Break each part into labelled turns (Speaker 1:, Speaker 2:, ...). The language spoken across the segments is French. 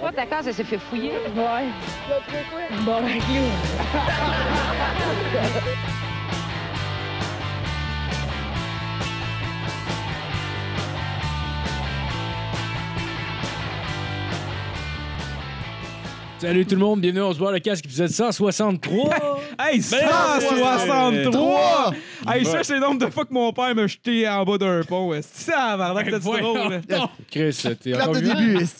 Speaker 1: Toi, ta case, elle s'est fait fouiller.
Speaker 2: Ouais. Bon, avec lui.
Speaker 3: Salut tout le monde, bienvenue, on se voit le casque, épisode 163.
Speaker 4: Hey,
Speaker 3: ouais.
Speaker 4: 163! Hey, ça, c'est le nombre de fois que mon père m'a jeté en bas d'un pont. esti. Ça, pendant que t'as du
Speaker 3: Ben, Voyons
Speaker 4: drôle. là.
Speaker 3: donc. Oh, Chris, t'es
Speaker 5: Clap
Speaker 3: encore Ah.
Speaker 5: de
Speaker 3: vivant?
Speaker 5: début, ici.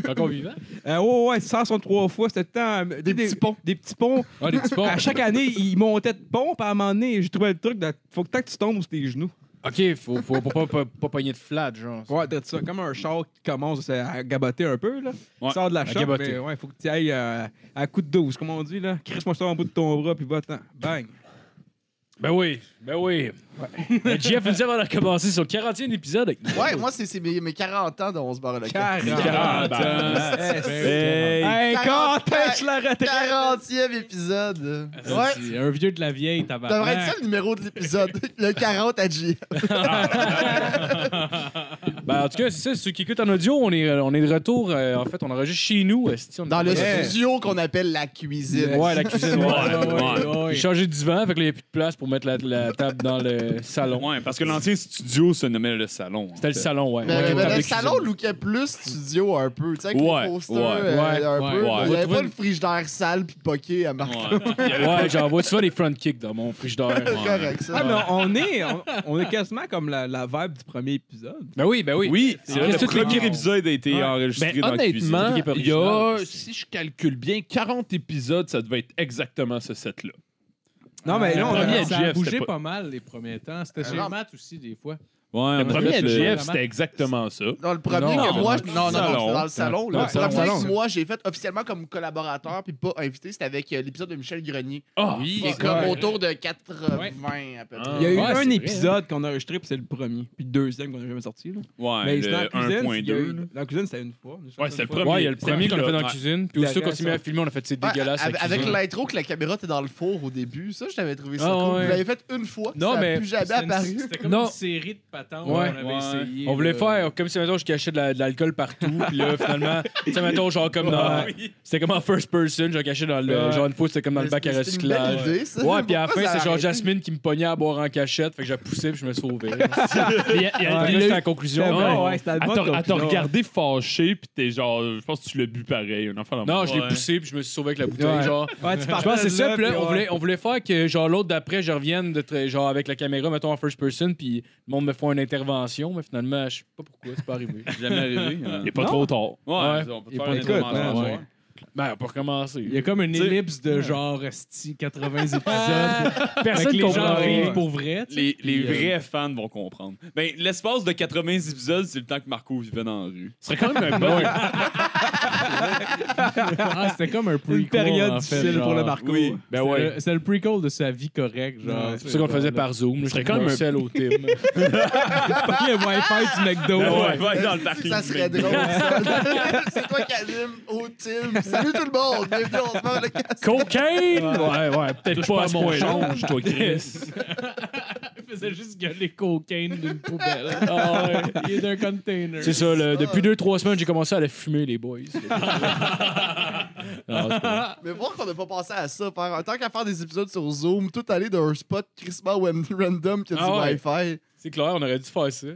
Speaker 3: T'es encore vivant?
Speaker 4: Euh, ouais, ouais, 163 fois, c'était le temps. euh, Des,
Speaker 5: petits ponts.
Speaker 4: Des petits ponts.
Speaker 3: Ah, des petits ponts.
Speaker 4: À chaque année, ils montaient de pont, puis à un moment donné, j'ai trouvé le truc. De... Faut que tant que tu tombes sur tes genoux.
Speaker 3: OK, faut, faut pas, pas, pas, pas pogner de flat, genre.
Speaker 4: Ouais, t'as ça. Comme un char qui commence à gaboter un peu, là.
Speaker 3: Ouais,
Speaker 4: Il sort de la
Speaker 3: à
Speaker 4: shop,
Speaker 3: gaboter.
Speaker 4: mais ouais, faut que tu ailles euh, à coup de 12, comme on dit, là. Crisse-moi ça en bout de ton bras, puis va-t'en. Bang.
Speaker 3: Ben oui, ben oui. Euh, Jeff nous avant de commencer son 40e épisode. avec-
Speaker 5: Ouais, moi, c'est c'est mes, mes 40 ans dont on se barre le cœur.
Speaker 4: 40.
Speaker 3: 40 ans. Eh,
Speaker 6: Hey!
Speaker 4: Hey,
Speaker 5: 40.
Speaker 4: Quentin, je la retraite.
Speaker 5: 40e épisode.
Speaker 3: Ah,
Speaker 5: Ouais.
Speaker 6: C'est Un vieux de la vieille,
Speaker 5: Ça devrait être ça
Speaker 6: tabarnak.
Speaker 5: le numéro de l'épisode. Le 40 à E. J.
Speaker 3: Ben, en tout cas, c'est ça, ceux qui écoutent en audio, on est, on est de retour. euh, en fait, on enregistre chez nous. esti, on est-
Speaker 5: Dans le
Speaker 3: Ouais.
Speaker 5: studio qu'on appelle la cuisine.
Speaker 3: Ouais, la cuisine. ouais, ouais, ouais.
Speaker 6: Ouais, ouais.
Speaker 3: J'ai changé de divan, fait qu'il n'y a plus de place pour mettre la, la table dans le salon.
Speaker 6: Ouais,
Speaker 7: Parce que l'ancien studio se nommait le salon. en
Speaker 3: C'était le
Speaker 7: fait.
Speaker 3: salon, ouais.
Speaker 5: Mais,
Speaker 3: Ouais,
Speaker 5: mais
Speaker 3: table
Speaker 5: le
Speaker 3: de
Speaker 5: salon
Speaker 3: cuisine.
Speaker 5: lookait plus studio un peu. Tu sais, avec
Speaker 7: Ouais,
Speaker 5: les posters
Speaker 7: ouais,
Speaker 5: euh,
Speaker 3: ouais,
Speaker 5: un peu.
Speaker 3: ouais. Faut
Speaker 5: Il n'y avait pas
Speaker 3: trouver-
Speaker 5: le frigidaire sale puis poqué à marquer.
Speaker 7: Ouais. Il y avait-
Speaker 3: Ouais, j'en vois souvent des front kicks dans mon frigidaire.
Speaker 5: C'est correct, ça.
Speaker 4: Ah, mais on est, on, on est quasiment comme la, la vibe du premier épisode.
Speaker 3: Ben oui, ben oui.
Speaker 7: Oui, c'est vrai,
Speaker 3: Ah,
Speaker 7: le
Speaker 3: toute
Speaker 7: premier
Speaker 3: l'équipe.
Speaker 7: épisode a été enregistré
Speaker 6: Ben,
Speaker 7: dans la cuisine.
Speaker 6: honnêtement,
Speaker 3: L'équipe
Speaker 6: il y a, euh,
Speaker 3: originale.
Speaker 6: si je calcule bien, 40 épisodes, ça devait être exactement ce set-là.
Speaker 4: Non, mais là, on
Speaker 7: premier
Speaker 4: a
Speaker 7: à
Speaker 8: ça a
Speaker 7: Jeff,
Speaker 8: bougé
Speaker 7: c'était
Speaker 8: pas...
Speaker 7: pas-
Speaker 8: mal les premiers temps. C'était chez
Speaker 5: Alors-
Speaker 8: Matt aussi, des fois.
Speaker 7: Ouais,
Speaker 6: Le
Speaker 7: en fait,
Speaker 6: premier
Speaker 7: le-
Speaker 6: Jeff, c'était exactement ça.
Speaker 5: Dans le premier
Speaker 3: Non,
Speaker 5: que moi,
Speaker 3: dans
Speaker 5: je- non, non, non,
Speaker 7: salon.
Speaker 5: c'était dans le salon. là.
Speaker 3: Dans le
Speaker 5: le
Speaker 3: salon,
Speaker 5: premier
Speaker 3: salon.
Speaker 5: que moi, j'ai fait officiellement comme collaborateur puis pas invité, c'était avec euh, l'épisode de Michel Grenier.
Speaker 6: Ah,
Speaker 5: Qui est comme autour de 80 à peu près.
Speaker 6: Ah.
Speaker 4: Il y a eu
Speaker 6: Ouais, c'est
Speaker 4: un
Speaker 6: vrai,
Speaker 4: épisode qu'on a enregistré, puis c'est le premier. Puis le deuxième qu'on n'a jamais sorti. Là.
Speaker 7: Ouais,
Speaker 4: mais
Speaker 7: le
Speaker 4: c'était en cuisine. il y a eu-
Speaker 7: 1.2. là.
Speaker 4: Dans la cuisine, c'était une fois.
Speaker 6: Ouais, c'est le premier.
Speaker 3: Ouais, il y a le
Speaker 6: C'était
Speaker 3: premier qu'on a fait dans la
Speaker 6: Ouais.
Speaker 3: cuisine. Puis
Speaker 4: La
Speaker 3: aussi, quand on
Speaker 4: réaction.
Speaker 3: s'est mis à filmer, on a fait c'est
Speaker 5: Ouais,
Speaker 3: dégueulasse. la
Speaker 5: Ah, avec- avec
Speaker 3: cuisine.
Speaker 5: l'intro que la caméra était dans le four au début, ça, je t'avais trouvé ça
Speaker 3: Ah,
Speaker 5: cool.
Speaker 3: ouais.
Speaker 5: Vous l'avez fait une fois,
Speaker 3: Non,
Speaker 5: ça a
Speaker 3: mais
Speaker 5: plus jamais
Speaker 8: C'était une-
Speaker 5: apparu.
Speaker 8: C'était comme
Speaker 3: Non.
Speaker 8: une série de patentes.
Speaker 3: Ouais.
Speaker 8: on avait
Speaker 7: Ouais.
Speaker 8: essayé.
Speaker 3: On voulait
Speaker 8: de-
Speaker 3: faire comme si, mettons, je cachais de la- de l'alcool partout. Puis là, finalement, tu sais, mettons, genre comme dans. C'était comme en first person, genre caché dans le. Genre une fois, c'était comme dans le
Speaker 5: Mais
Speaker 3: bac à
Speaker 5: c'était- c'était une belle
Speaker 3: recyclage.
Speaker 5: idée, ça.
Speaker 3: Ouais, puis à la fin,
Speaker 5: Pourquoi ça
Speaker 3: c'est genre
Speaker 5: arrête?
Speaker 3: Jasmine qui me pognait à boire en cachette. Fait que j'ai poussé, puis je me sauvais.
Speaker 6: Ah, Il y a- il y a-
Speaker 3: C'était
Speaker 6: il y a
Speaker 3: la
Speaker 6: eu-
Speaker 3: conclusion.
Speaker 4: Ah, Ouais,
Speaker 3: mais-
Speaker 4: ouais, c'était la
Speaker 7: Ah,
Speaker 6: à
Speaker 4: bonne
Speaker 6: t'en- à t'en
Speaker 4: conclusion.
Speaker 6: regarder fâché, puis t'es genre, je pense que tu l'as bu pareil, un enfant dans
Speaker 3: Non,
Speaker 6: le-
Speaker 3: je l'ai poussé, puis je me suis sauvé avec la bouteille.
Speaker 4: Ouais.
Speaker 3: Genre,
Speaker 4: Ouais, tu
Speaker 3: Je pense que c'est ça.
Speaker 4: là,
Speaker 3: Puis là,
Speaker 4: puis
Speaker 3: on
Speaker 4: ouais.
Speaker 3: voulait, on voulait faire que genre l'autre d'après, je revienne de très- genre avec la caméra, mettons en first person, puis le monde me fait une intervention, mais finalement, je sais pas pourquoi, c'est pas arrivé.
Speaker 7: Jamais arrivé. hein.
Speaker 6: Il est pas trop tard.
Speaker 3: Ouais.
Speaker 7: Ouais, on peut
Speaker 3: Il est
Speaker 7: faire
Speaker 3: pas
Speaker 7: une
Speaker 4: écoute,
Speaker 7: intervention,
Speaker 4: man.
Speaker 7: hein. ouais.
Speaker 3: ben, pour
Speaker 8: Il y a
Speaker 3: recommencer.
Speaker 8: comme une
Speaker 7: sais-
Speaker 8: ellipse de genre esti, 80 épisodes. Fait que
Speaker 3: Personne
Speaker 8: les gens
Speaker 3: comprend
Speaker 8: arrivent
Speaker 3: rien.
Speaker 8: pour vrai. tu sais.
Speaker 7: Les, les
Speaker 8: Puis, euh,
Speaker 7: vrais fans vont comprendre. Ben, l'espace de 80 épisodes, c'est le temps que Marco vivait dans la rue.
Speaker 6: Ce serait quand même un bon.
Speaker 8: ah, c'était comme un prequel.
Speaker 4: euh, Une période
Speaker 8: en fait,
Speaker 4: difficile
Speaker 8: genre.
Speaker 4: pour le Marco.
Speaker 7: Oui.
Speaker 6: Ben
Speaker 8: C'était
Speaker 6: ouais.
Speaker 8: le- C'était le prequel de sa vie correcte. genre.
Speaker 3: C'est ça qu'on le faisait par Zoom. Je serais
Speaker 6: serait quand
Speaker 3: comme un
Speaker 6: même-
Speaker 3: sel au team.
Speaker 4: Pas le Wi-Fi du McDo.
Speaker 7: Ben Ouais,
Speaker 4: Ouais.
Speaker 7: ouais, dans
Speaker 5: Est-ce
Speaker 7: le
Speaker 5: que
Speaker 7: parking.
Speaker 5: ça serait drôle, ça. c'est toi qui anime au team. Salut tout le monde, bienvenue, on se barre le casse.
Speaker 3: Cocaine! Ouais, ouais, peut-être pas à
Speaker 6: Passe
Speaker 3: mon
Speaker 6: mon
Speaker 3: point
Speaker 6: change, toi, Chris.
Speaker 8: Il faisait juste gueuler cocaine d'une poubelle.
Speaker 3: Ah
Speaker 8: Il est d'un container.
Speaker 3: C'est ça, le- depuis 2-3 semaines, j'ai commencé à la fumer, les boys. Non, c'est pas
Speaker 5: Mais voir qu'on n'a pas pensé à ça, faire en tant qu'à faire des épisodes sur Zoom, tout aller d'un spot crissement wen- random qui a
Speaker 3: Ah ouais.
Speaker 5: du Wi-Fi.
Speaker 3: c'est clair, on aurait dû faire ça.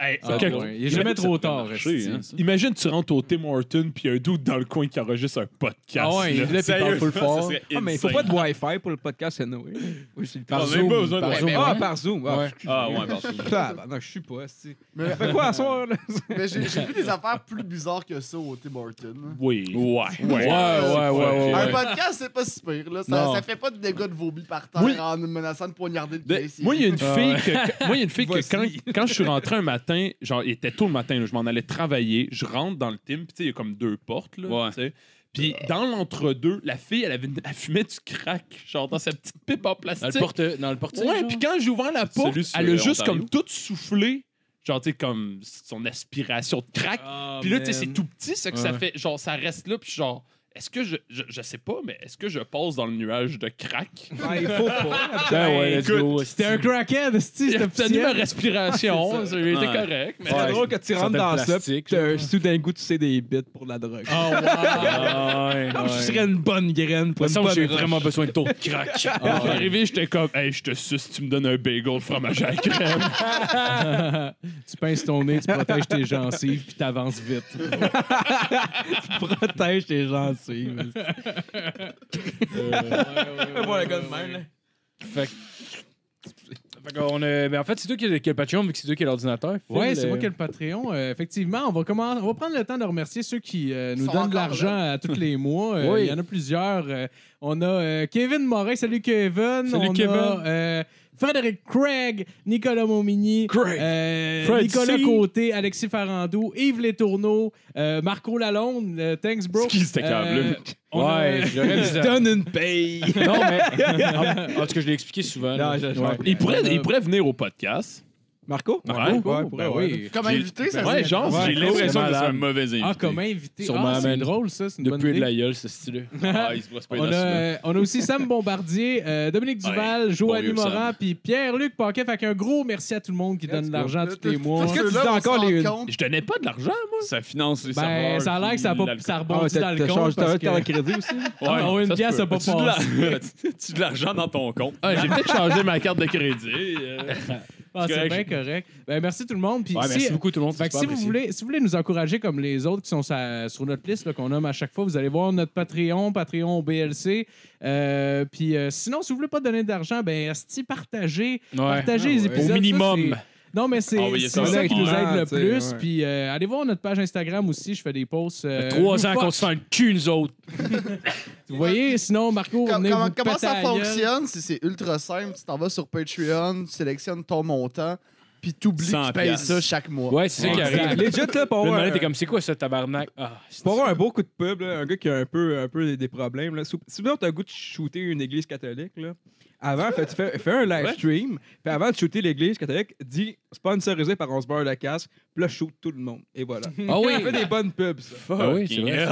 Speaker 6: Hey,
Speaker 3: ben
Speaker 8: Ah,
Speaker 6: que-
Speaker 8: ouais. Il est jamais trop tard. hein. esti.
Speaker 6: Imagine, tu rentres au Tim Horton, puis il y a un doute dans le coin qui enregistre un podcast.
Speaker 3: Ah ouais,
Speaker 6: là.
Speaker 3: il est là, puis il parle full
Speaker 7: ça
Speaker 3: fort.
Speaker 7: serait
Speaker 4: Ah, mais il faut pas
Speaker 7: insane.
Speaker 4: de Wi-Fi pour le podcast, c'est Noé. Oui, c'est le
Speaker 3: Par
Speaker 7: Ah,
Speaker 4: temps.
Speaker 7: même pas besoin
Speaker 3: Zoom.
Speaker 7: de-
Speaker 3: Par
Speaker 5: Ouais,
Speaker 3: Zoom.
Speaker 5: ben
Speaker 4: Ah,
Speaker 3: hein?
Speaker 4: par Zoom. Ah,
Speaker 3: Ouais.
Speaker 7: Ah, ouais, parce que-
Speaker 4: putain, bah, non, je suis pas. esti.
Speaker 5: Mais,
Speaker 4: Fait quoi à soir, là?
Speaker 5: mais j'ai j'ai vu des affaires plus bizarres que ça au Tim Horton.
Speaker 6: Oui.
Speaker 7: Ouais.
Speaker 3: Ouais, ouais, ouais, ouais,
Speaker 5: Un
Speaker 3: ouais.
Speaker 5: podcast, c'est pas si pire. Là.
Speaker 3: Non.
Speaker 5: Ça, ça fait pas de dégâts de vomi par terre
Speaker 6: Oui.
Speaker 5: en menaçant de poignarder le
Speaker 6: De-
Speaker 5: caissier.
Speaker 6: moi, il y a une
Speaker 3: Ah
Speaker 6: fille que, moi, il y a une fille que
Speaker 4: Voici.
Speaker 6: quand, quand je suis rentré un matin, genre, il était tôt le matin, là, je m'en allais travailler, je rentre dans le team, puis tu sais, il y a comme deux portes, là,
Speaker 7: Ouais.
Speaker 6: tu sais. Puis
Speaker 8: Euh.
Speaker 6: dans l'entre-deux, la fille, elle, avait, une- elle fumait du crack, genre dans sa petite pipe en
Speaker 3: Dans
Speaker 6: plastique.
Speaker 3: le porte- Dans le portier.
Speaker 6: ouais,
Speaker 3: genre?
Speaker 6: puis quand j'ai ouvert la porte,
Speaker 7: Celui sur,
Speaker 6: elle a
Speaker 7: euh,
Speaker 6: juste
Speaker 7: Ontario.
Speaker 6: comme tout soufflé, genre, tu sais, comme son aspiration de crack.
Speaker 8: Ah,
Speaker 6: Puis là, tu sais, c'est
Speaker 8: man.
Speaker 6: tout petit, c'est que ça
Speaker 3: Ouais.
Speaker 6: fait, genre, ça reste là, puis je suis genre, Est-ce que je, je. je sais pas, mais est-ce que je passe dans le nuage de crack?
Speaker 4: Ouais, il faut
Speaker 8: Ah,
Speaker 4: pas.
Speaker 3: Ben ouais, let's
Speaker 6: let's
Speaker 3: go.
Speaker 4: C'était un crackhead, c'ti,
Speaker 6: J'ai
Speaker 4: c'était
Speaker 6: obtenu ma
Speaker 4: officiel.
Speaker 6: respiration, j'ai été
Speaker 7: Ouais.
Speaker 6: correct. Mais...
Speaker 4: C'est drôle que tu rentres dans ça,
Speaker 3: plastique,
Speaker 4: puis t'as- soudain coup, tu sais des bits pour la drogue.
Speaker 8: Oh,
Speaker 3: Ah,
Speaker 8: wow.
Speaker 3: ouais,
Speaker 4: Je
Speaker 3: ouais.
Speaker 4: serais une bonne graine pour
Speaker 3: De
Speaker 4: une
Speaker 3: toute façon,
Speaker 4: bonne
Speaker 3: j'ai vraiment besoin de taux de crack.
Speaker 6: Je suis arrivé, j'étais comme, hey, je te suce, tu me donnes un bagel fromage à la crème.
Speaker 8: tu pinces ton nez, tu protèges tes gencives, puis t'avances vite.
Speaker 4: protège tes gencives.
Speaker 3: Euh,
Speaker 8: ouais,
Speaker 4: gars de même.
Speaker 3: Fait qu'on, euh, ben, en fait, c'est toi qui as le Patreon, vu que c'est toi qui as l'ordinateur. Phil,
Speaker 8: c'est
Speaker 3: euh,
Speaker 8: moi qui ai le Patreon. Euh, effectivement, on va, commencer, on va prendre le temps de remercier ceux qui euh, nous
Speaker 5: Sont
Speaker 8: donnent de
Speaker 5: encore
Speaker 8: l'argent à tous les mois. Euh, Il
Speaker 3: Oui.
Speaker 8: y en a plusieurs. Euh, on a euh, Kevin Morin. Salut, Kevin.
Speaker 3: Salut,
Speaker 8: on
Speaker 3: Kevin.
Speaker 8: A, euh, Frédéric Craig, Nicolas Momini,
Speaker 3: Craig.
Speaker 8: euh,
Speaker 3: Fred
Speaker 8: Nicolas
Speaker 3: C.
Speaker 8: Côté, Alexis Farandou, Yves Letourneau, euh, Marco Lalonde, euh, thanks bro.
Speaker 6: Ce qui, c'était câble.
Speaker 8: on a- euh,
Speaker 3: Ouais, j'aurais dit ça.
Speaker 4: Donne une paye.
Speaker 3: Non, mais. En, en tout cas, je l'ai expliqué souvent. là.
Speaker 4: je- je-
Speaker 3: Ouais.
Speaker 6: Il pourrait, il pourrait venir au podcast.
Speaker 4: Marco?
Speaker 6: Marco?
Speaker 4: Ouais,
Speaker 8: Oh,
Speaker 4: pour
Speaker 8: ben
Speaker 4: vrai,
Speaker 8: oui.
Speaker 5: Comme
Speaker 6: J'ai-
Speaker 5: invité, ça
Speaker 6: ouais,
Speaker 5: serait-
Speaker 6: genre,
Speaker 3: Ouais,
Speaker 6: j'ai
Speaker 3: cool.
Speaker 6: l'impression
Speaker 3: C'est
Speaker 6: que c'est
Speaker 3: malade.
Speaker 6: un mauvais invité.
Speaker 8: Ah, comment invité?
Speaker 3: Sûrement,
Speaker 8: Ah, c'est
Speaker 3: man.
Speaker 8: drôle, ça. C'est une
Speaker 3: De
Speaker 8: bonne
Speaker 3: plus de
Speaker 8: idée.
Speaker 3: la gueule, ce style-là.
Speaker 6: Ah, il se brosse pas les
Speaker 8: On a,
Speaker 6: dents souvent.
Speaker 8: euh, on a aussi Sam Bombardier, euh, Dominique Duval, Joanie
Speaker 6: vieux
Speaker 8: Morin,
Speaker 6: Sam.
Speaker 8: puis Pierre-Luc Paquet. Fait qu'un gros merci à tout le monde qui donne de l'argent tous les mois.
Speaker 5: Parce que
Speaker 4: tu
Speaker 5: tu
Speaker 4: dis
Speaker 5: dis
Speaker 4: encore
Speaker 5: encore
Speaker 4: les-
Speaker 5: les.
Speaker 6: Je donnais pas de l'argent, moi.
Speaker 7: Ça finance les
Speaker 8: Ben,
Speaker 7: serveurs,
Speaker 8: ça a l'air que ça, a
Speaker 7: puis
Speaker 8: pas, ça
Speaker 7: l'alcool.
Speaker 4: Ah,
Speaker 8: rebondit
Speaker 4: t'as-
Speaker 8: dans le
Speaker 4: t'as
Speaker 8: compte.
Speaker 4: changé-
Speaker 8: Parce
Speaker 4: t'as-
Speaker 8: que...
Speaker 4: t'as un crédit aussi?
Speaker 8: Ah, ouais, une
Speaker 6: ça se
Speaker 8: pièce,
Speaker 6: peut.
Speaker 8: ça pas
Speaker 7: As-tu de la- As-tu de l'argent dans ton compte?
Speaker 6: Ah, j'ai peut-être changé ma carte de crédit. euh.
Speaker 8: Ah, c'est
Speaker 7: correct.
Speaker 8: bien correct. Ben, merci tout le monde. Puis
Speaker 3: Ouais,
Speaker 8: si-
Speaker 3: merci beaucoup tout le monde.
Speaker 8: Fait que si, vous voulez, si vous voulez nous encourager comme les autres qui sont sa- sur notre liste là, qu'on nomme à chaque fois, vous allez voir notre Patreon, Patreon BLC. Euh, puis euh, sinon, si vous voulez pas donner d'argent, ben esti, partagez, partagez
Speaker 4: Ah
Speaker 8: les
Speaker 3: Au
Speaker 8: épisodes. ça,
Speaker 3: minimum. Ah
Speaker 8: c'est- non, mais c'est
Speaker 7: Envoyez
Speaker 8: c'est ça,
Speaker 7: ça à
Speaker 8: qui
Speaker 7: tout
Speaker 8: nous
Speaker 7: le
Speaker 8: aide
Speaker 4: monde,
Speaker 8: le
Speaker 4: tu sais,
Speaker 8: plus.
Speaker 4: ouais.
Speaker 8: Puis euh, allez voir notre page Instagram aussi, je fais des posts. euh,
Speaker 3: Trois ans
Speaker 8: loufoques.
Speaker 3: qu'on se sent le cul, nous autres.
Speaker 8: Vous voyez, sinon, Marco,
Speaker 5: Com-
Speaker 8: venez
Speaker 5: Comment,
Speaker 8: vous
Speaker 5: comment
Speaker 8: péter
Speaker 5: ça
Speaker 8: la gueule.
Speaker 5: fonctionne si c'est ultra simple? Tu t'en vas sur Patreon, tu sélectionnes ton montant, puis t'oublies que
Speaker 7: 100
Speaker 5: tu payes
Speaker 7: piastres.
Speaker 5: ça chaque mois.
Speaker 3: Ouais, c'est ça qui
Speaker 8: Exact.
Speaker 3: arrive.
Speaker 4: Legit, là, pour
Speaker 3: Le
Speaker 4: avoir
Speaker 3: malade,
Speaker 4: un-
Speaker 3: t'es comme, c'est quoi ce tabarnak? Ah, c'est-
Speaker 4: pour avoir euh, un beau coup de pub, là, un gars qui a un peu, un peu des- des problèmes. Là. Sou- Si tu as le goût de shooter une église catholique, là, avant, fait- tu fais, fais un live stream, puis avant de shooter l'église catholique, dis sponsorisé par On se beurre le casque, puis là, shoot tout le monde. Et voilà.
Speaker 3: Ah oui.
Speaker 4: Ça fait des bonnes pubs, ça.
Speaker 3: Ah oui, c'est vrai.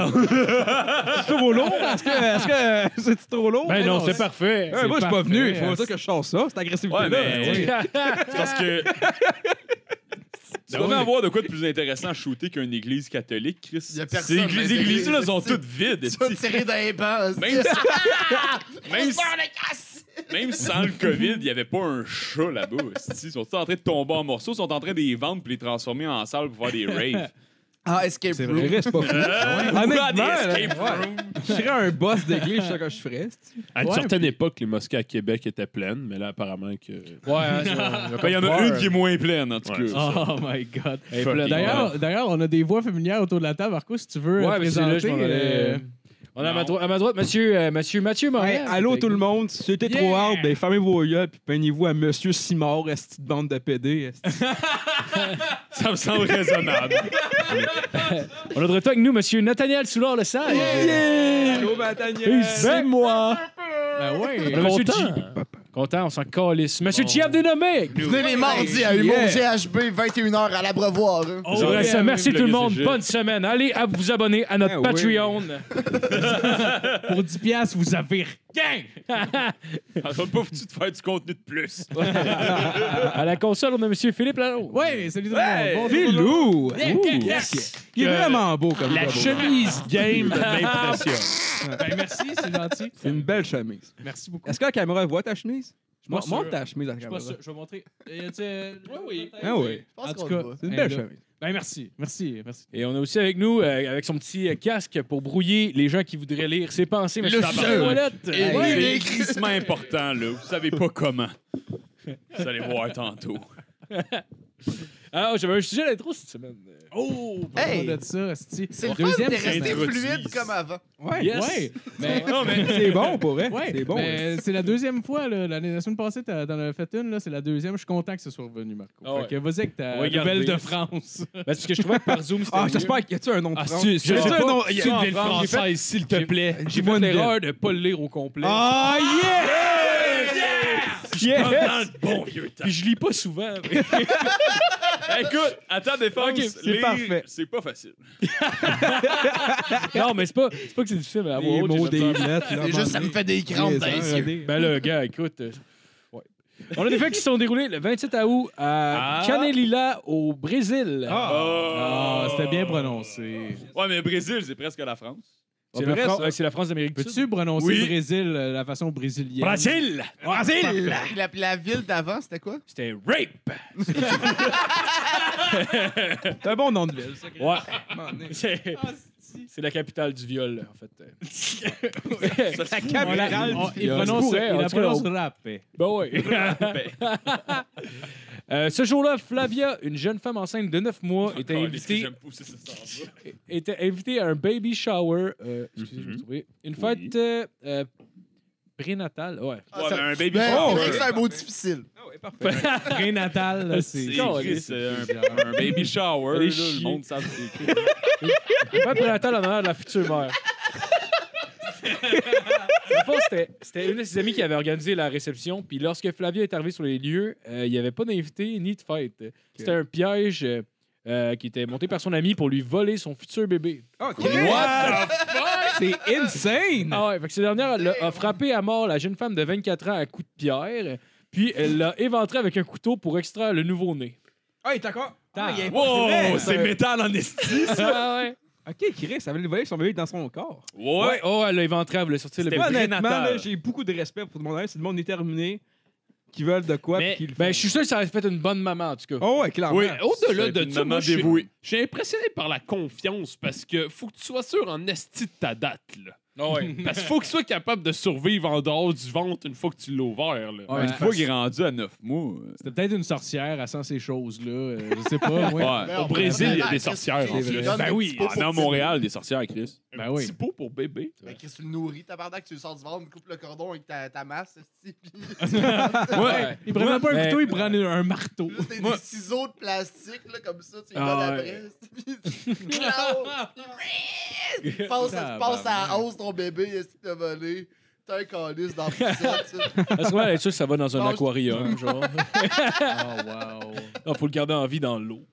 Speaker 4: C'est trop lourd? Est-ce que est-ce que c'est trop lourd?
Speaker 3: Ben non,
Speaker 8: non,
Speaker 3: c'est
Speaker 8: c'est-
Speaker 3: parfait.
Speaker 4: Hey, moi, je suis pas
Speaker 8: parfait,
Speaker 4: venu. Il faut
Speaker 8: hein,
Speaker 4: dire que je sors ça. Ben C'est agressivité.
Speaker 7: Ouais, mais
Speaker 4: là.
Speaker 7: oui. c'est parce que. Tu devrais avoir de quoi de plus intéressant à shooter qu'une église catholique, Chris.
Speaker 5: Y a personne
Speaker 7: Ces
Speaker 5: dans les
Speaker 7: églises- les églises-là
Speaker 5: églises.
Speaker 7: sont toutes vides.
Speaker 5: Tu vas
Speaker 7: esti.
Speaker 5: te tirer dans les bancs.
Speaker 7: Même,
Speaker 5: c'est-
Speaker 7: même, même sans le COVID, il n'y avait pas un chat là-bas. esti. Ils sont tous en train de tomber en morceaux, ils sont en train de les vendre puis les transformer en salle pour faire des raves.
Speaker 5: Ah, escape
Speaker 4: C'est
Speaker 5: room.
Speaker 4: vrai, c'est pas fou.
Speaker 7: Ah, des
Speaker 4: Honnêtement, là,
Speaker 7: escape
Speaker 4: ouais,
Speaker 7: rooms.
Speaker 4: je serais un boss d'église, je sais que je ferais.
Speaker 6: À une
Speaker 8: Ouais,
Speaker 6: certaine époque, les mosquées à Québec étaient pleines, mais là, apparemment que.
Speaker 3: Ouais, hein, c'est- on a
Speaker 7: Ben,
Speaker 3: pas
Speaker 7: Il y en
Speaker 3: peur.
Speaker 7: a une qui est moins pleine, en tout
Speaker 6: Ouais,
Speaker 7: cas.
Speaker 8: Oh my God.
Speaker 3: Hey,
Speaker 6: Fuck
Speaker 3: plein-
Speaker 6: it.
Speaker 8: D'ailleurs, d'ailleurs, on a des voix familières autour de la table. Marco, si tu veux euh,
Speaker 3: ouais, mais c'est là,
Speaker 8: présenter...
Speaker 3: je m'en allais,
Speaker 8: euh,
Speaker 3: euh, On a à ma, dro- à ma droite, monsieur, euh, monsieur Mathieu Morin.
Speaker 4: Hey, allô tout le monde, si c'était trop
Speaker 8: Yeah!
Speaker 4: hard, ben fermez vos yeux puis peignez-vous à Monsieur Simard, esti de bande de PD. esti.
Speaker 6: Ça me semble raisonnable.
Speaker 3: On a de retour avec nous, monsieur Nathaniel Soulard-Le Sage.
Speaker 4: Allô, Nathaniel!
Speaker 3: C'est moi.
Speaker 8: Ben ouais.
Speaker 3: On a monsieur
Speaker 6: Content.
Speaker 3: G- Content, on s'en calisse. Monsieur Jeff Dénommé.
Speaker 5: Venez les mardis à Humour GHB, 21h à l'abreuvoir. hein.
Speaker 8: Oh,
Speaker 3: J'aimerais
Speaker 8: yeah,
Speaker 3: ça. Merci
Speaker 8: oui.
Speaker 3: tout le monde.
Speaker 7: sujet.
Speaker 3: Bonne semaine. Allez à vous abonner à notre
Speaker 4: Ah oui.
Speaker 3: Patreon.
Speaker 8: Pour 10 piastres, vous avez rien.
Speaker 7: On n'a pas foutu de faire du contenu de plus.
Speaker 3: À la console, on a monsieur Philippe Lalo.
Speaker 8: Ouais, salut tout le
Speaker 4: Hey,
Speaker 8: monde. Bonjour, bonjour.
Speaker 4: Filou!
Speaker 8: Yeah,
Speaker 4: Ouh.
Speaker 8: yeah, yes.
Speaker 4: Il est vraiment beau comme
Speaker 6: La
Speaker 4: gars, beau.
Speaker 6: chemise game m'impressionne.
Speaker 8: Ben, merci, c'est gentil.
Speaker 4: C'est une belle chemise.
Speaker 8: Merci beaucoup.
Speaker 4: Est-ce que la caméra voit ta chemise?
Speaker 8: suis pas
Speaker 4: Mo- Montre
Speaker 8: sûr.
Speaker 4: ta chemise à la
Speaker 8: Je sais pas,
Speaker 4: caméra.
Speaker 8: ça, je vais montrer. Euh, tu sais, ouais, oui.
Speaker 4: Ah oui,
Speaker 5: Je pense
Speaker 8: En tout
Speaker 5: qu'on
Speaker 8: cas,
Speaker 5: le voit.
Speaker 4: c'est une
Speaker 8: Hey,
Speaker 4: belle
Speaker 8: là.
Speaker 4: chemise.
Speaker 8: Ben merci, merci, merci.
Speaker 3: Et on a aussi avec nous, euh, avec son petit euh, casque pour brouiller les gens qui voudraient lire ses pensées. Monsieur
Speaker 7: seul.
Speaker 3: Tabarouette.
Speaker 7: Et
Speaker 3: Ouais.
Speaker 7: c'est crissement important, là. Vous savez pas comment. Vous allez voir tantôt.
Speaker 3: Ah, j'avais un sujet d'intro cette semaine.
Speaker 8: Oh,
Speaker 5: Hey.
Speaker 8: parlons de ça, esti.
Speaker 5: C'est le fun,
Speaker 8: Deuxième
Speaker 5: t'es resté
Speaker 8: semaine.
Speaker 7: introduit.
Speaker 5: fluide comme avant.
Speaker 4: Ouais,
Speaker 3: Yes.
Speaker 8: Ouais, mais
Speaker 7: Non, mais
Speaker 4: c'est bon pour vrai.
Speaker 8: ouais, Ben,
Speaker 4: c'est bon.
Speaker 8: mais c'est la deuxième fois là, l'année la semaine passée t'as- t'en as fait une là, c'est la deuxième, je suis content que ce soit revenu Marco.
Speaker 3: Ah ouais.
Speaker 8: Fait que vas-y avec ta
Speaker 3: On va
Speaker 8: nouvelle
Speaker 3: garder.
Speaker 8: de France.
Speaker 3: Ben, c'est parce que je trouvais que par Zoom, c'était
Speaker 4: Ah,
Speaker 3: mieux.
Speaker 4: j'espère qu'il y a-tu un nom de
Speaker 3: Ah,
Speaker 4: France?
Speaker 3: si, je
Speaker 4: Y a-tu
Speaker 3: sais
Speaker 4: un
Speaker 3: pas.
Speaker 4: nom- y a-
Speaker 3: Sylvie le
Speaker 4: J'ai fait-
Speaker 3: française, s'il te plaît. J'ai
Speaker 4: Bonne
Speaker 3: fait l'erreur de pas le lire au complet.
Speaker 4: Ah, yeah! Yes!
Speaker 7: Comme dans le Oh, bon vieux temps.
Speaker 3: Puis je lis pas souvent.
Speaker 7: Écoute, à ta défense,
Speaker 4: Ok, c'est
Speaker 7: lire,
Speaker 4: parfait.
Speaker 7: c'est pas facile.
Speaker 3: non, mais c'est pas, c'est pas que c'est difficile mais à
Speaker 4: Les
Speaker 3: voix haute,
Speaker 4: mots
Speaker 3: Ah, oh, j'ai
Speaker 4: des
Speaker 3: fait ça.
Speaker 4: lettres. hein,
Speaker 5: C'est juste, ça me fait des crampes
Speaker 7: hein,
Speaker 5: dans les yeux.
Speaker 3: Ben là, gars, écoute. euh, ouais. On a des faits qui se sont déroulés le 27 août à Canelila, au Brésil.
Speaker 8: Ah,
Speaker 7: Oh.
Speaker 8: c'était bien prononcé.
Speaker 7: Ouais, mais Brésil, c'est presque la France.
Speaker 3: C'est
Speaker 8: Ah,
Speaker 3: la,
Speaker 8: vrai,
Speaker 3: Fran-
Speaker 8: ça.
Speaker 3: euh, c'est la France d'Amérique du Sud.
Speaker 8: Peux-tu prononcer
Speaker 7: Oui.
Speaker 8: le Brésil euh, la façon brésilienne?
Speaker 3: Brésil!
Speaker 5: Brésil! La, la ville d'avant, c'était quoi?
Speaker 3: C'était rape!
Speaker 4: C'est un bon nom de ville. ça.
Speaker 3: Ouais.
Speaker 4: M'en est.
Speaker 3: C'est c'est la capitale du viol, en fait.
Speaker 7: Ça se fout.
Speaker 8: On la-
Speaker 4: Capitale
Speaker 8: on-
Speaker 4: du
Speaker 8: il
Speaker 4: viol.
Speaker 8: prononce,
Speaker 3: pourrait,
Speaker 8: il
Speaker 3: en
Speaker 8: la
Speaker 3: tout cas,
Speaker 8: prononce
Speaker 3: on-
Speaker 8: rap. eh.
Speaker 3: Ben oui. Euh, ce jour-là, Flavia, une jeune femme enceinte de 9 mois, était
Speaker 7: Oh,
Speaker 3: invitée,
Speaker 7: j'aime pousser ça s'en va.
Speaker 3: était invitée à un baby shower. euh, excusez, je me suis trompé. Une fête
Speaker 6: Oui.
Speaker 3: euh, euh, prénatale. Ouais.
Speaker 5: Ah,
Speaker 7: Ouais,
Speaker 5: ça-
Speaker 7: mais un baby
Speaker 5: Ben,
Speaker 7: shower.
Speaker 5: c'est vrai que c'est un mot difficile.
Speaker 8: Prénatal, là, c'est.
Speaker 7: écrit, c'est un, un baby shower. Là,
Speaker 3: Les
Speaker 7: le
Speaker 3: chiens.
Speaker 7: monde savent que c'est écrit.
Speaker 3: Une fête prénatale en honneur de la future mère. Dans le fond, c'était- c'était une de ses amies qui avait organisé la réception. Puis lorsque Flavia est arrivée sur les lieux, euh, il n'y avait pas d'invité ni de fête. C'était un piège euh, euh, qui était monté par son ami pour lui voler son futur bébé.
Speaker 4: Ok.
Speaker 7: What?
Speaker 4: C'est insane!
Speaker 3: Ah ouais, fait que cette dernière elle a, a frappé à mort la jeune femme de 24 ans à coups de pierre, puis elle l'a éventrée avec un couteau pour extraire le nouveau-né.
Speaker 4: Ah, il est encore. Ah, il est
Speaker 7: Wow,
Speaker 4: c'est
Speaker 7: c'est métal en esti.
Speaker 3: Ah ouais.
Speaker 4: Ok, Chris, ça veut le voler son bébé dans son corps.
Speaker 7: Ouais.
Speaker 3: ouais, oh, elle l'a éventrée, elle voulait sortir le
Speaker 7: C'était
Speaker 3: bébé.
Speaker 4: Moi, honnêtement,
Speaker 7: prénatal.
Speaker 4: là, j'ai beaucoup de respect pour tout le monde. C'est le monde déterminé qui veulent de quoi
Speaker 6: Mais-
Speaker 4: puis qui le font.
Speaker 3: Ben, je suis sûr que ça a fait une bonne maman, en tout cas.
Speaker 4: Oh, ouais, clairement.
Speaker 6: Oui, au-delà
Speaker 7: c'est
Speaker 6: de
Speaker 7: une
Speaker 6: ça,
Speaker 7: maman
Speaker 6: moi, je suis-
Speaker 7: dévouée.
Speaker 6: je suis impressionné par la confiance parce que faut que tu sois sûr en esti de ta date. Là.
Speaker 3: Ah ouais.
Speaker 6: Parce qu'il faut que tu sois capable de survivre en dehors du ventre une fois que tu l'as ouvert. Là.
Speaker 8: Ouais,
Speaker 7: Une fois qu'il est rendu à 9 mois.
Speaker 8: C'était peut-être une sorcière, à sent ces choses-là. euh, je sais pas, moi.
Speaker 7: Ouais. Au Brésil, il y a des sorcières. En
Speaker 5: C'est
Speaker 7: plus.
Speaker 5: vrai.
Speaker 7: Ben oui,
Speaker 5: C'est
Speaker 7: en
Speaker 5: pour-
Speaker 7: Montréal, des sorcières, Chris.
Speaker 8: Ben oui.
Speaker 6: Petit pot pour bébé.
Speaker 5: Ben, Chris, tu le nourris, tabarnak, tu le sors du ventre, coupe le cordon avec ta, ta masse, esti, puis
Speaker 3: Ouais.
Speaker 8: Il prend même pas un
Speaker 3: Mais-
Speaker 8: couteau, il prend un un marteau.
Speaker 5: juste des, des ciseaux de plastique, là, comme ça, tu les
Speaker 3: Ah,
Speaker 5: donnes
Speaker 3: ouais.
Speaker 5: après, esti, puis tu tu passes, à- tu passes à la hausse ton bébé, est-ce que t'as volé? T'as un calice dans le piscine, tu sais.
Speaker 3: Parce que, ouais, elle est sûre que ça va dans un
Speaker 5: Non, je-
Speaker 3: aquarium, genre.
Speaker 8: wow.
Speaker 3: Non, faut le garder en vie dans l'eau.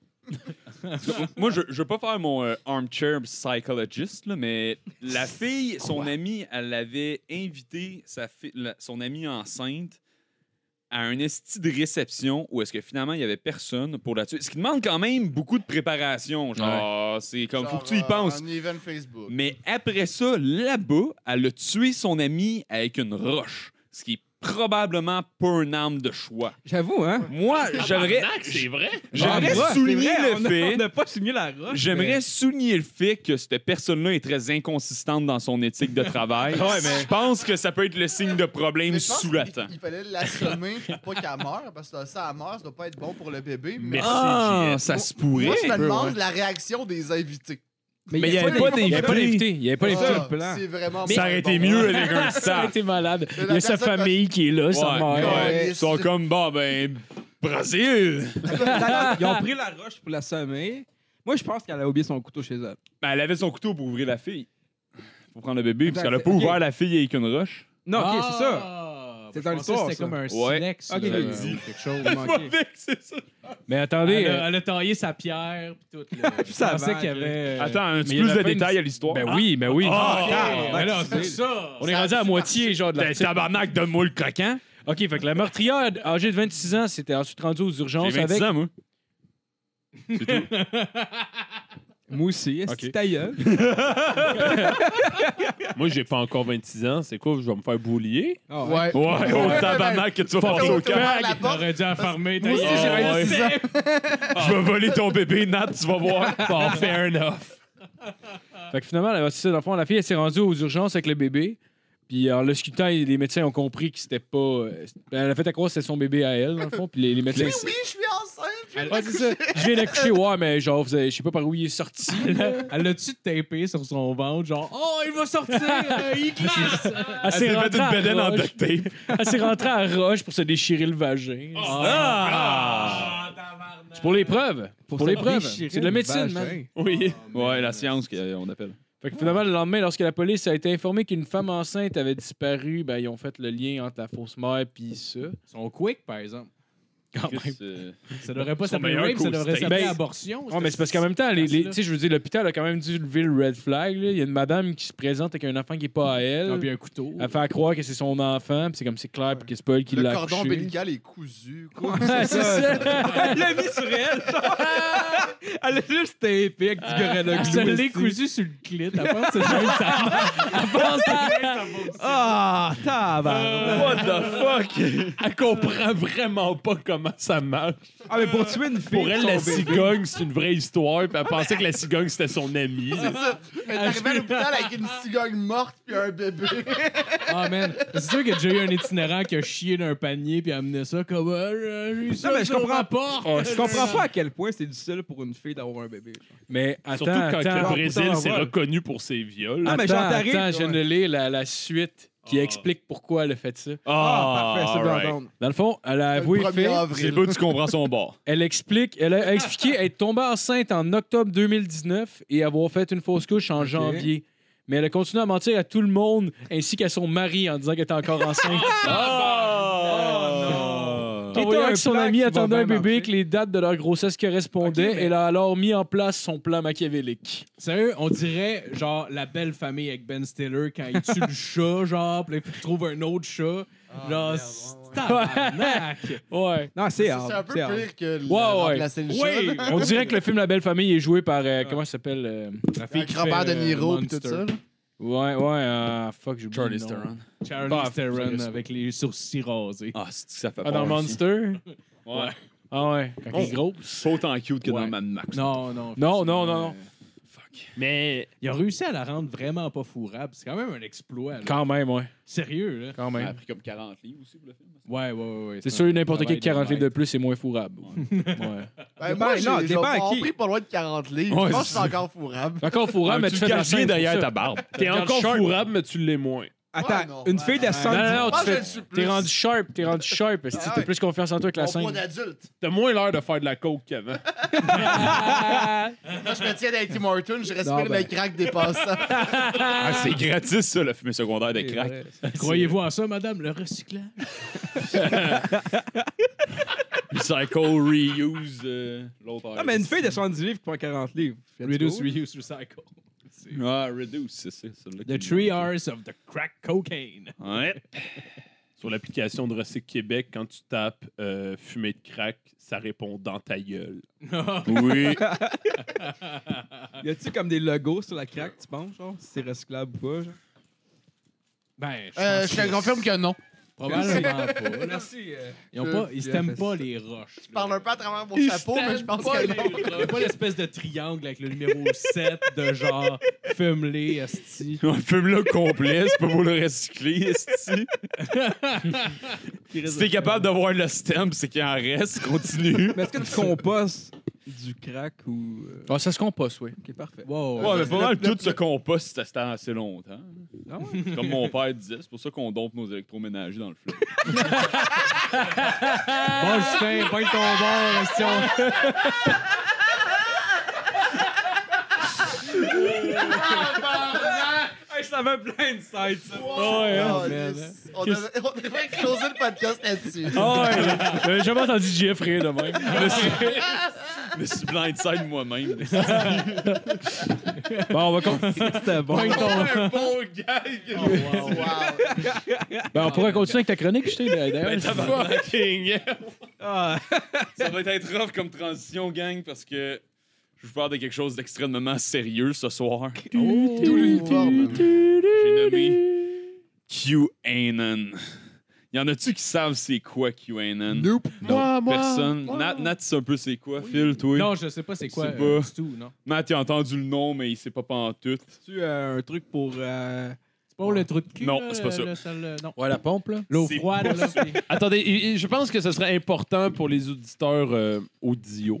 Speaker 7: Moi, je, je veux pas faire mon euh, armchair psychologist, là, mais la fille, son amie, elle avait invité sa fi- la- son amie enceinte à un esti de réception où est-ce que finalement il y avait personne pour la tuer. Ce qui demande quand même beaucoup de préparation. Genre, c'est comme, faut que tu y
Speaker 5: Genre, euh,
Speaker 7: penses.
Speaker 5: Un event Facebook.
Speaker 7: Mais après ça, là-bas, elle a tué son ami avec une roche, ce qui est probablement pas un arme de choix.
Speaker 4: J'avoue, hein?
Speaker 7: Moi, j'aimerais
Speaker 6: Tabarnak, C'est vrai.
Speaker 7: j'aimerais
Speaker 4: Ah,
Speaker 7: souligner
Speaker 4: c'est vrai, on
Speaker 7: le
Speaker 4: a-
Speaker 7: fait
Speaker 4: On n'a pas signé la roche.
Speaker 7: J'aimerais souligner le fait que cette personne-là est très inconsistante dans son éthique de travail. Je pense que ça peut être le signe de problème
Speaker 5: Mais je pense
Speaker 7: sous
Speaker 5: qu'il-
Speaker 7: la tente.
Speaker 5: Il fallait l'assommer pour pas qu'elle meure, parce que ça, elle meurt, ça doit pas être bon pour le bébé. Mais
Speaker 6: Merci. JF.
Speaker 7: ça se
Speaker 5: moi,
Speaker 7: pourrait.
Speaker 5: je me demande la réaction des invités. Ah,
Speaker 7: Mais il n'y avait pas
Speaker 3: Il n'y avait pas
Speaker 7: d'invité.
Speaker 3: d'invité. Il n'y avait pas d'invité.
Speaker 4: le plan.
Speaker 5: C'est vraiment
Speaker 7: Ça aurait été mieux avec un
Speaker 3: Ça a
Speaker 7: staff.
Speaker 3: été malade.
Speaker 5: la
Speaker 3: Il y a sa
Speaker 5: personne-
Speaker 3: famille qui est là, sa
Speaker 7: Ouais,
Speaker 3: mère.
Speaker 7: ouais.
Speaker 5: Ouais.
Speaker 7: Ils sont comme, bon, ben, Brésil.
Speaker 4: Ils ont pris la roche pour l'assommer. Moi, je pense qu'elle a oublié son couteau chez elle.
Speaker 7: Ben, elle avait son couteau pour ouvrir la fille. Pour prendre le bébé, parce
Speaker 4: Attends,
Speaker 7: qu'elle a pas
Speaker 4: c'est- ok.
Speaker 7: ouvert la fille avec une roche.
Speaker 4: Non, ok, c'est ça.
Speaker 8: ça.
Speaker 4: C'est dans l'histoire,
Speaker 8: C'était
Speaker 4: ça.
Speaker 8: comme un
Speaker 7: Ouais.
Speaker 8: silex.
Speaker 4: Ok,
Speaker 8: là,
Speaker 4: ok.
Speaker 8: ou quelque chose.
Speaker 4: Ok.
Speaker 7: c'est ça.
Speaker 3: Mais attendez.
Speaker 8: Elle
Speaker 3: euh,
Speaker 8: a, elle a taillé sa pierre, puis tout. Là. Je
Speaker 4: ça va,
Speaker 8: pensais qu'il y avait. euh,
Speaker 7: Attends, un petit
Speaker 3: il y en
Speaker 7: plus
Speaker 3: a
Speaker 7: de
Speaker 3: pas une-
Speaker 7: détails à l'histoire.
Speaker 3: Ben oui, ben oui.
Speaker 8: ok,
Speaker 4: tabarnak,
Speaker 8: mais là,
Speaker 4: c'est-
Speaker 8: c'est ça.
Speaker 3: On est rendu à moitié, genre, de la
Speaker 7: Ben, tabarnak, donne-moi le croquant.
Speaker 3: OK, fait que la meurtrière âgée de 26 ans s'était ensuite rendue aux
Speaker 7: J'ai
Speaker 3: urgences
Speaker 7: 26
Speaker 3: avec.
Speaker 7: ans, moi.
Speaker 4: Moi aussi, est-ce que
Speaker 7: Ok.
Speaker 4: ta gueule?
Speaker 6: Moi, j'ai pas encore 26 ans. C'est quoi? Je vais me faire boulier.
Speaker 4: Ah ouais.
Speaker 5: Ouais.
Speaker 7: Ouais, oh, tabarnak, que tu vas passer au
Speaker 5: T'as
Speaker 7: camp.
Speaker 5: ouvert la porte,
Speaker 8: T'aurais dû enfermer ta
Speaker 5: Moi aussi, j'ai
Speaker 8: gueule.
Speaker 5: réussi ça.
Speaker 7: Je vais voler ton bébé, Nat, tu vas voir.
Speaker 6: Bon, fair enough.
Speaker 3: Fait que finalement, elle, c'est ça, dans le fond, la fille, elle s'est rendue aux urgences avec le bébé. Puis en le scrutant, les médecins ont compris que c'était pas. euh, Elle a fait à croire que c'était son bébé à elle, dans le fond. Puis les, les médecins.
Speaker 5: Oui, oui, je suis enceinte.
Speaker 3: Ah, c'est ça. Je viens d'accoucher, ouais, mais genre, vous avez- je sais pas par où il est sorti.
Speaker 8: Elle l'a-tu tapé sur son ventre, genre, oh, il va sortir, euh, il glace.
Speaker 3: Elle s'est rentrée, à
Speaker 7: bedaine
Speaker 3: Roche.
Speaker 7: duct tape.
Speaker 3: Elle s'est rentrée à Roche pour se déchirer le vagin.
Speaker 7: Ah!
Speaker 3: C'est Pour les preuves. Pour,
Speaker 4: se
Speaker 3: les preuves.
Speaker 4: déchirer
Speaker 3: C'est de la
Speaker 4: le
Speaker 3: médecine,
Speaker 4: vagin.
Speaker 3: man.
Speaker 7: Oui. Ouais, la science qu'on appelle.
Speaker 3: Fait que finalement, le lendemain, lorsque la police a été informée qu'une femme enceinte avait disparu, ben, ils ont fait le lien entre la fausse mère puis ça.
Speaker 8: Ils sont quick, par exemple.
Speaker 3: Quand même.
Speaker 7: Chris, euh,
Speaker 8: Ça devrait pas
Speaker 6: Ils sont
Speaker 8: s'appeler
Speaker 6: meilleurs
Speaker 8: rape,
Speaker 6: qu'aux
Speaker 8: ça devrait
Speaker 6: States.
Speaker 8: s'appeler
Speaker 3: Ben,
Speaker 8: abortion.
Speaker 3: Ouais, mais c'est parce qu'en même temps, les, les- tu sais, je veux dire, l'hôpital a quand même dû lever le red flag. là. Il y a une madame qui se présente avec un enfant qui n'est pas à elle.
Speaker 8: Ah, puis un couteau.
Speaker 3: Elle fait croire que c'est son enfant, puis c'est comme c'est clair, puis que c'est pas elle qui
Speaker 5: Le
Speaker 3: l'a
Speaker 5: cordon
Speaker 3: accouché.
Speaker 5: ombilical est cousu. quoi.
Speaker 3: Ouais, c'est ça.
Speaker 4: Elle l'a mis sur elle. Elle a juste tapé avec du Gorilla
Speaker 8: Elle
Speaker 4: Glue.
Speaker 8: se l'est
Speaker 4: aussi.
Speaker 8: Ah, cousu sur le clit. Elle pense que c'est même ça. Elle pense que c'est Ah, tabarnak.
Speaker 6: What the fuck? Elle comprend vraiment pas comment ça marche.
Speaker 4: Ah, mais pour tuer une fille.
Speaker 6: Pour elle,
Speaker 4: son
Speaker 6: la
Speaker 4: bébé.
Speaker 6: cigogne, c'est une vraie histoire. Puis elle pensait que la cigogne, c'était son amie.
Speaker 5: C'est ça. Elle
Speaker 3: Ah,
Speaker 5: est arrivée à l'hôpital avec une cigogne morte puis un bébé.
Speaker 8: Ah, man. C'est sûr qu'il y a déjà eu un itinérant qui a chié d'un panier puis a amené ça comme. Ah, j'ai eu ça
Speaker 4: Non, mais je
Speaker 8: sur ma
Speaker 4: comprends
Speaker 8: porte.
Speaker 5: Oh,
Speaker 4: Je comprends pas à quel point c'est difficile pour une fille d'avoir un bébé.
Speaker 3: Mais attends,
Speaker 6: Surtout quand
Speaker 3: attends,
Speaker 6: le Brésil
Speaker 4: Attends,
Speaker 6: s'est
Speaker 4: attends.
Speaker 6: reconnu pour ses viols.
Speaker 4: Ah, mais
Speaker 3: attends,
Speaker 4: genre, t'arrives,
Speaker 3: attends, je viens de
Speaker 4: ouais.
Speaker 3: lire la, la suite qui
Speaker 6: Ah.
Speaker 3: explique pourquoi elle a fait ça.
Speaker 6: Ah,
Speaker 4: parfait, c'est
Speaker 6: alright.
Speaker 4: bien d'entendre.
Speaker 3: Dans le fond, elle a
Speaker 5: Le
Speaker 3: avoué
Speaker 5: 1er
Speaker 3: fait,
Speaker 5: avril.
Speaker 6: beau, tu comprends son bord.
Speaker 3: elle explique, elle a expliqué être tombée enceinte en octobre 2019 et avoir fait une fausse couche en janvier. Mais elle a continué à mentir à tout le monde ainsi qu'à son mari en disant qu'elle était encore enceinte.
Speaker 6: Ah!
Speaker 3: En
Speaker 4: Qui
Speaker 3: voyant
Speaker 4: t'a un
Speaker 3: que son
Speaker 4: plan
Speaker 3: ami
Speaker 4: qui va
Speaker 3: attendait un
Speaker 4: bien
Speaker 3: bébé
Speaker 4: marcher.
Speaker 3: et que les dates de leur grossesse correspondaient,
Speaker 4: Ok, mais-
Speaker 3: elle a alors mis en place son plan machiavélique.
Speaker 8: Sérieux, on dirait genre la belle famille avec Ben Stiller quand il tue le chat, genre, puis là, il trouve un autre chat. Genre, c'est tabarnak.
Speaker 3: Ouais.
Speaker 4: Non, c'est
Speaker 5: Ça, C'est un
Speaker 4: hard.
Speaker 5: peu
Speaker 4: C'est hard.
Speaker 5: pire que le-
Speaker 3: Ouais, ouais.
Speaker 5: remplacer le chat.
Speaker 8: Oui.
Speaker 5: là.
Speaker 3: On dirait que le film La Belle Famille est joué par. euh, comment ça s'appelle euh,
Speaker 8: La
Speaker 5: Avec
Speaker 8: qui
Speaker 5: Robert
Speaker 8: fait,
Speaker 5: De
Speaker 8: euh,
Speaker 5: Niro puis tout
Speaker 8: Monster.
Speaker 5: ça. là.
Speaker 3: Ouais, ouais, euh, fuck, j'ai oublié. le nom.
Speaker 8: Charlie
Speaker 3: Bah,
Speaker 8: Theron
Speaker 3: c'est-
Speaker 8: avec les sourcils rasés.
Speaker 7: Ah, c'est ça fait
Speaker 3: Ah, dans Monster
Speaker 7: Ouais.
Speaker 3: Ah, ouais, quand il est grosse.
Speaker 7: Pas autant cute que
Speaker 8: Ouais.
Speaker 7: dans Mad Max.
Speaker 8: Non, non.
Speaker 3: Non, non, non, non.
Speaker 6: Mais
Speaker 8: Ils ont réussi à la rendre vraiment pas fourrable. C'est quand même un exploit. là.
Speaker 3: Quand même, ouais.
Speaker 8: Sérieux, là.
Speaker 3: Quand
Speaker 7: Elle
Speaker 3: même.
Speaker 7: a pris comme 40 livres aussi pour le film.
Speaker 8: Ouais, ouais, ouais. ouais,
Speaker 3: C'est
Speaker 8: un
Speaker 3: sûr, n'importe
Speaker 8: travail
Speaker 3: qui de 40 livres de
Speaker 8: maître.
Speaker 3: plus est moins fourrable. Ouais.
Speaker 5: Ben,
Speaker 4: Dépend-
Speaker 5: moi, j'ai
Speaker 4: non,
Speaker 5: j'ai
Speaker 4: dépend à
Speaker 5: pas
Speaker 4: qui.
Speaker 5: pris pas loin de 40 livres.
Speaker 3: Ouais,
Speaker 5: je pense que
Speaker 3: c'est
Speaker 5: c'est encore fourrable.
Speaker 3: Encore fourrable, mais tu, fais de la scène pour ça.
Speaker 6: barbe. T'es
Speaker 3: Regarde
Speaker 6: encore
Speaker 3: Sharp.
Speaker 6: fourrable, mais tu l'es moins.
Speaker 5: Ouais,
Speaker 4: Attends,
Speaker 5: non.
Speaker 4: une fille de
Speaker 5: Ouais.
Speaker 3: Non,
Speaker 4: 110
Speaker 3: non, non,
Speaker 5: Ah,
Speaker 3: tu
Speaker 5: je
Speaker 3: fais-
Speaker 5: le suis plus.
Speaker 3: T'es rendu sharp, t'es rendu sharp. Si
Speaker 5: Ah
Speaker 3: t'as
Speaker 5: ouais.
Speaker 3: plus confiance en toi que la
Speaker 5: Mon poids
Speaker 3: scène.
Speaker 5: d'adulte.
Speaker 6: T'as moins l'air de faire de la coke qu'avant.
Speaker 5: Moi, je me tiens d'Aity Martin, je respire
Speaker 4: Non, ben.
Speaker 5: le crack des passants.
Speaker 6: Ah, c'est gratis, ça, le fumée secondaire de crack.
Speaker 8: Croyez-vous en ça, madame, le recyclage?
Speaker 6: Recycle, reuse, euh, l'autre.
Speaker 4: Ah, mais une fille de 70 livres qui prend 40 livres.
Speaker 8: Reduce, reuse, recycle.
Speaker 7: Ah, Reduce, c'est ça. celle-là
Speaker 8: The
Speaker 7: qui-
Speaker 8: three R's of the crack cocaine.
Speaker 7: Ouais.
Speaker 6: Sur l'application de Recycle Québec, quand tu tapes euh, fumée de crack, ça répond dans ta gueule. Oui.
Speaker 4: Y a-tu comme des logos sur la craque, tu penses, genre, si c'est recyclable ou pas, genre?
Speaker 8: ben, je
Speaker 5: Euh,
Speaker 8: pense
Speaker 5: Je
Speaker 8: que-
Speaker 5: te confirme que non.
Speaker 8: Probablement pas. là.
Speaker 4: Merci.
Speaker 5: euh.
Speaker 8: Ils, ont pas, ils se t'aiment pas, les roches.
Speaker 5: Je parle un peu à travers mon chapeau, mais je pense que non.
Speaker 8: pas l'espèce de triangle avec le numéro 7 de genre fume-les, asti.
Speaker 6: On fume le complet, c'est pas pour le recycler, esti. Si t'es capable d'avoir le stem, c'est qu'il en reste, continue.
Speaker 4: Mais est-ce que tu compostes du crack ou. euh,
Speaker 3: Ah, ça se composte, oui.
Speaker 4: Ok, parfait.
Speaker 8: Wow.
Speaker 6: Ouais, mais pas mal, tout se composte, ça se tend assez longtemps.
Speaker 4: Ah
Speaker 6: Comme mon père disait, c'est pour ça qu'on dompe nos électroménagers dans le fleuve.
Speaker 8: Bon, Justin, pas ton bord, asti. on-
Speaker 4: je t'avais plein de sites, ça.
Speaker 5: Oh,
Speaker 8: man, hein.
Speaker 5: yes. On devait- on devrait closer le podcast là-dessus.
Speaker 8: Oh,
Speaker 3: Ah, ouais, j'ai jamais entendu Jeffrey de même.
Speaker 6: Je me suis blindsidé moi-même.
Speaker 3: Bon, on va con-
Speaker 4: C'était bon.
Speaker 8: Pointe ton-
Speaker 6: bon gag!
Speaker 5: Oh, Wow.
Speaker 3: ben, on pourrait continuer avec ta chronique, je t'ai d'ailleurs.
Speaker 6: Fucking!
Speaker 4: Ah,
Speaker 6: Ça va être rough comme transition, gang, parce que je vous parle de quelque chose d'extrêmement sérieux ce soir.
Speaker 5: Tout l'uniforme.
Speaker 6: J'ai nommé QAnon. Y en a-tu qui savent c'est quoi QAnon?
Speaker 5: Nope.
Speaker 6: Moi, Personne. Nat, Nat, tu sais un peu c'est quoi, Phil, toi?
Speaker 8: Non, je sais pas c'est quoi.
Speaker 6: C'est pas-
Speaker 8: euh, du tout, non.
Speaker 6: Nat, il a entendu le nom, mais il sait pas pantoute.
Speaker 4: tu euh, un truc pour. euh,
Speaker 8: C'est pas le trou de cul.
Speaker 6: Non,
Speaker 8: là,
Speaker 6: c'est pas ça.
Speaker 8: le sale, euh, non.
Speaker 3: Ouais, la pompe, là.
Speaker 8: L'eau
Speaker 6: C'est
Speaker 8: froide, là.
Speaker 6: Attendez, et- et je pense que ce serait important pour les auditeurs euh, audio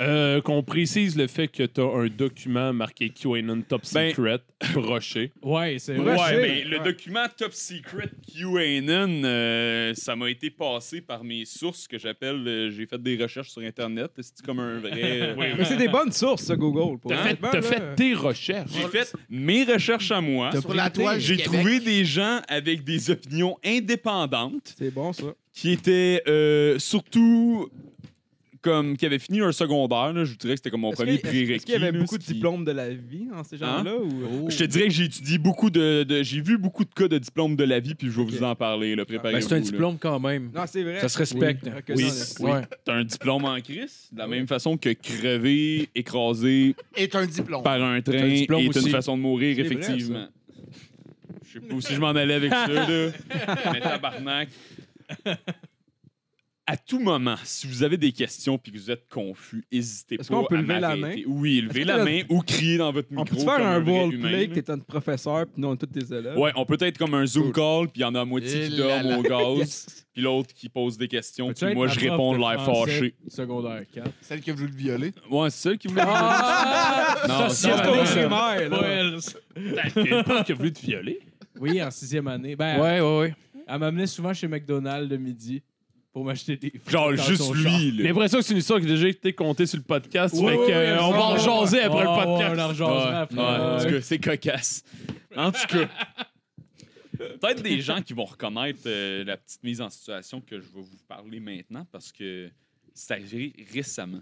Speaker 6: Euh, Qu'on précise le fait que t'as un document marqué QAnon Top
Speaker 7: Ben-
Speaker 6: Secret broché.
Speaker 8: Ouais, c'est
Speaker 7: Ouais,
Speaker 4: Broché.
Speaker 7: mais le document Top Secret QAnon, euh, ça m'a été passé par mes sources que j'appelle. euh, J'ai fait des recherches sur Internet. C'est comme un vrai.
Speaker 6: Oui.
Speaker 4: Mais c'est des bonnes sources, ça, Google. pour
Speaker 6: T'as
Speaker 4: vrai.
Speaker 6: fait,
Speaker 4: Honnêtement,
Speaker 6: t'as
Speaker 4: là,
Speaker 6: fait tes recherches.
Speaker 7: J'ai fait mes recherches à moi.
Speaker 4: T'as
Speaker 5: Sur la
Speaker 4: printé.
Speaker 5: toile,
Speaker 7: J'ai
Speaker 5: Québec.
Speaker 7: trouvé des gens avec des opinions indépendantes
Speaker 4: C'est bon, ça.
Speaker 7: qui étaient euh, surtout comme qui avaient fini leur secondaire. là. Je vous dirais que c'était comme mon
Speaker 4: Est-ce
Speaker 7: premier
Speaker 4: qu'il- est-ce-
Speaker 7: prérequis.
Speaker 4: est-ce qu'il y avait
Speaker 7: là,
Speaker 4: beaucoup de
Speaker 7: ce qui- Hein? Oh.
Speaker 4: diplômes de la vie en ces gens-là? Ou... euh?
Speaker 7: Je te dirais que j'ai étudié beaucoup de, de- j'ai vu beaucoup de cas de diplômes de la vie puis je vais
Speaker 4: Ok.
Speaker 7: vous en parler. là. Préparez-vous.
Speaker 3: Ben, c'est un
Speaker 7: là.
Speaker 3: diplôme quand même.
Speaker 4: Non, c'est vrai.
Speaker 3: Ça se respecte.
Speaker 4: Reconnaissance.
Speaker 7: Oui,
Speaker 3: Ouais.
Speaker 7: oui. T'as un diplôme en crise,
Speaker 4: Ah
Speaker 7: de la même façon que crever, écrasé
Speaker 5: Est un diplôme.
Speaker 7: par un train
Speaker 3: un diplôme
Speaker 7: est une
Speaker 3: aussi.
Speaker 7: façon de mourir,
Speaker 4: C'est vrai,
Speaker 7: effectivement. Je sais pas si je m'en allais avec ça, là. Mais tabarnak. À tout moment, si vous avez des questions puis que vous êtes confus, n'hésitez pas
Speaker 4: Est-ce qu'on peut
Speaker 7: à
Speaker 4: lever la
Speaker 7: m'arrêter. Oui, levez
Speaker 4: que
Speaker 7: la
Speaker 4: le-
Speaker 7: main ou crier dans votre micro.
Speaker 4: On peut
Speaker 7: comme
Speaker 4: faire un
Speaker 7: vrai
Speaker 4: roleplay
Speaker 7: humain,
Speaker 4: que
Speaker 7: là.
Speaker 4: t'es un professeur puis non, tous tes élèves.
Speaker 7: Ouais, on peut être comme un Zoom call, puis il y en a à moitié
Speaker 5: Et
Speaker 7: qui
Speaker 5: là
Speaker 7: dorment
Speaker 5: là.
Speaker 7: au gaz,
Speaker 4: Yes.
Speaker 7: puis l'autre qui pose des questions,
Speaker 8: Peux-tu
Speaker 7: puis
Speaker 8: être
Speaker 7: moi
Speaker 8: ma
Speaker 7: je
Speaker 8: prof
Speaker 7: réponds
Speaker 8: de
Speaker 7: de l'air
Speaker 8: français
Speaker 7: fâché.
Speaker 8: Secondaire 4.
Speaker 5: Celle qui a voulu le violer.
Speaker 7: Ouais, c'est ça qui voulait Non,
Speaker 8: Ça,
Speaker 4: Si on
Speaker 8: c'est
Speaker 7: ça,
Speaker 8: pas
Speaker 4: retourne
Speaker 7: non.
Speaker 8: vrai.
Speaker 4: chez mère,
Speaker 8: Pas
Speaker 4: là.
Speaker 8: elle.
Speaker 6: T'as pas qui a voulu te violer.
Speaker 8: Oui, en sixième année. Ben,
Speaker 3: Ouais, ouais, ouais.
Speaker 8: Elle m'amenait souvent chez McDonald's le midi pour m'acheter des frites
Speaker 7: Genre
Speaker 8: dans
Speaker 7: juste
Speaker 8: son char.
Speaker 7: lui, là.
Speaker 6: J'ai l'impression que c'est une histoire qui a déjà été contée sur le podcast.
Speaker 8: Ouais,
Speaker 6: fait
Speaker 8: ouais,
Speaker 6: que,
Speaker 8: ouais,
Speaker 6: euh, on
Speaker 8: ouais,
Speaker 6: va en
Speaker 8: ouais.
Speaker 6: jaser après
Speaker 8: Ouais,
Speaker 6: le
Speaker 8: ouais,
Speaker 6: podcast.
Speaker 8: on en jasera
Speaker 7: Ouais,
Speaker 8: après.
Speaker 7: ouais, en tout
Speaker 8: Ouais.
Speaker 7: cas, c'est cocasse. En tout cas, peut-être des gens qui vont reconnaître euh, la petite mise en situation que je vais vous parler maintenant parce que c'est arrivé récemment.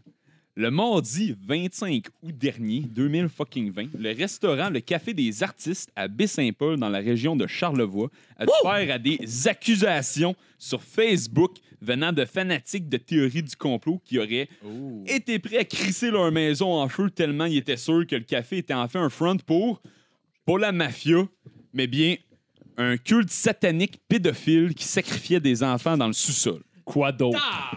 Speaker 7: Le mardi 25 août dernier, 2020, le restaurant Le Café des Artistes à Baie-Saint-Paul, dans la région de Charlevoix, a dû faire à des accusations sur Facebook venant de fanatiques de théorie du complot qui auraient étaient prêts à crisser leur maison en feu tellement ils étaient sûrs que le café était en fait un front pour, pas la mafia, mais bien un culte satanique pédophile qui sacrifiait des enfants dans le sous-sol.
Speaker 6: Quoi d'autre?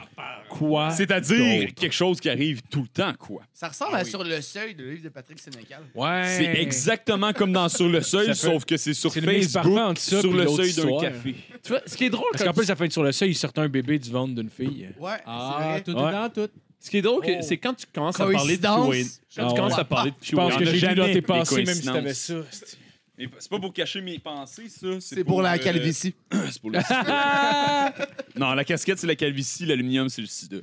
Speaker 6: Quoi?
Speaker 7: C'est-à-dire quelque chose qui arrive tout le temps, quoi.
Speaker 5: Ça ressemble à Sur le seuil de livre de Patrick Sénécal.
Speaker 3: Ouais.
Speaker 7: C'est exactement comme dans Sur le seuil,
Speaker 3: Hein. Ça fait-
Speaker 7: sauf que c'est sur
Speaker 3: c'est le mix
Speaker 7: Facebook,
Speaker 3: parfait entre ça
Speaker 7: sur
Speaker 3: puis
Speaker 7: le
Speaker 3: l'autre
Speaker 7: seuil d'un
Speaker 3: histoire.
Speaker 7: café.
Speaker 6: Tu vois, ce qui est drôle
Speaker 3: Parce
Speaker 6: quand
Speaker 3: qu'en plus, ça fait sur le seuil, il sortait un bébé du ventre d'une fille.
Speaker 5: Ouais,
Speaker 8: Ah,
Speaker 5: c'est
Speaker 8: tout
Speaker 5: vrai.
Speaker 8: est
Speaker 3: Ouais.
Speaker 8: dans tout.
Speaker 6: Ce qui est drôle, que-
Speaker 5: Oh.
Speaker 6: c'est quand tu commences à parler de
Speaker 5: Coïncidence.
Speaker 6: QAnon. Quand tu
Speaker 3: Ah
Speaker 6: commences
Speaker 3: ouais.
Speaker 6: à parler de QAnon,
Speaker 3: Je pense
Speaker 7: on
Speaker 3: que
Speaker 7: a
Speaker 3: j'ai lu dans
Speaker 7: jamais
Speaker 3: tes pensées,
Speaker 7: des
Speaker 3: même si t'avais ça.
Speaker 7: coïncidences. Mais C'est pas pour cacher mes pensées, ça.
Speaker 5: C'est pour la
Speaker 7: euh,
Speaker 5: calvitie.
Speaker 7: c'est pour le non, la casquette, c'est la calvitie, l'aluminium, c'est le sida.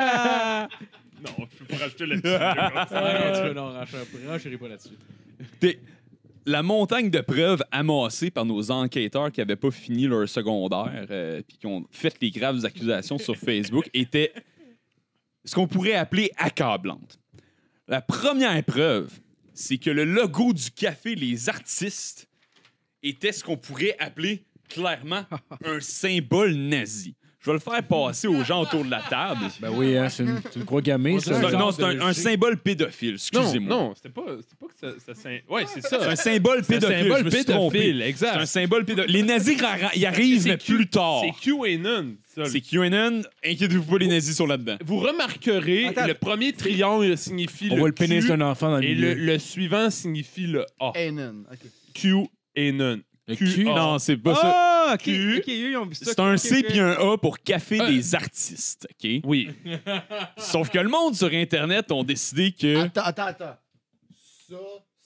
Speaker 6: Non, on peut pas rajouter le petit.
Speaker 8: Ah, tu peux non, rachère pas. Racherai Ah, pas là-dessus.
Speaker 7: T'es- La montagne de preuves amassées par nos enquêteurs qui n'avaient pas fini leur secondaire et qui ont fait les graves accusations sur Facebook était ce qu'on pourrait appeler accablante. La première preuve, c'est que le logo du café Les Artistes était ce qu'on pourrait appeler clairement un symbole nazi. Je vais le faire passer aux gens autour de la table.
Speaker 3: Ben oui, hein, c'est une, c'est une croix gammée,
Speaker 7: C'est un-
Speaker 3: ça.
Speaker 7: non, c'est un, un symbole pédophile,
Speaker 6: Non,
Speaker 7: excusez-moi.
Speaker 6: non, c'était pas, c'était pas que ça. ça s'in- ouais, c'est ça.
Speaker 7: C'est un symbole pédophile. je me suis trompé. C'est
Speaker 6: exact.
Speaker 7: un symbole pédophile. Les nazis, ra- ra- ils arrivent, mais
Speaker 6: C'est Q-
Speaker 7: plus tard.
Speaker 6: C'est QAnon. ça.
Speaker 7: C'est QAnon. Inquiétez-vous pas, les nazis sont là-dedans.
Speaker 6: Vous remarquerez,
Speaker 4: Attends.
Speaker 6: le premier triangle signifie
Speaker 3: On
Speaker 6: le
Speaker 3: voit le pénis
Speaker 6: Q
Speaker 3: d'un enfant dans le
Speaker 6: et le,
Speaker 3: milieu.
Speaker 6: le suivant signifie le A.
Speaker 5: Anon. ok.
Speaker 6: QAnon.
Speaker 3: Le
Speaker 6: Q-
Speaker 3: cul.
Speaker 6: Ah.
Speaker 7: Non, c'est pas ça.
Speaker 4: Ah, ok,
Speaker 7: Q.
Speaker 4: ok, eux, ils ont vu ça.
Speaker 7: C'est un
Speaker 4: Ok,
Speaker 7: C
Speaker 4: ok.
Speaker 7: puis un A pour Café
Speaker 6: Euh.
Speaker 7: des artistes, OK?
Speaker 6: Oui.
Speaker 7: Sauf que le monde sur Internet ont décidé que...
Speaker 5: Attends, attends, attends. Ça,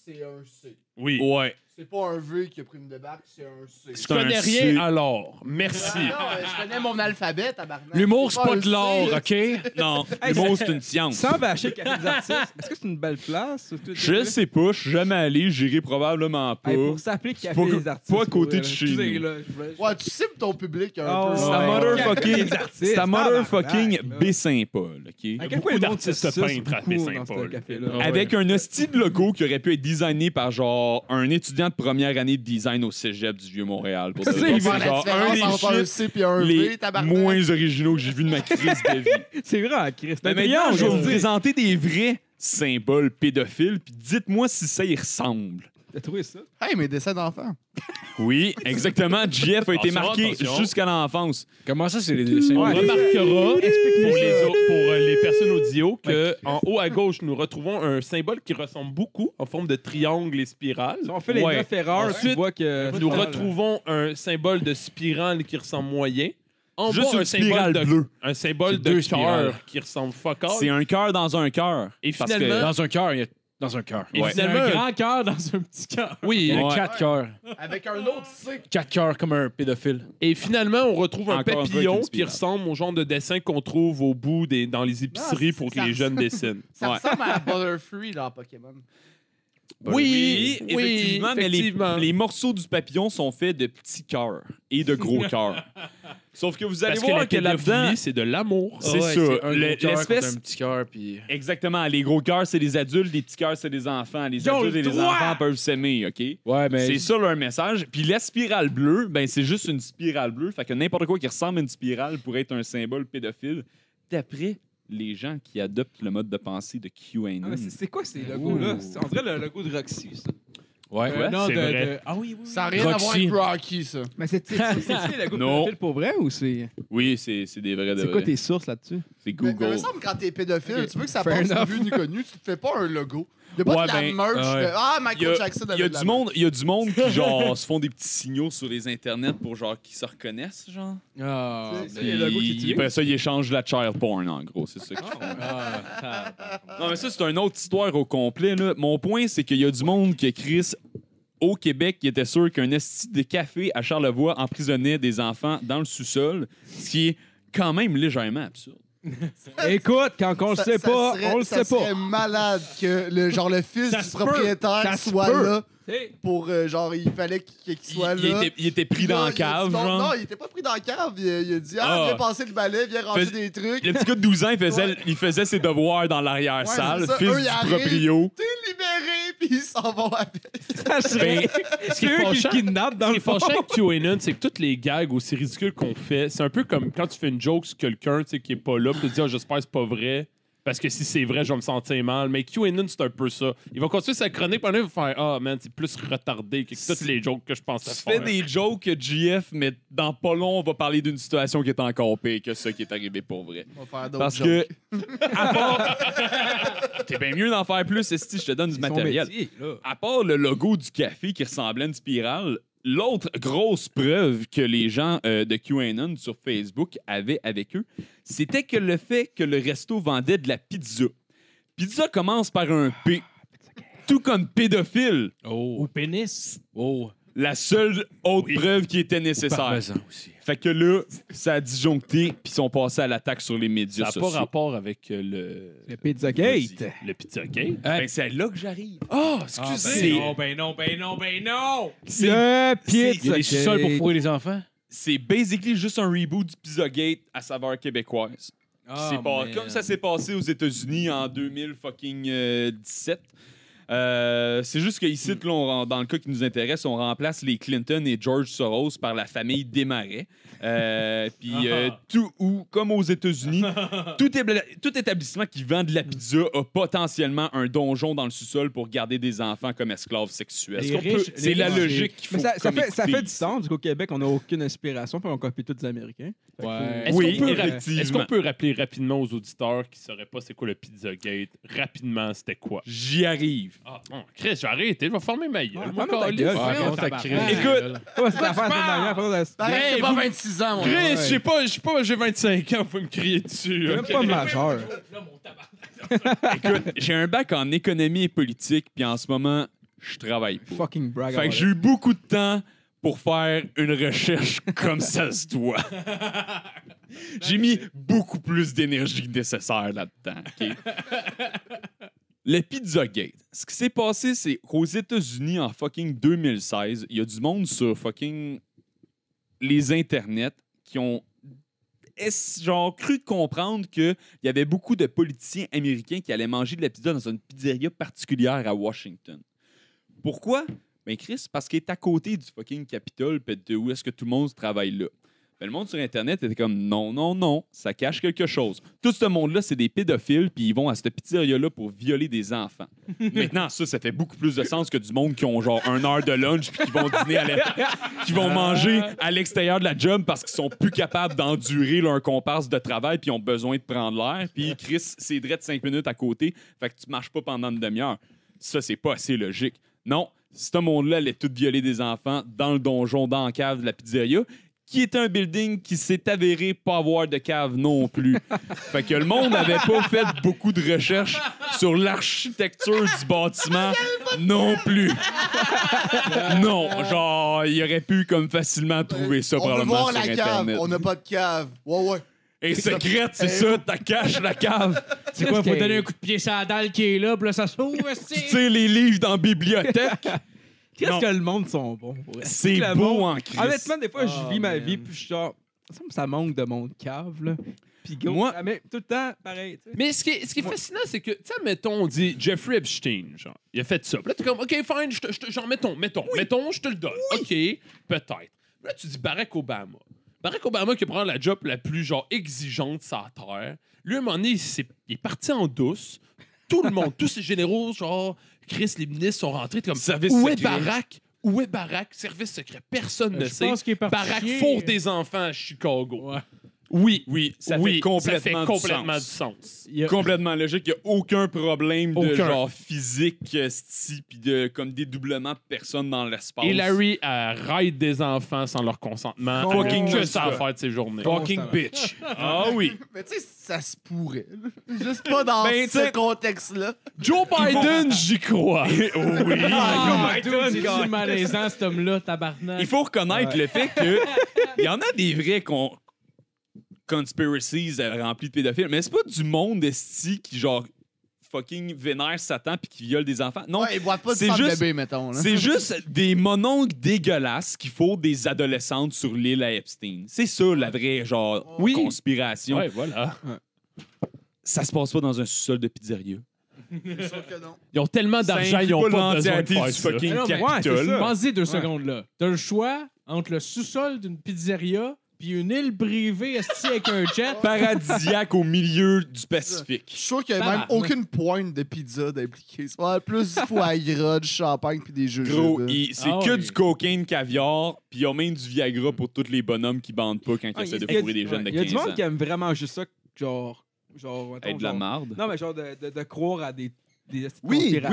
Speaker 5: c'est un C.
Speaker 6: Oui.
Speaker 7: Ouais.
Speaker 5: C'est pas un V qui a pris une débarque, c'est un C.
Speaker 7: C'est
Speaker 6: Je connais
Speaker 7: un
Speaker 6: rien
Speaker 7: C.
Speaker 6: alors. Merci.
Speaker 5: Ah non, euh, je connais mon alphabet, tabarnak.
Speaker 3: L'humour, c'est pas
Speaker 5: un
Speaker 3: de
Speaker 5: C,
Speaker 3: l'art,
Speaker 5: là.
Speaker 3: OK?
Speaker 7: Non,
Speaker 4: Hey,
Speaker 7: le mot, c'est une science.
Speaker 4: Sans bâcher le café des artistes, est-ce que c'est une belle place? ou tout-
Speaker 7: Je sais pas, je suis jamais allé, j'irai probablement pas.
Speaker 4: Hey, pour s'appeler
Speaker 7: C'est
Speaker 4: café
Speaker 7: pas-
Speaker 4: des artistes.
Speaker 7: pas à côté de chez
Speaker 4: excusez,
Speaker 7: nous.
Speaker 4: là, je voulais-
Speaker 5: Ouais, tu cibles ton public un
Speaker 4: Oh,
Speaker 5: peu.
Speaker 4: ouais.
Speaker 7: C'est à motherfucking-
Speaker 4: Café des artistes,
Speaker 7: C'est à motherfucking
Speaker 4: tabarnak, là.
Speaker 7: Baie-Saint-Paul, OK?
Speaker 4: À quel point le monde
Speaker 6: d'artistes
Speaker 4: se suce
Speaker 6: peintres à
Speaker 4: beaucoup dans
Speaker 6: Baie-Saint-Paul.
Speaker 4: ce café-là?
Speaker 3: Ah ouais.
Speaker 7: Avec un hostie de logo qui aurait pu être designé par genre un étudiant de première année de design au cégep du Vieux-Montréal. pour
Speaker 4: C'est
Speaker 7: dire.
Speaker 4: vrai.
Speaker 5: Faire la
Speaker 7: genre un
Speaker 5: différence
Speaker 7: des
Speaker 5: entre un
Speaker 7: shit
Speaker 5: C puis un
Speaker 7: les
Speaker 5: V, tabarnak.
Speaker 7: moins originaux que j'ai vu de ma crise de vie.
Speaker 4: C'est vrai, hein, en Christ.
Speaker 7: Mais
Speaker 4: Un
Speaker 7: maintenant,
Speaker 4: triangle,
Speaker 7: je vais vous
Speaker 4: on dit.
Speaker 7: présenter des vrais symboles pédophiles, puis dites-moi si ça y ressemble.
Speaker 4: T'as trouvé ça?
Speaker 5: Hey, mes décès d'enfants.
Speaker 7: Oui, exactement. JF a été
Speaker 6: Attention,
Speaker 7: marqué
Speaker 6: attention.
Speaker 7: jusqu'à l'enfance.
Speaker 3: Comment ça, c'est les dessins?
Speaker 6: On
Speaker 4: Ouais.
Speaker 6: remarquera, pour les, au- pour euh, les personnes audio, que en haut à gauche, nous retrouvons un symbole qui ressemble beaucoup en forme de triangle et spirale.
Speaker 4: Si on fait les
Speaker 6: Ouais.
Speaker 4: neuf erreurs, tu
Speaker 6: Ensuite,
Speaker 4: vois que...
Speaker 6: Nous retrouvons un symbole de spirale qui ressemble moyen. en
Speaker 7: Juste
Speaker 6: bas, un
Speaker 7: une spirale
Speaker 6: symbole de,
Speaker 7: bleue.
Speaker 6: un
Speaker 7: C'est
Speaker 6: symbole
Speaker 7: deux
Speaker 6: de
Speaker 7: spirales.
Speaker 6: cœur qui ressemble fuck all.
Speaker 7: C'est un cœur dans un cœur.
Speaker 6: Et
Speaker 7: Parce que-
Speaker 6: finalement-
Speaker 3: Dans un cœur, il y a. Dans un cœur.
Speaker 6: Et
Speaker 7: Ouais.
Speaker 8: C'est
Speaker 6: finalement,
Speaker 8: un
Speaker 6: un-
Speaker 8: grand cœur dans un petit cœur.
Speaker 3: Il y
Speaker 6: oui,
Speaker 3: a
Speaker 7: Ouais.
Speaker 3: quatre cœurs.
Speaker 5: Avec un autre C.
Speaker 3: Quatre cœurs comme un pédophile.
Speaker 6: et finalement, on retrouve un
Speaker 7: Encore un peu avec
Speaker 6: papillon
Speaker 7: une
Speaker 6: qui
Speaker 7: spirale.
Speaker 6: ressemble au genre de dessin qu'on trouve au bout des, dans les épiceries
Speaker 5: Non, Ah, c'est-
Speaker 6: pour que
Speaker 5: ça-
Speaker 6: les jeunes dessinent.
Speaker 5: Ça
Speaker 7: Ouais.
Speaker 5: ressemble à Butterfree dans Pokémon.
Speaker 6: Oui, oui,
Speaker 7: effectivement, mais les-
Speaker 6: effectivement.
Speaker 7: Les, morceaux du papillon sont faits de petits cœurs et de gros cœurs. Sauf que vous allez
Speaker 6: Parce que
Speaker 7: voir
Speaker 6: la
Speaker 7: que là-dedans,
Speaker 6: pédophilie, c'est de l'amour.
Speaker 7: c'est
Speaker 3: Ouais,
Speaker 7: ça.
Speaker 3: un
Speaker 7: Le-
Speaker 3: gros cœur
Speaker 7: l'espèce-
Speaker 3: contre un petit cœur, puis.
Speaker 7: Exactement. Les gros cœurs, c'est les adultes. Les petits cœurs, c'est les enfants. Les
Speaker 8: Ils ont
Speaker 7: adultes
Speaker 8: le
Speaker 7: et les
Speaker 8: droit!
Speaker 7: enfants peuvent s'aimer, OK?
Speaker 3: Ouais, mais.
Speaker 7: C'est ça leur message. Puis la spirale bleue, ben c'est juste une spirale bleue. Fait que n'importe quoi qui ressemble à une spirale pourrait être un symbole pédophile, d'après les gens qui adoptent le mode de pensée de QAnon.
Speaker 4: Ah, C'est quoi ces logos-là? C'est- On dirait le logo de Roxy, ça.
Speaker 3: Ouais.
Speaker 8: Euh, non,
Speaker 6: c'est
Speaker 8: de-
Speaker 6: vrai.
Speaker 8: de- Ah oui, oui. oui.
Speaker 5: Ça n'a rien à voir
Speaker 3: Roxy.
Speaker 5: avec Rocky, ça.
Speaker 4: Mais c'est c'est- c'est- c'est le logo
Speaker 7: Non.
Speaker 4: pédophile pour vrai ou c'est.
Speaker 7: oui, c'est c'est des vrais de
Speaker 4: C'est quoi
Speaker 7: vrais.
Speaker 4: tes sources là-dessus?
Speaker 7: C'est
Speaker 5: Mais mais il
Speaker 7: Google.
Speaker 5: me semble que quand t'es pédophile,
Speaker 4: Ok,
Speaker 5: tu veux que ça
Speaker 4: fair
Speaker 5: passe ni
Speaker 4: enough.
Speaker 5: vu ni connu, tu te fais pas un logo. Y'a pas
Speaker 7: Ouais,
Speaker 5: de la
Speaker 7: ben,
Speaker 5: merch
Speaker 3: ouais.
Speaker 5: de Ah, Michael
Speaker 7: Il y a-
Speaker 5: Jackson
Speaker 7: Il y,
Speaker 5: avait
Speaker 7: a
Speaker 5: de la
Speaker 7: du monde, il y a du monde qui genre se font des petits signaux sur les internets pour genre qu'ils se reconnaissent genre.
Speaker 8: Ah,
Speaker 5: C'est-
Speaker 8: ben,
Speaker 5: Les logos
Speaker 7: Puis, après ça ils échangent la child porn en gros, c'est ça qu'ils font.
Speaker 8: ah, ça-
Speaker 7: Non, mais ça, c'est une autre histoire au complet. Là. Mon point, c'est qu'il y a du monde que Chris, au Québec, qui était sûr qu'un esti de café à Charlevoix emprisonnait des enfants dans le sous-sol, ce qui est quand même légèrement absurde.
Speaker 4: Écoute, quand on le
Speaker 5: Ça-
Speaker 4: sait
Speaker 5: ça
Speaker 4: pas,
Speaker 5: serait-
Speaker 4: on le
Speaker 5: ça
Speaker 4: sait pas.
Speaker 5: serait malade que le, genre, le fils
Speaker 4: Ça
Speaker 5: du
Speaker 4: se peut. Ça
Speaker 5: propriétaire
Speaker 4: se
Speaker 5: soit
Speaker 4: peut.
Speaker 5: là pour, euh, genre, il fallait qu'il qu'il
Speaker 7: Il,
Speaker 5: soit
Speaker 7: il
Speaker 5: là.
Speaker 7: était, il était pris
Speaker 5: Là, il
Speaker 7: dans la
Speaker 5: a dit,
Speaker 7: cave,
Speaker 5: non,
Speaker 7: genre.
Speaker 5: Non, il était pas pris dans la cave. Il, il a dit Ah,
Speaker 7: Ah.
Speaker 5: viens passer le balai, viens ranger
Speaker 7: Fais-
Speaker 5: des trucs.
Speaker 7: Le petit gars de 12 ans, il faisait,
Speaker 5: Ouais.
Speaker 7: il faisait ses devoirs dans l'arrière-salle,
Speaker 5: Ouais, c'est ça.
Speaker 7: fils
Speaker 5: Eux, ils
Speaker 7: du
Speaker 5: arrivent.
Speaker 7: proprio.
Speaker 5: T'es libéré, puis ils s'en vont avec.
Speaker 7: Ben,
Speaker 6: qui
Speaker 4: C'est
Speaker 6: est
Speaker 4: eux qui le
Speaker 6: fâchant-
Speaker 4: kidnappent dans
Speaker 6: Ce
Speaker 4: le
Speaker 6: qui est
Speaker 4: fond.
Speaker 6: fâchant avec QAnon, c'est que toutes les gags, aussi ridicules qu'on fait, c'est un peu comme quand tu fais une joke sur quelqu'un tu sais, qui est pas là, puis tu te dis Ah, j'espère que c'est pas vrai. Parce que si c'est vrai, je vais me sentir mal. Mais QAnon, c'est un peu ça. Il va continuer sa chronique, puis un il va faire Ah, man, c'est plus retardé que toutes les jokes que je pensais
Speaker 7: tu
Speaker 6: faire.
Speaker 7: fais des jokes, GF, mais dans pas long, on va parler d'une situation qui est encore pire que ce qui est arrivé pour vrai.
Speaker 5: On va faire d'autres
Speaker 7: Parce que, à part. T'es bien mieux d'en faire plus, Esti, je te donne du matériel. À part le logo du café qui ressemblait à une spirale, l'autre grosse preuve que les gens euh, de QAnon sur Facebook avaient avec eux, c'était que le fait que le resto vendait de la pizza. Pizza commence par un P. Tout comme pédophile,
Speaker 8: Ou pénis.
Speaker 7: la seule autre preuve qui était nécessaire.
Speaker 3: aussi.
Speaker 7: Fait que là, ça a disjoncté, puis ils sont passés à l'attaque sur les médias
Speaker 6: Ça n'a
Speaker 7: sociaux.
Speaker 6: pas rapport avec euh, le.
Speaker 4: Le Pizza Gate.
Speaker 6: Vas-y. Le pizza gate.
Speaker 7: Fait que c'est là que j'arrive. Ah,
Speaker 8: ben
Speaker 7: C'est-
Speaker 8: non, ben non, ben non, ben non!
Speaker 7: C'est
Speaker 4: Le
Speaker 3: Il y a
Speaker 4: Pizza
Speaker 3: des sous-sols pour
Speaker 4: Gate.
Speaker 3: fourrer les enfants.
Speaker 7: c'est basically juste un reboot du Pizza Gate à saveur québécoise. Qui
Speaker 8: Ah,
Speaker 7: s'est pas-
Speaker 8: man.
Speaker 4: euh,
Speaker 7: Comme ça s'est passé aux États-Unis en 2017. Euh, c'est juste qu'ici, là, on rend- dans le cas qui nous intéresse, on remplace les Clinton et George Soros par la famille Desmarais. Euh, Puis euh, tout où, comme aux États-Unis, tout, ébla- tout établissement qui vend de la pizza a potentiellement un donjon dans le sous-sol pour garder des enfants comme esclaves sexuels.
Speaker 8: Les
Speaker 7: Est-ce qu'on peut-
Speaker 8: riches- les
Speaker 7: C'est la
Speaker 8: riches-
Speaker 7: logique qu'il faut.
Speaker 4: Mais ça, ça
Speaker 7: comme
Speaker 4: fait, ça
Speaker 7: écouter
Speaker 4: fait du
Speaker 7: ici.
Speaker 4: sens, parce qu'au Québec, on n'a aucune inspiration, puis on copie tous les Américains. Fait que
Speaker 8: Ouais.
Speaker 4: faut-
Speaker 6: Est-ce
Speaker 7: Oui,
Speaker 6: qu'on peut,
Speaker 7: effectivement.
Speaker 6: Euh, est-ce qu'on peut rappeler rapidement aux auditeurs qui ne sauraient pas c'est quoi le pizza gate Rapidement, c'était quoi
Speaker 7: J'y arrive.
Speaker 6: Ah, bon, Chris, j'ai arrêté, je vais fermer ma gueule.
Speaker 4: Ouais,
Speaker 6: mon
Speaker 4: ferme ta
Speaker 6: calice.
Speaker 4: gueule.
Speaker 6: Ah,
Speaker 4: Ouais,
Speaker 6: bon,
Speaker 4: on
Speaker 6: t'as
Speaker 8: t'a
Speaker 6: crié.
Speaker 8: crié.
Speaker 6: Écoute,
Speaker 4: Ouais, c'est l'affaire, c'est la manière, pendant la-
Speaker 5: Pareil,
Speaker 6: Hey,
Speaker 5: c'est pas
Speaker 6: vous-
Speaker 5: 26 ans, mon gars.
Speaker 6: Chris, je sais pas, je sais pas, j'ai 25 ans, faut me crier dessus.
Speaker 4: C'est
Speaker 6: ok?
Speaker 4: même pas majeur.
Speaker 7: Écoute, j'ai un bac en économie et politique, puis en ce moment, je travaille pas.
Speaker 4: Fucking brag.
Speaker 7: Fait que j'ai eu beaucoup de temps pour faire une recherche comme ça se doit. j'ai mis beaucoup plus d'énergie que nécessaire là-dedans. ok? Le Pizzagate. Ce qui s'est passé, c'est qu'aux États-Unis, en fucking 2016, il y a du monde sur fucking les internets qui ont est genre cru comprendre que il y avait beaucoup de politiciens américains qui allaient manger de la pizza dans une pizzeria particulière à Washington. Pourquoi? Ben Chris, parce qu'il est à côté du fucking Capitole, pis de où est-ce que tout le monde travaille là. Ben, le monde sur Internet était comme non, non, non, ça cache quelque chose. Tout ce monde-là, c'est des pédophiles, puis ils vont à cette pizzeria-là pour violer des enfants. Maintenant, ça, ça fait beaucoup plus de sens que du monde qui ont genre un heure de lunch, puis qui vont dîner à l'extérieur, qui vont manger à l'extérieur de la job parce qu'ils sont plus capables d'endurer leur comparse de travail, puis ils ont besoin de prendre l'air. Puis Chris, c'est de cinq minutes à côté, fait que tu marches pas pendant une demi-heure. Ça, c'est pas assez logique. Non, ce monde-là allait tout violer des enfants dans le donjon, dans la cave de la pizzeria, qui était un building qui s'est avéré pas avoir de cave non plus. fait que le monde n'avait pas fait beaucoup de recherches sur l'architecture du bâtiment non plus. non, genre, il aurait pu comme facilement trouver ça
Speaker 5: on veut
Speaker 7: probablement
Speaker 5: voir
Speaker 7: sur
Speaker 5: la cave,
Speaker 7: Internet.
Speaker 5: on Eh n'a pas de cave. Ouais, ouais.
Speaker 7: Et secrète, c'est ça, t'as cache la cave.
Speaker 8: C'est quoi, faut donner un coup de pied sur la dalle qui est là, puis là, ça s'ouvre,
Speaker 7: Tu tires les livres dans la bibliothèque.
Speaker 4: Qu'est-ce
Speaker 7: Non.
Speaker 4: que le monde sont bons? pour vrai.
Speaker 7: C'est
Speaker 4: Ben, Clairement.
Speaker 7: beau en crise.
Speaker 4: Honnêtement, des fois,
Speaker 8: Oh,
Speaker 4: je vis ma
Speaker 8: man.
Speaker 4: vie, puis je suis genre, ça me- ça manque de monde cave, là. Puis gros,
Speaker 7: Moi-
Speaker 4: ça m'est- tout le temps, pareil. tu sais.
Speaker 6: Mais ce qui est, ce qui est fascinant, c'est que, tu sais, mettons, on dit Jeffrey Epstein, genre, il a fait ça. Puis là, t'es comme, OK, fine, je te- je te- genre, mettons, mettons, mettons, je te le donne. OK, peut-être. Mais Là, tu dis Barack Obama. Barack Obama qui prend la job la plus, genre, exigeante sur la Terre. Lui, à un moment donné, il, s'est- il est parti en douce. Tout le monde, tous ses généraux, genre, Chris, les ministres sont rentrés. t'es comme,
Speaker 7: Service
Speaker 6: où est
Speaker 7: secret. Euh,
Speaker 6: Barack? Où est Barack? Service secret. Personne ne
Speaker 8: Je
Speaker 6: sait.
Speaker 8: pense qu'il est parti
Speaker 6: Barack
Speaker 8: chier.
Speaker 6: fourre des enfants à Chicago. Oui, oui,
Speaker 7: ça fait
Speaker 6: ça fait
Speaker 7: complètement du
Speaker 6: complètement
Speaker 7: sens.
Speaker 6: Du sens.
Speaker 8: Il y a-
Speaker 7: complètement logique. Il n'y a aucun problème de
Speaker 6: Aucun.
Speaker 7: genre physique, euh, sti, puis de comme dédoublement de personnes dans l'espace.
Speaker 6: Et Larry euh, raide des enfants sans leur consentement.
Speaker 4: Fucking
Speaker 6: Fucking que
Speaker 7: non-stop.
Speaker 6: ça à faire de ces journées.
Speaker 4: Fucking
Speaker 6: bitch. Ah oui.
Speaker 5: Mais tu sais, ça se pourrait. Juste pas dans
Speaker 7: Ben, tu
Speaker 5: ce
Speaker 7: sais-
Speaker 5: contexte-là.
Speaker 6: Joe Biden, j'y crois. oui.
Speaker 8: Ah, dude, c'est-tu malaisant, cet homme-là, tabarnak.
Speaker 7: Il faut reconnaître le fait que il y en a des vrais con- conspiracies euh, remplies de pédophiles, mais c'est pas du monde esti qui genre fucking vénère Satan puis qui viole des enfants. Non,
Speaker 5: Ouais, ils boivent pas du
Speaker 7: c'est
Speaker 5: sang de
Speaker 7: juste-
Speaker 5: bébé, mettons. Là.
Speaker 7: c'est juste des mononcles dégueulasses qu'il faut des adolescentes sur l'île à Epstein. C'est ça la vraie genre
Speaker 6: Oui.
Speaker 7: conspiration.
Speaker 6: Ouais, voilà.
Speaker 7: Ça se passe pas dans un sous-sol de pizzeria.
Speaker 5: C'est sûr que non.
Speaker 6: Ils ont tellement d'argent, ils ont pas besoin de
Speaker 7: l'entièreté
Speaker 6: faire
Speaker 7: du
Speaker 6: ça.
Speaker 7: fucking
Speaker 8: Mais non, mais-
Speaker 7: Capitole.
Speaker 4: Ouais, c'est ça.
Speaker 8: Pensez deux secondes, là. T'as le choix entre le sous-sol d'une pizzeria puis une île privée estie avec un jet.
Speaker 7: paradisiaque au milieu du
Speaker 5: Je
Speaker 7: Pacifique.
Speaker 5: suis sûr qu'il y a
Speaker 8: Ça
Speaker 5: même
Speaker 8: va.
Speaker 5: aucune pointe de pizza d'impliquer. C'est pas plus du foie gras, du champagne puis des jeux
Speaker 7: Gros, il- c'est
Speaker 8: Ah
Speaker 7: que
Speaker 8: oui.
Speaker 7: du cocaine caviar, puis ils ont même du Viagra pour tous les bonhommes qui bandent pas quand ils
Speaker 4: Ah,
Speaker 7: essaient de
Speaker 4: y a-
Speaker 7: fourrer des jeunes de
Speaker 4: Il y a du
Speaker 7: 15 ans.
Speaker 4: monde qui aime vraiment juste ça, genre. genre mettons,
Speaker 7: Être de la
Speaker 4: genre-
Speaker 7: marde.
Speaker 4: Non, mais genre de, de, de croire à des. des
Speaker 5: Oui,
Speaker 4: conspirations.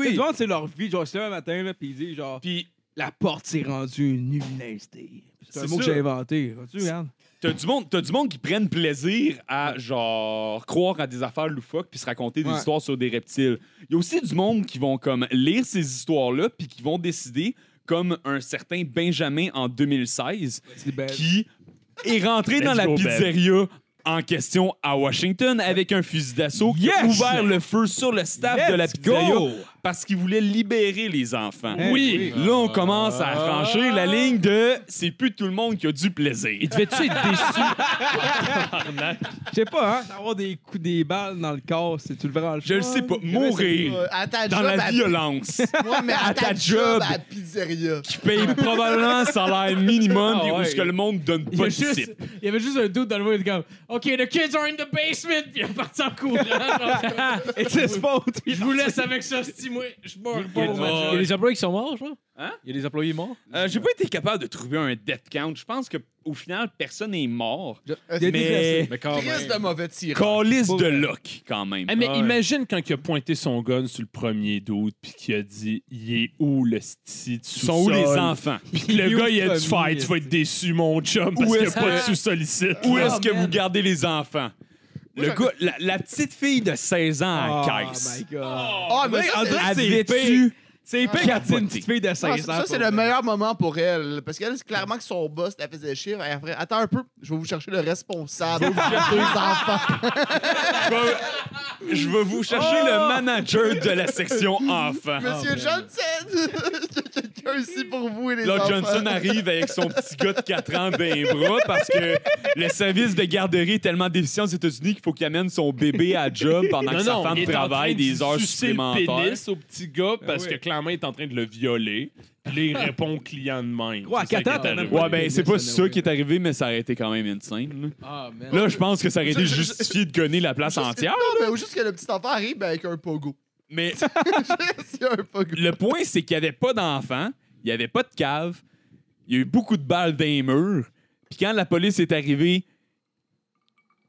Speaker 4: Tu sais, Du monde, c'est leur vie, genre, c'est un matin, là, puis ils disent, genre,
Speaker 7: Puis
Speaker 4: la porte s'est rendue une université. C'est un
Speaker 7: C'est
Speaker 4: mot que
Speaker 7: ça.
Speaker 4: j'ai inventé. Tu regardes.
Speaker 7: t'as du monde, t'as du monde qui prennent plaisir à genre croire à des affaires loufoques puis se raconter des
Speaker 4: Ouais.
Speaker 7: histoires sur des reptiles. Il y a aussi du monde qui vont comme lire ces histoires-là puis qui vont décider comme un certain Benjamin en 2016
Speaker 4: C'est belle.
Speaker 7: qui est rentré dans
Speaker 6: Let's
Speaker 7: la
Speaker 6: go,
Speaker 4: Ben.
Speaker 7: pizzeria en question à Washington avec un fusil d'assaut qui a
Speaker 4: Yes!
Speaker 7: ouvert le feu sur le staff de la
Speaker 4: Let's
Speaker 7: pizzeria
Speaker 4: go!
Speaker 7: parce qu'il voulait libérer les enfants.
Speaker 4: Eh
Speaker 6: Oui.
Speaker 7: Là, on commence à franchir la ligne de c'est plus tout le monde qui a du plaisir.
Speaker 6: Il devait-tu être déçu?
Speaker 4: Je sais pas, hein, avoir des coups, des balles dans le corps, c'est tu le verras
Speaker 7: Je le sais pas, mourir
Speaker 5: Euh, à ta
Speaker 7: dans
Speaker 5: job,
Speaker 7: la
Speaker 5: à-
Speaker 7: violence
Speaker 5: Ouais, mais à, ta, job, à la pizzeria.
Speaker 7: qui paye probablement un salaire minimum
Speaker 6: Ah
Speaker 7: et où
Speaker 6: ouais.
Speaker 7: ce que le monde donne
Speaker 8: Il y, a
Speaker 7: pas de
Speaker 8: juste,
Speaker 7: type.
Speaker 8: il y avait juste un doute dans le voie, il était comme OK, the kids are in the basement, puis il est parti en courant. genre,
Speaker 4: Et c'est spot, oui.
Speaker 8: je vous laisse avec ça, si moi, je meurs
Speaker 3: Il y,
Speaker 8: pas
Speaker 3: a,
Speaker 8: au
Speaker 3: il
Speaker 8: match.
Speaker 3: y a des employés qui sont morts, je crois.
Speaker 7: Hein?
Speaker 3: Il y a des employés morts.
Speaker 7: Euh, J'ai pas été capable de trouver un death count. Je pense qu'au final, personne n'est mort.
Speaker 5: Euh,
Speaker 4: Il y a des
Speaker 7: Mais.
Speaker 3: Mais quand
Speaker 5: Triste de mauvais tir.
Speaker 7: Calice
Speaker 4: Pour
Speaker 7: de
Speaker 4: vrai.
Speaker 7: Locke, quand même.
Speaker 6: Eh, mais
Speaker 3: Ah ouais.
Speaker 6: imagine quand il a pointé son gun sur le premier doute puis qu'il a dit Il est où le sti de
Speaker 7: Ils sont où
Speaker 6: sous-sol?
Speaker 7: les enfants?
Speaker 6: Puis le
Speaker 4: Il est
Speaker 6: gars,
Speaker 4: où
Speaker 6: il a
Speaker 4: le
Speaker 6: dû
Speaker 4: premier,
Speaker 6: faire Tu vas être déçu, mon chum, parce
Speaker 7: Où
Speaker 6: qu'il n'y a
Speaker 7: est-ce
Speaker 6: pas de
Speaker 7: que-
Speaker 6: sous-sollicite.
Speaker 7: Où est-ce que vous gardez les enfants? Le gars, la, la petite fille de 16 ans
Speaker 4: Oh
Speaker 7: à
Speaker 4: my
Speaker 7: Ah, caisse.
Speaker 4: god.
Speaker 5: Ah, mais ça, c'est-
Speaker 4: André,
Speaker 7: Avait-tu
Speaker 4: C'est
Speaker 5: pire
Speaker 4: pire
Speaker 7: capoté.
Speaker 4: une petite fille de 16
Speaker 5: Ah,
Speaker 4: ans.
Speaker 5: ça, ça, c'est
Speaker 4: pour
Speaker 5: le
Speaker 4: vrai.
Speaker 5: meilleur moment pour elle. Parce qu'elle, c'est clairement que son boss la faisait chier. Elle ferait, attends un peu, je vais vous chercher le responsable. des enfants.
Speaker 7: Je vais vous chercher
Speaker 6: Oh!
Speaker 7: le manager de la section enfants.
Speaker 5: Monsieur Johnson, il y a quelqu'un ici pour vous et les
Speaker 7: Là,
Speaker 5: enfants.
Speaker 7: Johnson arrive avec son petit gars de 4 ans d'un bras parce que le service de garderie est tellement déficient aux États-Unis qu'il faut qu'il amène son bébé à job pendant que sa
Speaker 6: il
Speaker 7: femme
Speaker 6: est en train
Speaker 7: travaille
Speaker 6: de
Speaker 7: des heures
Speaker 6: sucer
Speaker 7: supplémentaires.
Speaker 6: le pénis au petit gars parce
Speaker 4: Ah
Speaker 6: que
Speaker 4: oui.
Speaker 6: clairement, il est en train de le violer. Puis là, il répond au client de même.
Speaker 4: Ouais, à
Speaker 6: C'est ça qui
Speaker 4: quatre ans,
Speaker 6: est
Speaker 4: t'en as
Speaker 6: arrivé.
Speaker 4: pas
Speaker 7: Ouais, ben c'est pas ça qui est arrivé, mais ça aurait été quand même insane.
Speaker 8: Ah, man.
Speaker 7: Là, je pense que ça aurait été
Speaker 5: Je- je-
Speaker 7: justifié de gonner la place
Speaker 5: Juste-
Speaker 7: entière.
Speaker 5: Non, mais juste que le petit enfant arrive ben, avec un pogo.
Speaker 7: Mais
Speaker 5: c'est un pogo.
Speaker 7: le point, c'est qu'il n'y avait pas d'enfant, il n'y avait pas de cave, il y a eu beaucoup de balles dans les murs. Puis quand la police est arrivée,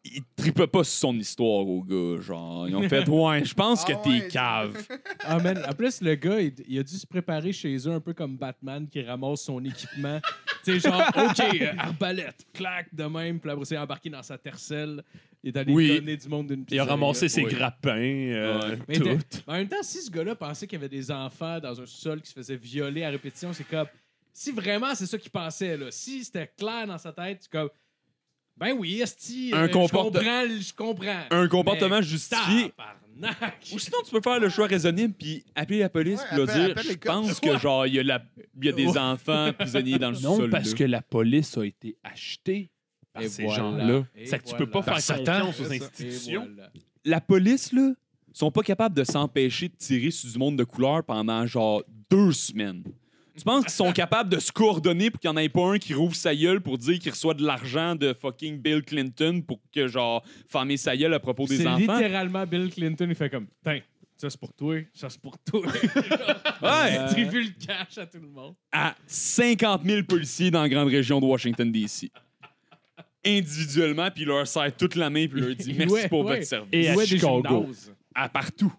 Speaker 7: il tripait pas sur son histoire au gars. Genre, ils ont fait Ouais, je pense que
Speaker 5: Ah
Speaker 7: t'es
Speaker 5: ouais.
Speaker 7: cave.
Speaker 8: Ah, man. En plus, le gars, il, il a dû se préparer chez eux un peu comme Batman qui ramasse son équipement. Tu sais, genre, OK, euh, arbalète, clac, de même. Puis après, c'est embarqué dans sa tercelle. Il est allé
Speaker 6: Oui.
Speaker 8: donner du monde d'une
Speaker 6: Il a
Speaker 8: pizzeria.
Speaker 6: ramassé ses
Speaker 7: Oui.
Speaker 6: grappins, euh,
Speaker 8: Mais
Speaker 6: tout.
Speaker 8: t'es- mais en même temps, si ce gars-là pensait qu'il y avait des enfants dans un sol qui se faisaient violer à répétition, c'est comme. Si vraiment c'est ça qu'il pensait, là, si c'était clair dans sa tête, c'est comme. Ben oui, Esti,
Speaker 7: Un
Speaker 8: euh, je
Speaker 7: comporte-
Speaker 8: comprends, je comprends.
Speaker 7: Un comportement justifié.
Speaker 8: Tabarnak!
Speaker 7: Ou sinon, tu peux faire le choix raisonnable puis appeler la police
Speaker 5: Ouais,
Speaker 7: puis leur
Speaker 5: appelle-
Speaker 7: dire
Speaker 5: appelle les
Speaker 7: Je
Speaker 5: cops.
Speaker 7: pense que genre, il y a, la- il y a des
Speaker 6: Ouais.
Speaker 7: enfants prisonniers dans le
Speaker 6: Non,
Speaker 7: sol.
Speaker 6: parce que la police a été achetée par
Speaker 8: Et
Speaker 6: ces
Speaker 8: voilà.
Speaker 6: gens-là.
Speaker 8: Et
Speaker 6: C'est que tu peux pas
Speaker 8: voilà.
Speaker 6: faire
Speaker 8: Par
Speaker 7: Satan.
Speaker 6: confiance aux
Speaker 8: Et
Speaker 6: institutions.
Speaker 8: voilà.
Speaker 7: La police, là, sont pas capables de s'empêcher de tirer sur du monde de couleur pendant genre deux semaines. Tu penses qu'ils sont capables de se coordonner pour qu'il n'y en ait pas un qui rouvre sa gueule pour dire qu'il reçoit de l'argent de fucking Bill Clinton pour que, genre, fermer sa gueule à propos des
Speaker 8: C'est
Speaker 7: enfants?
Speaker 8: littéralement Bill Clinton, il fait comme. Tiens, ça c'est pour toi, ça c'est pour toi.
Speaker 7: Ouais!
Speaker 8: Il
Speaker 3: Euh,
Speaker 8: distribue le cash à tout le monde.
Speaker 7: à 50 000 policiers dans la grande région de Washington, D.C. Individuellement, puis il leur serre toute la main, puis il leur dit merci
Speaker 8: Ouais,
Speaker 7: pour
Speaker 8: ouais.
Speaker 7: votre service.
Speaker 6: Et
Speaker 8: Il
Speaker 6: à
Speaker 8: louait des
Speaker 6: Chicago.
Speaker 8: gymnases.
Speaker 7: À partout.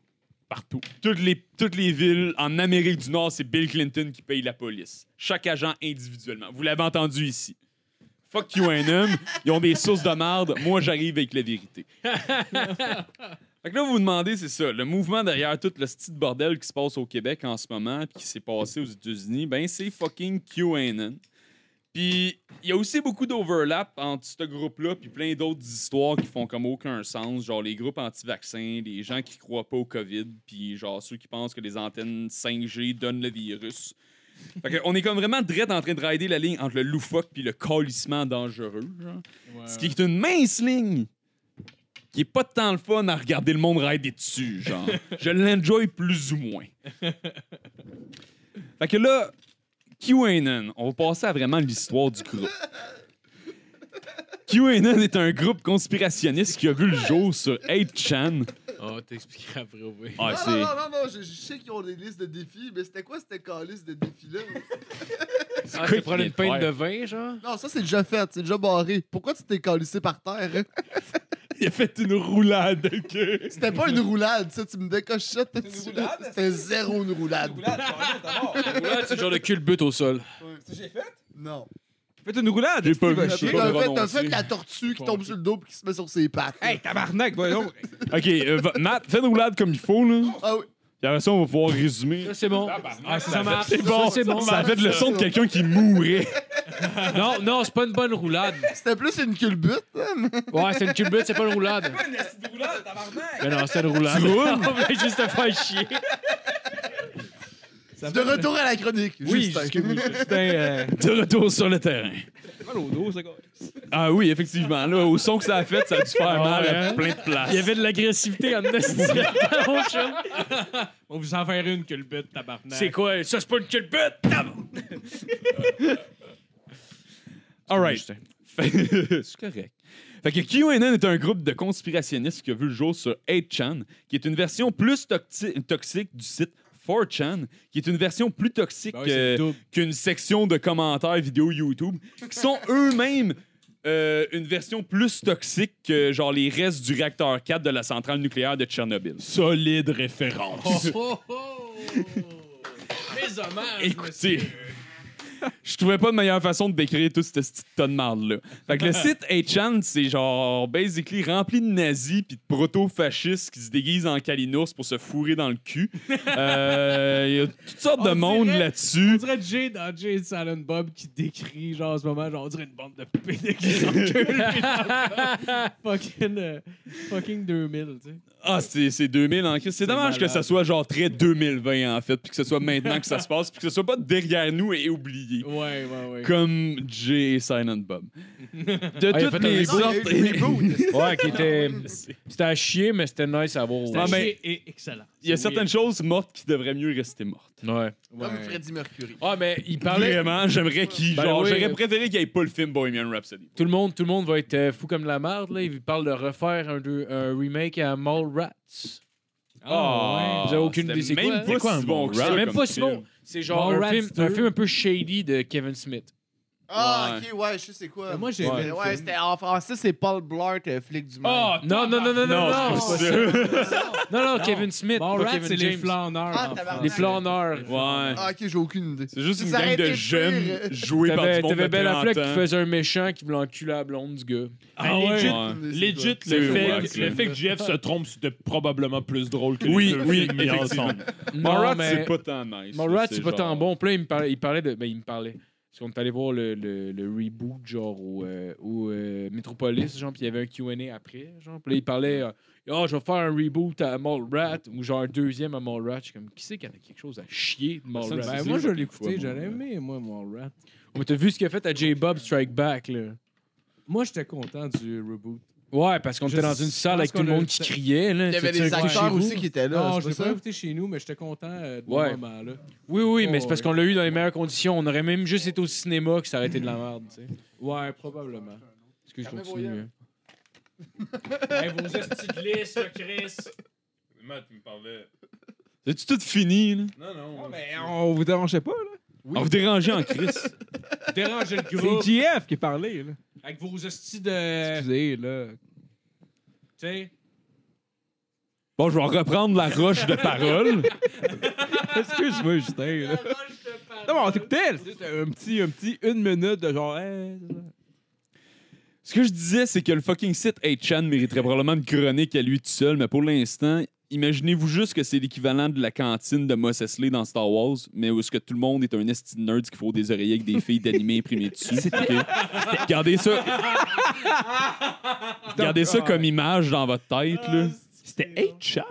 Speaker 7: Partout. Toutes les, toutes les villes en Amérique du Nord, c'est Bill Clinton qui paye la police. Chaque agent individuellement. Vous l'avez entendu ici. Fuck QAnon, ils ont des sources de marde. Moi, j'arrive avec la vérité. fait que là, vous vous demandez, c'est ça, le mouvement derrière tout le petit bordel qui se passe au Québec en ce moment, puis qui s'est passé aux États-Unis, ben c'est fucking QAnon. Puis il y a aussi beaucoup d'overlap entre ce groupe-là puis plein d'autres histoires qui font comme aucun sens, genre les groupes anti-vaccins, les gens qui croient pas au Covid, puis genre ceux qui pensent que les antennes 5G donnent le virus. Fait que on est comme vraiment direct en train de rider la ligne entre le loufoque puis le calissement dangereux, genre.
Speaker 8: Ouais.
Speaker 7: Ce qui est une mince ligne qui est pas tant le fun à regarder le monde rider dessus, genre. Je l'enjoy plus ou moins. fait que là, QAnon, on va passer à vraiment l'histoire du groupe. QAnon est un groupe conspirationniste qui a vu le jour sur 8chan.
Speaker 8: Oh, t'expliqueras après, oui.
Speaker 7: Ah,
Speaker 5: non,
Speaker 7: c'est...
Speaker 5: non, non, non, non, je, je sais qu'ils ont des listes de défis, mais c'était quoi cette liste de défis-là?
Speaker 2: Ah,
Speaker 7: quoi
Speaker 2: tu prends
Speaker 7: qu'il
Speaker 2: une
Speaker 7: vient de
Speaker 2: pinte de
Speaker 7: faire?
Speaker 2: vin, genre?
Speaker 5: non, ça, c'est déjà fait, c'est déjà barré. Pourquoi tu t'es calissé par terre? hein?
Speaker 6: Il a fait une roulade. que-
Speaker 5: C'était pas une roulade, ça, tu me décoches ça. t'as dit-
Speaker 4: roulade?
Speaker 5: C'était zéro une roulade.
Speaker 4: roulade, carrément, t'as mort.
Speaker 3: C'est genre le culbute au sol.
Speaker 4: C'est ce que j'ai fait?
Speaker 5: Non.
Speaker 4: Faites une roulade.
Speaker 7: J'ai pas
Speaker 4: Steve,
Speaker 7: vu.
Speaker 5: T'as
Speaker 7: Je sais
Speaker 5: fait,
Speaker 7: pas
Speaker 5: t'as fait,
Speaker 7: prononcer.
Speaker 5: t'as fait la tortue qui tombe sur le dos et qui se met sur ses pattes.
Speaker 4: Hey, tabarnak, voyons.
Speaker 7: OK, euh, va- Matt, fais une roulade comme il faut, là.
Speaker 5: Ah oui.
Speaker 7: Puis après ça, on va pouvoir résumer.
Speaker 3: Là, c'est bon. Ah, ça marche.
Speaker 7: C'est bon,
Speaker 3: Ça, c'est bon.
Speaker 7: Ça a fait le son de quelqu'un qui mourait.
Speaker 3: Non, non, c'est pas une bonne roulade.
Speaker 5: C'était plus une culbute. hein, mais-
Speaker 3: Ouais, c'est une culbute, c'est pas une roulade.
Speaker 4: C'est une roulade, tabarnak.
Speaker 3: Mais non, c'est une roulade.
Speaker 7: Tu roules?
Speaker 3: On voulait juste te faire chier.
Speaker 5: De retour à la chronique.
Speaker 4: Oui,
Speaker 5: Justin.
Speaker 4: excuse-moi. Justin, euh,
Speaker 7: De retour sur le terrain.
Speaker 4: mal au dos, ce gars.
Speaker 7: Ah oui, effectivement. Là, au son que ça a fait, ça a dû faire
Speaker 3: Ah
Speaker 7: mal à
Speaker 3: ouais.
Speaker 7: plein de places.
Speaker 3: Il y avait de l'agressivité en esti dans mon chum.
Speaker 8: On vous en faire une que le but, tabarnak.
Speaker 3: C'est quoi? Ça, c'est pas une culbute!
Speaker 7: All right. Fait- C'est correct. Fait que QAnon est un groupe de conspirationnistes qui a vu le jour sur 8chan, qui est une version plus toxi- toxique du site 4chan, qui est une version plus toxique
Speaker 8: Ben ouais, c'est
Speaker 7: euh,
Speaker 8: double.
Speaker 7: qu'une section de commentaires vidéo YouTube, qui sont eux-mêmes euh, une version plus toxique que genre les restes du réacteur 4 de la centrale nucléaire de Tchernobyl.
Speaker 6: Solide référence.
Speaker 8: Oh, oh, oh. Mes hommages,
Speaker 7: Écoutez,
Speaker 8: euh,
Speaker 7: je trouvais pas de meilleure façon de décrire tout cette petite tonne marde-là. Fait que le site 8chan, c'est genre basically rempli de nazis puis de proto-fascistes qui se déguisent en calinours pour se fourrer dans le cul. Euh, Il y a toutes sortes de
Speaker 8: On
Speaker 7: monde
Speaker 8: dirait- On
Speaker 7: là-dessus.
Speaker 8: dirait Jay dans Jay and Silent Bob qui décrit, genre, en ce moment, genre, on dirait une bombe de pédé qui s'encule. fucking, euh, fucking 2000, tu sais.
Speaker 7: Ah, c'est c'est 2000 en crise. C'est dommage
Speaker 8: malade.
Speaker 7: que ça soit genre très 2020 en fait, puis que ce soit maintenant que ça se passe, puis que ce soit pas derrière nous et oublié.
Speaker 8: Ouais, ouais, ouais.
Speaker 7: Comme Jay et Silent Bob. De
Speaker 3: Ah, il a
Speaker 7: toutes
Speaker 3: fait un
Speaker 5: Non,
Speaker 7: les sortes.
Speaker 5: il y a eu le reboot.
Speaker 3: Ouais, qui était.
Speaker 8: Mm.
Speaker 3: C'était à chier, mais c'était nice à voir.
Speaker 7: Ah,
Speaker 8: Ah,
Speaker 3: Ouais.
Speaker 7: mais-
Speaker 8: mais... est excellent.
Speaker 7: Il y a
Speaker 8: C'est
Speaker 7: certaines
Speaker 8: weird.
Speaker 7: choses mortes qui devraient mieux rester mortes.
Speaker 3: Ouais.
Speaker 5: Comme
Speaker 8: Ouais.
Speaker 5: Freddie Mercury.
Speaker 3: Ah, mais il parlait.
Speaker 7: Vraiment, j'aimerais qu'il.
Speaker 3: Ben
Speaker 7: genre,
Speaker 3: oui.
Speaker 7: j'aurais préféré qu'il n'y ait pas le film Bohemian Rhapsody.
Speaker 3: Tout le monde, tout le monde va être euh, fou comme la merde, là. Il parle de refaire un, deux- un remake à Mallrats.
Speaker 8: Ah,
Speaker 3: Vous avez aucune idée, c'est
Speaker 7: Ah, C'était même
Speaker 3: quoi,
Speaker 7: pas
Speaker 6: hein?
Speaker 7: si bon que ça.
Speaker 3: C'est même
Speaker 7: comme
Speaker 3: pas si
Speaker 7: film.
Speaker 3: bon. C'est genre un
Speaker 8: Mallrats
Speaker 3: film, un
Speaker 8: 2.
Speaker 3: film un peu shady de Kevin Smith.
Speaker 5: Ah, ok, ouais, je sais c'est quoi.
Speaker 8: Euh, moi, j'ai aimé
Speaker 5: ouais,
Speaker 8: le
Speaker 5: ouais,
Speaker 8: film.
Speaker 5: c'était en français, c'est Paul Blart, le flic du monde.
Speaker 6: Ah,
Speaker 3: Non, non, non, non, non, non,
Speaker 6: non,
Speaker 3: c'est
Speaker 6: c'est
Speaker 3: pas
Speaker 6: pas ça.
Speaker 3: Non, non, Kevin Smith.
Speaker 8: Bon,
Speaker 3: pas
Speaker 8: Rat,
Speaker 3: Kevin
Speaker 8: c'est les
Speaker 3: James.
Speaker 8: flâneurs.
Speaker 5: Ah,
Speaker 8: en
Speaker 5: tabarnak.
Speaker 8: France.
Speaker 3: Les flâneurs.
Speaker 7: Ouais.
Speaker 5: Ah, ok, j'ai aucune idée.
Speaker 7: C'est juste une
Speaker 5: Ça aurait
Speaker 7: gang de
Speaker 5: été
Speaker 7: jeunes
Speaker 5: pire.
Speaker 7: joués par du
Speaker 3: T'avais
Speaker 7: monde de
Speaker 3: t'avais Ben
Speaker 7: 30
Speaker 3: Affleck qui
Speaker 7: ans.
Speaker 3: faisait un méchant qui voulait enculer la blonde du gars.
Speaker 6: Ah ouais.
Speaker 7: Legit.
Speaker 5: Aucune idée, c'est
Speaker 6: Legit,
Speaker 5: quoi.
Speaker 6: le
Speaker 7: C'est
Speaker 6: fait,
Speaker 7: wack,
Speaker 6: que- le
Speaker 7: là.
Speaker 6: fait que Jeff se trompe, c'était probablement plus drôle que
Speaker 7: Oui,
Speaker 6: les deux
Speaker 7: oui,
Speaker 6: films mis
Speaker 7: effectivement.
Speaker 6: ensemble.
Speaker 3: Non,
Speaker 7: Morat,
Speaker 3: mais-
Speaker 7: c'est pas tant nice.
Speaker 3: Mon Rat, c'est pas
Speaker 7: genre-
Speaker 3: tant bon. Puis là, il me parlait, il parlait de. Ben, il me parlait. Parce qu'on est allé voir le, le, le reboot, genre, au, euh, au, euh, Metropolis, genre, puis il y avait un QA après, genre. Puis là, il parlait, euh, oh, je vais faire un reboot à Mallrat, ou genre un deuxième à Mallrat. Je suis comme, qui c'est qui en a quelque chose à chier de Mallrat?
Speaker 8: Ben,
Speaker 3: C'est
Speaker 8: moi,
Speaker 3: lui,
Speaker 8: je
Speaker 3: genre,
Speaker 8: l'ai écouté,
Speaker 3: quoi,
Speaker 8: j'avais
Speaker 3: Mallrat.
Speaker 8: aimé, moi, mon rat.
Speaker 3: Mais t'as vu ce qu'il a fait à J-Bob Strike Back, là?
Speaker 8: Moi, j'étais content du reboot.
Speaker 3: Ouais, parce qu'on
Speaker 8: Je
Speaker 3: était dans
Speaker 8: sais-
Speaker 3: une
Speaker 8: je pense
Speaker 3: salle avec tout
Speaker 8: qu'on
Speaker 3: le
Speaker 8: a
Speaker 3: monde
Speaker 8: eu
Speaker 3: qui
Speaker 8: le temps.
Speaker 3: criait, là.
Speaker 5: Il y avait
Speaker 3: Tu sais,
Speaker 5: des
Speaker 3: quoi,
Speaker 5: acteurs
Speaker 3: chez vous?
Speaker 5: aussi qui étaient là.
Speaker 8: Non,
Speaker 5: c'est
Speaker 8: je
Speaker 5: pas
Speaker 8: l'ai
Speaker 5: ça?
Speaker 8: pas écouté chez nous, mais j'étais content euh, de
Speaker 3: Ouais.
Speaker 8: ce moment-là.
Speaker 3: Oui, oui, mais c'est
Speaker 8: Oh,
Speaker 3: parce
Speaker 8: ouais.
Speaker 3: qu'on l'a eu dans les meilleures conditions. On aurait même juste été au cinéma que ça aurait été de la merde, tu sais.
Speaker 8: Ouais, probablement.
Speaker 3: Est-ce que je
Speaker 5: Fermez vos
Speaker 3: continue?
Speaker 5: yeux.
Speaker 3: hein?
Speaker 8: hey, vos estis de lisse, Chris!
Speaker 6: Matt, tu me parlais.
Speaker 7: C'est-tu tout fini, là?
Speaker 6: Non, non.
Speaker 4: Mais on vous dérangeait pas, là.
Speaker 7: On vous dérangeait en crise.
Speaker 8: Dérangez le
Speaker 4: C'est
Speaker 8: groupe!
Speaker 4: JF qui parlait, là.
Speaker 8: Avec vos estis de... Tu
Speaker 4: Excusez, là.
Speaker 8: sais...
Speaker 7: Bon, je vais reprendre la roche de parole.
Speaker 4: Excuse-moi, Justin, là. Non, mais on t'écoutait. là. C'est juste un petit, un petit une minute de genre, hey, c'est ça.
Speaker 7: Ce que je disais, c'est que le fucking site 8chan mériterait probablement une chronique à lui tout seul, mais pour l'instant, imaginez-vous juste que c'est l'équivalent de la cantine de Mos Eisley dans Star Wars, mais où est-ce que tout le monde est un esti de nerd qui faut des oreillers avec des filles d'animé imprimées dessus. ok? Gardez ça. Gardez ça comme image dans votre tête, là.
Speaker 6: C'était 8chan.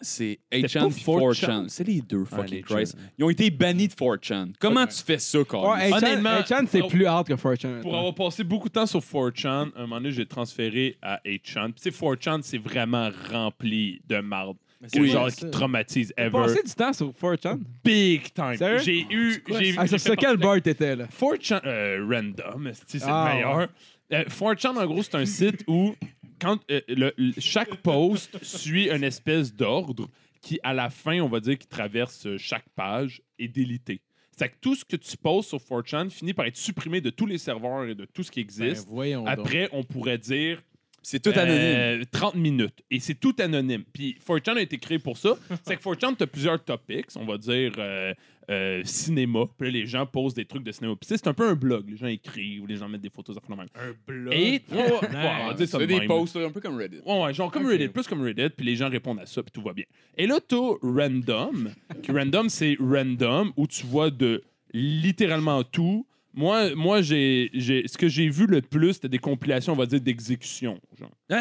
Speaker 7: C'est
Speaker 6: C'était
Speaker 7: 8chan
Speaker 6: pas
Speaker 7: puis 4chan.
Speaker 6: 4chan.
Speaker 7: C'est les deux,
Speaker 6: Ah,
Speaker 7: fucking
Speaker 6: les
Speaker 7: Christ. Ils ont été bannis de 4chan. Comment tu fais ça, Carl?
Speaker 4: Ouais,
Speaker 6: Honnêtement,
Speaker 4: Honnêtement, chan c'est
Speaker 6: pour-
Speaker 4: plus hard que 4chan.
Speaker 6: Pour avoir passé beaucoup de temps sur 4chan, un moment donné, j'ai transféré à 8chan. Puis, tu sais, 4chan, c'est vraiment rempli de marde.
Speaker 7: c'est
Speaker 6: Que
Speaker 7: vrai,
Speaker 6: genre
Speaker 4: ça.
Speaker 6: qui traumatise
Speaker 4: J'ai
Speaker 6: ever.
Speaker 4: passé du temps sur 4chan.
Speaker 6: Big time.
Speaker 4: Sérieux?
Speaker 6: J'ai eu. j'ai
Speaker 4: Ah,
Speaker 6: j'ai
Speaker 4: sur
Speaker 6: fait
Speaker 4: sur quel bar t'étais, là?
Speaker 6: 4chan, euh, random, esti, c'est
Speaker 4: Ah,
Speaker 6: le meilleur. Euh, 4chan, en gros, c'est un site où quand, euh, le- le- chaque post suit une espèce d'ordre qui, à la fin, on va dire, qui traverse euh, chaque page, est délité. C'est-à-dire que tout ce que tu poses sur 4chan finit par être supprimé de tous les serveurs et de tout ce qui
Speaker 8: Ben,
Speaker 6: existe.
Speaker 8: voyons donc.
Speaker 6: Après, on pourrait dire
Speaker 7: C'est tout anonyme.
Speaker 6: euh, 30 minutes. Et c'est tout anonyme. Puis 4chan a été créé pour ça. c'est que 4chan, tu plusieurs topics, on va dire euh, euh, cinéma. Puis là, les gens posent des trucs de cinéma. Puis tu sais, c'est un peu un blog. Les gens écrivent, les gens mettent des photos, ça fait même.
Speaker 8: Un blog.
Speaker 6: Et ouais, ouais, on va dire ça
Speaker 7: C'est
Speaker 6: de
Speaker 7: des
Speaker 6: même.
Speaker 7: posts un peu comme Reddit.
Speaker 6: Ouais, ouais, genre comme
Speaker 8: Ok.
Speaker 6: Reddit, plus comme Reddit, puis les gens répondent à ça, puis tout va bien. Et là, t'as Random, qui Random, c'est Random, où tu vois de littéralement tout. Moi, moi j'ai, j'ai- ce que j'ai vu le plus, c'était des compilations, on va dire, d'exécution. Genre. Tu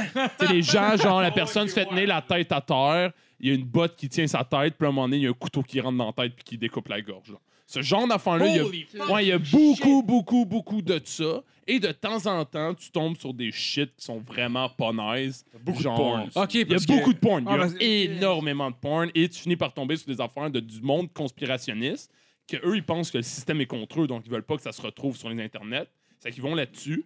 Speaker 6: sais, les gens, genre, la personne se fait tenir la tête à terre, il y a une botte qui tient sa tête, puis à un moment donné, il y a un couteau qui rentre dans la tête, puis qui découpe la gorge. genre. Ce genre d'enfant-là, il y a Ouais, il y a beaucoup, beaucoup, beaucoup de ça. Et de temps en temps, tu tombes sur des shit qui sont vraiment pas nice. Beaucoup de porn.
Speaker 3: Ok,
Speaker 6: Il y a
Speaker 3: parce que-
Speaker 6: beaucoup de porn.
Speaker 4: Ah,
Speaker 6: Il
Speaker 4: parce-
Speaker 6: y a énormément de porn. Et tu finis par tomber sur des affaires de, du monde conspirationniste que eux, ils pensent que le système est contre eux, donc ils veulent pas que ça se retrouve sur les internets. C'est qu'ils vont là-dessus,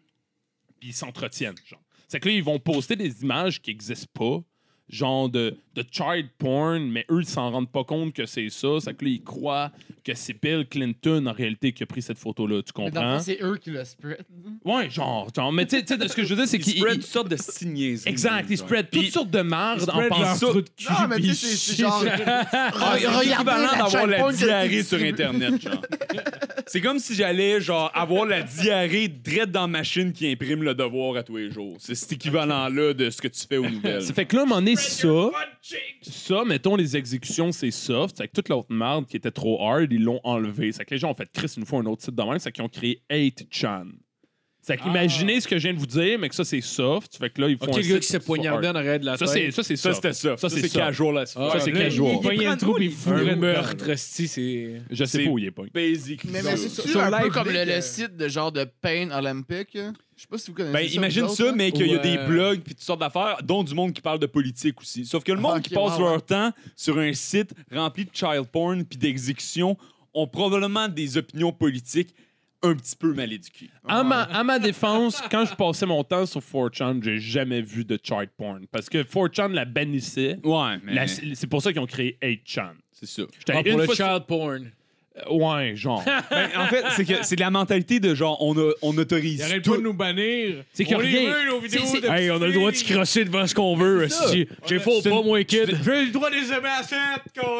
Speaker 6: puis ils s'entretiennent. genre. C'est que là, ils vont poster des images qui n'existent pas, genre de, de child porn, mais eux, ils s'en rendent pas compte que c'est ça. C'est que là, ils croient que c'est Bill Clinton en réalité qui a pris cette photo-là. Tu
Speaker 5: Mais dans le
Speaker 6: comprends?
Speaker 5: fond, c'est eux qui le spread.
Speaker 6: Ouais, genre, genre. Mais tu sais- tu sais, de ce que je veux dire, c'est
Speaker 7: Ils
Speaker 6: qu'ils.
Speaker 7: spread
Speaker 6: ils-
Speaker 7: toutes sortes de signes.
Speaker 6: Exact, ils spread toutes sortes de marde en
Speaker 4: spread leur
Speaker 6: pensant.
Speaker 4: trou de
Speaker 5: Non, mais tu sais, c'est- c'est genre.
Speaker 7: Ah, c'est
Speaker 5: Regardez
Speaker 7: équivalent d'avoir la
Speaker 5: checkpoint que
Speaker 7: diarrhée
Speaker 5: tu
Speaker 7: sur
Speaker 5: distribues.
Speaker 7: Internet, genre. C'est comme si j'allais, genre, avoir la diarrhée direct dans la machine qui imprime le devoir à tous les jours. C'est cet équivalent-là de ce que tu fais aux nouvelles.
Speaker 6: Ça fait que là, à un moment donné, ça, ça, mettons, les exécutions, c'est soft. C'est que toute l'autre merde qui était trop hard, ils l'ont enlevé. C'est que les gens ont fait Chris une fois un autre site de même, c'est qu'ils ont créé 8chan. C'est
Speaker 7: Ah.
Speaker 6: qu'imaginez ce que je viens de vous dire, mais que ça, c'est soft. Fait que là, ils font
Speaker 3: Ok,
Speaker 6: un
Speaker 3: le gars
Speaker 6: site
Speaker 3: qui s'est
Speaker 6: soft.
Speaker 3: poignardé en arrêt de la
Speaker 6: Ça,
Speaker 3: tête.
Speaker 6: c'est ça, c'est
Speaker 7: Ça,
Speaker 6: soft.
Speaker 7: c'était ça.
Speaker 6: Ça,
Speaker 7: Ça,
Speaker 6: c'est
Speaker 7: c'est
Speaker 6: soft.
Speaker 7: casual à ce
Speaker 3: Ah,
Speaker 6: Ça, c'est
Speaker 3: là,
Speaker 6: casual.
Speaker 3: Il pogne un trou et il fourrait
Speaker 6: Un
Speaker 3: une
Speaker 6: meurtre.
Speaker 3: meurtre, hostie, c'est...
Speaker 6: Je sais
Speaker 7: C'est-
Speaker 6: pas où il est pas.
Speaker 5: Mais, mais
Speaker 7: Basic.
Speaker 5: c'est
Speaker 4: sur
Speaker 5: un peu
Speaker 4: Live
Speaker 5: comme le,
Speaker 4: League,
Speaker 5: le
Speaker 4: euh,
Speaker 5: site de genre de Pain Olympic. hein. Je sais pas si vous connaissez
Speaker 7: Ben,
Speaker 5: ça,
Speaker 7: imagine
Speaker 5: vous
Speaker 7: ça,
Speaker 5: autres, hein?
Speaker 7: mais qu'il y a des
Speaker 3: Ouais.
Speaker 7: blogs puis toutes sortes d'affaires, dont du monde qui parle de politique aussi. Sauf que le
Speaker 5: Ah,
Speaker 7: monde
Speaker 5: ok,
Speaker 7: qui passe
Speaker 5: ouais,
Speaker 7: leur
Speaker 5: ouais.
Speaker 7: temps sur un site rempli de child porn puis d'exécution ont probablement des opinions politiques un petit peu mal éduquées.
Speaker 6: À ma, à ma défense, quand je passais mon temps sur 4chan, j'ai jamais vu de child porn. Parce que 4chan la bannissait.
Speaker 7: Ouais, mais
Speaker 6: La- C'est pour ça qu'ils ont créé 8chan.
Speaker 7: c'est ça.
Speaker 6: J'étais
Speaker 3: Ah,
Speaker 6: une
Speaker 3: pour le
Speaker 6: fois sur-
Speaker 3: child porn.
Speaker 6: Ouais, genre.
Speaker 7: Ben, en fait, c'est que c'est de la mentalité de genre, on, a- on
Speaker 8: Il
Speaker 7: autorise
Speaker 8: arrête
Speaker 7: tout.
Speaker 8: pas de nous bannir.
Speaker 6: C'est qu'il y
Speaker 8: On
Speaker 6: a
Speaker 8: les
Speaker 6: rien.
Speaker 8: veut, nos vidéos
Speaker 6: C'est- c'est-
Speaker 8: de
Speaker 3: Hey, on a le
Speaker 8: petits
Speaker 3: droit de se
Speaker 8: filles.
Speaker 3: crosser devant ce qu'on veut.
Speaker 6: ça.
Speaker 3: esti. J'ai faux
Speaker 7: c'est
Speaker 3: pas,
Speaker 7: une-
Speaker 3: moi, kid.
Speaker 8: J'ai le droit de les aimer à 7,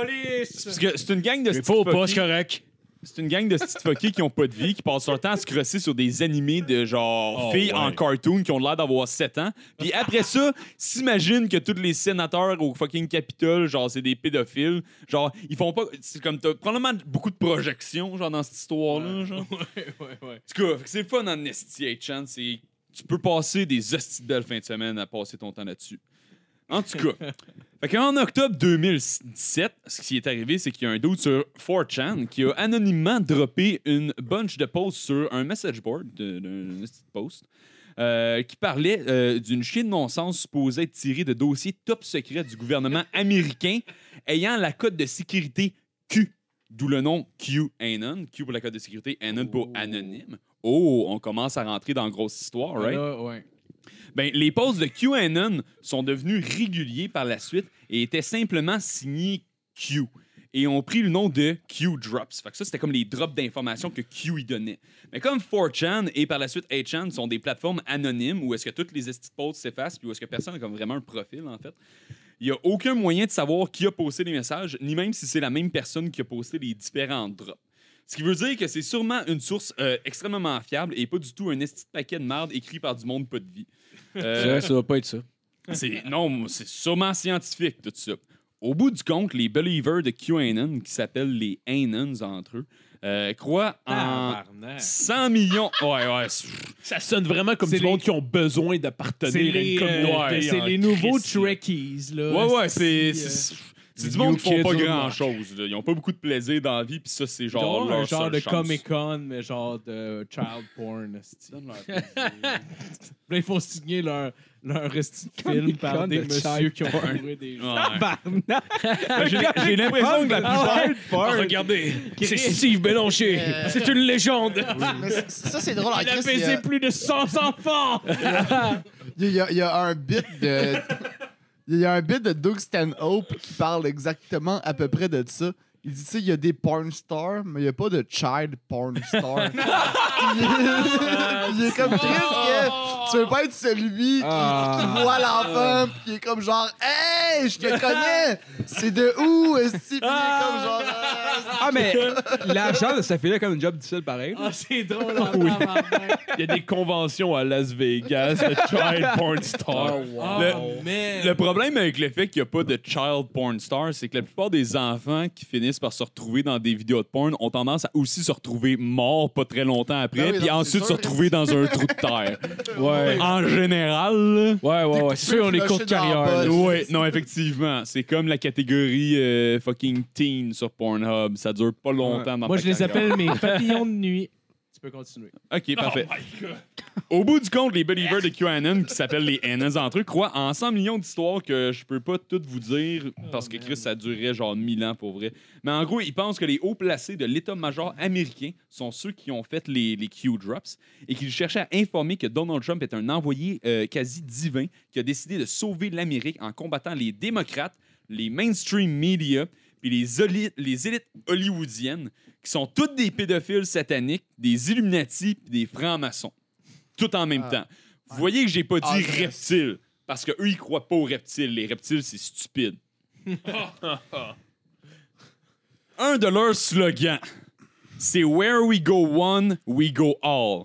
Speaker 8: calice.
Speaker 7: Parce que c'est une gang de
Speaker 3: J'ai faux pas,
Speaker 7: fuckés-
Speaker 3: c'est correct.
Speaker 7: C'est une gang de petites fuckés qui ont pas de vie, qui passent leur temps à se crosser sur des animés de genre
Speaker 6: Oh,
Speaker 7: filles
Speaker 6: ouais.
Speaker 7: en cartoon qui ont l'air d'avoir 7 ans. Puis après ça, s'imaginent que tous les sénateurs au fucking Capitole, genre, c'est des pédophiles. Genre, ils font pas. C'est comme t'as probablement beaucoup de projections, genre, dans cette histoire-là. Genre. En tout cas, fait que c'est le fun en esti, hey, Chan. C'est... Tu peux passer des hosties de belles fins de semaine à passer ton temps là-dessus. En tout cas, fait que en octobre 2017, ce qui est arrivé, c'est qu'il y a un doute sur 4chan qui a anonymement droppé une bunch de posts sur un message board, de- d'un esti de post, euh, qui parlait euh, d'une chienne de non-sens supposée être tirée de dossiers top secret du gouvernement américain ayant la cote de sécurité Q, d'où le nom QAnon, Q pour la cote de sécurité, Anon pour anonyme. Oh, on commence à rentrer dans la grosse histoire, right?
Speaker 8: Là, ouais.
Speaker 7: Ben, les posts de QAnon sont devenus réguliers par la suite et étaient simplement signés Q. Et ont pris le nom de Q-Drops. Fait que ça, c'était comme les drops d'informations que Q y donnait. Mais comme 4chan et par la suite 8chan sont des plateformes anonymes où est-ce que toutes les esti de posts s'effacent puis où est-ce que personne n'a comme vraiment un profil, en fait, il n'y a aucun moyen de savoir qui a posté les messages, ni même si c'est la même personne qui a posté les différents drops. Ce qui veut dire que c'est sûrement une source euh, extrêmement fiable et pas du tout un esti de paquet de merde écrit par du monde pas de vie. Euh,
Speaker 3: C'est vrai, ça va pas être ça.
Speaker 7: c'est- non, c'est sûrement scientifique, tout ça. Au bout du compte, les believers de QAnon, qui s'appellent les Anons entre eux, euh, croient en
Speaker 8: Tabarnak.
Speaker 7: 100 millions. Ouais, ouais. c'est-
Speaker 6: Ça sonne vraiment comme
Speaker 8: C'est
Speaker 6: du monde
Speaker 8: les-
Speaker 6: qui ont besoin
Speaker 8: C'est
Speaker 6: d'appartenir à une
Speaker 8: les, euh,
Speaker 6: communauté.
Speaker 8: c'est
Speaker 6: en
Speaker 8: les nouveaux
Speaker 6: Christ, là.
Speaker 8: Trekkies, là.
Speaker 7: Ouais, ouais, c'est.
Speaker 8: euh,
Speaker 7: c'est- C'est du
Speaker 3: New
Speaker 7: monde qui font
Speaker 3: Kids
Speaker 7: pas
Speaker 3: on the
Speaker 7: grand chose. Ils ont pas beaucoup de plaisir dans la vie, puis ça, c'est
Speaker 8: Il doit y
Speaker 7: genre
Speaker 8: avoir
Speaker 7: leur
Speaker 8: un genre
Speaker 7: seule
Speaker 8: de
Speaker 7: chance.
Speaker 8: Comic Con, mais genre de child porn. esti. Là, ils font signer leur, leur esti de film par
Speaker 4: Comic-Con
Speaker 8: des
Speaker 4: de
Speaker 8: messieurs
Speaker 4: child
Speaker 8: qui ont fourré des gens.
Speaker 7: Ouais.
Speaker 4: Barnac!
Speaker 7: J'ai j'ai l'impression que
Speaker 3: Ah,
Speaker 7: la plupart.
Speaker 3: regardez, c'est Steve Bélanger.
Speaker 5: Euh.
Speaker 3: C'est une légende.
Speaker 5: Mais c- ça, c'est drôle. en
Speaker 8: Il a
Speaker 5: Christ, il y a-
Speaker 8: baisé plus de 100 enfants!
Speaker 5: Il y, a, il y a un bit de. Il y a un bit de Doug Stanhope qui parle exactement à peu près de ça. Il dit, tu sais, il y a des porn stars, mais il n'y a pas de child porn star. il, est, il est comme triste
Speaker 7: Oh!
Speaker 5: que tu veux pas être celui qui,
Speaker 7: Ah.
Speaker 5: qui voit l'enfant, puis qui est comme genre, hey, je te connais! C'est de où? Est-ce comme genre. euh,
Speaker 4: Ah, mais l'argent de sa fille-là comme une job difficile pareil.
Speaker 8: Ah, c'est drôle, en tabarnak.
Speaker 6: Il y a des conventions à Las Vegas, de child porn star.
Speaker 8: Oh, man.
Speaker 7: Le problème avec le fait qu'il n'y a pas de child porn star, c'est que la plupart des enfants qui finissent par se retrouver dans des vidéos de porn ont tendance à aussi se retrouver morts pas très longtemps
Speaker 5: Ben
Speaker 7: après,
Speaker 5: oui, donc
Speaker 7: puis
Speaker 5: c'est
Speaker 7: ensuite se
Speaker 5: sûr.
Speaker 7: retrouver dans un trou de terre.
Speaker 3: Ouais.
Speaker 7: En général,
Speaker 3: Ouais, ouais, ouais. C'est sûr, on est
Speaker 5: flusher
Speaker 3: courte
Speaker 5: dans la
Speaker 3: carrière.
Speaker 5: bosse.
Speaker 3: là.
Speaker 7: oui, non, effectivement, c'est comme la catégorie euh, fucking teen sur Pornhub. Ça dure pas longtemps dans
Speaker 8: Moi,
Speaker 7: ta
Speaker 8: je les
Speaker 7: carrière.
Speaker 8: appelle mes papillons de nuit. Tu peux continuer.
Speaker 7: Ok, parfait. Au bout du compte, les believers de QAnon, qui s'appellent les Anons entre eux, croient en 100 millions d'histoires que je peux pas toutes vous dire parce que Chris, ça durait genre 1000 ans pour vrai. Mais en gros, ils pensent que les hauts placés de l'état-major américain sont ceux qui ont fait les, les Q-Drops et qu'ils cherchaient à informer que Donald Trump est un envoyé euh, quasi divin qui a décidé de sauver l'Amérique en combattant les démocrates, les mainstream media puis les, oli- les élites hollywoodiennes qui sont toutes des pédophiles sataniques, des Illuminati puis des francs-maçons. Tout en même
Speaker 5: Ah.
Speaker 7: temps. Vous voyez que j'ai pas
Speaker 5: Ah,
Speaker 7: dit
Speaker 5: je-
Speaker 7: reptiles parce que eux ils croient pas aux reptiles. Les reptiles c'est stupide. Un de leurs slogans, c'est Where we go one, we go all.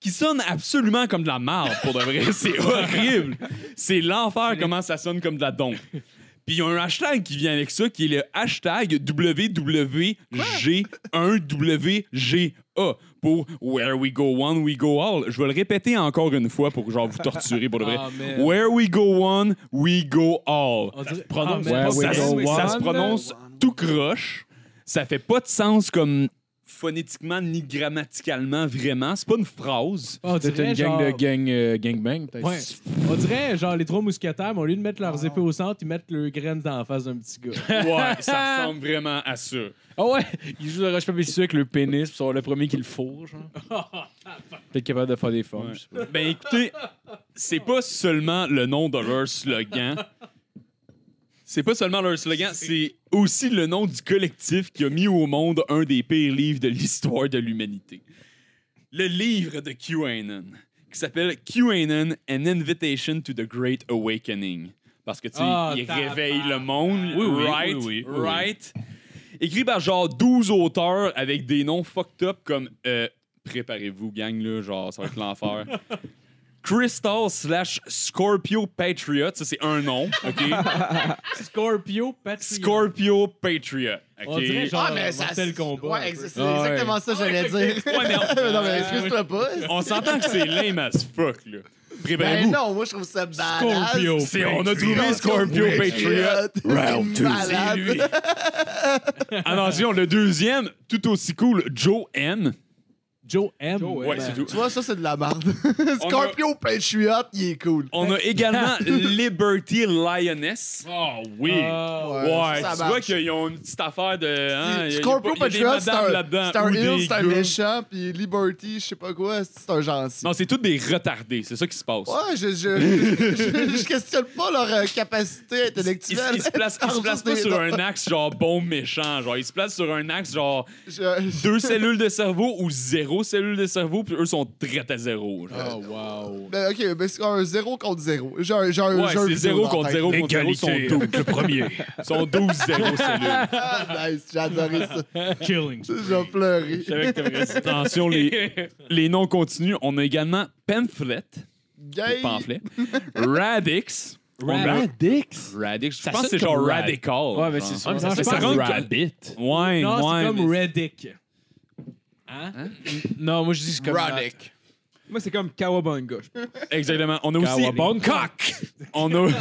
Speaker 7: Qui sonne absolument comme de la marde, pour de vrai. C'est horrible. C'est l'enfer comment ça sonne comme de la dompe. Puis il y a un hashtag qui vient avec ça, qui est le hashtag WWG1WGA pour Where We Go One, We Go All. Je vais le répéter encore une fois pour genre vous torturer pour de vrai.
Speaker 8: Ah, man.
Speaker 7: Where We Go One, We Go All.
Speaker 8: On dirait-
Speaker 6: prononce-
Speaker 8: Ah, man.
Speaker 3: Ouais,
Speaker 7: Ça,
Speaker 3: We
Speaker 7: se-
Speaker 3: Go
Speaker 7: ça
Speaker 3: One.
Speaker 7: se prononce tout croche. Ça fait pas de sens comme phonétiquement ni grammaticalement vraiment. C'est pas une phrase.
Speaker 8: On
Speaker 3: C'est
Speaker 8: dirait
Speaker 3: une gang
Speaker 8: genre-
Speaker 3: de gang, euh, gangbang, peut-être.
Speaker 8: Ouais. On dirait, genre, les trois mousquetaires, mais au lieu de mettre
Speaker 4: Ah.
Speaker 8: leurs épées au centre, ils mettent leurs graines dans la face d'un petit gars.
Speaker 7: Ouais, ça ressemble vraiment à ça.
Speaker 3: Ah ouais, il joue le roche papier ciseaux avec le pénis, puis c'est le premier qui le fourre, genre. Peut-être capable de faire des formes,
Speaker 7: Ouais.
Speaker 3: je sais pas.
Speaker 7: Ben écoutez, c'est pas seulement le nom de leur slogan. C'est pas seulement leur slogan, c'est aussi le nom du collectif qui a mis au monde un des pires livres de l'histoire de l'humanité. Le livre de QAnon, qui s'appelle QAnon, An Invitation to the Great Awakening. Parce que, tu sais,
Speaker 8: Ah,
Speaker 7: il
Speaker 8: tabarnak.
Speaker 7: réveille le monde.
Speaker 6: Oui, oui,
Speaker 7: right,
Speaker 6: oui, oui, oui.
Speaker 7: right. Écrit par genre 12 auteurs avec des noms fucked up comme euh, Préparez-vous, gang, là, genre, ça va être l'enfer. Crystal slash Scorpio Patriot, ça c'est un nom, ok?
Speaker 8: Scorpio Patriot.
Speaker 7: Scorpio Patriot. ok?
Speaker 8: On dirait genre Mortal Kombat.
Speaker 5: Ouais, ex- Ah, c'est exactement ça que j'allais dire.
Speaker 7: Ouais, mais on-
Speaker 5: non, mais excuse-toi pas.
Speaker 7: On s'entend que c'est lame as fuck, là.
Speaker 5: Ben
Speaker 7: Préparez-vous.
Speaker 5: non, moi je trouve ça badass.
Speaker 8: Scorpio.
Speaker 7: C'est- on a trouvé Scorpio Patriot.
Speaker 5: Round
Speaker 7: C'est lui. Attention, le deuxième, tout aussi cool, Joe M.
Speaker 8: Joe M.
Speaker 4: Joe M.
Speaker 7: Ouais, c'est tout.
Speaker 5: Tu vois, ça, c'est de la merde. Scorpio Patriot, il est cool.
Speaker 7: On a également Liberty Lioness.
Speaker 6: Ah oui!
Speaker 8: Ah,
Speaker 7: Ouais,
Speaker 5: ça
Speaker 7: tu
Speaker 5: marche.
Speaker 7: vois qu'ils ont une petite affaire de. hein, y a- y a
Speaker 5: Scorpio
Speaker 7: pas- y a des
Speaker 5: Patriot, c'est
Speaker 7: madames
Speaker 5: un,
Speaker 7: là-dedans
Speaker 5: c'est un
Speaker 7: ou
Speaker 5: heel,
Speaker 7: des
Speaker 5: c'est un
Speaker 7: gars.
Speaker 5: méchant, puis Liberty, je sais pas quoi, c'est un gentil.
Speaker 7: Non, c'est tous des retardés, c'est ça qui se passe.
Speaker 5: Ouais, je, je, je, je questionne pas leur euh, capacité
Speaker 7: Ils,
Speaker 5: intellectuelle.
Speaker 7: ils se placent, ils se placent pas sur un axe genre bon méchant, genre ils se placent sur un axe genre
Speaker 5: Je- je-
Speaker 7: deux cellules de cerveau ou zéro cellule de cerveau, puis eux sont très à zéro. genre.
Speaker 8: Oh, wow.
Speaker 5: Ben, ok, mais c'est un 0 contre 0. J'ai un, j'ai un
Speaker 7: Ouais,
Speaker 5: j'ai un
Speaker 7: c'est
Speaker 5: vidéo dans
Speaker 7: 0
Speaker 5: la
Speaker 7: contre
Speaker 5: tête.
Speaker 7: 0 contre 0, sont 12. Le premier. sont 12 0 cellules.
Speaker 5: Ah, nice, j'ai adoré ça.
Speaker 8: Killing.
Speaker 5: Je vais pleurer.
Speaker 7: Attention, les, les noms continuent. On a également Pamphlet,
Speaker 5: Gay.
Speaker 7: pamphlet. Radix.
Speaker 6: Radix?
Speaker 7: Radix, je
Speaker 6: Ça
Speaker 7: pense que
Speaker 6: sonne
Speaker 7: c'est genre
Speaker 6: comme
Speaker 7: radical.
Speaker 3: Ouais, mais
Speaker 7: genre.
Speaker 3: c'est ça.
Speaker 6: Ah, mais ça,
Speaker 8: Non,
Speaker 6: fait
Speaker 8: je
Speaker 6: ça
Speaker 8: pense
Speaker 6: comme
Speaker 8: que-
Speaker 6: Rabbit.
Speaker 7: Ouais,
Speaker 8: Non, Ah, c'est
Speaker 7: ouais,
Speaker 8: comme
Speaker 7: mais-
Speaker 8: Reddick. Hein?
Speaker 3: Non, moi je dis c'est comme.
Speaker 5: Roddick.
Speaker 4: Moi, c'est comme Kawabanga.
Speaker 7: Exactement. On a aussi
Speaker 3: Kawabong cock!
Speaker 7: On a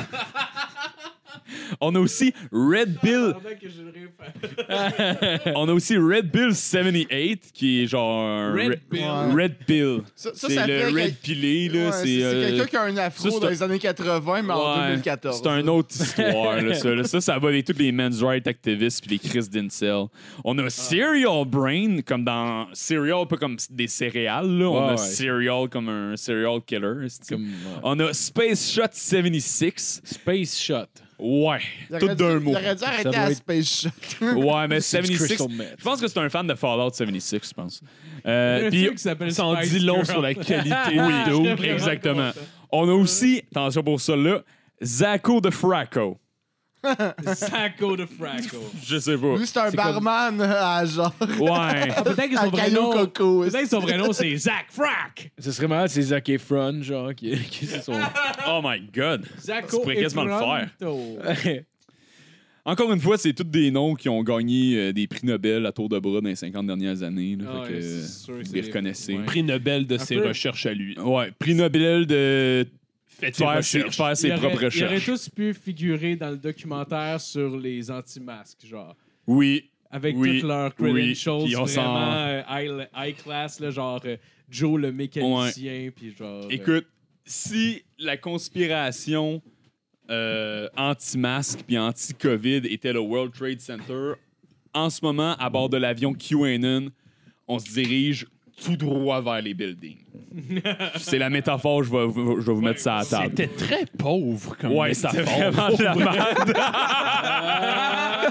Speaker 7: On a aussi Red Bill,
Speaker 8: que je le réfère.
Speaker 7: on a aussi Red Bill 78 qui est genre un
Speaker 8: Red
Speaker 7: Red
Speaker 8: Bill.
Speaker 7: Red Bill.
Speaker 5: Ça, ça,
Speaker 7: C'est
Speaker 5: ça
Speaker 7: le
Speaker 5: fait
Speaker 7: Red
Speaker 5: que-
Speaker 7: Pilé là,
Speaker 5: Ouais,
Speaker 7: c'est
Speaker 5: c'est
Speaker 7: euh,
Speaker 5: quelqu'un qui a un afro
Speaker 7: ça, c'est
Speaker 5: dans
Speaker 7: un-
Speaker 5: les années 80, mais en
Speaker 7: ouais,
Speaker 5: 2014.
Speaker 7: C'est une autre histoire, là, ça, là. Ça, ça va avec tous les men's rights activistes puis les Chris Dinsel. On a Cereal Brain, comme dans Cereal, pas comme des céréales, là. On
Speaker 3: Ouais,
Speaker 7: a
Speaker 3: ouais.
Speaker 7: Cereal comme un Cereal Killer. c'est-tu.
Speaker 3: Comme, ouais.
Speaker 7: On a Space Shot 76.
Speaker 3: Space Shot.
Speaker 7: Ouais,
Speaker 5: Il aurait
Speaker 7: tout
Speaker 5: dû-
Speaker 7: d'un
Speaker 5: Il
Speaker 7: mot.
Speaker 5: aurait dû arrêter
Speaker 3: doit
Speaker 5: à
Speaker 3: être-
Speaker 5: Space Shot.
Speaker 7: Ouais, mais
Speaker 3: C'est du
Speaker 7: 76.
Speaker 3: crystal meth.
Speaker 7: Je pense que c'est un fan de Fallout 76, je pense. Euh,
Speaker 8: Puis
Speaker 7: Puis
Speaker 8: qui s'appelle
Speaker 6: Ça en
Speaker 8: Spice
Speaker 6: dit long
Speaker 8: Girl.
Speaker 6: sur la qualité.
Speaker 7: oui,
Speaker 8: j'étais vraiment
Speaker 7: exactement.
Speaker 8: content.
Speaker 7: On a aussi, attention pour ça là, Zacho de Fracco.
Speaker 8: Sacco de Fracco.
Speaker 7: Je sais pas.
Speaker 5: Lui, c'est un barman euh, à genre.
Speaker 7: Ouais.
Speaker 8: Ah, peut-être que
Speaker 5: À
Speaker 8: son vrai
Speaker 5: Caillou
Speaker 8: nom.
Speaker 5: Coco.
Speaker 8: Peut-être que son vrai nom, c'est Zach Frack.
Speaker 3: Ce serait malade, c'est Zac Efron, genre, qui, qui c'est son.
Speaker 7: Oh my god.
Speaker 8: Zach
Speaker 7: Tu pourrais quasiment le
Speaker 8: faire.
Speaker 7: Encore une fois, c'est tous des noms qui ont gagné euh, des prix Nobel à tour de bras dans les 50 dernières années. là. Fait que, vous les reconnaissez.
Speaker 8: Ouais.
Speaker 6: Prix Nobel de ses
Speaker 8: peu.
Speaker 6: recherches à lui.
Speaker 7: Ouais, prix Nobel de
Speaker 6: Faites ses
Speaker 7: faire ses,
Speaker 6: recherches.
Speaker 7: faire ses
Speaker 8: Ils auraient-
Speaker 7: propres
Speaker 8: Ils auraient
Speaker 7: recherches.
Speaker 8: tous pu figurer dans le documentaire sur les anti-masques, genre.
Speaker 7: Oui.
Speaker 8: Avec
Speaker 7: Oui,
Speaker 8: toutes leurs
Speaker 7: oui,
Speaker 8: credentials
Speaker 7: puis on s'en-
Speaker 8: vraiment euh, high, high class, là, genre euh, Joe le mécanicien, puis genre... euh,
Speaker 7: Écoute, si la conspiration euh, anti-masque puis anti-COVID était le World Trade Center, en ce moment, à bord de l'avion QAnon, on se dirige tout droit vers les buildings. C'est la métaphore, je vais, je vais vous mettre ça à table.
Speaker 6: C'était très pauvre comme
Speaker 7: Ouais,
Speaker 6: métaphore.
Speaker 7: c'était vraiment de la merde.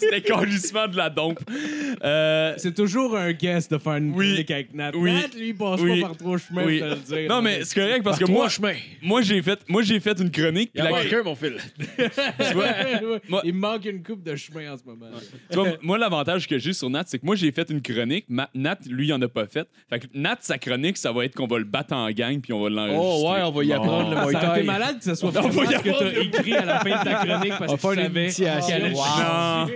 Speaker 7: C'était carrément de la dompe. Euh,
Speaker 8: C'est toujours un guess de faire une
Speaker 7: Oui.
Speaker 8: clinique avec Nat.
Speaker 7: Oui.
Speaker 8: Nat, lui, il passe
Speaker 7: Oui.
Speaker 8: pas par trois chemins
Speaker 7: oui.
Speaker 8: pour te le dire.
Speaker 7: Non, mais c'est correct parce que
Speaker 3: Trois
Speaker 7: moi,
Speaker 3: chemins.
Speaker 7: moi j'ai fait, moi, j'ai fait une chronique. puis
Speaker 3: Il y a
Speaker 7: la-
Speaker 3: quelqu'un, mon fil.
Speaker 7: tu vois, Moi-
Speaker 8: Il me manque une coupe de chemin en ce moment.
Speaker 7: Tu vois, moi, l'avantage que j'ai sur Nat, c'est que moi, j'ai fait une chronique. Ma- Nat, lui, il en a pas fait. Fait que Nat, sa chronique, ça va être qu'on va le battre en gang puis on va l'enregistrer.
Speaker 3: Oh ouais, on va y apprendre le Muay
Speaker 8: Ça aurait été
Speaker 3: Thai.
Speaker 8: malade que ce soit
Speaker 7: Non,
Speaker 8: vraiment
Speaker 7: faut y
Speaker 8: ce que t'as écrit à la fin de ta chronique
Speaker 3: On va
Speaker 8: parce que
Speaker 3: faire
Speaker 8: tu
Speaker 3: une
Speaker 8: savais qu'il
Speaker 3: initiation.
Speaker 8: allait
Speaker 5: Wow.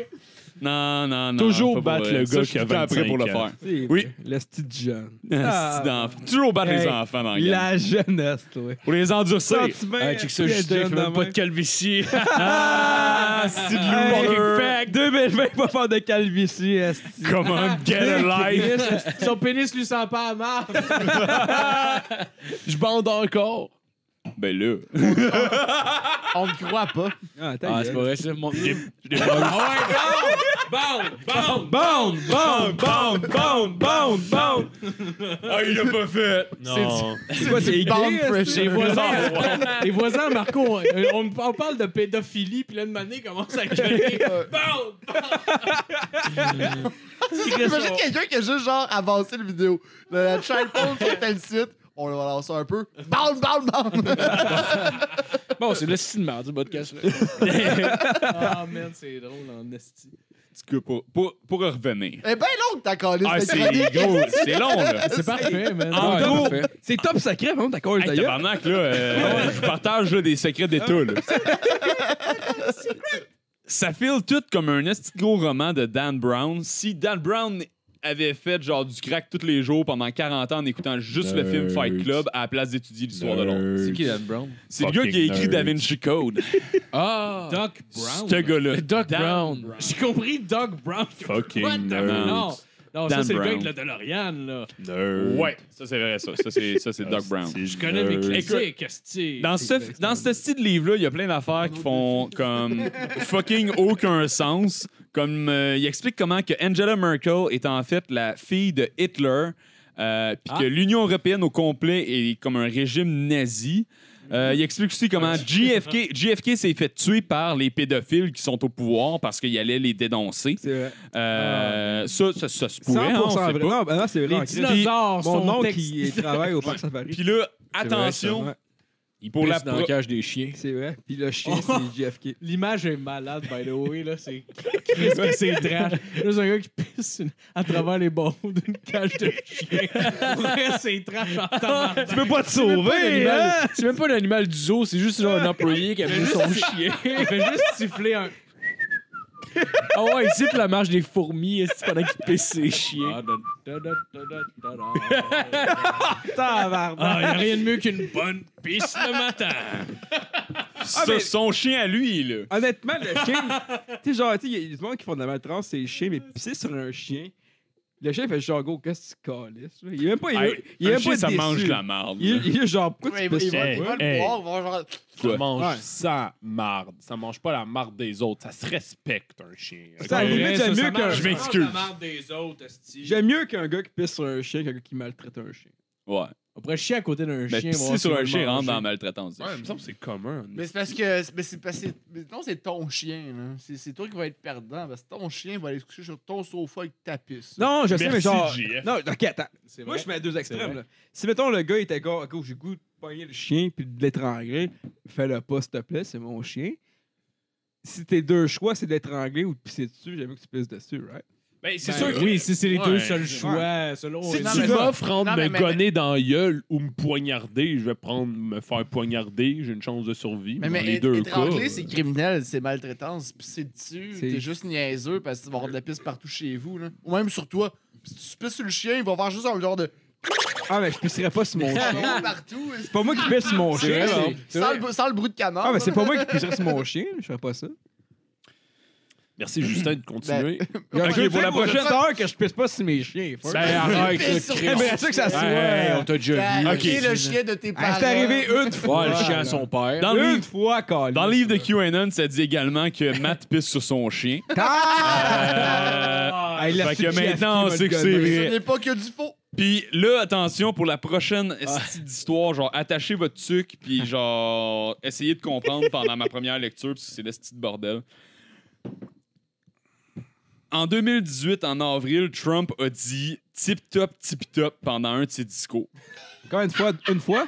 Speaker 7: Non, non, non, non.
Speaker 6: Toujours
Speaker 7: pas pour
Speaker 6: battre
Speaker 7: vrai.
Speaker 6: le
Speaker 7: Ça,
Speaker 6: gars
Speaker 7: je suis
Speaker 6: qui a
Speaker 7: tout le temps prêt pour le
Speaker 6: 25 ans.
Speaker 7: faire. Oui.
Speaker 4: Le style jeune.
Speaker 7: Ah, c'est d'enfant. Toujours battre les
Speaker 4: Hey,
Speaker 7: enfants dans la gang.
Speaker 4: La jeunesse, toi.
Speaker 7: Pour les endurcir.
Speaker 3: Ah, check ça, Justin, il fait même pas de calvitie.
Speaker 7: Ah, c'est de l'humour.
Speaker 4: 2020, pas faire de calvitie, esti.
Speaker 7: Comment get a life.
Speaker 8: Son pénis lui sent pas à marre.
Speaker 6: Je bande encore.
Speaker 7: Ben là.
Speaker 5: On ne croit pas.
Speaker 4: Ah, ta
Speaker 3: Ah, c'est
Speaker 4: gueule.
Speaker 3: pas vrai, ça. Mon... Oh
Speaker 4: Bound, bound, bound, bound, bound, bound.
Speaker 7: Ah, il l'a pas fait!
Speaker 6: Non.
Speaker 4: C'est quoi, c'est
Speaker 5: Bound
Speaker 4: gay, est-ce que-
Speaker 5: pressure.
Speaker 8: Les voisins, les voisins, Marco, on, on- on parle de pédophilie, puis là, une manée commence à gueuler. Bam!
Speaker 5: Imagine quelqu'un qui a juste genre avancé le vidéo. Le- La child porn sur tel site. On va lancer un peu. Bam, bam, bam!
Speaker 3: Bon, c'est le cinéma du podcast. là.
Speaker 8: Ah, man, c'est drôle en esti.
Speaker 7: En tout cas, pour, pour, pour revenir.
Speaker 5: Eh ben long, ta calice
Speaker 7: Ah,
Speaker 5: de
Speaker 7: c'est
Speaker 5: chronique.
Speaker 7: gros, c'est Ah, long, là.
Speaker 8: C'est parfait, man.
Speaker 7: En
Speaker 3: Ouais,
Speaker 7: gros,
Speaker 3: parfait.
Speaker 4: C'est top sacré, vraiment, ta cause
Speaker 7: Hey,
Speaker 4: d'ailleurs.
Speaker 7: tabarnak, là, euh, je partage là, des secrets d'État, là. Ça file tout comme un esti de gros roman de Dan Brown. Si Dan Brown avait fait genre du crack tous les jours pendant 40 ans en écoutant juste le film Fight Club à la place d'étudier l'histoire de Londres.
Speaker 3: C'est qui, Dan Brown?
Speaker 7: C'est le gars qui a écrit Da Vinci Code.
Speaker 3: Ah!
Speaker 8: Doc hein.
Speaker 7: Ce gars-là.
Speaker 3: Doc
Speaker 7: Dan-
Speaker 3: Brown.
Speaker 8: J'ai compris Doc Brown. What the-
Speaker 7: Fucking
Speaker 8: Non,
Speaker 7: nerd.
Speaker 8: non
Speaker 7: Dan
Speaker 8: ça, c'est le gars
Speaker 7: Brown.
Speaker 8: avec le DeLorean, là.
Speaker 7: Ouais, ça c'est vrai, ça. Ça c'est ça, c'est Doc Brown.
Speaker 8: Je connais mes classiques, esti.
Speaker 7: Dans ce, dans ce style de livre-là, il y a plein d'affaires qui font comme fucking aucun sens. Comme euh, il explique comment que Angela Merkel est en fait la fille de Hitler, euh, puis que l'Union européenne au complet est comme un régime nazi. Euh, il explique aussi comment JFK, JFK s'est fait tuer par les pédophiles qui sont au pouvoir parce qu'il allait les dénoncer.
Speaker 4: C'est vrai.
Speaker 7: Euh, ça, ça, ça se pourrait, hein, on
Speaker 4: 100%
Speaker 7: sait
Speaker 4: vrai.
Speaker 7: pas.
Speaker 4: Non, ben non, c'est vrai. en Christ.
Speaker 8: Dinosaures
Speaker 4: Mon
Speaker 8: sont
Speaker 4: oncle
Speaker 8: ex-
Speaker 4: qui travaille au parc safari.
Speaker 7: Puis là,
Speaker 3: C'est vrai,
Speaker 7: attention,
Speaker 4: Ouais,
Speaker 3: Il
Speaker 7: Pour
Speaker 3: pour
Speaker 7: la
Speaker 3: la dans
Speaker 7: pro-
Speaker 3: la cage des chiens.
Speaker 4: c'est vrai. Puis le chien, c'est JFK.
Speaker 8: Oh. L'image est malade, by the way, là. C'est Chris que c'est trash. Là, c'est un gars qui pisse une- à travers les bons d'une cage de chien. Ouais, c'est trash en tabarnak.
Speaker 4: peux pas te sauver,
Speaker 3: L'animal- C'est même pas l'animal du zoo, c'est juste genre un employé qui a mis son chien.
Speaker 8: Il fait juste siffler un.
Speaker 3: Ah ouais, il siffle la marche des fourmis esti, pendant qu'il pisse ses chiens.
Speaker 8: Ah, y a rien de mieux qu'une bonne pisse le matin.
Speaker 7: ça, son chien à lui, là.
Speaker 4: Honnêtement, le chien. tu sais, genre, tu sais, il y a des gens qui font de la maltraitance, c'est le chien, mais pisser sur un chien. Le chien fait genre, go, qu'est-ce que tu calisses? là? Il est même pas. Il est,
Speaker 7: Hey,
Speaker 4: il est
Speaker 7: un
Speaker 4: même
Speaker 7: chien,
Speaker 4: pas
Speaker 7: ça
Speaker 4: déçu.
Speaker 7: mange de la marde.
Speaker 4: Il,
Speaker 7: là.
Speaker 4: est- il est genre, pourquoi
Speaker 5: Ouais,
Speaker 4: tu
Speaker 5: il va-
Speaker 4: pisses
Speaker 5: il
Speaker 4: sur
Speaker 5: va
Speaker 6: Hey,
Speaker 5: il va
Speaker 6: hey.
Speaker 5: le voir, il va genre.
Speaker 6: Ça mange
Speaker 4: Ouais.
Speaker 6: sans marde. Ça mange pas la marde des autres. Ça se respecte, un chien. ok?
Speaker 4: Ça, à la limite,
Speaker 8: Ouais, ça,
Speaker 4: j'aime
Speaker 8: ça
Speaker 4: mieux qu'un-
Speaker 8: marche.
Speaker 7: Je m'excuse.
Speaker 8: Ça marche des autres, esti.
Speaker 4: J'aime mieux qu'un gars qui pisse sur un chien qu'un gars qui maltraite un chien.
Speaker 7: Ouais.
Speaker 8: On pourrait chier à côté d'un
Speaker 7: Mais
Speaker 8: chien.
Speaker 7: pisser
Speaker 8: voir si
Speaker 7: sur
Speaker 8: on
Speaker 7: un
Speaker 8: le
Speaker 7: chien rentre
Speaker 8: mange.
Speaker 7: dans la maltraitance.
Speaker 6: Ouais, il me semble que c'est commun.
Speaker 5: Mais c'est parce que. Mais c'est parce que. mais Non, c'est ton chien, là. C'est c'est toi qui vas être perdant. Parce que ton chien va aller se coucher sur ton sofa avec ta pisse.
Speaker 4: Non, je sais, mais
Speaker 6: Merci,
Speaker 4: genre.
Speaker 6: JF.
Speaker 4: Non, ok, attends.
Speaker 8: C'est
Speaker 4: Moi,
Speaker 8: vrai.
Speaker 4: je mets à deux extrêmes.
Speaker 8: vrai.
Speaker 4: Là. Si, mettons, le gars était comme, OK, j'ai goût de pogner le chien puis de l'étrangler, fais-le pas, s'il te plaît, c'est mon chien. Si tes deux choix, c'est de l'étrangler ou de pisser dessus, j'aime mieux que tu pisses dessus, right?
Speaker 6: Ben, c'est
Speaker 8: Ben,
Speaker 6: sûr que
Speaker 8: oui, si c'est les deux
Speaker 6: Ouais.
Speaker 8: seuls choix, selon.
Speaker 5: C'est- non,
Speaker 6: si tu
Speaker 5: mais-
Speaker 6: m'offres
Speaker 5: non,
Speaker 6: entre me
Speaker 5: mais- mais-
Speaker 6: gonner dans la gueule ou me poignarder, je vais prendre me faire poignarder, j'ai une chance de survie.
Speaker 5: Mais,
Speaker 6: dans
Speaker 5: mais
Speaker 6: les
Speaker 5: é-
Speaker 6: deux
Speaker 5: étrangler,
Speaker 6: cas,
Speaker 5: c'est
Speaker 6: euh,
Speaker 5: criminel, c'est maltraitance. Puis c'est dessus,
Speaker 4: C'est-
Speaker 5: t'es juste niaiseux parce que tu vas avoir de la pisse partout chez vous. Là. Ou même sur toi. Si tu pisses sur le chien, il va faire juste un genre de.
Speaker 4: Ah, mais je pisserais pas sur mon chien.
Speaker 5: Bon, partout.
Speaker 4: C'est pas moi qui pisse sur mon
Speaker 5: C'est
Speaker 4: chien.
Speaker 5: vrai,
Speaker 4: c'est-
Speaker 5: Sans le, sans le bruit de canard.
Speaker 4: Ah, mais c'est
Speaker 5: là.
Speaker 4: pas moi qui pisserais sur mon chien, je ferais pas ça.
Speaker 6: Merci, Justin, de continuer.
Speaker 4: Genre, je veux
Speaker 7: pour
Speaker 4: dire
Speaker 7: la
Speaker 4: aux
Speaker 7: prochaine.
Speaker 4: auditeurs que je pisse pas sur mes chiens. first.
Speaker 7: Ben,
Speaker 6: arrête,
Speaker 5: Pisse sur
Speaker 4: Eh,
Speaker 5: ton
Speaker 4: mais c'est ça que ça
Speaker 5: chien.
Speaker 3: Hey,
Speaker 4: soit.
Speaker 3: on t'a déjà vu.
Speaker 5: T'as
Speaker 7: Ok.
Speaker 5: hacké Ben, le chien de tes parents.
Speaker 4: Ah, C'est arrivé une fois.
Speaker 3: Ouais, le chien à son père.
Speaker 7: Dans le
Speaker 4: Une
Speaker 7: livre-
Speaker 4: fois, Ah! Colin.
Speaker 7: dans le livre de QAnon, ça dit également que Matt pisse sur son chien. Euh,
Speaker 4: Ah, il Ah! l'a
Speaker 7: fait
Speaker 4: su
Speaker 7: que
Speaker 4: de JFK,
Speaker 7: maintenant, on
Speaker 4: il va
Speaker 7: sait
Speaker 4: le
Speaker 7: que c'est
Speaker 4: gonner.
Speaker 7: vrai.
Speaker 5: Ce n'est pas que du faux.
Speaker 7: Puis là, attention, pour la prochaine esti d'histoire, genre, attachez votre tuc, puis genre, essayez de comprendre pendant ma première lecture, parce que c'est le style de bordel. En 2018, en avril, Trump a dit tip-top, tip-top pendant un de ses discours.
Speaker 4: Combien de fois? Une fois?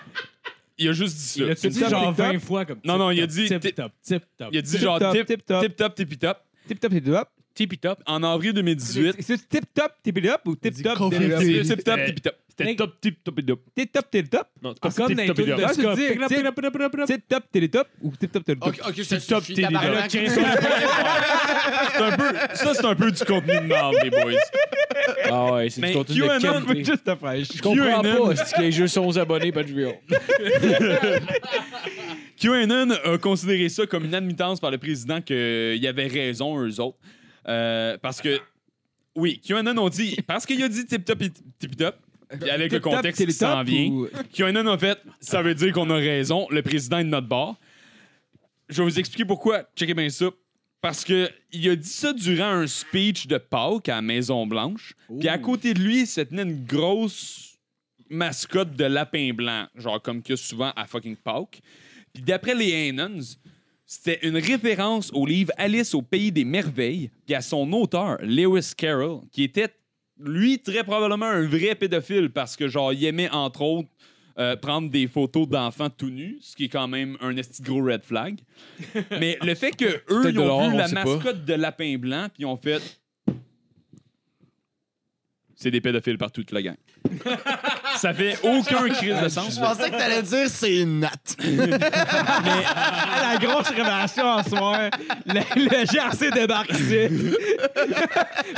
Speaker 7: Il a juste dit ça.
Speaker 8: Il a-tu
Speaker 7: Une
Speaker 8: dit
Speaker 7: fois.
Speaker 8: genre
Speaker 4: Tip-top.
Speaker 8: 20 fois comme
Speaker 7: Non, non, il a dit tip-
Speaker 8: Tip-top, tip-top.
Speaker 7: Il a dit genre
Speaker 4: Tip-top,
Speaker 7: tip-
Speaker 4: tip-top.
Speaker 7: tip-top, tip-top.
Speaker 4: Tip-top, tip-top.
Speaker 3: Tippy-top.
Speaker 7: En avril 2018,
Speaker 4: C'est tip-top, tip-top ou tip-top, tip-top?
Speaker 7: C'est tip-top,
Speaker 6: C'était-
Speaker 7: tip-top.
Speaker 6: C'était top tip top et top.
Speaker 4: Tip-top, tip-top.
Speaker 6: Non, c'est
Speaker 8: Ah,
Speaker 6: pas
Speaker 8: Comme dans
Speaker 6: tip
Speaker 8: les
Speaker 6: top et
Speaker 8: trucs
Speaker 6: top.
Speaker 8: de
Speaker 4: Ah, c'est
Speaker 8: Scott.
Speaker 4: dit,
Speaker 8: Pip,
Speaker 4: tip-
Speaker 8: pip, pip, pip, pip.
Speaker 4: Tip-top, tip-top ou tip-top, tip-top?
Speaker 5: Ok, ok, ça
Speaker 6: Tip-top,
Speaker 5: suffit.
Speaker 6: t'es
Speaker 8: Le
Speaker 5: tabarnak.
Speaker 8: Jason-
Speaker 7: C'est un peu- Ça, c'est un peu du contenu de merde, les boys.
Speaker 3: Ah ouais, c'est
Speaker 7: Mais
Speaker 3: du contenu de
Speaker 7: QAnon
Speaker 4: Je veux
Speaker 3: qualité.
Speaker 4: juste te faire chier.
Speaker 3: Je comprends
Speaker 7: QAnon.
Speaker 3: pas, c'est que les jeux sont aux abonnés, pas de vieux.
Speaker 7: QAnon a considéré ça comme une admittance par le président qu'il y avait raison, eux autres. Euh, parce que, oui, QAnon ont dit, parce qu'il a dit tip-top et tip-top, Puis avec le contexte qui s'en vient, QAnon a fait ça veut dire qu'on a raison, le président est de notre bord. Je vais vous expliquer pourquoi. Checkez bien ça. Parce que il a dit ça durant un speech de Pâques à la Maison-Blanche. Puis à côté de lui, se tenait une grosse mascotte de lapin blanc, genre comme qu'il y a souvent à fucking Pâques. Puis d'après les Hannons, c'était une référence au livre Alice au pays des merveilles, puis à son auteur, Lewis Carroll, qui était, lui, très probablement un vrai pédophile, parce que, genre, il aimait, entre autres, euh, prendre des photos d'enfants tout nus, ce qui est quand même un esti de gros red flag. Mais le fait que eux,
Speaker 6: Peut-être
Speaker 7: ils ont
Speaker 6: dehors,
Speaker 7: vu
Speaker 6: on
Speaker 7: la
Speaker 6: sait pas.
Speaker 7: mascotte de Lapin Blanc, puis ils ont fait... C'est des pédophiles partout, toute la gang. Ça fait aucun crise de sens.
Speaker 5: Je pensais que t'allais dire c'est Nat.
Speaker 4: Ah, la grosse révélation en soir. Le, le GRC débarque ici.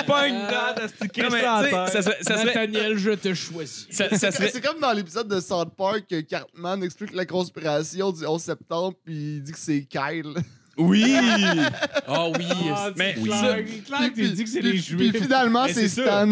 Speaker 4: Pas une date à ce
Speaker 7: Non, mais, tu sais, ça serait- ça serait-
Speaker 8: Nathaniel, je te choisis.
Speaker 7: ça- ça serait-
Speaker 5: C'est comme dans l'épisode de South Park que Cartman explique la conspiration du 11 septembre puis il dit que c'est Kyle.
Speaker 7: Oui!
Speaker 2: Ah oui. est-ce-
Speaker 7: Mais
Speaker 2: oui.
Speaker 8: Ah,
Speaker 7: ça-
Speaker 8: Claire, tu dis que c'est
Speaker 5: Puis-
Speaker 8: les
Speaker 5: Puis
Speaker 8: juifs.
Speaker 5: finalement,
Speaker 7: Mais
Speaker 5: c'est
Speaker 7: c'est
Speaker 5: Stan.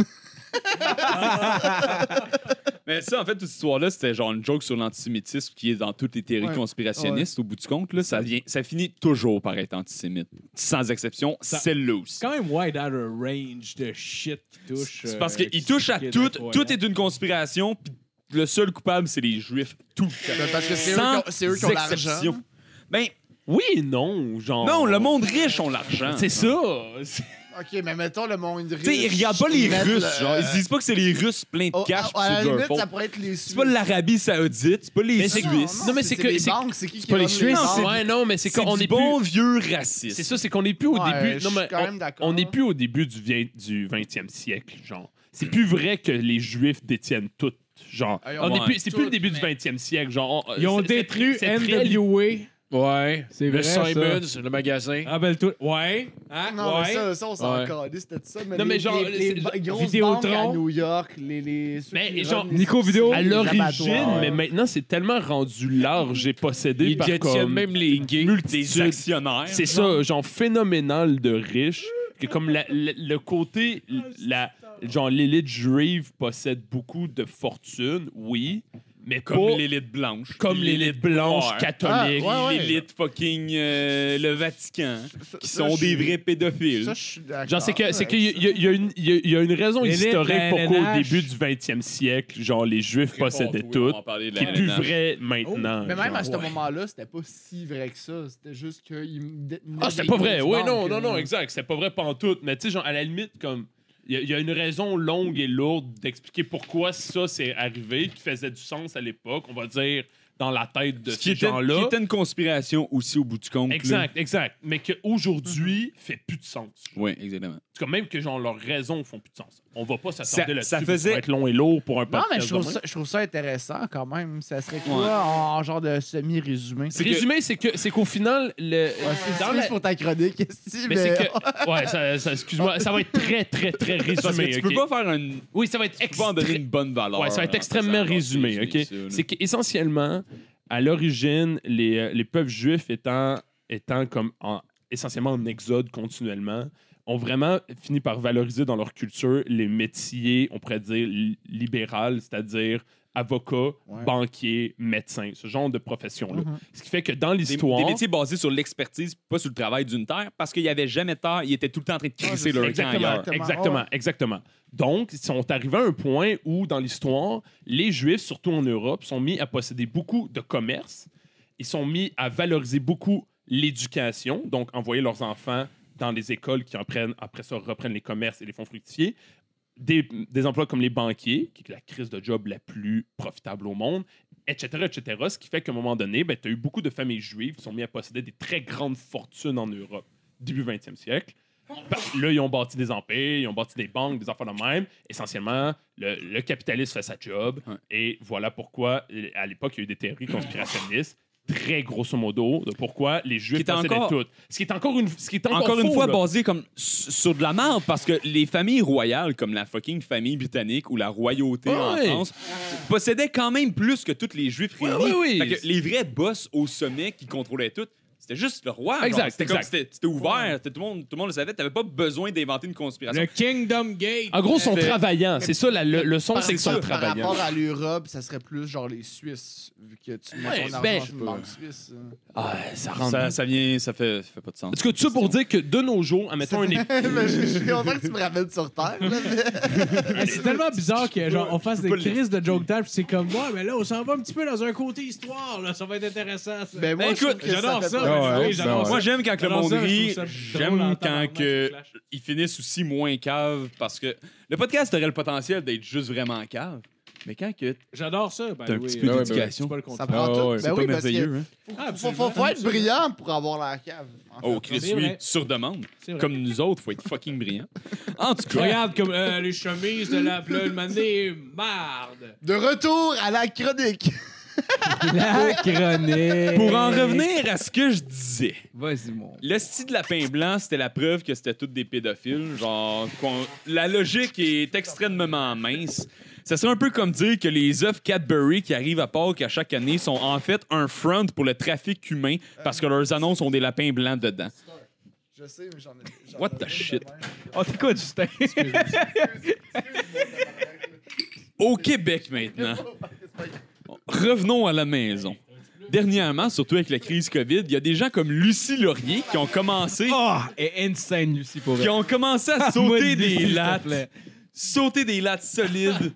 Speaker 7: Mais ça, en fait, toute cette histoire-là, c'était genre une joke sur l'antisémitisme qui est dans toutes les théories
Speaker 5: Ouais.
Speaker 7: conspirationnistes, au bout du compte. Là, ça, vient, ça finit toujours par être antisémite. Sans exception,
Speaker 8: Ça-
Speaker 7: celle-là aussi.
Speaker 8: C'est quand même wide out a range de shit qui touche.
Speaker 7: C'est parce
Speaker 8: euh,
Speaker 7: qu'il touche à
Speaker 8: qui est
Speaker 7: tout.
Speaker 8: incroyable.
Speaker 7: Tout est une conspiration, puis le seul coupable, c'est les Juifs. Tout le temps.
Speaker 5: Ben, Parce que c'est eux qui
Speaker 7: Sans
Speaker 5: ont- c'est eux qui ont l'argent.
Speaker 7: exception. Ben,
Speaker 6: Oui et non, genre.
Speaker 7: non, le monde riche ont l'argent.
Speaker 6: C'est ça. C'est-
Speaker 5: Ok, mais mettons le monde riche.
Speaker 7: Tu sais, ils regardent pas les
Speaker 5: ils mettent
Speaker 7: Russes.
Speaker 5: le-
Speaker 7: Genre, ils se disent pas que c'est les Russes pleins
Speaker 5: Oh,
Speaker 7: de
Speaker 5: à,
Speaker 7: cash,
Speaker 5: à
Speaker 7: puis
Speaker 5: la
Speaker 7: c'est de leur
Speaker 5: limite,
Speaker 7: faute.
Speaker 5: ça pourrait être les Suisses.
Speaker 7: C'est pas l'Arabie Saoudite, c'est pas les
Speaker 6: Mais c'est-
Speaker 7: Suisses.
Speaker 5: Non,
Speaker 6: Suisse.
Speaker 5: Non, mais c'est que.
Speaker 6: que-
Speaker 5: les
Speaker 6: c'est-
Speaker 5: banques, c'est qui qui
Speaker 6: pas les
Speaker 5: donne
Speaker 6: Suisses,
Speaker 5: banques?
Speaker 7: c'est-
Speaker 6: Ouais, non, mais c'est
Speaker 7: C'est
Speaker 6: qu'on
Speaker 7: du
Speaker 6: est
Speaker 7: bon
Speaker 6: plus.
Speaker 7: vieux raciste.
Speaker 6: C'est ça, c'est qu'on est plus au
Speaker 5: Ouais,
Speaker 6: début.
Speaker 5: je
Speaker 6: Non,
Speaker 5: suis
Speaker 6: mais
Speaker 5: quand
Speaker 6: on-
Speaker 5: même d'accord.
Speaker 6: on n'est plus au début du, vin- du 20e siècle, genre. C'est plus vrai que les Juifs détiennent tout, genre.
Speaker 5: Ah, ils ont
Speaker 6: On est
Speaker 7: ouais.
Speaker 6: plus- C'est plus le
Speaker 5: tout,
Speaker 6: début du
Speaker 5: mais-
Speaker 6: 20e siècle, genre. on-
Speaker 8: Ils ont
Speaker 6: c'est- c'est-
Speaker 8: détruit
Speaker 6: cette réalité-
Speaker 8: NWA.
Speaker 3: Ouais.
Speaker 8: C'est
Speaker 3: Le
Speaker 8: vrai, ça. Ah,
Speaker 3: Simons, le magasin.
Speaker 8: Rappelle-toi. Ouais. Hein?
Speaker 5: Ah, Non, mais
Speaker 8: ouais.
Speaker 5: ça, ça, on s'en
Speaker 3: Ouais.
Speaker 5: calait, c'était de ça. Mais
Speaker 6: Non,
Speaker 5: les,
Speaker 6: mais genre,
Speaker 5: les, les
Speaker 6: c'est-
Speaker 5: ba- grosses
Speaker 8: Vidéotron.
Speaker 5: banques à New York, les. les ceux
Speaker 6: Mais
Speaker 5: qui
Speaker 6: genre,
Speaker 5: runnent les-
Speaker 8: Nico Vidéo.
Speaker 6: À
Speaker 5: les
Speaker 6: l'origine,
Speaker 5: abattoirs.
Speaker 6: mais maintenant, c'est tellement rendu large et possédé
Speaker 3: Ils
Speaker 6: par
Speaker 3: détiennent
Speaker 6: comme...
Speaker 3: même les gays.
Speaker 7: des actionnaires.
Speaker 6: C'est ça, genre phénoménal de riche, que comme la- le- le côté, la, genre l'élite juive possède beaucoup de fortune, oui, mais
Speaker 7: comme
Speaker 6: pas
Speaker 7: l'élite blanche.
Speaker 6: comme l'élite blanche
Speaker 7: noire.
Speaker 6: catholique.
Speaker 5: Ah, ouais, ouais.
Speaker 7: L'élite fucking euh, le Vatican,
Speaker 5: Ça-
Speaker 7: qui
Speaker 5: ça,
Speaker 7: sont
Speaker 5: je
Speaker 7: des
Speaker 5: suis-
Speaker 7: vrais pédophiles.
Speaker 5: Ça, je suis d'accord.
Speaker 6: Genre, c'est que c'est
Speaker 5: Ouais.
Speaker 6: qu'il y, a- il y a- il y a une- il y a- il y a une raison
Speaker 8: L'élite,
Speaker 6: historique
Speaker 8: la
Speaker 6: pourquoi au
Speaker 8: LNH.
Speaker 6: début du 20e siècle, genre les juifs possédaient tout, qui est plus vrai maintenant.
Speaker 5: Oh, Mais même
Speaker 6: genre.
Speaker 5: à ce moment-là, c'était pas si vrai que ça. C'était juste qu'ils.
Speaker 6: Ah, c'était pas vrai. Oui, non, non, non, exact. C'était pas vrai pantoute. Mais tu sais, genre, à la limite, comme. Il y, a- il y a une raison longue et lourde d'expliquer pourquoi ça s'est arrivé, qui faisait du sens à l'époque, on va dire, dans la tête de
Speaker 7: Ce qui
Speaker 6: ces
Speaker 7: était, qui
Speaker 6: gens-là.
Speaker 7: était une conspiration aussi au bout du compte. là. Mm-hmm.
Speaker 6: Exact, exact. Mais qu'aujourd'hui, fait plus de sens. En
Speaker 7: Oui, exactement.
Speaker 6: tout cas, même que genre, leurs raisons font plus de sens. On va pas
Speaker 7: Ça-
Speaker 6: s'attarder là-dessus.
Speaker 7: ça
Speaker 6: parce que
Speaker 7: faisait-
Speaker 6: va être long et lourd pour un
Speaker 5: Non, mais
Speaker 6: podcast
Speaker 5: je trouve,
Speaker 6: de
Speaker 5: ça, je trouve ça intéressant quand même. Ça serait quoi
Speaker 7: Ouais.
Speaker 5: en, en genre de semi-résumé?
Speaker 7: C'est que-
Speaker 6: Résumé, c'est que c'est qu'au final, le.
Speaker 5: Ouais, c'est
Speaker 6: dans
Speaker 5: triste
Speaker 6: la-
Speaker 5: pour ta chronique, esti,
Speaker 6: Mais c'est que. Ouais, ça, ça- excuse-moi, ça va être très, très, très résumé.
Speaker 7: Parce que tu peux
Speaker 6: ok?
Speaker 7: pas faire un. Tu
Speaker 6: Oui, ça va être
Speaker 7: peux pas en donner
Speaker 6: extré-
Speaker 7: une bonne valeur. hein,
Speaker 6: Ouais, ça va être
Speaker 7: en
Speaker 6: extrêmement
Speaker 7: faisant, genre,
Speaker 6: résumé,
Speaker 7: c'est-
Speaker 6: OK?
Speaker 7: c'est ça, là.
Speaker 6: C'est qu'essentiellement, à l'origine, les, euh, les peuples juifs étant, étant comme en- essentiellement en exode continuellement, ont vraiment fini par valoriser dans leur culture les métiers, on pourrait dire, li- libérales, c'est-à-dire avocats,
Speaker 5: Ouais.
Speaker 6: banquiers, médecins, ce genre de profession-là.
Speaker 5: Mhm.
Speaker 6: Ce qui fait que dans
Speaker 7: Des,
Speaker 6: l'histoire...
Speaker 7: des métiers basés sur l'expertise, pas sur le travail d'une terre, parce qu'il y avait jamais tard, ils étaient tout le temps en train de crisser leur camp
Speaker 6: Ah, Exactement,
Speaker 7: ailleurs.
Speaker 5: Exactement.
Speaker 6: exactement,
Speaker 5: Ouais.
Speaker 6: exactement. Donc, ils sont arrivés à un point où, dans l'histoire, les Juifs, surtout en Europe, sont mis à posséder beaucoup de commerce. Ils sont mis à valoriser beaucoup l'éducation, donc envoyer leurs enfants dans des écoles qui en prennent, après ça, reprennent les commerces et les font fructifier. Des, des emplois comme les banquiers, qui est la crise de job la plus profitable au monde, etc., etc. Ce qui fait qu'à un moment donné, ben, tu as eu beaucoup de familles juives qui sont mis à posséder des très grandes fortunes en Europe, début 20e siècle. Bah, Là, ils ont bâti des empires, ils ont bâti des banques, des affaires de même. Essentiellement, le, le capitaliste fait sa job.
Speaker 7: Ouais.
Speaker 6: Et voilà pourquoi, euh, à l'époque, il y a eu des théories conspirationnistes, très grosso modo, de pourquoi les
Speaker 7: Qui
Speaker 6: Juifs
Speaker 7: était
Speaker 6: possédaient
Speaker 7: encore-
Speaker 6: tout. Ce qui est encore une, ce qui est encore
Speaker 7: encore une
Speaker 6: faux,
Speaker 7: fois
Speaker 6: là.
Speaker 7: basé comme s- sur de la merde parce que les familles royales comme la fucking famille britannique ou la royauté en
Speaker 6: Ouais.
Speaker 7: France possédaient quand même plus que tous les juifs réunis.
Speaker 6: oui, oui.
Speaker 7: Fait que les vrais boss au sommet qui contrôlaient tout, C'était juste le roi. genre.
Speaker 6: Exact,
Speaker 7: C'était comme-
Speaker 6: exact.
Speaker 7: C'était c'était ouvert. Tout le, monde, tout le monde le savait. T'avais pas besoin d'inventer une conspiration.
Speaker 8: Le Kingdom Gate.
Speaker 6: En gros, sont
Speaker 7: Mais-
Speaker 6: travaillants. C'est ça, la- le, le son,
Speaker 5: Par-
Speaker 6: c'est qu'ils sont
Speaker 5: par
Speaker 6: travaillants.
Speaker 5: rapport à l'Europe, ça serait plus genre les Suisses, vu que tu mets
Speaker 6: Ouais,
Speaker 5: ton argent
Speaker 6: ben,
Speaker 5: sur une banque suisse. hein.
Speaker 6: Ah, ça
Speaker 7: Ça, ça vient, ça fait, ça fait pas de sens.
Speaker 6: Est-ce que tu ça pour dire que de nos jours, admettons un épisode.
Speaker 5: Ben, Je je suis content que tu me ramènes sur Terre. là, mais-
Speaker 8: Mais Ah, C'est tellement bizarre que genre on fasse des
Speaker 7: peux le-
Speaker 8: crises de joke time, puis c'est comme moi, mais là on s'en va un petit peu dans un côté histoire, là, ça va être intéressant. Ça.
Speaker 5: Ben, moi, je trouve
Speaker 7: écoute,
Speaker 5: que
Speaker 8: j'adore
Speaker 5: fait
Speaker 8: ça,
Speaker 5: pas-
Speaker 6: Ah,
Speaker 7: Ah
Speaker 8: mais oui, j'adore ça.
Speaker 7: Moi, j'aime quand que le
Speaker 8: Alors
Speaker 7: monde
Speaker 8: ça, je trouve
Speaker 7: rit.
Speaker 8: ça drôle en
Speaker 7: J'aime quand
Speaker 8: tabarnak,
Speaker 7: que
Speaker 8: ça clash.
Speaker 7: ils finissent aussi moins cave parce que le podcast aurait le potentiel d'être juste vraiment cave. Mais quand que
Speaker 8: J'adore ça. Ben,
Speaker 7: t'as un
Speaker 8: oui,
Speaker 7: petit peu
Speaker 8: euh,
Speaker 7: d'éducation.
Speaker 8: c'est pas le
Speaker 5: Ça
Speaker 8: contraire.
Speaker 5: prend
Speaker 7: Ah ouais,
Speaker 5: tout.
Speaker 7: c'est
Speaker 5: Ben
Speaker 7: pas
Speaker 5: oui, parce que
Speaker 7: merveilleux. hein.
Speaker 8: Ah,
Speaker 5: faut, faut, faut être brillant pour avoir la cave. en fait.
Speaker 7: Oh, Chris,
Speaker 8: C'est
Speaker 7: oui,
Speaker 8: vrai.
Speaker 7: sur demande.
Speaker 8: hein. C'est vrai.
Speaker 7: Comme nous autres, faut être fucking brillant. En tout cas,
Speaker 8: Regarde comme euh, les chemises de la bleue, le mané, marde.
Speaker 5: De retour à la chronique.
Speaker 8: La chronique.
Speaker 7: pour en revenir à ce que je disais,
Speaker 4: Vas-y, mon.
Speaker 7: le style de lapin blanc, c'était la preuve que c'était toutes des pédophiles. Genre, qu'on- la logique est extrêmement mince. Ça serait un peu comme dire que les œufs Cadbury qui arrivent à Pâques à chaque année sont en fait un front pour le trafic humain parce que leurs annonces ont des lapins blancs dedans.
Speaker 5: Je sais, mais j'en ai. j'en
Speaker 7: What
Speaker 5: avais une
Speaker 7: the shit?
Speaker 5: demain.
Speaker 4: Oh, t'es quoi, Justin?
Speaker 7: Au Québec maintenant. Revenons à la maison. Dernièrement, surtout avec la crise COVID, il y a des gens comme Lucie Laurier qui ont commencé,
Speaker 4: Oh, et insane, Lucie, pour
Speaker 7: qui
Speaker 4: vrai.
Speaker 7: ont commencé à
Speaker 4: Moi,
Speaker 7: sauter
Speaker 4: Lucie,
Speaker 7: des
Speaker 4: s'il te
Speaker 7: lattes,
Speaker 4: plaît.
Speaker 7: sauter des lattes solides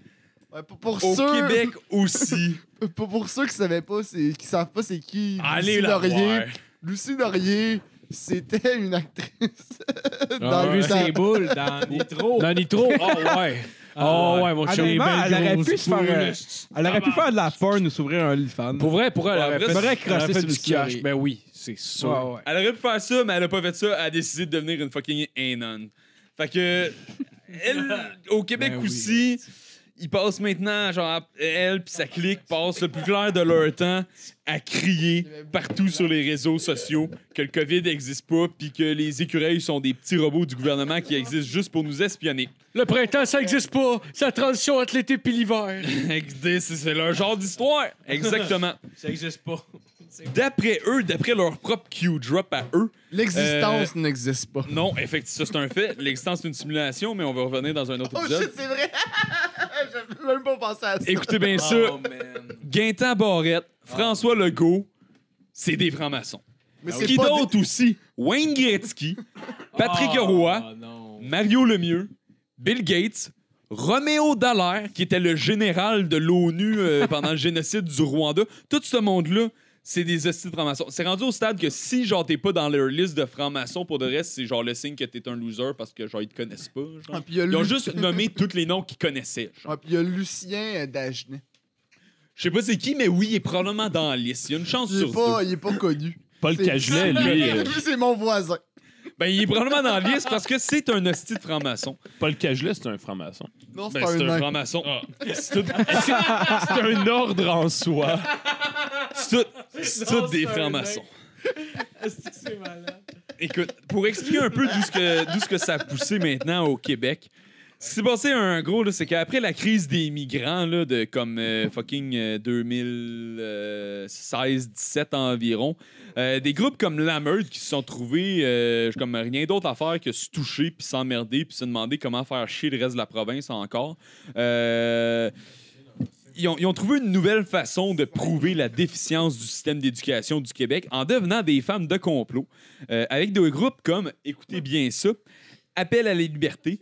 Speaker 5: Ouais, pour, pour
Speaker 7: au
Speaker 5: ceux,
Speaker 7: Québec aussi.
Speaker 5: Pour, pour ceux qui savaient pas, c'est- qui savent pas c'est qui
Speaker 7: Allez
Speaker 5: Lucie
Speaker 7: la
Speaker 5: Laurier.
Speaker 7: voir.
Speaker 5: Lucie Laurier, c'était une actrice
Speaker 7: Ah,
Speaker 5: dans
Speaker 8: Dans
Speaker 5: le temps.
Speaker 8: ses boules, dans Nitro.
Speaker 3: Dans Nitro,
Speaker 6: Ah
Speaker 3: oh ouais. Oh ouais, mon chum.
Speaker 4: Honnêtement, elle aurait pu se faire, euh, Elle
Speaker 6: Ah,
Speaker 4: aurait pu
Speaker 6: bah.
Speaker 8: Tabarnak.
Speaker 4: faire de la porn ou s'ouvrir un fan.
Speaker 3: Pour vrai, pour elle,
Speaker 7: Ouais,
Speaker 3: elle
Speaker 7: vrai,
Speaker 3: aurait
Speaker 4: vrai,
Speaker 3: fait- elle aurait
Speaker 4: crosser
Speaker 3: fait
Speaker 4: sur
Speaker 3: du
Speaker 4: le
Speaker 3: cash.
Speaker 4: curry.
Speaker 3: Ben oui, c'est sûr.
Speaker 4: Ouais, ouais.
Speaker 7: Elle aurait pu faire ça, mais elle a pas fait ça. Elle a décidé de devenir une fucking anon. Fait que elle, au Québec
Speaker 8: Ben oui.
Speaker 7: aussi, ils passent maintenant, genre, elle puis sa clique passent le plus clair de leur temps à crier partout sur les réseaux sociaux que le COVID n'existe pas puis que les écureuils sont des petits robots du gouvernement qui existent juste pour nous espionner.
Speaker 3: Le printemps, ça existe pas. C'est la transition entre l'été puis l'hiver.
Speaker 7: C'est c'est leur genre d'histoire. Exactement.
Speaker 8: Ça existe pas.
Speaker 7: D'après eux, d'après leur propre Q-drop à eux, Euh,
Speaker 5: L'existence n'existe pas.
Speaker 7: Non, effectivement, ça c'est un fait. L'existence c'est une simulation, mais on va revenir dans un autre
Speaker 5: Oh
Speaker 7: épisode.
Speaker 5: shit, c'est vrai! J'avais même pas pensé à ça.
Speaker 7: Écoutez bien ça.
Speaker 5: Oh,
Speaker 7: Gaintan Barrette, François Legault, c'est des francs-maçons. Ah
Speaker 5: mais
Speaker 7: Qui
Speaker 5: pas Ah.
Speaker 7: d'autre aussi? Wayne Gretzky, Patrick Roy,
Speaker 8: Oh, non.
Speaker 7: Mario Lemieux, Bill Gates, Roméo Dallaire, qui était le général de l'ONU euh, pendant le génocide du Rwanda. Tout ce monde-là, c'est des hosties de francs-maçons. C'est rendu au stade que si, genre, t'es pas dans leur liste de francs-maçons, pour de reste, c'est genre le signe que t'es un loser parce que, genre, ils te connaissent pas. genre.
Speaker 5: Ah, puis il y a
Speaker 7: Ils ont
Speaker 5: Lu-
Speaker 7: juste nommé tous les noms qu'ils connaissaient. genre.
Speaker 5: Ah, puis il y a Lucien euh, Dagenet.
Speaker 7: Je sais pas c'est qui, mais oui, il est probablement dans la liste. Il y a une chance
Speaker 5: Il
Speaker 7: sur
Speaker 5: est, pas, il est pas connu.
Speaker 6: Paul
Speaker 5: C'est-
Speaker 6: Cagelet, lui. euh,
Speaker 5: Lui, c'est mon voisin.
Speaker 7: deux. Ben, il est probablement dans la liste parce que c'est un hostie de franc-maçon.
Speaker 6: Paul Cagelet, c'est un franc-maçon.
Speaker 5: Non, c'est un
Speaker 7: Ben,
Speaker 5: Ah.
Speaker 7: c'est un
Speaker 5: nain.
Speaker 7: franc-maçon. C'est tout,
Speaker 6: C'est un ordre en soi.
Speaker 7: c'est tout- c'est tout
Speaker 8: Non,
Speaker 7: des
Speaker 8: c'est un
Speaker 7: francs-maçons.
Speaker 8: Est-ce que c'est malade?
Speaker 7: Écoute, pour expliquer un peu d'où ce que, d'où ce que ça a poussé maintenant au Québec, ce qui s'est passé en gros, là, c'est qu'après la crise des migrants là, de comme euh, fucking 2016-17 environ, euh, des groupes comme La Meute qui se sont trouvés euh, comme rien d'autre à faire que se toucher, puis s'emmerder, puis se demander comment faire chier le reste de la province encore. Euh, ils ont, ils ont trouvé une nouvelle façon de prouver la déficience du système d'éducation du Québec en devenant des femmes de complot, euh, avec des groupes comme, écoutez bien ça, Appel à la liberté,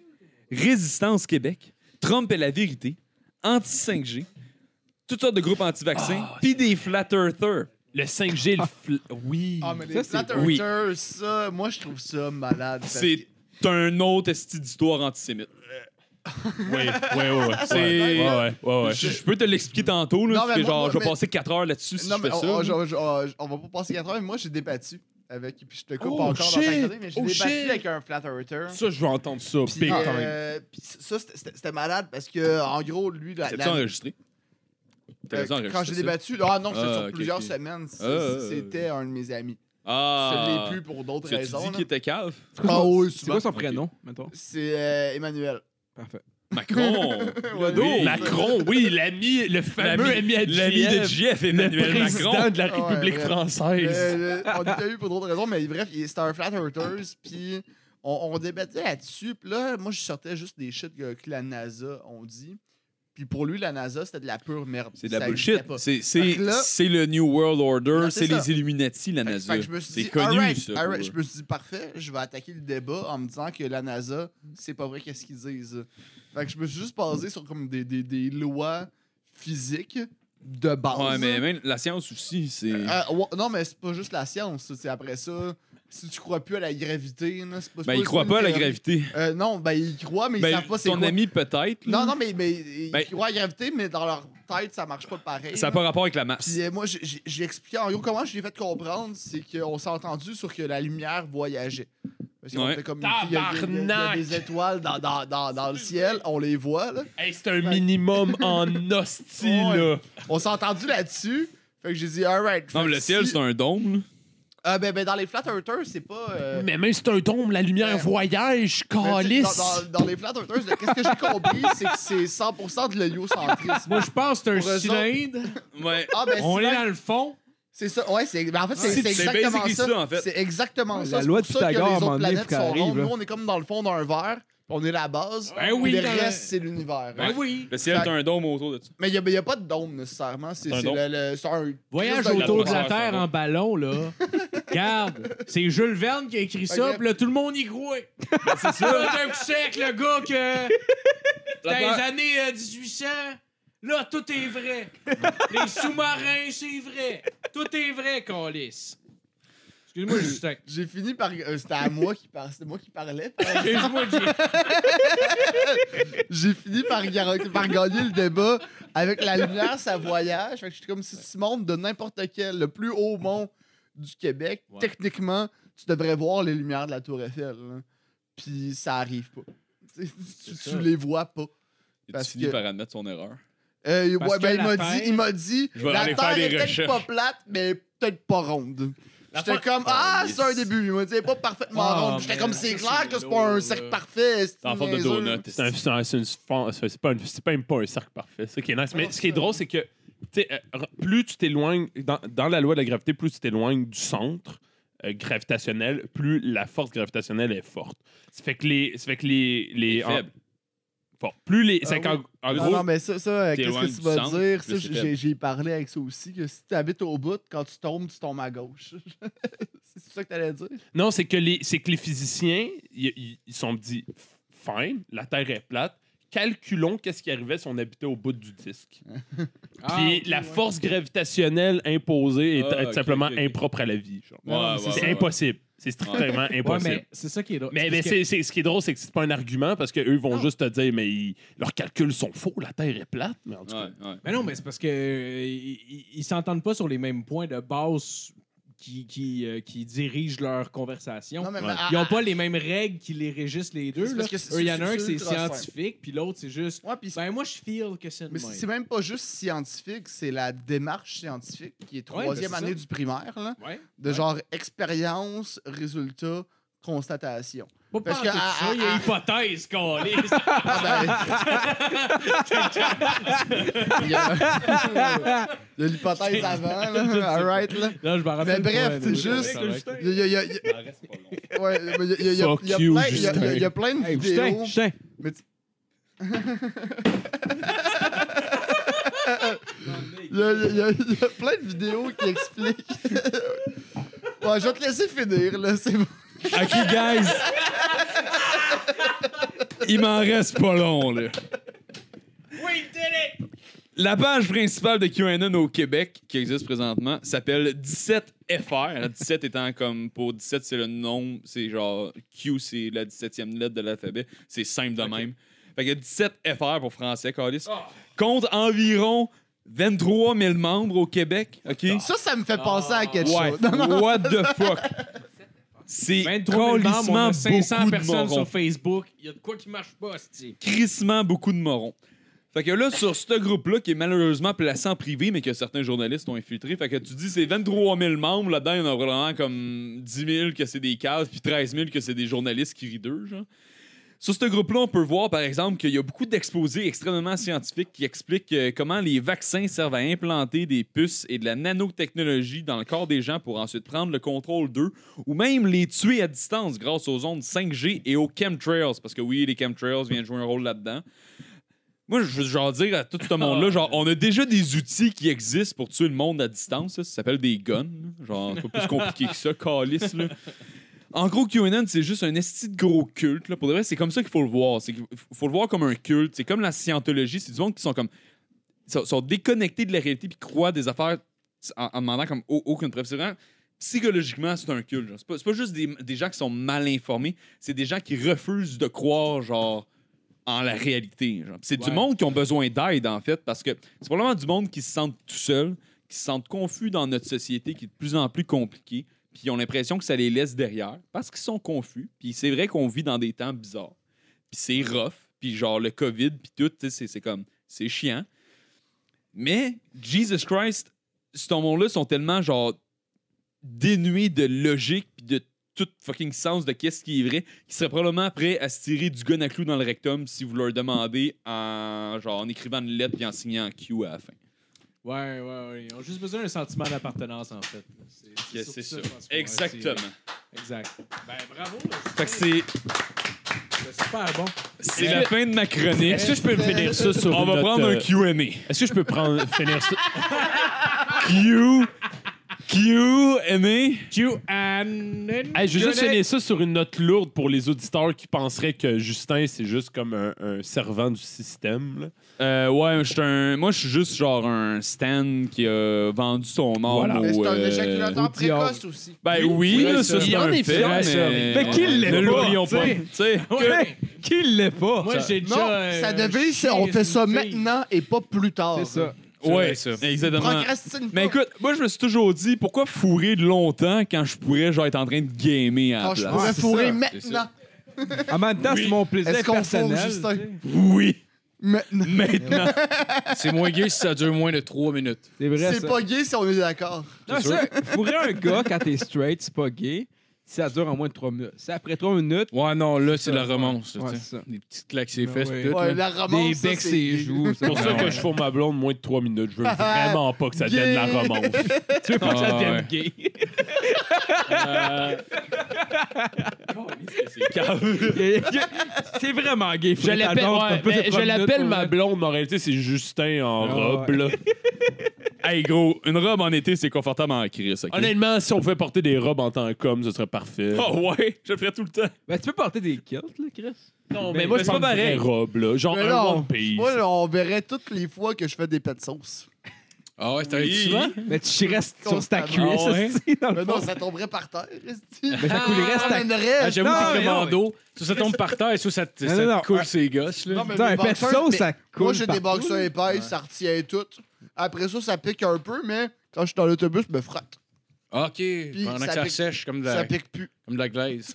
Speaker 7: Résistance Québec, Trump et la vérité, Anti-5G, toutes sortes de groupes anti-vaccins, puis des flat earthers.
Speaker 6: Ah, Le 5G, le fl- Oui.
Speaker 5: Ah, mais les
Speaker 4: Ça, c'est-
Speaker 5: Flat
Speaker 7: oui.
Speaker 5: Earthers, ça, moi, je trouve ça malade. parce
Speaker 7: C'est un autre esti d'histoire antisémite.
Speaker 6: Oui, oui, oui. oui.
Speaker 7: C'est-
Speaker 6: Ouais, ouais, ouais, ouais.
Speaker 7: Je, je peux te l'expliquer tantôt, là,
Speaker 5: Non,
Speaker 7: parce
Speaker 5: mais
Speaker 7: que
Speaker 5: moi-
Speaker 7: genre,
Speaker 5: moi,
Speaker 7: je vais
Speaker 5: mais-
Speaker 7: passer 4 heures là-dessus si
Speaker 5: Non,
Speaker 7: je
Speaker 5: mais
Speaker 7: fais
Speaker 5: on,
Speaker 7: ça.
Speaker 5: on-
Speaker 7: là.
Speaker 5: je- je- on va pas passer 4 heures, mais moi, j'ai débattu avec. Puis je te coupe
Speaker 6: Oh,
Speaker 5: encore dans ta
Speaker 6: shit!
Speaker 5: chronique, mais j'ai
Speaker 6: Oh,
Speaker 5: débattu
Speaker 6: shit!
Speaker 5: avec un Flat Earther.
Speaker 6: Ça, je veux entendre ça.
Speaker 5: Puis,
Speaker 6: Big time.
Speaker 5: euh, puis ça, c'était- c'était c'était malade parce que, en gros, lui, la,
Speaker 7: T'as-tu
Speaker 5: la-
Speaker 7: enregistré?
Speaker 5: euh,
Speaker 7: T'as-tu enregistré
Speaker 5: quand j'ai
Speaker 7: ça?
Speaker 5: débattu, ah non, c'était
Speaker 7: Ah,
Speaker 5: sur
Speaker 7: ok,
Speaker 5: plusieurs
Speaker 7: ok.
Speaker 5: semaines. c'est-
Speaker 7: Ah,
Speaker 5: c'est- C'était un de mes amis.
Speaker 7: Ah!
Speaker 5: Je l'ai plus pour d'autres
Speaker 7: Tu as-tu
Speaker 5: raisons.
Speaker 7: dit
Speaker 5: là.
Speaker 7: qu'il était cave?
Speaker 5: Ah oui,
Speaker 4: C'est quoi son
Speaker 7: Ok.
Speaker 4: prénom, mettons?
Speaker 5: C'est euh, Emmanuel.
Speaker 4: Parfait.
Speaker 7: Macron!
Speaker 5: Wado.
Speaker 7: Oui.
Speaker 6: Macron, oui, l'ami, le fameux ami, à
Speaker 7: L'ami
Speaker 5: E
Speaker 7: de
Speaker 6: JF,
Speaker 7: Jeff,
Speaker 6: le
Speaker 7: E Emmanuel
Speaker 6: président
Speaker 7: Macron.
Speaker 6: de la
Speaker 5: Ah Ouais,
Speaker 6: République
Speaker 5: ouais.
Speaker 6: française.
Speaker 5: Euh, le- on l'a eu pour d'autres raisons, mais bref, il- c'était un flat earthers, puis on, on débattait là-dessus. Puis là, moi, je sortais juste des shit que, que la NASA ont dit. Puis pour lui, la NASA, c'était de la pure merde.
Speaker 7: C'est de la
Speaker 5: Ça
Speaker 7: bullshit.
Speaker 5: existait pas.
Speaker 7: C'est-
Speaker 5: Fait que
Speaker 7: C'est
Speaker 5: là-
Speaker 7: c'est le New World Order,
Speaker 5: Non, c'est
Speaker 7: c'est
Speaker 5: ça.
Speaker 7: les Illuminati, la
Speaker 5: Fait que-
Speaker 7: NASA.
Speaker 5: fait que je me suis
Speaker 7: C'est
Speaker 5: dit,
Speaker 7: connu,
Speaker 5: alright,
Speaker 7: ça. pour
Speaker 5: alright.
Speaker 7: eux.
Speaker 5: Je me suis dit, parfait, je vais attaquer le débat en me disant que la NASA, c'est pas vrai qu'est-ce qu'ils disent. Fait que je me suis juste basé sur comme des, des, des lois physiques de base.
Speaker 7: Ouais, mais même la science aussi, c'est.
Speaker 5: Euh, ouais, non, mais c'est pas juste la science. ça. C'est après ça, si tu crois plus à la gravité, là, c'est pas. c'est
Speaker 7: ben, ils
Speaker 5: c'est
Speaker 7: croient pas à la
Speaker 5: une théorie.
Speaker 7: gravité.
Speaker 5: Euh, non, ben ils croient, mais ils
Speaker 7: Ben,
Speaker 5: savent pas c'est
Speaker 7: ton
Speaker 5: quoi.
Speaker 7: ami, peut-être. là.
Speaker 5: Non, non, mais, mais ils
Speaker 7: Ben-
Speaker 5: croient à la gravité, mais dans leur tête, ça marche pas pareil.
Speaker 7: Ça
Speaker 5: là.
Speaker 7: n'a pas rapport avec la masse.
Speaker 5: Puis euh, moi, j'ai- j'ai j'ai expliqué en gros comment je l'ai fait comprendre, c'est qu'on s'est entendu sur que la lumière voyageait. Parce qu'on
Speaker 7: Ouais.
Speaker 5: était comme une fille, il y a- il y a- il y a des étoiles dans, dans, dans, dans le ciel, on les voit. Là.
Speaker 6: Hey, c'est un minimum en hostie, là.
Speaker 5: On s'est entendu là-dessus. Fait que j'ai dit, alright.
Speaker 7: Non, mais le ciel, c'est un dôme. là.
Speaker 5: Ah, ben, ben, dans les flat earthers, c'est pas. euh,
Speaker 6: Mais même si c'est un tombe, la lumière
Speaker 5: Euh,
Speaker 6: voyage,
Speaker 5: mais tu sais,
Speaker 6: calice.
Speaker 5: dans, dans, dans les flat earthers, là, qu'est-ce que j'ai compris, c'est que c'est 100% de l'héliocentrisme.
Speaker 8: Moi, je pense que
Speaker 5: Pour
Speaker 8: c'est
Speaker 5: eux
Speaker 8: un cylindre.
Speaker 7: Ouais.
Speaker 5: Ah, ben,
Speaker 8: On
Speaker 5: c'est
Speaker 8: est
Speaker 5: vrai.
Speaker 8: dans le fond.
Speaker 5: C'est ça, ouais, c'est. ben en fait, c'est
Speaker 7: C'est-
Speaker 5: c'est
Speaker 7: c'est
Speaker 5: exactement
Speaker 7: basically
Speaker 5: ça.
Speaker 7: ça, en fait.
Speaker 5: C'est exactement
Speaker 4: Ouais,
Speaker 5: ça.
Speaker 4: la
Speaker 5: C'est
Speaker 4: loi
Speaker 5: pour
Speaker 4: de
Speaker 5: ça que
Speaker 4: Pythagore, à un
Speaker 5: les
Speaker 4: moment
Speaker 5: autres
Speaker 4: donné,
Speaker 5: planètes
Speaker 4: faut
Speaker 5: sont
Speaker 4: qu'elle
Speaker 5: rondes.
Speaker 4: arrive,
Speaker 5: Nous,
Speaker 4: là.
Speaker 5: on est comme dans le fond d'un verre, puis on est la base.
Speaker 8: Ben oui,
Speaker 5: le
Speaker 8: dans
Speaker 5: reste,
Speaker 8: le-
Speaker 5: c'est l'univers.
Speaker 7: Ben
Speaker 8: oui.
Speaker 7: Le ciel, t'as un dôme autour de ça.
Speaker 5: Mais il n'y a, pas de dôme nécessairement. C'est
Speaker 7: C'est un
Speaker 5: c'est
Speaker 7: dôme.
Speaker 5: le, le- c'est un.
Speaker 8: Voyage
Speaker 5: Christ de
Speaker 8: autour de
Speaker 5: grosseur,
Speaker 8: la
Speaker 7: ça
Speaker 8: Terre
Speaker 7: va.
Speaker 8: en ballon, là. Regarde, c'est Jules Verne qui a écrit ça,
Speaker 5: Ok.
Speaker 8: puis là, tout le monde y croit. Ben, C'est ça. un coup sec, le gars que. Dans les années euh, 1800, là, tout est vrai. les sous-marins, c'est vrai. Tout est vrai, Calis. Excuse-moi, Justin.
Speaker 5: J'ai fini par. euh, C'était à moi qui parlait. C'était moi qui parlais.
Speaker 8: Excuse-moi, Jay.
Speaker 5: J'ai fini par, gar- par gagner le débat. Avec la lumière, ça voyage. Fait que je suis comme si tu montes de n'importe quel, le plus haut mont du Québec,
Speaker 8: Ouais.
Speaker 5: techniquement, tu devrais voir les lumières de la Tour Eiffel. là. Puis ça arrive pas. Tu, tu-
Speaker 8: ça.
Speaker 5: tu les vois pas.
Speaker 7: Et tu
Speaker 5: Parce
Speaker 7: finis
Speaker 5: que-
Speaker 7: par admettre son erreur.
Speaker 5: Euh,
Speaker 8: Parce
Speaker 5: ouais,
Speaker 8: que
Speaker 5: ben, il
Speaker 8: la
Speaker 5: m'a
Speaker 8: Terre-
Speaker 5: dit, il m'a dit,
Speaker 7: Je vais
Speaker 5: la
Speaker 7: aller
Speaker 5: Terre
Speaker 7: faire des
Speaker 5: est peut-être pas
Speaker 7: recherches.
Speaker 5: plate, mais peut-être pas ronde.
Speaker 8: La
Speaker 5: J'étais
Speaker 8: fin-
Speaker 5: comme, ah,
Speaker 7: Oh,
Speaker 5: c'est un
Speaker 7: yes.
Speaker 5: début. Il m'a dit, elle est pas parfaitement
Speaker 8: Ah,
Speaker 5: ronde. J'étais
Speaker 8: mais
Speaker 5: comme, c'est
Speaker 8: ça,
Speaker 5: clair
Speaker 8: c'est
Speaker 5: que c'est pas un
Speaker 8: lourd,
Speaker 5: cercle
Speaker 8: là.
Speaker 5: parfait.
Speaker 7: C'est en forme de
Speaker 5: niaiseux.
Speaker 7: donut.
Speaker 6: C'est un- c'est un- c'est une fan- c'est- c'est pas, un- c'est pas même pas un cercle parfait. C'est ça qui est nice. Mais ce qui est drôle, c'est que tu sais, euh, r- plus tu t'éloignes, dans, dans la loi de la gravité, plus tu t'éloignes du centre euh, gravitationnel, plus la force gravitationnelle est forte. Ça fait que les. Ça fait que les, les
Speaker 7: est faible.
Speaker 6: en- fort. plus les.
Speaker 5: Ah
Speaker 6: c'est qu'en-
Speaker 5: oui.
Speaker 6: en
Speaker 5: Non,
Speaker 6: gros,
Speaker 5: non, mais ça, ça euh,
Speaker 7: t'es
Speaker 5: qu'est-ce
Speaker 7: loin
Speaker 5: que tu
Speaker 7: du
Speaker 5: vas
Speaker 7: centre,
Speaker 5: dire? Ça,
Speaker 7: plus c'est faible.
Speaker 5: j'ai, j'ai parlé avec ça aussi, que si tu habites au bout, quand tu tombes, tu tombes à gauche. c'est ça que t'allais dire?
Speaker 6: Non, c'est que les, c'est que les physiciens, ils- ils ils sont dit, fine, la Terre est plate. Calculons qu'est-ce qui arrivait si on habitait au bout du disque. Puis la force gravitationnelle imposée est,
Speaker 7: Ah,
Speaker 6: est
Speaker 7: ok,
Speaker 6: simplement
Speaker 7: ok, Ah, bah, ok.
Speaker 6: impropre à la vie. genre.
Speaker 7: Ouais, ouais,
Speaker 6: c'est
Speaker 7: ouais,
Speaker 6: impossible. C'est
Speaker 7: bah.
Speaker 6: strictement
Speaker 8: Ouais,
Speaker 6: impossible.
Speaker 8: mais c'est ça qui est drôle.
Speaker 6: mais
Speaker 8: C'est
Speaker 6: mais
Speaker 8: parce
Speaker 6: c'est-
Speaker 8: que-
Speaker 6: c'est- ce qui est drôle, c'est que c'est pas un argument parce qu'eux vont
Speaker 8: Non.
Speaker 6: juste te dire, mais ils- leurs calculs sont faux, la Terre est plate. Mais en tout cas,
Speaker 7: Ouais, ouais.
Speaker 8: Mais non, mais c'est parce que euh, ils- ils ils s'entendent pas sur les mêmes points de base qui, qui, euh, qui dirigent leur conversation.
Speaker 5: Non, mais,
Speaker 6: Ouais.
Speaker 5: mais, ah,
Speaker 8: Ils n'ont pas les mêmes règles qui les régissent les deux.
Speaker 5: C'est
Speaker 8: là.
Speaker 5: parce que c'est-
Speaker 8: Eux, il y en
Speaker 5: c'est-
Speaker 8: a un qui
Speaker 5: c'est
Speaker 8: c'est
Speaker 5: ultra
Speaker 8: scientifique, puis l'autre, c'est juste.
Speaker 5: ah, ouais, puis c'est-
Speaker 8: Ben, moi, je feel que c'est le
Speaker 5: mais
Speaker 8: même.
Speaker 5: c'est, c'est même pas juste scientifique, c'est la démarche scientifique qui est
Speaker 8: Ouais,
Speaker 5: troisième
Speaker 8: ben, c'est
Speaker 5: année
Speaker 8: ça.
Speaker 5: du primaire, là,
Speaker 8: Ouais.
Speaker 5: de genre expérience, résultat, constatation.
Speaker 8: Pas
Speaker 5: Parce
Speaker 8: parce
Speaker 5: que,
Speaker 8: que
Speaker 5: ah,
Speaker 8: ça,
Speaker 5: ah,
Speaker 8: il y a
Speaker 5: ah.
Speaker 8: hypothèse, qu'on est.
Speaker 5: Ah, ben, il y a il y a l'hypothèse avant, là. All right, là.
Speaker 8: Là, je m'en rappelle.
Speaker 5: Mais bref,
Speaker 8: pas,
Speaker 5: c'est
Speaker 8: là.
Speaker 5: juste-
Speaker 8: Ouais, correct.
Speaker 5: Il y a- il y a- il y a- Ouais, mais il y a- il y a-
Speaker 6: Fuck
Speaker 5: il y a
Speaker 6: you,
Speaker 5: plein- il y a- il y a- il y a plein de
Speaker 4: Hey,
Speaker 5: vidéos.
Speaker 4: Justin, Justin,
Speaker 5: Il y, a- il y a- il y a plein de vidéos qui expliquent. ouais, je vais te laisser finir, là, c'est bon.
Speaker 2: Ok, guys. Il m'en reste pas long, là.
Speaker 7: La page principale de QAnon au Québec, qui existe présentement, s'appelle 17FR. 17 étant comme pour 17, c'est le nom, c'est genre Q, c'est la 17e lettre de l'alphabet. C'est simple de même. Fait que 17FR pour français, Carlis,
Speaker 8: Ah.
Speaker 7: compte environ 23 000 membres au Québec. OK?
Speaker 8: Ah.
Speaker 5: Ça, ça me fait penser à quelque
Speaker 7: Ouais.
Speaker 5: chose. Non, non,
Speaker 7: What the fuck? C'est
Speaker 8: 23 000 membres, on
Speaker 7: calissement
Speaker 8: a 500
Speaker 7: beaucoup de
Speaker 8: personnes
Speaker 7: morons.
Speaker 8: sur Facebook. Il y a de quoi qui marche pas, cest
Speaker 7: crissement beaucoup de morons. Fait que là, sur ce groupe-là, qui est malheureusement placé en privé, mais que certains journalistes ont infiltré, fait que tu dis c'est 23 000 membres, là-dedans, il y en a vraiment comme 10 000 que c'est des cases, puis 13 000 que c'est des journalistes qui rident, genre. Sur ce groupe-là, on peut voir, par exemple, qu'il y a beaucoup d'exposés extrêmement scientifiques qui expliquent euh, comment les vaccins servent à implanter des puces et de la nanotechnologie dans le corps des gens pour ensuite prendre le contrôle d'eux ou même les tuer à distance grâce aux ondes 5G et aux chemtrails. Parce que oui, les chemtrails viennent jouer un rôle là-dedans. Moi, je veux genre dire à tout ce monde-là, genre, on a déjà des outils qui existent pour tuer le monde à distance. là. Ça s'appelle des guns. là. Genre, c'est pas plus compliqué que ça, calice, là. En gros, QAnon, c'est juste un esti de gros culte. Là. Pour de vrai, c'est comme ça qu'il faut le voir. C'est qu'il faut le voir comme un culte. C'est comme la scientologie. C'est du monde qui sont comme. sont, sont déconnectés de la réalité puis croient des affaires en, en demandant comme au- aucune preuve. C'est vraiment- Psychologiquement, c'est un culte. genre. C'est pas, c'est pas juste des, des gens qui sont mal informés. C'est des gens qui refusent de croire, genre. En la réalité. genre. Puis C'est du monde qui ont besoin d'aide, en fait, parce que c'est probablement du monde qui se sentent tout seul, qui se sentent confus dans notre société qui est de plus en plus compliquée puis ils ont l'impression que ça les laisse derrière parce qu'ils sont confus. Puis c'est vrai qu'on vit dans des temps bizarres. Puis c'est rough, puis genre le COVID, puis tout, tu sais, c'est c'est comme, c'est chiant. Mais Jesus Christ, ce monde-là sont tellement genre dénués de logique, puis de tout fucking sens de qu'est-ce qui est vrai, qu'ils seraient probablement prêts à se tirer du gun à clou dans le rectum si vous leur demandez en, genre, en écrivant une lettre puis en signant un Q à la fin.
Speaker 8: Ouais, ouais, ouais. Ils ont juste besoin d'un sentiment d'appartenance, en fait. C'est-
Speaker 7: Que
Speaker 8: surtout
Speaker 7: C'est ça.
Speaker 8: je pense qu'on-
Speaker 7: Exactement.
Speaker 8: c'est- Exact. Ben, bravo.
Speaker 7: Fait que c'est-
Speaker 8: C'est super bon.
Speaker 7: c'est la fin de ma chronique.
Speaker 6: Est-ce que je peux me finir ça sur
Speaker 7: On
Speaker 6: une
Speaker 7: va
Speaker 6: note,
Speaker 7: prendre
Speaker 6: euh,
Speaker 7: un Q&A.
Speaker 6: Est-ce que je peux prendre, finir ça?
Speaker 7: Q. Q, aimé.
Speaker 6: Hey, je vais juste finir ça sur une note lourde pour les auditeurs qui penseraient que Justin, c'est juste comme un, un servant du système. là.
Speaker 7: Euh, ouais, je suis un. Moi, je suis juste genre un Stan qui a vendu son âme
Speaker 6: Voilà.
Speaker 7: au,
Speaker 5: Mais c'est un
Speaker 7: euh,
Speaker 5: éjaculateur précoce aussi.
Speaker 7: Ben oui, là, ça, c'est
Speaker 6: Il
Speaker 7: un
Speaker 6: en est
Speaker 7: fait.
Speaker 6: fier, ça.
Speaker 7: mais...
Speaker 4: Mais qui l'est
Speaker 7: Ne
Speaker 4: pas,
Speaker 7: l'oublions
Speaker 4: tu
Speaker 7: pas.
Speaker 4: sais.
Speaker 7: Tu sais,
Speaker 8: Ouais.
Speaker 4: Qui l'est pas?
Speaker 8: Moi, j'ai
Speaker 5: Non,
Speaker 8: déjà. euh,
Speaker 5: ça devait,
Speaker 8: chier
Speaker 5: c'est- on fait ça
Speaker 8: une fille.
Speaker 5: maintenant et pas plus tard.
Speaker 4: C'est ça.
Speaker 7: ouais, exactement.
Speaker 5: Procrastine
Speaker 7: Mais
Speaker 5: pas.
Speaker 7: écoute, moi, je me suis toujours dit, pourquoi fourrer longtemps quand je pourrais, genre, être en train de gamer à la
Speaker 5: Quand Ah, je
Speaker 7: place?
Speaker 5: pourrais
Speaker 4: c'est
Speaker 5: fourrer
Speaker 4: ça,
Speaker 5: maintenant.
Speaker 4: En même temps, c'est mon plaisir
Speaker 5: Est-ce qu'on fourre
Speaker 4: personnel.
Speaker 5: Justin?
Speaker 7: Oui,
Speaker 5: Maintenant.
Speaker 7: maintenant.
Speaker 3: C'est moins gay si ça dure moins de 3 minutes.
Speaker 4: C'est vrai,
Speaker 5: C'est
Speaker 4: ça.
Speaker 5: pas gay si on est d'accord.
Speaker 4: Non, ça, fourrer un gars quand t'es straight, c'est pas gay. Ça dure en moins de 3 minutes. C'est après 3 minutes.
Speaker 3: Ouais, non, là, c'est
Speaker 4: ça,
Speaker 3: la romance.
Speaker 4: ouais,
Speaker 3: tu sais.
Speaker 4: c'est ça.
Speaker 3: Des petites claques ses
Speaker 4: Ben
Speaker 3: fesses.
Speaker 4: ouais.
Speaker 3: pis tout,
Speaker 5: Ouais,
Speaker 3: là.
Speaker 5: la
Speaker 3: Des
Speaker 5: romance, Ah ça,
Speaker 3: becs
Speaker 5: c'est
Speaker 3: ses
Speaker 5: gay.
Speaker 3: joues.
Speaker 6: C'est pour ça que je fourre ma blonde moins de 3 minutes. Je veux vraiment pas que ça devienne la
Speaker 5: Yeah.
Speaker 6: romance.
Speaker 4: Tu veux pas que ça
Speaker 3: Ah,
Speaker 4: devienne
Speaker 3: ouais.
Speaker 4: gay. c'est vraiment gay.
Speaker 6: Je l'appelle, ouais, mais je l'appelle ma blonde, mais en réalité, c'est Justin en
Speaker 4: Ah,
Speaker 6: robe.
Speaker 4: ouais.
Speaker 6: là.
Speaker 7: hey, gros, une robe en été, c'est confortable en crise, OK?
Speaker 6: Honnêtement, si on pouvait porter des robes en tant qu'homme, ce serait parfait.
Speaker 7: Oh ouais, je le ferais tout le temps.
Speaker 4: Ben, tu peux porter des kilts, là, Chris.
Speaker 6: non,
Speaker 7: mais moi, je porte
Speaker 6: des
Speaker 7: des
Speaker 6: robes, là. Genre
Speaker 5: Mais
Speaker 6: un
Speaker 5: non,
Speaker 6: One Piece.
Speaker 5: Moi, là, on verrait toutes les fois que je fais des pets sauces.
Speaker 3: Ah ouais, c'est un
Speaker 7: Oui.
Speaker 3: souvent?
Speaker 4: Mais tu restes sur ta cuisse,
Speaker 5: Constamment.
Speaker 3: Ah ouais?
Speaker 4: hostie, dans
Speaker 5: Mais
Speaker 4: le
Speaker 5: non,
Speaker 4: fond.
Speaker 5: ça tomberait par terre,
Speaker 4: Mais ça coulerait,
Speaker 5: ça
Speaker 4: c'est
Speaker 3: Ah,
Speaker 4: ta
Speaker 5: amènerait.
Speaker 3: J'avoue
Speaker 4: Non,
Speaker 3: que
Speaker 4: mais
Speaker 3: le commando, soit ça tombe par terre, soit ça te
Speaker 4: Non,
Speaker 3: ça
Speaker 4: non, non.
Speaker 3: te coule ses gosses. là.
Speaker 5: Non, mais
Speaker 4: Putain,
Speaker 5: mes
Speaker 4: un pet de
Speaker 5: boxeurs,
Speaker 4: sauce,
Speaker 5: mais
Speaker 4: ça coule.
Speaker 5: Moi, j'ai des
Speaker 4: partout,
Speaker 5: boxeurs
Speaker 4: là.
Speaker 5: épaisse, ça retient tout. Après ça, ça pique un peu, mais quand je suis dans l'autobus, je me frotte.
Speaker 3: Ah, OK, pendant
Speaker 5: ça
Speaker 3: que ça
Speaker 5: pique-
Speaker 3: sèche comme de
Speaker 5: Ça
Speaker 3: la,
Speaker 5: pique plus.
Speaker 3: comme de la glaise.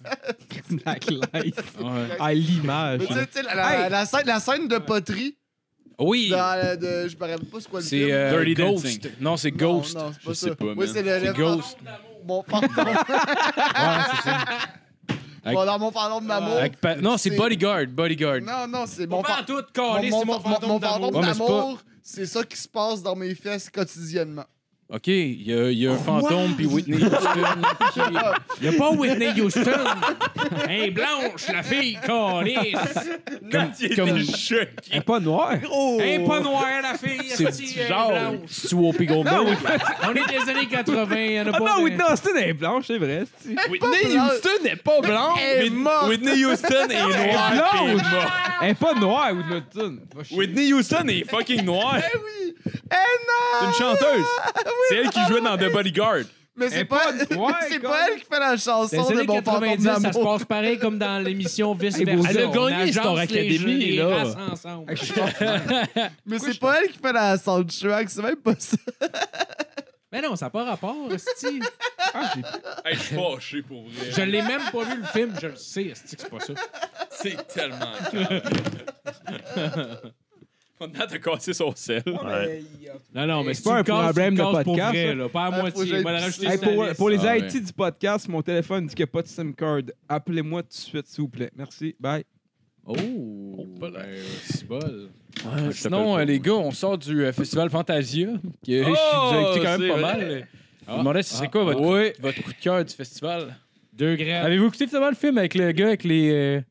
Speaker 4: La glace.
Speaker 3: Ouais.
Speaker 4: À l'image.
Speaker 5: Mais tu sais, tu sais, la, la-
Speaker 4: Hey!
Speaker 5: la scène, la scène de poterie,
Speaker 3: Oui,
Speaker 5: dans la- de- je me rappelle pas c'est quoi le film.
Speaker 3: c'est euh,
Speaker 7: Dirty
Speaker 3: Ghost.
Speaker 7: Dancing.
Speaker 3: Non, c'est
Speaker 5: Non,
Speaker 3: Ghost.
Speaker 5: non, c'est
Speaker 7: Je
Speaker 5: pas
Speaker 7: sais
Speaker 5: ça.
Speaker 7: pas,
Speaker 5: Moi,
Speaker 7: man.
Speaker 5: c'est le
Speaker 3: C'est
Speaker 5: le
Speaker 3: Ghost.
Speaker 5: fantôme- Mon fantôme. Bon, dans mon fantôme d'amour.
Speaker 3: Avec pa- Non, c'est
Speaker 5: C'est-
Speaker 3: Bodyguard, Bodyguard.
Speaker 5: Non, non, c'est mon
Speaker 3: Pas en
Speaker 5: fantôme.
Speaker 3: tout,
Speaker 5: Mon,
Speaker 3: calé,
Speaker 5: mon-
Speaker 3: c'est mon
Speaker 5: mon- mon
Speaker 3: fantôme d'amour.
Speaker 5: fantôme
Speaker 3: Ouais, mais c'est pas-
Speaker 5: d'amour, c'est ça qui se passe dans mes fesses quotidiennement.
Speaker 3: OK, il y a, il y a un fantôme puis Whitney Houston. Il n'y a pas Whitney Houston. Hey, Blanche, la fille, calé. Comme, comme...
Speaker 4: Elle est pas noire.
Speaker 3: Hey, pas noire, la fille.
Speaker 6: C'est
Speaker 3: est-ce que
Speaker 6: du
Speaker 3: elle est
Speaker 6: genre.
Speaker 3: blanche?
Speaker 6: Tu au
Speaker 4: Non, oui.
Speaker 3: On est des années 80, il y en a
Speaker 4: Ah
Speaker 3: pas.
Speaker 4: non, Whitney Houston elle est blanche, c'est vrai. c'est-
Speaker 6: Whitney Houston n'est pas blanche.
Speaker 5: Elle est morte.
Speaker 7: Whitney Houston est noire.
Speaker 4: blanche.
Speaker 7: puis est morte.
Speaker 4: Elle est pas noire, Whitney Houston. Va chier.
Speaker 7: Whitney Houston est fucking noire.
Speaker 5: Eh oui! Eh non!
Speaker 7: C'est une chanteuse. C'est elle qui jouait dans The Bodyguard.
Speaker 5: Mais
Speaker 4: Elle est
Speaker 5: c'est pas,
Speaker 4: pas noire,
Speaker 5: c'est
Speaker 4: quand
Speaker 5: pas
Speaker 4: même.
Speaker 5: elle qui fait la chanson
Speaker 8: Dans les
Speaker 5: de
Speaker 8: années
Speaker 5: mon fantôme
Speaker 8: 90, ça se
Speaker 5: d'amour.
Speaker 8: passe pareil comme dans l'émission Vice
Speaker 4: Elle a
Speaker 8: Versa.
Speaker 6: gagné
Speaker 8: On agence
Speaker 6: Star
Speaker 8: les
Speaker 6: Academy,
Speaker 8: jeux, les
Speaker 6: là.
Speaker 8: races ensemble.
Speaker 4: Ah, Je pense-
Speaker 5: Mais c'est pas elle qui fait la soundtrack, c'est même pas ça.
Speaker 8: Mais non, ça n'a pas rapport, esti.
Speaker 4: Ah, j'ai-
Speaker 7: Hey, je suis fâché pour vrai.
Speaker 8: Je l'ai même pas vu le film, je le sais, esti, que c'est pas ça.
Speaker 7: C'est tellement grave. On a de casser son sel.
Speaker 8: Non, non, mais c'est
Speaker 4: pas un problème de podcast, ça.
Speaker 8: là, pas à
Speaker 5: Ah, faut que
Speaker 8: moitié.
Speaker 5: j'aille
Speaker 8: On va la
Speaker 5: pisser.
Speaker 8: rajouter
Speaker 4: Hey,
Speaker 8: sur la
Speaker 4: pour,
Speaker 8: liste.
Speaker 4: pour les
Speaker 7: Ah,
Speaker 4: IT du podcast, mon téléphone dit qu'il n'y a pas de SIM card. Appelez-moi tout de suite, s'il vous plaît. Merci. Bye.
Speaker 8: Oh! ben, c'est bol.
Speaker 3: Sinon, euh, les gars, on sort du euh, festival Fantasia, que je vous ai écouté quand même
Speaker 7: Oh, c'est
Speaker 3: pas
Speaker 7: vrai.
Speaker 3: mal. Je me demandais si c'est quoi votre, coup- votre coup de cœur du festival.
Speaker 8: Deux graines.
Speaker 3: Avez-vous écouté finalement le film avec le gars avec les, euh,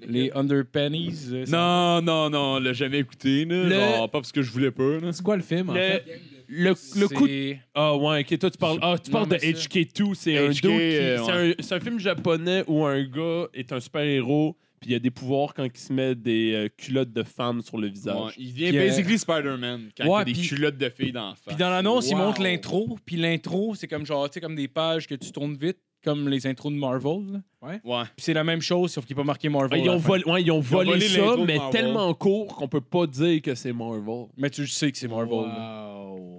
Speaker 3: les underpennies? euh, ça-
Speaker 7: Non, non, non, on l'a jamais écouté. Là.
Speaker 6: Le-
Speaker 7: Genre, pas parce que je voulais pas. Là.
Speaker 8: C'est quoi le film, en
Speaker 6: Le,
Speaker 8: fait?
Speaker 6: le, le coup de...
Speaker 3: C'est-
Speaker 6: Ah ouais, ok, toi tu parles, ah, tu
Speaker 3: Non,
Speaker 6: parles de
Speaker 3: mais ça-
Speaker 6: HK2, c'est un,
Speaker 7: HK,
Speaker 6: dude qui-
Speaker 7: euh,
Speaker 6: c'est un- c'est un film japonais où un gars est un super-héros, puis il a des pouvoirs quand il se met des euh, culottes de femmes sur le
Speaker 7: Ouais,
Speaker 6: visage.
Speaker 7: il devient
Speaker 3: Puis, euh,
Speaker 7: basically Spider-Man quand il y
Speaker 3: Ouais,
Speaker 7: a des
Speaker 3: puis-
Speaker 7: culottes de filles d'en face.
Speaker 3: Puis dans l'annonce, il
Speaker 8: Wow.
Speaker 3: montre l'intro, puis l'intro, c'est comme genre, tu sais, comme des pages que tu tournes vite, comme les intros de Marvel. là.
Speaker 7: Ouais.
Speaker 3: Puis c'est la même chose, sauf qu'il n'est pas marqué Marvel. à
Speaker 6: Ouais, ils,
Speaker 3: la
Speaker 6: ont
Speaker 3: fin.
Speaker 6: volé, ouais, ils ont volé
Speaker 7: volé
Speaker 6: ça,
Speaker 7: l'intro de
Speaker 6: mais
Speaker 7: Marvel.
Speaker 6: tellement court qu'on peut pas dire que c'est Marvel.
Speaker 3: Mais tu le sais que c'est Marvel. là.
Speaker 8: Wow.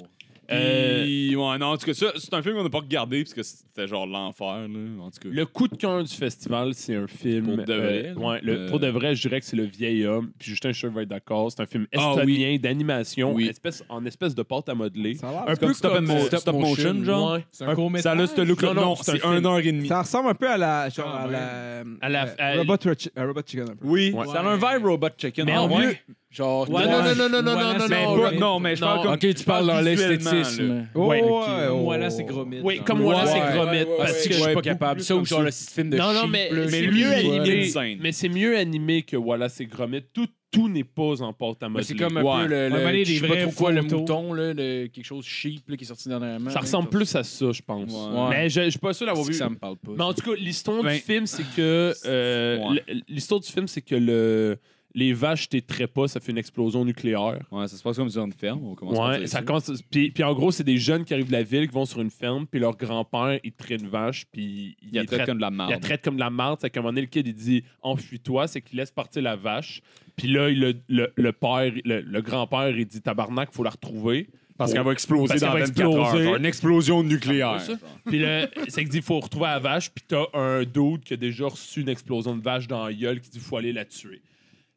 Speaker 6: Euh,
Speaker 7: Puis, ouais, non, en tout cas, ça, c'est un film qu'on n'a pas regardé parce que c'était genre l'enfer. là, En tout cas.
Speaker 6: Le coup de cœur du festival, c'est un film.
Speaker 7: Pour de vrai,
Speaker 6: euh, ouais, le-
Speaker 7: Euh,
Speaker 6: Pour de vrai, je dirais que c'est Le Vieil Homme. Puis Justin, je suis sûr que va être d'accord. C'est un film
Speaker 7: Ah
Speaker 6: estonien d'animation
Speaker 7: Oui.
Speaker 6: espèce- en espèce de pâte à modeler.
Speaker 4: Ça a
Speaker 6: Un
Speaker 4: l'air-
Speaker 6: peu
Speaker 7: stop,
Speaker 6: comme,
Speaker 7: and mo-
Speaker 6: euh,
Speaker 7: stop motion, genre.
Speaker 6: ouais.
Speaker 8: C'est un
Speaker 7: Ça
Speaker 8: court métrage.
Speaker 7: a ce look là.
Speaker 6: Non, non,
Speaker 7: Non,
Speaker 6: c'est un
Speaker 7: c'est
Speaker 6: film.
Speaker 7: un heure et demie.
Speaker 4: Ça ressemble un peu à la. Genre,
Speaker 8: Ah,
Speaker 4: à
Speaker 8: ouais.
Speaker 4: la.
Speaker 6: À la-
Speaker 4: euh,
Speaker 6: à-
Speaker 4: Robot, Chi- à Robot Chicken un peu.
Speaker 7: Oui,
Speaker 6: Ouais.
Speaker 7: ça a un vibe Robot Chicken.
Speaker 6: Mais
Speaker 7: Ah,
Speaker 6: en
Speaker 7: ouais.
Speaker 6: mieux-
Speaker 3: Genre,
Speaker 6: Ouais,
Speaker 3: ouais,
Speaker 6: non, non, non, non, non,
Speaker 8: Voilà,
Speaker 6: non,
Speaker 8: c'est
Speaker 6: non,
Speaker 8: pas-
Speaker 6: ouais.
Speaker 7: non, mais je parle
Speaker 6: Non,
Speaker 7: comme.
Speaker 3: ok, tu parles dans
Speaker 7: visuellement,
Speaker 3: l'esthétisme. euh,
Speaker 8: Ouais,
Speaker 4: Oh,
Speaker 8: ok.
Speaker 4: ouais,
Speaker 8: Moi, là,
Speaker 4: oh.
Speaker 8: c'est gros mythe.
Speaker 6: Oui,
Speaker 8: genre.
Speaker 6: comme moi, là,
Speaker 3: Ouais,
Speaker 6: c'est
Speaker 3: ouais,
Speaker 6: Gromit.
Speaker 3: ouais,
Speaker 6: Parce
Speaker 3: ouais,
Speaker 6: que
Speaker 3: je
Speaker 6: je
Speaker 3: suis
Speaker 6: suis
Speaker 3: pas capable. Ça ou genre le petit film de
Speaker 6: Non, non,
Speaker 3: cheap,
Speaker 6: mais
Speaker 3: là,
Speaker 6: c'est
Speaker 3: c'est
Speaker 6: mieux
Speaker 3: plus-
Speaker 6: animé.
Speaker 3: ouais.
Speaker 7: Insane.
Speaker 6: Mais c'est mieux animé que Wallace et Gromit. Tout, tout n'est pas en porte à
Speaker 3: Mais
Speaker 6: modeler.
Speaker 3: c'est comme un
Speaker 7: Ouais.
Speaker 3: peu le,
Speaker 8: Ouais,
Speaker 3: le
Speaker 8: mais les
Speaker 3: je sais pas
Speaker 8: vrais
Speaker 3: trop quoi, le
Speaker 8: photos.
Speaker 3: mouton, là, le- quelque chose cheap là, qui est sorti dernièrement.
Speaker 6: Ça ressemble plus à ça, je pense.
Speaker 7: Ouais.
Speaker 6: Mais je, je suis pas
Speaker 3: à
Speaker 6: sûr d'avoir vu.
Speaker 3: Ça me parle pas.
Speaker 6: Mais en tout cas, l'histoire
Speaker 7: Ben,
Speaker 6: du film, c'est que euh,
Speaker 7: ouais.
Speaker 6: l- l'histoire du film, c'est que le les vaches t'étraient pas, ça fait une explosion nucléaire.
Speaker 7: Ouais, ça se passe comme sur une ferme. On commence par
Speaker 6: Ouais,
Speaker 7: dire
Speaker 6: ça commence. Puis, puis en gros, c'est des jeunes qui arrivent de la ville, qui vont sur une ferme, puis leur grand-père, il traite une vache, puis il,
Speaker 7: Il y a
Speaker 6: la traite,
Speaker 7: comme de la marde.
Speaker 6: il la traite comme de la marde. C'est qu'à un moment donné, le kid, il dit Enfuis-toi, c'est qu'il laisse partir la vache. Puis là, il- le, le, le père, le, le grand-père, il dit Tabarnak, faut la retrouver.
Speaker 7: Parce qu'elle va exploser
Speaker 6: Parce
Speaker 7: dans
Speaker 6: qu'elle va
Speaker 7: 24 heures.
Speaker 6: exploser.
Speaker 7: genre Une explosion nucléaire.
Speaker 6: Ça. Puis là, c'est qu'il dit faut retrouver la vache, puis t'as un dude qui a déjà reçu une explosion de vache dans la gueule qui dit faut aller la tuer.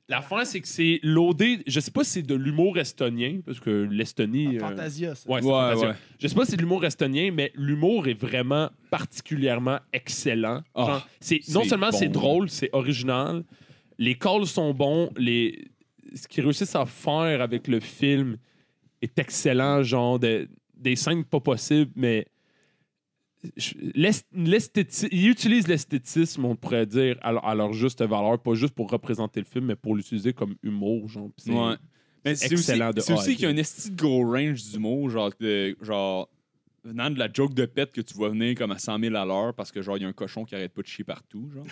Speaker 6: La fin, c'est que c'est l'audé. Je sais pas si c'est de l'humour estonien, parce que l'Estonie. euh,
Speaker 5: Fantasia, ça.
Speaker 6: Ouais, c'est
Speaker 7: Ouais,
Speaker 6: fantastique.
Speaker 7: ouais.
Speaker 6: Je sais pas si c'est de l'humour estonien, mais l'humour est vraiment particulièrement excellent.
Speaker 7: Ah,
Speaker 6: Genre, c'est, non
Speaker 7: c'est
Speaker 6: seulement
Speaker 7: bon.
Speaker 6: c'est drôle, c'est original, les calls sont bons, les, ce qu'ils réussissent à faire avec le film est excellent, genre de- des scènes pas possibles, mais je- l'est- l'esthéti- ils utilisent l'esthétisme, on pourrait dire, à, leur- à leur juste valeur, pas juste pour représenter le film, mais pour l'utiliser comme humour. Genre, pis c'est-
Speaker 7: Ouais. Mais c'est aussi,
Speaker 6: excellent de
Speaker 7: c'est
Speaker 6: A à
Speaker 7: aussi
Speaker 6: Z.
Speaker 7: qu'il y a un esti de gros range d'humour, genre, de- genre, venant de la joke de pète que tu vois venir comme à 100 000 à l'heure parce que, genre, il y a un cochon qui arrête pas de chier partout, genre.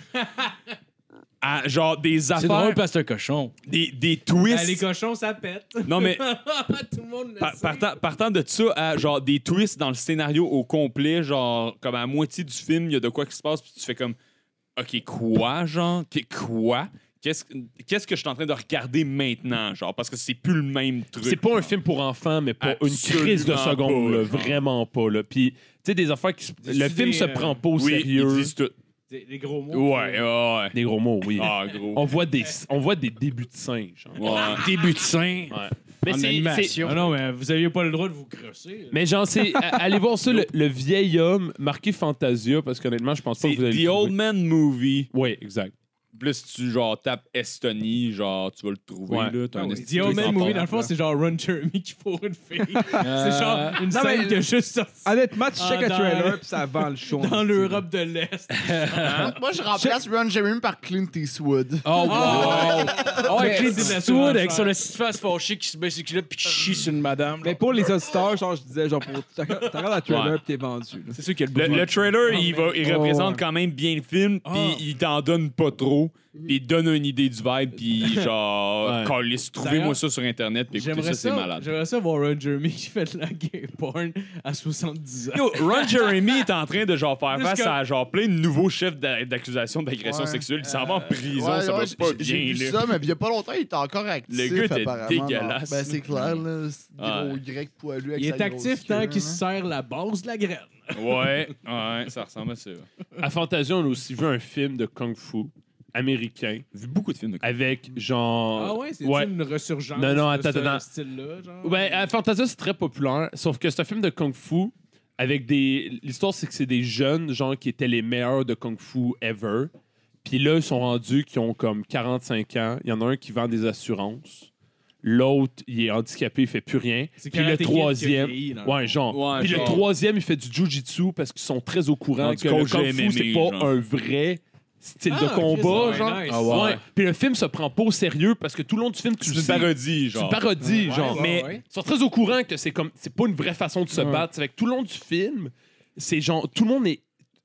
Speaker 7: À, Ah, genre, des
Speaker 3: c'est
Speaker 7: affaires,
Speaker 3: drôle parce que c'est un cochon.
Speaker 7: des, des
Speaker 8: Ah, les
Speaker 7: twists.
Speaker 8: cochons, ça pète.
Speaker 7: non, mais
Speaker 8: Ah, Tout le monde le
Speaker 7: par-
Speaker 8: sait.
Speaker 7: partant, partant de ça à, genre, des twists dans le scénario au complet, genre, comme à la moitié du film, il y a de quoi qui se passe, puis tu fais comme, OK, quoi, genre? Qu- Quoi? Qu'est-ce que- qu'est-ce que je suis en train de regarder maintenant, genre? Parce que c'est plus le même truc.
Speaker 6: C'est pas un film pour enfants, mais pas une
Speaker 7: Absolument
Speaker 6: crise de
Speaker 7: pas,
Speaker 6: seconde, là,
Speaker 7: genre.
Speaker 6: vraiment pas. Là. Puis, tu sais, des affaires qui. se-
Speaker 8: Dis-tu
Speaker 6: Le film
Speaker 8: des,
Speaker 6: se
Speaker 8: euh,
Speaker 6: prend pas au
Speaker 7: Oui,
Speaker 6: sérieux.
Speaker 7: ils disent tout.
Speaker 8: Des, des gros mots.
Speaker 7: Ouais, ouais.
Speaker 6: Des gros mots, oui.
Speaker 7: Ah, gros.
Speaker 6: On voit des, on voit des débuts de singe. genre.
Speaker 7: Ouais.
Speaker 3: Début de scène.
Speaker 6: Ouais. Mais
Speaker 3: En
Speaker 6: c'est-
Speaker 3: animation.
Speaker 8: Ah non, mais vous aviez pas le droit de vous crosser.
Speaker 6: c'est- Mais genre, c'est. à- Allez voir ça, le, le vieil homme marqué Fantasia, parce qu'honnêtement, je pense pas
Speaker 7: C'est
Speaker 6: que vous allez.
Speaker 7: The Old Man Movie.
Speaker 6: Oui, exact.
Speaker 7: Plus tu genre tapes Estonie, genre tu vas le trouver
Speaker 6: Ouais. Ben
Speaker 7: là. T'as un esti-
Speaker 8: The Old Man
Speaker 7: truc
Speaker 8: Movie,
Speaker 7: sympa.
Speaker 8: oh, dans le fond, c'est Euh, genre Run Jeremy qui fourre une fille. c'est
Speaker 3: Ah!
Speaker 8: genre une
Speaker 4: Non,
Speaker 8: scène
Speaker 4: mais-
Speaker 8: qui a juste sorti
Speaker 4: Honnêtement, tu
Speaker 8: Ah,
Speaker 4: check le
Speaker 8: dans-
Speaker 4: trailer, puis ça vend le show.
Speaker 8: dans l'Europe de l'Est.
Speaker 5: Moi, moi, je remplace Ron Jeremy par Clint Eastwood.
Speaker 3: Oh, wow! oh, avec
Speaker 8: Mais-
Speaker 3: Clint Eastwood, avec son petite face fâchée qui se baisse ses culottes puis qui chie sur une madame.
Speaker 4: Mais pour les auditeurs, genre, je disais, genre, pour... t'as- t'as regardé le trailer,
Speaker 7: Ouais.
Speaker 4: puis t'es vendu. là.
Speaker 3: C'est sûr qu'il y a
Speaker 7: Le,
Speaker 3: le bout.
Speaker 7: le trailer, il, va, il
Speaker 4: Oh,
Speaker 7: représente
Speaker 4: ouais.
Speaker 7: quand même bien le film,
Speaker 8: Ah.
Speaker 7: puis il t'en donne pas trop, puis il donne une idée du vibe, puis
Speaker 6: Ouais.
Speaker 7: genre, calisse, trouvez-moi ça sur Internet, puis écoutez
Speaker 8: J'aimerais
Speaker 7: ça, c'est
Speaker 8: ça,
Speaker 7: malade.
Speaker 8: j'aimerais ça voir Run Jeremy qui fait de la gay porn à 70 ans.
Speaker 7: Yo, Ron Jeremy est en train de genre faire
Speaker 8: Plus
Speaker 7: face
Speaker 8: que-
Speaker 7: à genre plein de nouveaux chefs d'a- d'accusation d'agression
Speaker 5: Ouais.
Speaker 7: sexuelle. Il s'en va en prison,
Speaker 5: Ouais,
Speaker 7: ça
Speaker 5: ouais,
Speaker 7: va pas
Speaker 5: j'ai- J'ai
Speaker 7: bien.
Speaker 5: vu
Speaker 7: là.
Speaker 5: ça, mais il y a pas longtemps, il était encore actif.
Speaker 7: Le gars était
Speaker 5: apparemment,
Speaker 7: dégueulasse.
Speaker 5: non. Ben, c'est clair, là. c'est Gros
Speaker 7: Ouais.
Speaker 5: grec poilu avec
Speaker 8: Il
Speaker 5: sa
Speaker 8: est
Speaker 5: grosse
Speaker 8: actif
Speaker 5: queue, hein.
Speaker 8: tant
Speaker 5: là.
Speaker 8: qu'il se serre la base de la graine.
Speaker 7: Ouais, ouais, ça ressemble à ça.
Speaker 6: À Fantasia, on a aussi vu un film de kung-fu américain
Speaker 7: J'ai vu beaucoup de films de
Speaker 6: avec genre.
Speaker 8: Ah ouais, c'est
Speaker 6: ouais.
Speaker 8: une ressurgence
Speaker 6: Non, non,
Speaker 8: de ce
Speaker 6: attends, attends.
Speaker 8: style-là, genre?
Speaker 6: Ouais, euh, Fantasia, c'est très populaire, sauf que c'est un film de kung-fu avec des. L'histoire, c'est que c'est des jeunes, genre, qui étaient les meilleurs de kung-fu ever. Puis là, ils sont rendus qui ont comme 45 ans. Il y en a un qui vend des assurances. L'autre, il est handicapé, il fait plus rien.
Speaker 8: C'est
Speaker 6: Puis le
Speaker 8: Karate Kid
Speaker 6: troisième.
Speaker 8: qui a vieilli, dans le
Speaker 6: Ouais, genre.
Speaker 7: Ouais,
Speaker 6: Puis le
Speaker 7: genre.
Speaker 6: troisième, il fait du jujitsu parce qu'ils sont très au courant
Speaker 7: Ouais, du
Speaker 6: que le
Speaker 7: coach
Speaker 6: kung-fu,
Speaker 7: MMA,
Speaker 6: c'est pas
Speaker 7: genre.
Speaker 6: un vrai style
Speaker 8: Ah,
Speaker 6: de
Speaker 8: ok,
Speaker 6: combat,
Speaker 8: c'est
Speaker 6: genre.
Speaker 8: nice.
Speaker 6: Ah ouais. Ouais. Puis le film se prend pas au sérieux parce que tout le long du film, tu
Speaker 7: C'est
Speaker 6: le
Speaker 7: une
Speaker 6: sais.
Speaker 7: parodie,
Speaker 6: Tu le
Speaker 7: genre.
Speaker 6: parodies, genre.
Speaker 8: ouais,
Speaker 6: mais
Speaker 8: ouais.
Speaker 6: ils sont très au courant que c'est comme c'est pas une vraie façon de se battre. Fait que tout le long du film, c'est genre tout le monde est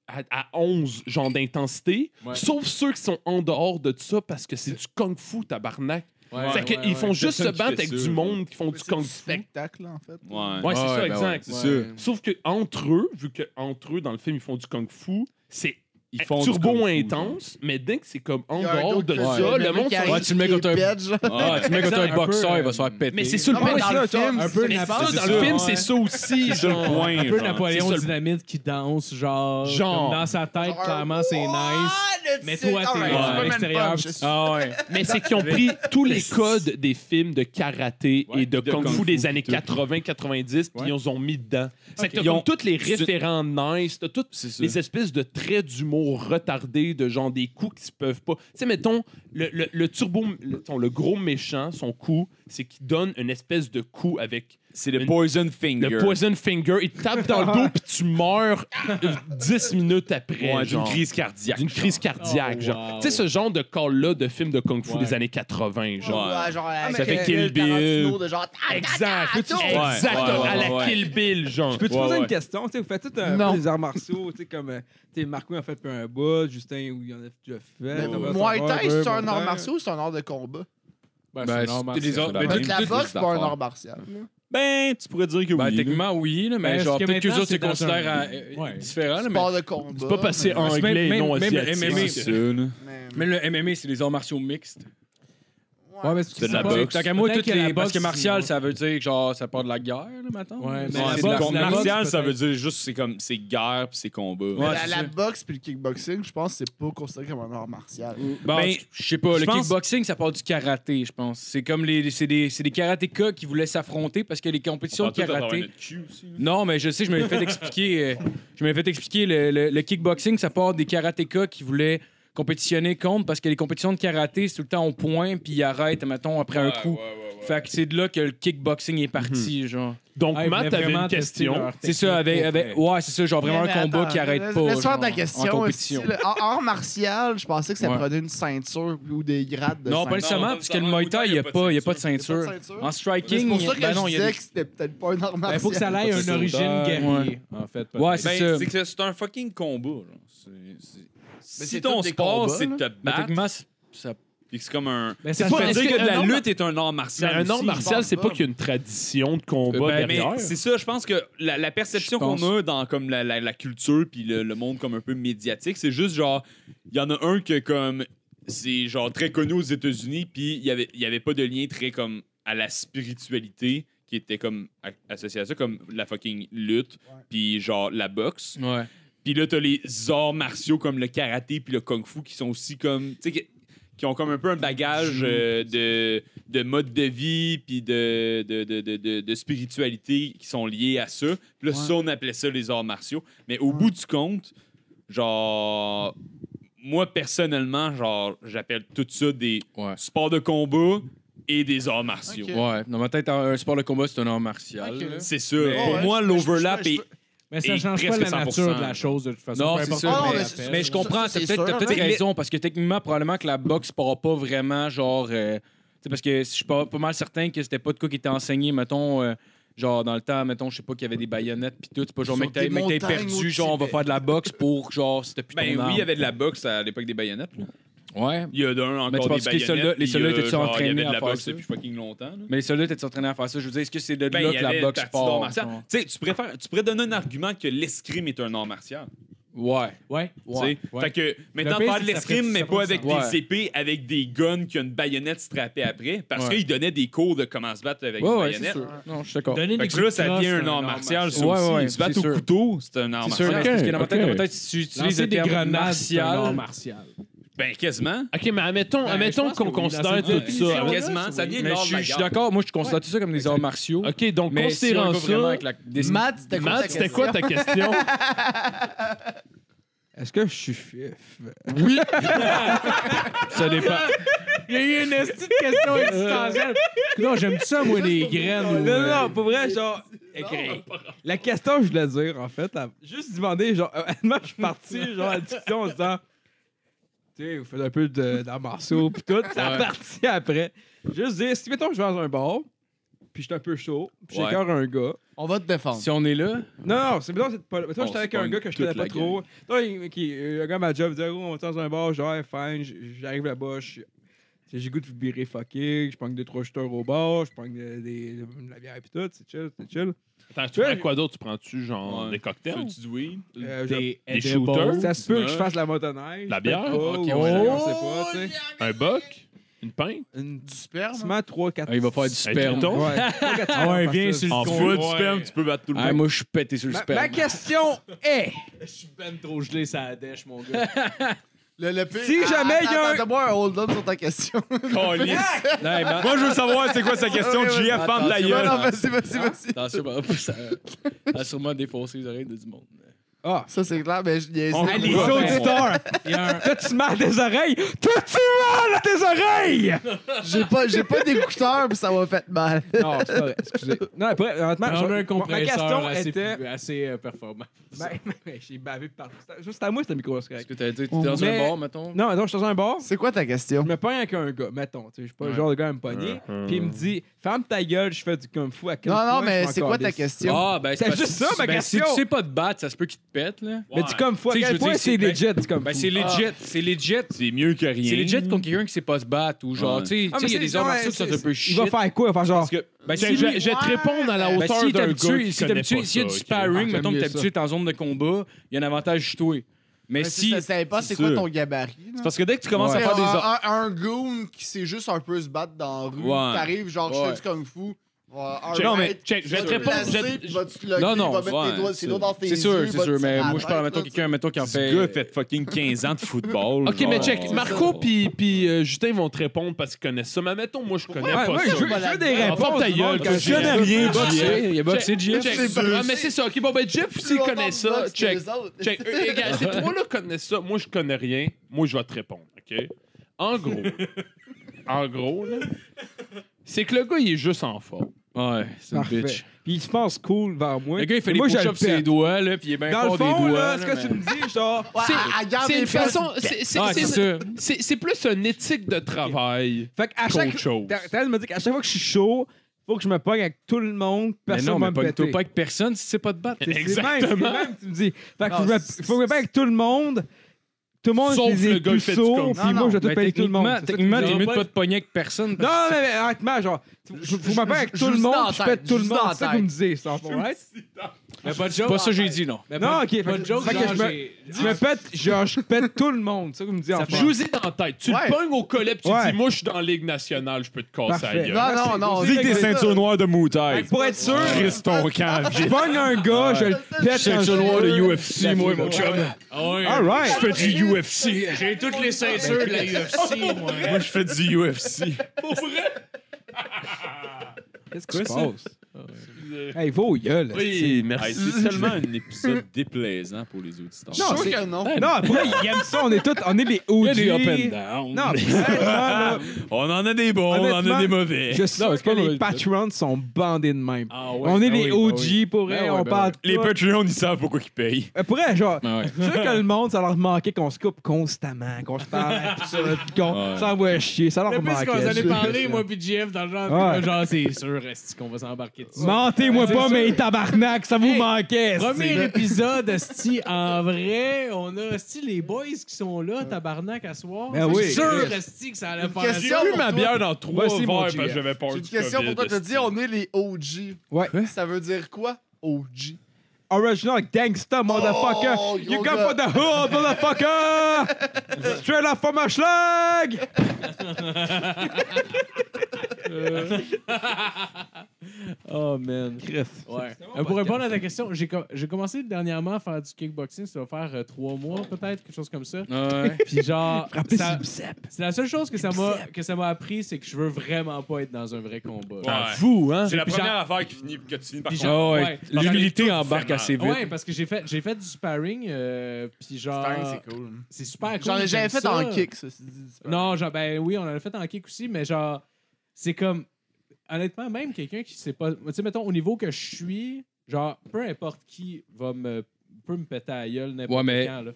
Speaker 6: à, à 11 genre d'intensité, sauf ceux qui sont en dehors de ça parce que c'est du kung fu tabarnak.
Speaker 8: Ouais,
Speaker 6: fait qu'ils
Speaker 8: ouais, ouais.
Speaker 6: font juste se
Speaker 7: Personne qui
Speaker 6: battre
Speaker 7: fait
Speaker 6: avec
Speaker 7: ça,
Speaker 6: du
Speaker 7: là.
Speaker 6: monde qui font du
Speaker 5: C'est
Speaker 6: kung
Speaker 5: du
Speaker 6: fu.
Speaker 5: spectacle, en fait.
Speaker 7: Ouais.
Speaker 6: Ouais, c'est
Speaker 2: Ouais,
Speaker 6: ça,
Speaker 2: ben
Speaker 6: exact.
Speaker 7: C'est sûr.
Speaker 6: Sauf que entre eux, vu que entre eux dans le film ils font du kung fu, c'est
Speaker 7: Ils font du
Speaker 6: turbo
Speaker 7: kung-fu,
Speaker 6: intense, mais dès que c'est comme en
Speaker 5: Il y a un
Speaker 6: dehors
Speaker 5: autre
Speaker 6: de
Speaker 5: qui
Speaker 6: ça,
Speaker 5: fait ça,
Speaker 6: le
Speaker 5: mec
Speaker 6: monde
Speaker 5: qui
Speaker 6: s'en-
Speaker 5: arrive,
Speaker 2: Ouais, tu le mets
Speaker 5: il
Speaker 2: contre un-
Speaker 5: pète, genre.
Speaker 7: genre.
Speaker 2: Ah, tu mets contre un
Speaker 6: Exact, un
Speaker 2: boxeur,
Speaker 6: peu,
Speaker 2: il va
Speaker 3: euh,
Speaker 2: se faire péter.
Speaker 6: mais c'est sur le
Speaker 5: Non, mais
Speaker 6: point.
Speaker 5: dans le film,
Speaker 8: un peu
Speaker 5: c'est ça.
Speaker 8: na-
Speaker 6: Ça,
Speaker 8: c'est
Speaker 6: dans
Speaker 8: ça,
Speaker 6: le film,
Speaker 8: ouais.
Speaker 6: c'est ça aussi,
Speaker 7: C'est le
Speaker 6: genre.
Speaker 7: point,
Speaker 8: Un peu
Speaker 7: genre.
Speaker 6: C'est
Speaker 8: Napoléon
Speaker 6: ça, le-
Speaker 8: Dynamite qui danse, genre.
Speaker 6: Genre.
Speaker 8: comme Dans sa tête,
Speaker 5: Genre,
Speaker 8: clairement, c'est
Speaker 5: what?
Speaker 8: nice. Mais toi,
Speaker 5: Alright,
Speaker 8: t'es
Speaker 5: Superman
Speaker 8: à l'extérieur.
Speaker 5: Punch.
Speaker 8: Ah ouais.
Speaker 6: Mais c'est qu'ils ont pris tous les codes des films de karaté
Speaker 7: Ouais,
Speaker 6: et de
Speaker 7: de
Speaker 6: kung fu
Speaker 7: kung-fu,
Speaker 6: des années
Speaker 7: tout.
Speaker 6: 80-90, puis ils les ont mis dedans. C'est que t'as
Speaker 7: Ils
Speaker 6: comme
Speaker 7: ont-
Speaker 6: tous les
Speaker 7: c'est-
Speaker 6: référents nice, t'as toutes
Speaker 7: C'est ça.
Speaker 6: les espèces de traits d'humour retardés, de genre des coups qui se peuvent pas. Tu sais, mettons, le, le- le turbo, le, ton- le gros méchant, son coup, c'est qu'il donne une espèce de coup avec
Speaker 7: C'est le
Speaker 6: Une-
Speaker 7: Poison Finger.
Speaker 6: le poison finger, il te tape dans le dos, puis tu meurs 10 minutes après.
Speaker 7: Ouais, d'une
Speaker 6: genre.
Speaker 7: crise cardiaque.
Speaker 6: d'une crise cardiaque.
Speaker 8: Oh,
Speaker 6: genre.
Speaker 8: wow.
Speaker 6: Tu sais, ce genre de call-là de film de Kung Fu
Speaker 8: Ouais.
Speaker 6: des années 80, genre.
Speaker 7: Ouais.
Speaker 5: Ouais, genre, avec,
Speaker 7: fait
Speaker 5: euh,
Speaker 7: Kill
Speaker 5: Tarantino
Speaker 7: Bill.
Speaker 5: de genre, ah,
Speaker 6: Exact.
Speaker 5: ah, tout.
Speaker 7: Ouais,
Speaker 6: Exact,
Speaker 7: ouais, ouais,
Speaker 6: à la
Speaker 7: ouais.
Speaker 6: Kill Bill, genre.
Speaker 4: Je peux te
Speaker 7: Ouais,
Speaker 4: poser une
Speaker 7: ouais.
Speaker 4: question? Tu sais, vous faites tout un
Speaker 5: Non.
Speaker 4: peu des arts martiaux, tu sais, comme euh, tu sais, Marco en fait depuis un bout, Justin où il en a déjà fait.
Speaker 5: Mais
Speaker 4: Thomas
Speaker 5: Muay
Speaker 4: Savard,
Speaker 5: Thai,
Speaker 4: Burr,
Speaker 5: c'est un art
Speaker 4: Montagne.
Speaker 5: martial ou c'est un art de combat?
Speaker 2: Ben,
Speaker 8: c'est normal.
Speaker 2: c'est des
Speaker 8: c'est
Speaker 2: autres-
Speaker 8: normal.
Speaker 2: ben,
Speaker 5: Parce que
Speaker 2: Même
Speaker 5: la
Speaker 2: toutes
Speaker 5: boxe,
Speaker 2: les
Speaker 5: c'est pas un
Speaker 2: affaires.
Speaker 5: art martial.
Speaker 7: Ben, tu pourrais dire que
Speaker 3: Ben,
Speaker 7: oui. là.
Speaker 3: techniquement, oui, là, mais
Speaker 8: Ben,
Speaker 3: genre,
Speaker 8: est-ce que
Speaker 3: peut-être que les
Speaker 8: maintenant,
Speaker 3: autres se
Speaker 8: c'est dans
Speaker 3: considèrent
Speaker 8: un-
Speaker 3: à- euh,
Speaker 8: Ouais.
Speaker 3: différents, là, mais,
Speaker 5: Sport de combat.
Speaker 6: C'est pas passé
Speaker 5: mais-
Speaker 6: en
Speaker 3: même-
Speaker 6: anglais et non
Speaker 3: même- même
Speaker 6: asiatique.
Speaker 3: MMA.
Speaker 7: Eh, C'est ça, là.
Speaker 5: mais-
Speaker 3: mais le MMA, c'est les arts martiaux mixtes.
Speaker 8: Ouais, mais
Speaker 7: C'est de la
Speaker 8: pas-
Speaker 7: boxe.
Speaker 3: Tant qu'à moi,
Speaker 8: Peut-être
Speaker 3: toutes
Speaker 8: que la
Speaker 3: les- parce
Speaker 8: boxe,
Speaker 3: que martial,
Speaker 8: c'est-
Speaker 3: ça veut dire que genre, ça part de la guerre, là, maintenant.
Speaker 8: Ouais, mais
Speaker 7: Ouais,
Speaker 8: la
Speaker 7: c'est
Speaker 8: boxe,
Speaker 7: la-
Speaker 8: la boxe,
Speaker 7: martial, ça
Speaker 8: peut-être.
Speaker 7: veut dire juste c'est comme c'est guerre puis c'est combat.
Speaker 3: Ouais,
Speaker 5: la,
Speaker 3: c'est
Speaker 5: la
Speaker 3: ça.
Speaker 5: boxe puis le kickboxing, je pense que c'est pas considéré comme un art martial.
Speaker 3: Bon,
Speaker 7: Ben,
Speaker 3: je sais pas,
Speaker 7: je
Speaker 3: le
Speaker 7: pense-
Speaker 3: kickboxing, ça part du karaté, je pense. C'est comme les, c'est des, c'est des karatékas qui voulaient s'affronter parce que les compétitions de karaté. Non, mais je sais, je m'avais fait expliquer, euh, je m'avais fait expliquer le, le- le kickboxing, ça part des karatékas qui voulaient compétitionner contre parce que les compétitions de karaté, c'est tout le temps au point puis ils arrêtent, mettons, après un coup. Fait que c'est de là que le kickboxing est parti, genre.
Speaker 6: Donc,
Speaker 8: Ah, ils
Speaker 6: Matt,
Speaker 8: voulaient
Speaker 6: t'avais une
Speaker 8: vraiment tester
Speaker 6: question.
Speaker 8: leur
Speaker 3: C'est ça, avec,
Speaker 8: technique,
Speaker 3: avec-
Speaker 8: ouais.
Speaker 3: ouais, c'est ça, genre vraiment
Speaker 5: Mais
Speaker 3: un combat
Speaker 5: attends,
Speaker 3: qui arrête
Speaker 5: laisse-
Speaker 3: pas.
Speaker 5: Laisse-moi
Speaker 3: genre,
Speaker 5: ta
Speaker 3: En
Speaker 5: question.
Speaker 3: compétition.
Speaker 5: est-ce que le- En art martial, je pensais que ça
Speaker 3: Ouais.
Speaker 5: prenait une ceinture ou des grades de
Speaker 3: Non, pas
Speaker 5: ceinture.
Speaker 3: nécessairement,
Speaker 7: Non,
Speaker 3: parce que le Muay Thai, il n'y a, pas- y a pas de
Speaker 5: Il y a pas
Speaker 3: ceinture.
Speaker 5: de ceinture.
Speaker 3: En
Speaker 5: Mais C'est
Speaker 3: striking,
Speaker 5: pour ça que
Speaker 3: ben
Speaker 5: je
Speaker 3: non, il y a
Speaker 5: disais
Speaker 3: des-
Speaker 5: que c'était peut-être pas un art
Speaker 8: Ben,
Speaker 5: martial.
Speaker 8: faut que ça aille à une
Speaker 7: Ouais.
Speaker 8: origine guerrier, en fait. peut-être.
Speaker 3: Ouais,
Speaker 7: Ben,
Speaker 3: c'est ça.
Speaker 7: c'est que c'est un fucking combat. genre. C'est- c'est-
Speaker 5: c'est
Speaker 7: Si ton
Speaker 5: tous des
Speaker 7: sport,
Speaker 5: combats,
Speaker 7: c'est de te
Speaker 3: Mais
Speaker 7: battre,
Speaker 3: Ben, techniquement, c'est- ça.
Speaker 7: puis que c'est comme un.
Speaker 8: Ben,
Speaker 7: C'est
Speaker 8: ça
Speaker 7: pas
Speaker 8: fait-
Speaker 7: dire
Speaker 6: est-ce
Speaker 7: que
Speaker 6: que
Speaker 7: de
Speaker 6: un
Speaker 7: la
Speaker 6: art-
Speaker 7: lutte est un art
Speaker 6: Mais
Speaker 7: martial.
Speaker 6: un art
Speaker 7: aussi.
Speaker 6: martial, c'est pas
Speaker 5: parle
Speaker 6: qu'il y a une tradition de combat
Speaker 7: Ben, mais
Speaker 6: derrière.
Speaker 7: c'est ça, je pense que la, la perception
Speaker 3: Je pense.
Speaker 7: qu'on a dans comme la, la- la culture puis le, le monde comme un peu médiatique, c'est juste genre il y en a un que comme c'est genre très connu aux États-Unis puis il y avait il y avait pas de lien très comme à la spiritualité qui était comme a- associé à ça comme la fucking lutte puis genre la boxe.
Speaker 3: Ouais.
Speaker 7: Puis là t'as les arts martiaux comme le karaté puis le kung-fu qui sont aussi comme tu sais qui- qui ont comme un peu un bagage euh, de, de mode de vie puis de, de, de, de, de- de spiritualité qui sont liés à ça. Puis là, ça, on appelait ça les arts martiaux. Mais au bout du compte, genre, moi, personnellement, genre, j'appelle tout ça des
Speaker 3: Ouais.
Speaker 7: sports de combat et des arts martiaux.
Speaker 5: Ok.
Speaker 3: Ouais. Dans ma tête, un un sport de combat, c'est un art martial.
Speaker 5: Ok.
Speaker 3: là.
Speaker 7: C'est ça.
Speaker 5: Mais-
Speaker 7: Pour
Speaker 5: Ouais,
Speaker 7: moi,
Speaker 5: je- je-
Speaker 7: l'overlap
Speaker 5: je-
Speaker 7: est...
Speaker 5: je-
Speaker 8: Mais ça
Speaker 7: Et
Speaker 8: change pas
Speaker 7: presque
Speaker 8: la
Speaker 7: 100%,
Speaker 8: nature de la chose, de toute façon.
Speaker 3: Non,
Speaker 8: peu
Speaker 3: c'est
Speaker 8: importe
Speaker 3: ça,
Speaker 8: comment
Speaker 5: mais-
Speaker 8: on
Speaker 5: mais
Speaker 8: l'appelle.
Speaker 3: Mais je
Speaker 5: Ça,
Speaker 3: comprends,
Speaker 5: c'est
Speaker 3: t'as peut-être
Speaker 5: sûr,
Speaker 3: t'as peut-être
Speaker 5: là, mais-
Speaker 3: raison, parce que techniquement, probablement que la boxe part pas vraiment genre. euh, tu sais, parce que je suis pas, pas mal certain que c'était pas de quoi qui était enseigné, mettons. euh, Genre, dans le temps, mettons, je sais pas qu'il y avait des baïonnettes pis tout. C'est pas genre,
Speaker 5: Sur
Speaker 3: mec, t'as
Speaker 5: des
Speaker 3: mec, t'as
Speaker 5: montagnes au
Speaker 3: perdu,
Speaker 5: Tibet.
Speaker 3: genre, on va faire de la boxe pour, genre, c'était plus
Speaker 7: Ben
Speaker 3: ton
Speaker 7: oui,
Speaker 3: arme.
Speaker 7: il y avait de la boxe à l'époque des baïonnettes. là.
Speaker 3: Ouais.
Speaker 7: Il y a d'un encore
Speaker 3: Mais tu
Speaker 7: des
Speaker 3: penses que les
Speaker 7: baïonnettes.
Speaker 3: soldats- les
Speaker 7: puis,
Speaker 3: soldats
Speaker 7: euh,
Speaker 3: étaient-ils
Speaker 7: genre, Il y
Speaker 3: entraînés
Speaker 7: avait
Speaker 3: à
Speaker 7: de la
Speaker 3: faire
Speaker 7: boxe
Speaker 3: ça?
Speaker 7: depuis fucking longtemps. là.
Speaker 3: Mais les soldats étaient entraînés à faire ça. Je veux dire, est-ce que c'est de
Speaker 7: Ben,
Speaker 3: là
Speaker 7: il y
Speaker 3: que la
Speaker 7: avait
Speaker 3: boxe
Speaker 7: partie d'art
Speaker 3: part?
Speaker 7: martial.
Speaker 3: genre?
Speaker 7: Tu sais, tu préfères, tu pourrais donner un argument que l'escrime est un art martial.
Speaker 3: Ouais.
Speaker 8: Ouais.
Speaker 7: tu
Speaker 8: ouais,
Speaker 7: sais.
Speaker 8: ouais.
Speaker 7: Fait que maintenant,
Speaker 8: Le
Speaker 7: faire de
Speaker 8: pire, c'est que ça ferait
Speaker 7: l'escrime,
Speaker 8: du
Speaker 7: mais pas avec
Speaker 3: 100%.
Speaker 7: des épées, avec des guns qui ont une baïonnette strappée après, parce
Speaker 3: Ouais.
Speaker 7: qu'ils donnaient des cours de comment se battre avec
Speaker 3: Ouais,
Speaker 7: une
Speaker 3: ouais, c'est
Speaker 7: baïonnette.
Speaker 3: sûr. Non, je suis d'accord.
Speaker 8: Donner
Speaker 7: Fait
Speaker 8: des
Speaker 7: que là, ça
Speaker 8: coups de
Speaker 7: devient un
Speaker 8: crosse,
Speaker 7: art martial, ça
Speaker 3: Ouais,
Speaker 7: aussi.
Speaker 3: ouais,
Speaker 7: se battre
Speaker 3: c'est
Speaker 7: au
Speaker 3: sûr.
Speaker 7: couteau, c'est un art
Speaker 3: C'est sûr,
Speaker 7: martial.
Speaker 3: mais
Speaker 6: Ok,
Speaker 3: parce que dans ma tête,
Speaker 6: ok.
Speaker 3: dans ma tête, si tu utilises
Speaker 8: Lancer
Speaker 3: le
Speaker 8: des
Speaker 3: terme
Speaker 8: grenades, c'est un art
Speaker 3: martial,
Speaker 8: martial.
Speaker 7: Ben, quasiment.
Speaker 6: Ok, mais admettons,
Speaker 8: Ben,
Speaker 6: admettons
Speaker 8: je pense
Speaker 6: qu'on
Speaker 8: que oui,
Speaker 6: considère
Speaker 8: dans cette
Speaker 6: tout ça.
Speaker 8: définition-là.
Speaker 7: Quasiment, ça vient de
Speaker 3: mais
Speaker 7: l'art
Speaker 3: je suis- je suis
Speaker 7: martial.
Speaker 3: d'accord. Moi, je considère tout ça comme des arts martiaux.
Speaker 6: Ok, donc
Speaker 3: Mais si on
Speaker 6: considérant
Speaker 3: va vraiment
Speaker 6: ça.
Speaker 3: avec la... des-
Speaker 5: Matt, c'était quoi ta
Speaker 6: Matt, c'était quoi ta question?
Speaker 4: Est-ce que je suis fif?
Speaker 3: Ça dépend.
Speaker 8: Il y a eu une petite question existentielle. Non, j'aime ça, moi, les graines.
Speaker 4: Non,
Speaker 8: ou,
Speaker 4: non,
Speaker 8: euh,
Speaker 4: non, pour vrai, genre. écrit. La question que je voulais dire, en fait, là, juste demander, genre, euh, honnêtement, je suis parti, genre, à la discussion en se disant, tu sais, vous faites un peu de- d'arts martiaux, puis tout, ça a parti après. Juste dire, si, mettons, je vais dans un bar, puis je suis un peu chaud, puis
Speaker 7: Ouais.
Speaker 4: j'écœure un gars.
Speaker 5: On va te défendre.
Speaker 3: Si on est là,
Speaker 4: Non, non, c'est mettons, c'est pas. Mettons,
Speaker 7: On
Speaker 4: j'étais avec
Speaker 7: se
Speaker 4: un
Speaker 7: pogne
Speaker 4: gars que je
Speaker 7: toute
Speaker 4: connais pas
Speaker 7: la
Speaker 4: trop. Non, il- qui- euh, un gars à ma job, il disait, oh, on va dans un bar, genre, fine, j- j'arrive là-bas, je suis- tu sais, j'ai goût de virer fucké, je prends deux, trois shooters au bar, je prends des, des- de la bière, puis tout, c'est chill, c'est chill.
Speaker 6: Attends, tu prends quoi d'autre? Tu prends-tu, genre,
Speaker 7: Ouais.
Speaker 6: des cocktails?
Speaker 7: Fais-tu du weed?
Speaker 4: Euh, je-
Speaker 8: des
Speaker 6: Des
Speaker 8: edibles.
Speaker 6: shooters?
Speaker 4: Ça se peut que
Speaker 7: Ouais.
Speaker 4: je fasse la motoneige.
Speaker 6: La
Speaker 4: peut-être
Speaker 6: bière?
Speaker 4: pas,
Speaker 7: Ok,
Speaker 4: ou-
Speaker 7: ouais.
Speaker 4: on sait pas, tu sais.
Speaker 6: Un buck? Une pinte?
Speaker 4: Une
Speaker 5: Du sperme?
Speaker 4: seulement 3 4
Speaker 3: ah, il va faire du
Speaker 6: Un
Speaker 3: sperme.
Speaker 6: triton?
Speaker 4: Ouais.
Speaker 8: Ah ouais, viens sur
Speaker 6: En
Speaker 8: le
Speaker 6: fou.
Speaker 8: con.
Speaker 7: du sperme, tu peux battre tout le
Speaker 3: Ah, moi, je suis pété sur le
Speaker 4: Ma,
Speaker 3: sperme.
Speaker 4: ma question est
Speaker 8: Je suis ben trop gelé, ça la dèche, mon gars.
Speaker 5: Le, le pire-
Speaker 4: Si jamais il y a un-
Speaker 5: Attends, Donne-moi un hold-up sur ta question.
Speaker 7: Calice.
Speaker 3: Non, ben,
Speaker 7: Moi, je veux savoir c'est quoi sa question,
Speaker 5: Ouais, ouais,
Speaker 7: JF,
Speaker 3: ouais.
Speaker 7: ferme ta
Speaker 5: Non,
Speaker 7: gueule.
Speaker 5: non, vas-y, vas-y, vas-y.
Speaker 3: attention, ben, ça ça a sûrement défoncé les oreilles de du monde.
Speaker 4: Ah,
Speaker 5: Ça, c'est clair, mais je niaise.
Speaker 7: On-
Speaker 4: les
Speaker 7: Ouais.
Speaker 4: auditeurs,
Speaker 8: Il y a un-
Speaker 4: toi tu marques des oreilles, toi tu marques tes oreilles.
Speaker 5: J'ai pas, j'ai pas d'écouteurs, puis ça m'a fait mal.
Speaker 4: Non, c'est pas vrai, excusez. Non, après, honnêtement,
Speaker 8: on
Speaker 4: je-
Speaker 8: a un
Speaker 4: ma
Speaker 8: compresseur
Speaker 4: question
Speaker 8: assez,
Speaker 4: était
Speaker 8: assez euh, performant.
Speaker 4: Ben, ben, j'ai bavé partout. C'était- Juste à moi c'était micro c'est
Speaker 3: Est-ce
Speaker 4: correct.
Speaker 3: que t'as dit, t'es dans
Speaker 4: Mais-
Speaker 3: un bar, mettons?
Speaker 4: Non, non, je suis dans un bar,
Speaker 5: C'est quoi ta question?
Speaker 4: je me pogne avec un gars, mettons, tu sais, je suis pas le genre de gars à me pogner,
Speaker 6: Hum,
Speaker 4: puis il me dit "Ferme ta gueule, je fais du kung fu à quel
Speaker 5: Non, non,
Speaker 4: point
Speaker 5: mais
Speaker 4: je
Speaker 5: c'est
Speaker 4: m'en
Speaker 5: quoi ta
Speaker 4: calisse.
Speaker 5: question?
Speaker 3: Ah, ben,
Speaker 4: C'est
Speaker 3: parce-
Speaker 4: juste ça, ma
Speaker 3: ben,
Speaker 4: question.
Speaker 3: Si tu sais pas te battre, ça se peut qu'il te pète, là.
Speaker 4: Mais du kung fu à
Speaker 3: Tu sais, je
Speaker 4: quel
Speaker 3: veux
Speaker 4: point
Speaker 3: dire,
Speaker 4: c'est
Speaker 3: c'est- ben-
Speaker 4: legit du kung fu. Ah,
Speaker 3: Ben, c'est legit. C'est legit.
Speaker 7: C'est mieux que rien.
Speaker 3: C'est legit contre quelqu'un qui sait pas se battre ou genre,
Speaker 7: Ouais.
Speaker 3: tu sais,
Speaker 4: Ah,
Speaker 3: tu sais, il y a
Speaker 4: mais
Speaker 3: des
Speaker 4: c'est-
Speaker 3: arts
Speaker 4: ouais,
Speaker 3: martiaux qui sont
Speaker 4: c'est-
Speaker 3: un peu
Speaker 4: Il
Speaker 3: chier.
Speaker 4: va faire quoi? Il va faire genre.
Speaker 3: Ben,
Speaker 6: Je,
Speaker 3: si,
Speaker 6: je- je vais te répondre à la
Speaker 5: Ben,
Speaker 3: ben,
Speaker 6: hauteur
Speaker 3: si t'es
Speaker 6: d'un gars
Speaker 3: habitué,
Speaker 6: qui
Speaker 3: si t'es
Speaker 6: connaît
Speaker 3: habitué,
Speaker 6: pas
Speaker 3: s'il y a
Speaker 6: ça,
Speaker 3: du
Speaker 6: ok?
Speaker 3: sparring, mettons que
Speaker 4: Ah, j'aime
Speaker 3: t'es
Speaker 4: mieux
Speaker 3: habitué, t'es en zone de combat, il y a un avantage chez toi. Mais
Speaker 5: Mais
Speaker 3: si.
Speaker 5: ça, savais pas c'est
Speaker 7: c'est
Speaker 5: quoi
Speaker 7: sûr.
Speaker 5: ton gabarit. là.
Speaker 7: C'est parce que dès que tu commences
Speaker 5: Tu
Speaker 7: à
Speaker 5: sais,
Speaker 7: faire des...
Speaker 5: un,
Speaker 4: Ah,
Speaker 7: or-
Speaker 5: un, un goon qui sait juste un peu se battre dans la rue.
Speaker 7: Ouais.
Speaker 5: T'arrives, genre,
Speaker 3: Ouais.
Speaker 5: je fais du kung fu.
Speaker 6: Check, Ah,
Speaker 4: ah,
Speaker 6: non, mais check, je vais te répondre, je- je-
Speaker 5: Non,
Speaker 3: Non,
Speaker 5: non,
Speaker 3: non,
Speaker 5: va mettre
Speaker 7: ouais,
Speaker 5: tes doigts, ses
Speaker 7: c'est-
Speaker 5: doigts dans tes
Speaker 3: C'est
Speaker 5: yeux,
Speaker 3: sûr,
Speaker 5: il
Speaker 3: c'est
Speaker 5: va
Speaker 3: sûr,
Speaker 5: te
Speaker 3: mais
Speaker 5: tirer
Speaker 3: moi je parle,
Speaker 5: la
Speaker 3: mettons,
Speaker 5: tête, là,
Speaker 3: quelqu'un, mettons, qui en
Speaker 7: Ce
Speaker 3: fait.
Speaker 7: gars fait fucking 15 ans de football.
Speaker 6: Ok,
Speaker 7: genre.
Speaker 6: mais check, Marco puis puis, euh, Justin vont te répondre parce qu'ils connaissent ça. Mais mettons, moi, je connais
Speaker 4: Ouais,
Speaker 6: pas
Speaker 4: moi,
Speaker 6: ça.
Speaker 4: je veux, je veux des
Speaker 6: Ah, ferme
Speaker 4: réponses.
Speaker 6: ta
Speaker 4: du monde
Speaker 6: gueule,
Speaker 4: quand
Speaker 6: toi,
Speaker 4: je-
Speaker 6: Jeff.
Speaker 3: rien,
Speaker 6: Jeff.
Speaker 3: Il y a boxé,
Speaker 6: Check,
Speaker 3: Jeff.
Speaker 6: check. Ah, mais c'est ça. Ok, bon, ben, Jeff,
Speaker 5: tu
Speaker 6: s'il
Speaker 5: vas
Speaker 6: connaît
Speaker 5: entendre
Speaker 6: ça,
Speaker 5: plus que
Speaker 6: check.
Speaker 5: les autres.
Speaker 6: Check, eux, les gars, ces trois-là connaissent ça. Moi, je connais rien. Moi, je vais te répondre, OK? En gros, en gros, là, c'est que le gars, il est juste en forme.
Speaker 3: Ouais, c'est une
Speaker 4: Parfait.
Speaker 3: bitch.
Speaker 4: Puis il se passe cool vers moi.
Speaker 3: Le gars, il fait
Speaker 4: Et
Speaker 3: des
Speaker 4: moi, je
Speaker 3: push-ups
Speaker 4: le
Speaker 3: sur
Speaker 4: pète.
Speaker 3: ses doigts, là, puis il est bien
Speaker 4: Dans
Speaker 3: fort
Speaker 4: le
Speaker 3: des
Speaker 4: fond,
Speaker 3: doigts.
Speaker 4: là, ce que tu me dis, genre.
Speaker 5: Ouais,
Speaker 6: C'est-
Speaker 5: à- à garder
Speaker 6: C'est une
Speaker 5: les fesses.
Speaker 6: façon... c'est- c'est-
Speaker 3: Ouais, c'est
Speaker 6: c'est-
Speaker 3: ça.
Speaker 6: C'est c'est plus une éthique de travail.
Speaker 4: Fait qu'à chaque.
Speaker 6: Qu'autre chose.
Speaker 4: T'as- T'as me dit qu'à chaque fois que je suis chaud, faut que je me pogne avec tout le monde.
Speaker 3: Mais
Speaker 4: Personne
Speaker 3: non,
Speaker 4: va
Speaker 3: mais
Speaker 4: me
Speaker 3: pas
Speaker 4: péter.
Speaker 3: toi pas avec personne si tu sais pas te battre.
Speaker 4: C'est- c'est
Speaker 6: Exactement.
Speaker 4: même- c'est même, tu me dis. Fait que
Speaker 5: Non,
Speaker 4: faut que je me- faut que
Speaker 5: c'est-
Speaker 4: je me pogne avec tout le monde. Tout le monde,
Speaker 6: Sauf
Speaker 4: je les ai
Speaker 6: le gars, il fait du
Speaker 4: plus
Speaker 6: kung
Speaker 4: sourds,
Speaker 5: fu.
Speaker 4: Puis
Speaker 5: Non,
Speaker 4: moi,
Speaker 5: non,
Speaker 4: je te paye tout le monde. C'est ça que tu
Speaker 3: Techniquement,
Speaker 4: me dis.
Speaker 3: t'es mieux de pas te pogner avec personne. parce
Speaker 4: Non, mais mais honnêtement, genre, faut que je me pogne avec tout
Speaker 5: je- je
Speaker 4: le
Speaker 5: suis dans
Speaker 4: monde.
Speaker 5: la
Speaker 4: puis Je pète
Speaker 5: tête,
Speaker 4: tout
Speaker 5: je
Speaker 4: le
Speaker 5: suis
Speaker 4: monde.
Speaker 5: dans la
Speaker 4: C'est ça que vous me
Speaker 5: tête.
Speaker 4: dites. ça, right?
Speaker 3: que- C'est pas ça que j'ai dit, non.
Speaker 8: Mais
Speaker 4: Non, ok. fait
Speaker 8: Pas
Speaker 4: que-
Speaker 8: de joke,
Speaker 4: fait que
Speaker 8: genre,
Speaker 4: je me-
Speaker 8: j'ai-
Speaker 4: je me pète, genre, je pète tout le monde. C'est ça que vous me dites. en fait.
Speaker 6: Jouez-y dans la tête. Tu
Speaker 5: Ouais.
Speaker 6: le pognes au collet puis tu
Speaker 4: Ouais.
Speaker 6: dis, moi, je suis dans la Ligue nationale, je peux te casser
Speaker 4: Parfait.
Speaker 6: la gueule.
Speaker 5: Non, non, non.
Speaker 4: Dis que t'es ceinture
Speaker 7: noire de Muay
Speaker 4: Fait
Speaker 7: Thai.
Speaker 4: que Pour être sûr,
Speaker 7: Chris, ton camp.
Speaker 4: je pogne un gars, je le pète.
Speaker 3: Ceinture
Speaker 4: quand
Speaker 3: noire de
Speaker 4: je-
Speaker 3: UFC, moi, mon chum.
Speaker 6: Ah
Speaker 4: All right.
Speaker 7: Je fais du UFC.
Speaker 3: J'ai toutes les ceintures de la UFC, moi.
Speaker 7: Moi, je fais du UFC.
Speaker 4: Qu'est-ce qui se passe?
Speaker 3: Euh,
Speaker 4: Hey, va au gueule.
Speaker 7: Oui, merci. c'est seulement un épisode déplaisant pour les auditeurs.
Speaker 5: Je suis
Speaker 4: c'est-
Speaker 5: sûr que non.
Speaker 4: Non, pourquoi ils aiment ça? On est tous, on est les OG.
Speaker 3: Il y a des up and down.
Speaker 4: Non, mais honnêtement, là,
Speaker 7: On en a des bons, on en
Speaker 4: Honnêtement,
Speaker 7: a des mauvais.
Speaker 4: je suis
Speaker 3: Non,
Speaker 4: sûr
Speaker 3: c'est
Speaker 4: que
Speaker 3: pas
Speaker 4: les
Speaker 3: mauvais.
Speaker 4: patrons sont bandés de même.
Speaker 3: Ah ouais,
Speaker 4: on est
Speaker 3: ben oui,
Speaker 4: les
Speaker 3: ben
Speaker 4: OG
Speaker 3: oui.
Speaker 4: pour vrai,
Speaker 3: Ben ouais,
Speaker 4: on
Speaker 3: ben
Speaker 4: parle
Speaker 7: Les
Speaker 4: tout.
Speaker 7: Patreons, ils savent pourquoi ils payent.
Speaker 4: Euh, Pour vrai, genre,
Speaker 3: Ah ouais.
Speaker 4: je suis sûr que le monde, ça leur manquait qu'on se coupe constamment, qu'on se parle, tout ça, puis qu'on
Speaker 7: Ouais.
Speaker 4: s'envoie chier. Ça leur
Speaker 8: Depuis ce
Speaker 4: manquait.
Speaker 8: qu'on s'en
Speaker 4: je
Speaker 8: est
Speaker 4: sais
Speaker 8: parlé,
Speaker 4: pas.
Speaker 8: moi puis Jeff, dans le genre,
Speaker 4: Ouais.
Speaker 8: puis là, genre c'est sûr, est qu'on va s'embarquer dessus.
Speaker 4: Mentez-moi
Speaker 8: C'est
Speaker 4: pas,
Speaker 8: sûr.
Speaker 4: mais tabarnak, ça vous
Speaker 8: Hey,
Speaker 4: manquait.
Speaker 8: Premier
Speaker 4: c'est-
Speaker 8: épisode, esti, en vrai, on a esti les boys qui sont là, tabarnak, à soir.
Speaker 4: Ben
Speaker 8: C'est
Speaker 4: oui.
Speaker 8: sûr, esti, que ça allait
Speaker 5: Une
Speaker 8: faire
Speaker 6: J'ai
Speaker 5: question
Speaker 6: eu
Speaker 5: pour
Speaker 6: ma
Speaker 5: toi.
Speaker 6: bière dans trois
Speaker 4: Voici
Speaker 6: verres
Speaker 4: mon
Speaker 6: parce que
Speaker 4: GF.
Speaker 6: j'avais peur
Speaker 5: J'ai une
Speaker 6: du
Speaker 5: question pour
Speaker 6: COVID,
Speaker 5: toi. T'as dit, on est les OG.
Speaker 4: Ouais.
Speaker 5: Ça veut dire quoi, OG?
Speaker 4: Original gangsta, motherfucker.
Speaker 5: Oh,
Speaker 4: you
Speaker 5: gros
Speaker 4: come
Speaker 5: gars.
Speaker 4: for the hood, motherfucker. Straight up from my schlag.
Speaker 8: Oh, man. Ouais. Euh, pour répondre à ta question, j'ai com- j'ai commencé dernièrement à faire du kickboxing. Ça va faire euh, trois mois, peut-être, quelque chose comme ça.
Speaker 3: Ouais.
Speaker 8: Puis genre, ça- c'est la seule chose que ça m'a que ça m'a appris, c'est que je veux vraiment pas être dans un vrai combat.
Speaker 5: Ah,
Speaker 6: Ouais.
Speaker 2: Vous, hein?
Speaker 6: C'est la
Speaker 8: Puis
Speaker 6: première
Speaker 8: genre-
Speaker 6: affaire qui finit, que tu finis par
Speaker 8: Puis
Speaker 6: contre.
Speaker 2: Ah
Speaker 8: genre-
Speaker 2: ouais,
Speaker 8: ouais.
Speaker 2: L'humilité
Speaker 6: Parce que
Speaker 2: embarque
Speaker 6: tout
Speaker 2: assez vite.
Speaker 8: Ouais, parce que j'ai fait j'ai fait du sparring, euh, puis genre
Speaker 5: Sparring, c'est cool.
Speaker 8: c'est super ben, cool.
Speaker 5: J'en ai jamais
Speaker 8: j'aime
Speaker 5: fait
Speaker 8: ça.
Speaker 5: en kick, ceci dit. du sparring.
Speaker 8: Non, genre, ben oui, on en a fait en kick aussi, mais genre, c'est comme. Honnêtement, même quelqu'un qui sait pas. Tu sais, mettons, au niveau que je suis, genre, peu importe qui va me. peut me péter à la gueule n'importe
Speaker 3: Ouais, mais-
Speaker 8: quand, là.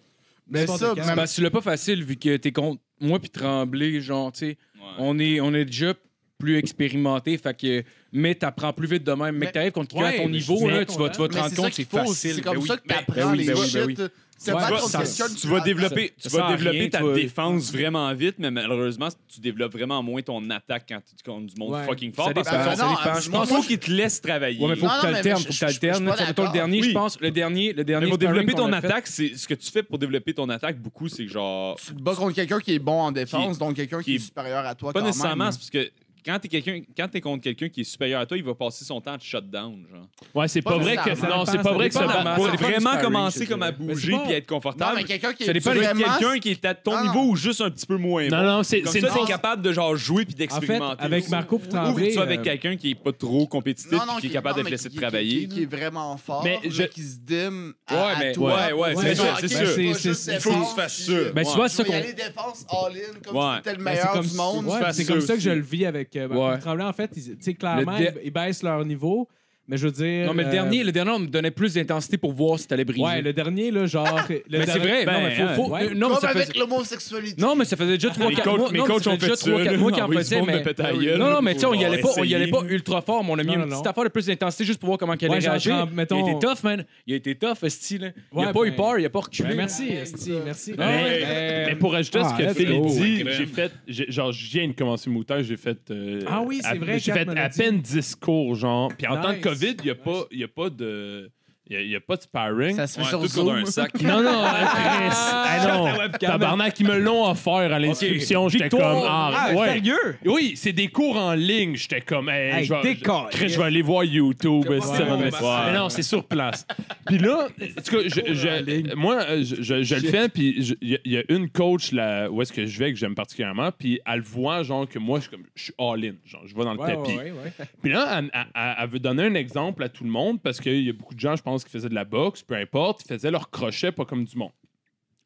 Speaker 5: Mais
Speaker 8: N'importe
Speaker 5: ça,
Speaker 8: quand.
Speaker 5: même-
Speaker 3: Parce que tu l'as pas facile vu que t'es contre moi puis Tremblay, genre, tu sais,
Speaker 7: Ouais.
Speaker 3: on est, on est déjà plus expérimenté, fait que, mais t'apprends plus vite de même. Mais,
Speaker 8: Mais-
Speaker 3: que t'arrives contre quelqu'un
Speaker 8: Ouais,
Speaker 3: à ton
Speaker 8: mais je
Speaker 3: niveau,
Speaker 8: suis
Speaker 3: là,
Speaker 8: bien
Speaker 3: tu vas, tu vas te
Speaker 5: Mais
Speaker 3: rendre
Speaker 5: ça
Speaker 3: compte que
Speaker 5: qu'il
Speaker 3: c'est
Speaker 5: faut,
Speaker 3: facile.
Speaker 5: C'est comme
Speaker 3: Ben oui.
Speaker 5: ça que
Speaker 3: Ben-
Speaker 5: t'apprends
Speaker 3: ben oui,
Speaker 5: les
Speaker 3: ben oui,
Speaker 5: shit.
Speaker 3: ben oui.
Speaker 5: Tu te
Speaker 8: Ouais,
Speaker 5: bats
Speaker 8: ça-
Speaker 5: contre
Speaker 3: ça-
Speaker 5: quelqu'un,
Speaker 7: Tu vas développer, tu
Speaker 3: ça sert
Speaker 7: vas
Speaker 3: à
Speaker 7: développer
Speaker 3: rien,
Speaker 7: ta
Speaker 3: tu vas-
Speaker 7: défense vraiment vite, mais malheureusement, tu développes vraiment moins ton attaque quand tu contre du monde
Speaker 8: Ouais.
Speaker 7: fucking
Speaker 3: Ça
Speaker 7: fort. Parce
Speaker 3: dépend,
Speaker 7: que
Speaker 5: Ben
Speaker 3: ça
Speaker 5: non,
Speaker 3: dépend.
Speaker 5: absolument.
Speaker 3: Je
Speaker 7: il
Speaker 3: pense
Speaker 7: faut qu'ils te laissent travailler.
Speaker 3: Ouais, mais faut
Speaker 5: Non,
Speaker 3: que
Speaker 5: non,
Speaker 3: tu
Speaker 5: mais
Speaker 3: alternes,
Speaker 5: je-
Speaker 3: faut que
Speaker 5: je- je suis
Speaker 3: t'alternes.
Speaker 5: pas
Speaker 3: Ça, mettons, le
Speaker 5: d'accord.
Speaker 3: dernier,
Speaker 7: Oui.
Speaker 3: je pense, le dernier, le dernier.
Speaker 7: Mais pour
Speaker 3: sparring
Speaker 7: développer
Speaker 3: qu'on
Speaker 7: ton
Speaker 3: a fait-
Speaker 7: attaque, c'est ce que tu fais pour développer ton attaque beaucoup, c'est que genre
Speaker 5: Tu te bats contre quelqu'un qui est bon en défense, donc quelqu'un qui
Speaker 7: qui
Speaker 5: est
Speaker 7: est-
Speaker 5: supérieur à toi.
Speaker 7: pas
Speaker 5: quand même.
Speaker 7: nécessairement c'est parce que quand t'es quelqu'un quand t'es contre quelqu'un qui est supérieur à toi, il va passer son temps à te shut down genre.
Speaker 6: Ouais, c'est
Speaker 5: Pas
Speaker 6: pas, vrai que.
Speaker 5: nécessairement.
Speaker 6: Non,
Speaker 8: Ça
Speaker 6: c'est pas
Speaker 8: dépend,
Speaker 6: vrai que
Speaker 8: ça
Speaker 6: ça
Speaker 8: dépend.
Speaker 6: va.
Speaker 7: Pour
Speaker 3: dépend du
Speaker 7: vraiment
Speaker 3: sparring,
Speaker 7: commencer
Speaker 3: je
Speaker 7: comme à
Speaker 3: dirais.
Speaker 8: Mais c'est
Speaker 7: bouger
Speaker 8: pas-
Speaker 7: puis à être
Speaker 5: Non,
Speaker 7: confortable.
Speaker 5: mais quelqu'un qui
Speaker 7: ça
Speaker 5: est
Speaker 7: dépend de
Speaker 5: vraiment-
Speaker 7: quelqu'un qui est à ton
Speaker 5: Non,
Speaker 7: niveau
Speaker 5: non.
Speaker 7: ou juste un petit peu moins
Speaker 6: Non,
Speaker 7: bon.
Speaker 6: non, c'est
Speaker 7: Comme
Speaker 6: c'est
Speaker 7: ça,
Speaker 6: une
Speaker 5: une-
Speaker 7: t'es capable de genre jouer puis
Speaker 8: En fait,
Speaker 7: d'expérimenter.
Speaker 8: avec
Speaker 7: aussi.
Speaker 8: Marco pour
Speaker 7: ou que
Speaker 8: Tremblay,
Speaker 7: tu sois avec
Speaker 8: euh,
Speaker 7: quelqu'un qui est pas trop compétitif
Speaker 5: Non, non,
Speaker 7: puis qui est
Speaker 5: non,
Speaker 7: capable de te
Speaker 5: mais
Speaker 7: laisser
Speaker 5: qui- qui-
Speaker 7: travailler.
Speaker 5: Qui, qui est vraiment fort,
Speaker 7: Mais
Speaker 5: mais,
Speaker 7: je-
Speaker 5: qui se dîme à,
Speaker 7: Ouais,
Speaker 5: à
Speaker 7: mais-
Speaker 5: toi.
Speaker 7: ouais, ouais,
Speaker 5: Puis
Speaker 8: c'est
Speaker 5: genre,
Speaker 8: sûr,
Speaker 5: ok,
Speaker 8: c'est
Speaker 5: tu
Speaker 8: sûr.
Speaker 5: vas
Speaker 8: C'est-
Speaker 5: juste
Speaker 8: c'est-
Speaker 7: Il faut que tu
Speaker 5: défense,
Speaker 7: fasses
Speaker 5: puis
Speaker 7: ça.
Speaker 5: je-
Speaker 3: Ben, tu vois, c'est ça
Speaker 5: Tu vas y
Speaker 3: qu'on.
Speaker 5: aller défense all-in comme
Speaker 7: Ouais.
Speaker 5: si t'étais le
Speaker 8: Ben, c'est
Speaker 5: meilleur
Speaker 8: comme
Speaker 5: du
Speaker 8: si-
Speaker 5: monde.
Speaker 8: ouais,
Speaker 7: Tu fais
Speaker 8: c'est
Speaker 7: ça
Speaker 8: comme ça que
Speaker 7: aussi.
Speaker 8: je le vis avec euh, Marc
Speaker 3: Ouais.
Speaker 8: Tremblay. En fait, ils- tu sais, clairement,
Speaker 3: Le dé-
Speaker 8: ils, ils baissent leur niveau, mais je veux dire.
Speaker 3: Non, mais le
Speaker 8: euh,
Speaker 3: dernier, le dernier, on me donnait plus d'intensité pour voir si t'allais briser.
Speaker 8: Ouais, le dernier, là, genre. le
Speaker 3: mais c'est
Speaker 8: dernier-
Speaker 3: vrai,
Speaker 6: ben,
Speaker 3: non, mais faut- faut-
Speaker 8: ouais.
Speaker 3: euh, non, mais
Speaker 5: Comme
Speaker 3: ça faisait-
Speaker 5: avec l'homosexualité.
Speaker 3: non, mais ça faisait déjà 3-4 mois.
Speaker 6: mes
Speaker 3: non, mais
Speaker 6: coachs
Speaker 3: ça
Speaker 6: ont
Speaker 3: faisait déjà
Speaker 6: fait ça,
Speaker 3: 3-4
Speaker 6: là.
Speaker 3: mois qu'ils en
Speaker 6: Envoyer du
Speaker 3: faisaient,
Speaker 6: monde
Speaker 3: mais.
Speaker 6: de péter la gueule.
Speaker 3: Non, non, mais tu sais, on y
Speaker 6: Ouais,
Speaker 3: allait pas, on y allait
Speaker 6: essayer.
Speaker 3: pas ultra fort, mais on a mis
Speaker 8: Non,
Speaker 3: une
Speaker 8: non,
Speaker 3: petite
Speaker 8: non.
Speaker 3: affaire de plus d'intensité juste pour voir comment qu'elle
Speaker 8: Ouais,
Speaker 3: allait
Speaker 8: genre,
Speaker 3: réagir.
Speaker 8: tremble- mettons-
Speaker 3: Il a été tough, man. Il a été tough, esti, là. Il a
Speaker 8: Ouais,
Speaker 3: pas eu
Speaker 8: ben-
Speaker 3: peur, il a pas reculé.
Speaker 8: Ben, merci, Esti, merci.
Speaker 3: Ah ouais.
Speaker 6: Mais, mais pour ajouter à
Speaker 8: ah,
Speaker 6: ce que
Speaker 8: let's
Speaker 6: Phil
Speaker 8: go.
Speaker 6: dit, j'ai fait, j'ai- genre, je viens de commencer Moutin, j'ai fait. euh,
Speaker 8: Ah oui, c'est
Speaker 6: à-
Speaker 8: vrai,
Speaker 6: J'ai
Speaker 8: Kat
Speaker 6: fait
Speaker 8: me l'a
Speaker 6: à
Speaker 8: dit.
Speaker 6: peine 10 cours, genre. Puis en temps de
Speaker 8: Nice.
Speaker 6: COVID, il n'y a, pas- y a pas de. Il n'y a, pas de sparring.
Speaker 5: Ça se fait
Speaker 7: Ouais,
Speaker 5: sur
Speaker 7: tout
Speaker 5: Zoom.
Speaker 7: contre un sac.
Speaker 6: Non, non, euh, Chris. Ah non. Tabarnak, ils me l'ont offert à l'inscription. J'étais comme. Ah,
Speaker 4: Ah,
Speaker 6: ouais.
Speaker 4: sérieux?
Speaker 6: Oui, c'est des cours en ligne. J'étais comme, hey,
Speaker 4: Hey,
Speaker 6: je vais-
Speaker 4: décolle.
Speaker 6: Chris, je vais aller voir YouTube.
Speaker 4: J'ai pas
Speaker 6: si
Speaker 4: fait
Speaker 6: ça
Speaker 4: mon
Speaker 6: va me-
Speaker 4: master.
Speaker 6: Mais non, c'est sur place. puis là, en tout cas, je- je- moi, euh, je, je- je le fais, puis je- il y, a- il y a une coach là, où est-ce que je vais que j'aime particulièrement, puis elle voit genre que moi, je suis comme, je suis all-in. Genre, je vais dans le
Speaker 8: Ouais,
Speaker 6: tapis.
Speaker 8: ouais, ouais.
Speaker 6: Puis là, elle, elle- elle- elle veut donner un exemple à tout le monde parce qu'il y a beaucoup de gens, je pense, qui faisaient de la boxe, peu importe, ils faisaient leur crochet pas comme du monde.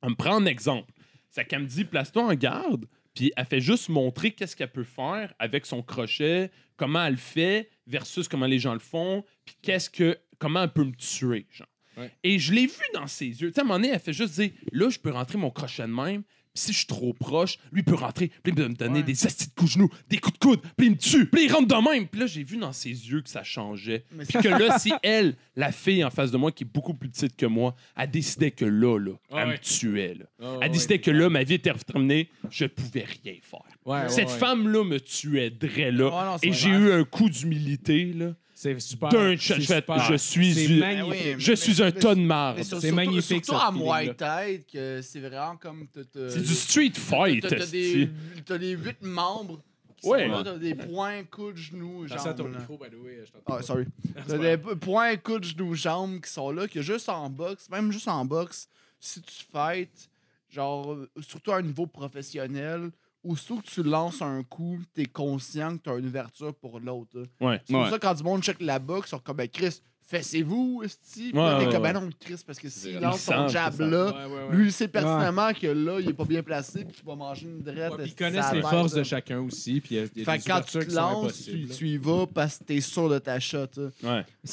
Speaker 6: Elle me prend un exemple. C'est qu'elle me dit, place-toi en garde, puis elle fait juste montrer qu'est-ce qu'elle peut faire avec son crochet, comment elle le fait versus comment les gens le font, puis qu'est-ce que, comment elle peut me tuer, genre.
Speaker 8: Ouais.
Speaker 6: Et je l'ai vu dans ses yeux. Tu sais, à un moment donné, elle fait juste dire, là, je peux rentrer mon crochet de même, puis si je suis trop proche, lui peut rentrer, puis il peut me donner
Speaker 8: Ouais.
Speaker 6: des astis de coups de genoux, des coups de coude, puis il me tue, puis il rentre de même. Puis là, j'ai vu dans ses yeux que ça changeait.
Speaker 5: Mais
Speaker 6: Puis que là, si elle, la fille en face de moi, qui est beaucoup plus petite que moi, elle décidait que là, là,
Speaker 8: Ah
Speaker 6: elle
Speaker 8: ouais.
Speaker 6: me tuait, là.
Speaker 8: Ah, ouais.
Speaker 6: Elle décidait que là, ma vie était terminée, je pouvais rien faire.
Speaker 8: Ouais, ouais,
Speaker 6: Cette
Speaker 8: Ah ouais.
Speaker 6: femme-là me tuait drait,
Speaker 8: Ah,
Speaker 6: là.
Speaker 8: non, c'est
Speaker 6: et
Speaker 8: vrai.
Speaker 6: j'ai eu un coup d'humilité, là.
Speaker 8: C'est super.
Speaker 6: D'un shot,
Speaker 8: C'est
Speaker 6: je fais,
Speaker 8: super.
Speaker 6: je suis
Speaker 8: C'est
Speaker 6: une-
Speaker 8: magnifique.
Speaker 5: Ben oui, mais-
Speaker 6: Je
Speaker 5: mais-
Speaker 6: suis un
Speaker 5: mais-
Speaker 6: tonne de marde.
Speaker 5: Mais sur-
Speaker 8: C'est
Speaker 5: surtout-
Speaker 8: magnifique,
Speaker 5: Surtout
Speaker 8: ce
Speaker 5: à Muay
Speaker 8: feeling-là.
Speaker 5: Thai, que c'est vraiment comme. t'as- t'as-
Speaker 6: C'est du street fight,
Speaker 5: T'as t'as
Speaker 6: esti.
Speaker 5: des- t'as les huit membres qui
Speaker 6: Ouais.
Speaker 5: sont là, t'as des points, coups, genoux,
Speaker 8: Attention à ton
Speaker 5: jambes. là.
Speaker 8: micro, by the way, je t'entends
Speaker 5: Ah,
Speaker 8: pas.
Speaker 5: sorry. T'as des p- points, coups, genoux, jambes qui sont là, que juste en boxe, même juste en boxe, si tu fights, genre, euh, surtout à un niveau professionnel, ou surtout que tu lances un coup, t'es conscient que t'as une ouverture pour l'autre. là.
Speaker 6: Ouais.
Speaker 5: C'est pour
Speaker 7: Ouais.
Speaker 5: ça quand du monde check la boxe, ils sont comme, ben Chris, fessez-vous, esti. Puis
Speaker 6: Ouais,
Speaker 5: là, t'es
Speaker 6: ouais,
Speaker 5: comme,
Speaker 6: ouais.
Speaker 5: ben non, Chris, parce que s'il
Speaker 7: Il
Speaker 5: lance son
Speaker 6: sent,
Speaker 5: jab
Speaker 6: c'est ça.
Speaker 5: là,
Speaker 8: Ouais, ouais, ouais.
Speaker 5: lui, il sait pertinemment que là, il est pas bien placé, puis tu vas manger une drette.
Speaker 8: Ouais, puis
Speaker 5: esti,
Speaker 8: ils connaissent
Speaker 5: ça
Speaker 8: les
Speaker 5: va,
Speaker 8: forces
Speaker 5: là.
Speaker 8: de chacun aussi. Puis il y a- il y a
Speaker 5: Fait
Speaker 8: des
Speaker 5: que quand tu
Speaker 8: ouvertures
Speaker 5: te
Speaker 8: qui sont
Speaker 5: lances, tu,
Speaker 8: impossibles, là.
Speaker 5: tu y vas parce que t'es sûr de ta shot. là.
Speaker 4: C'est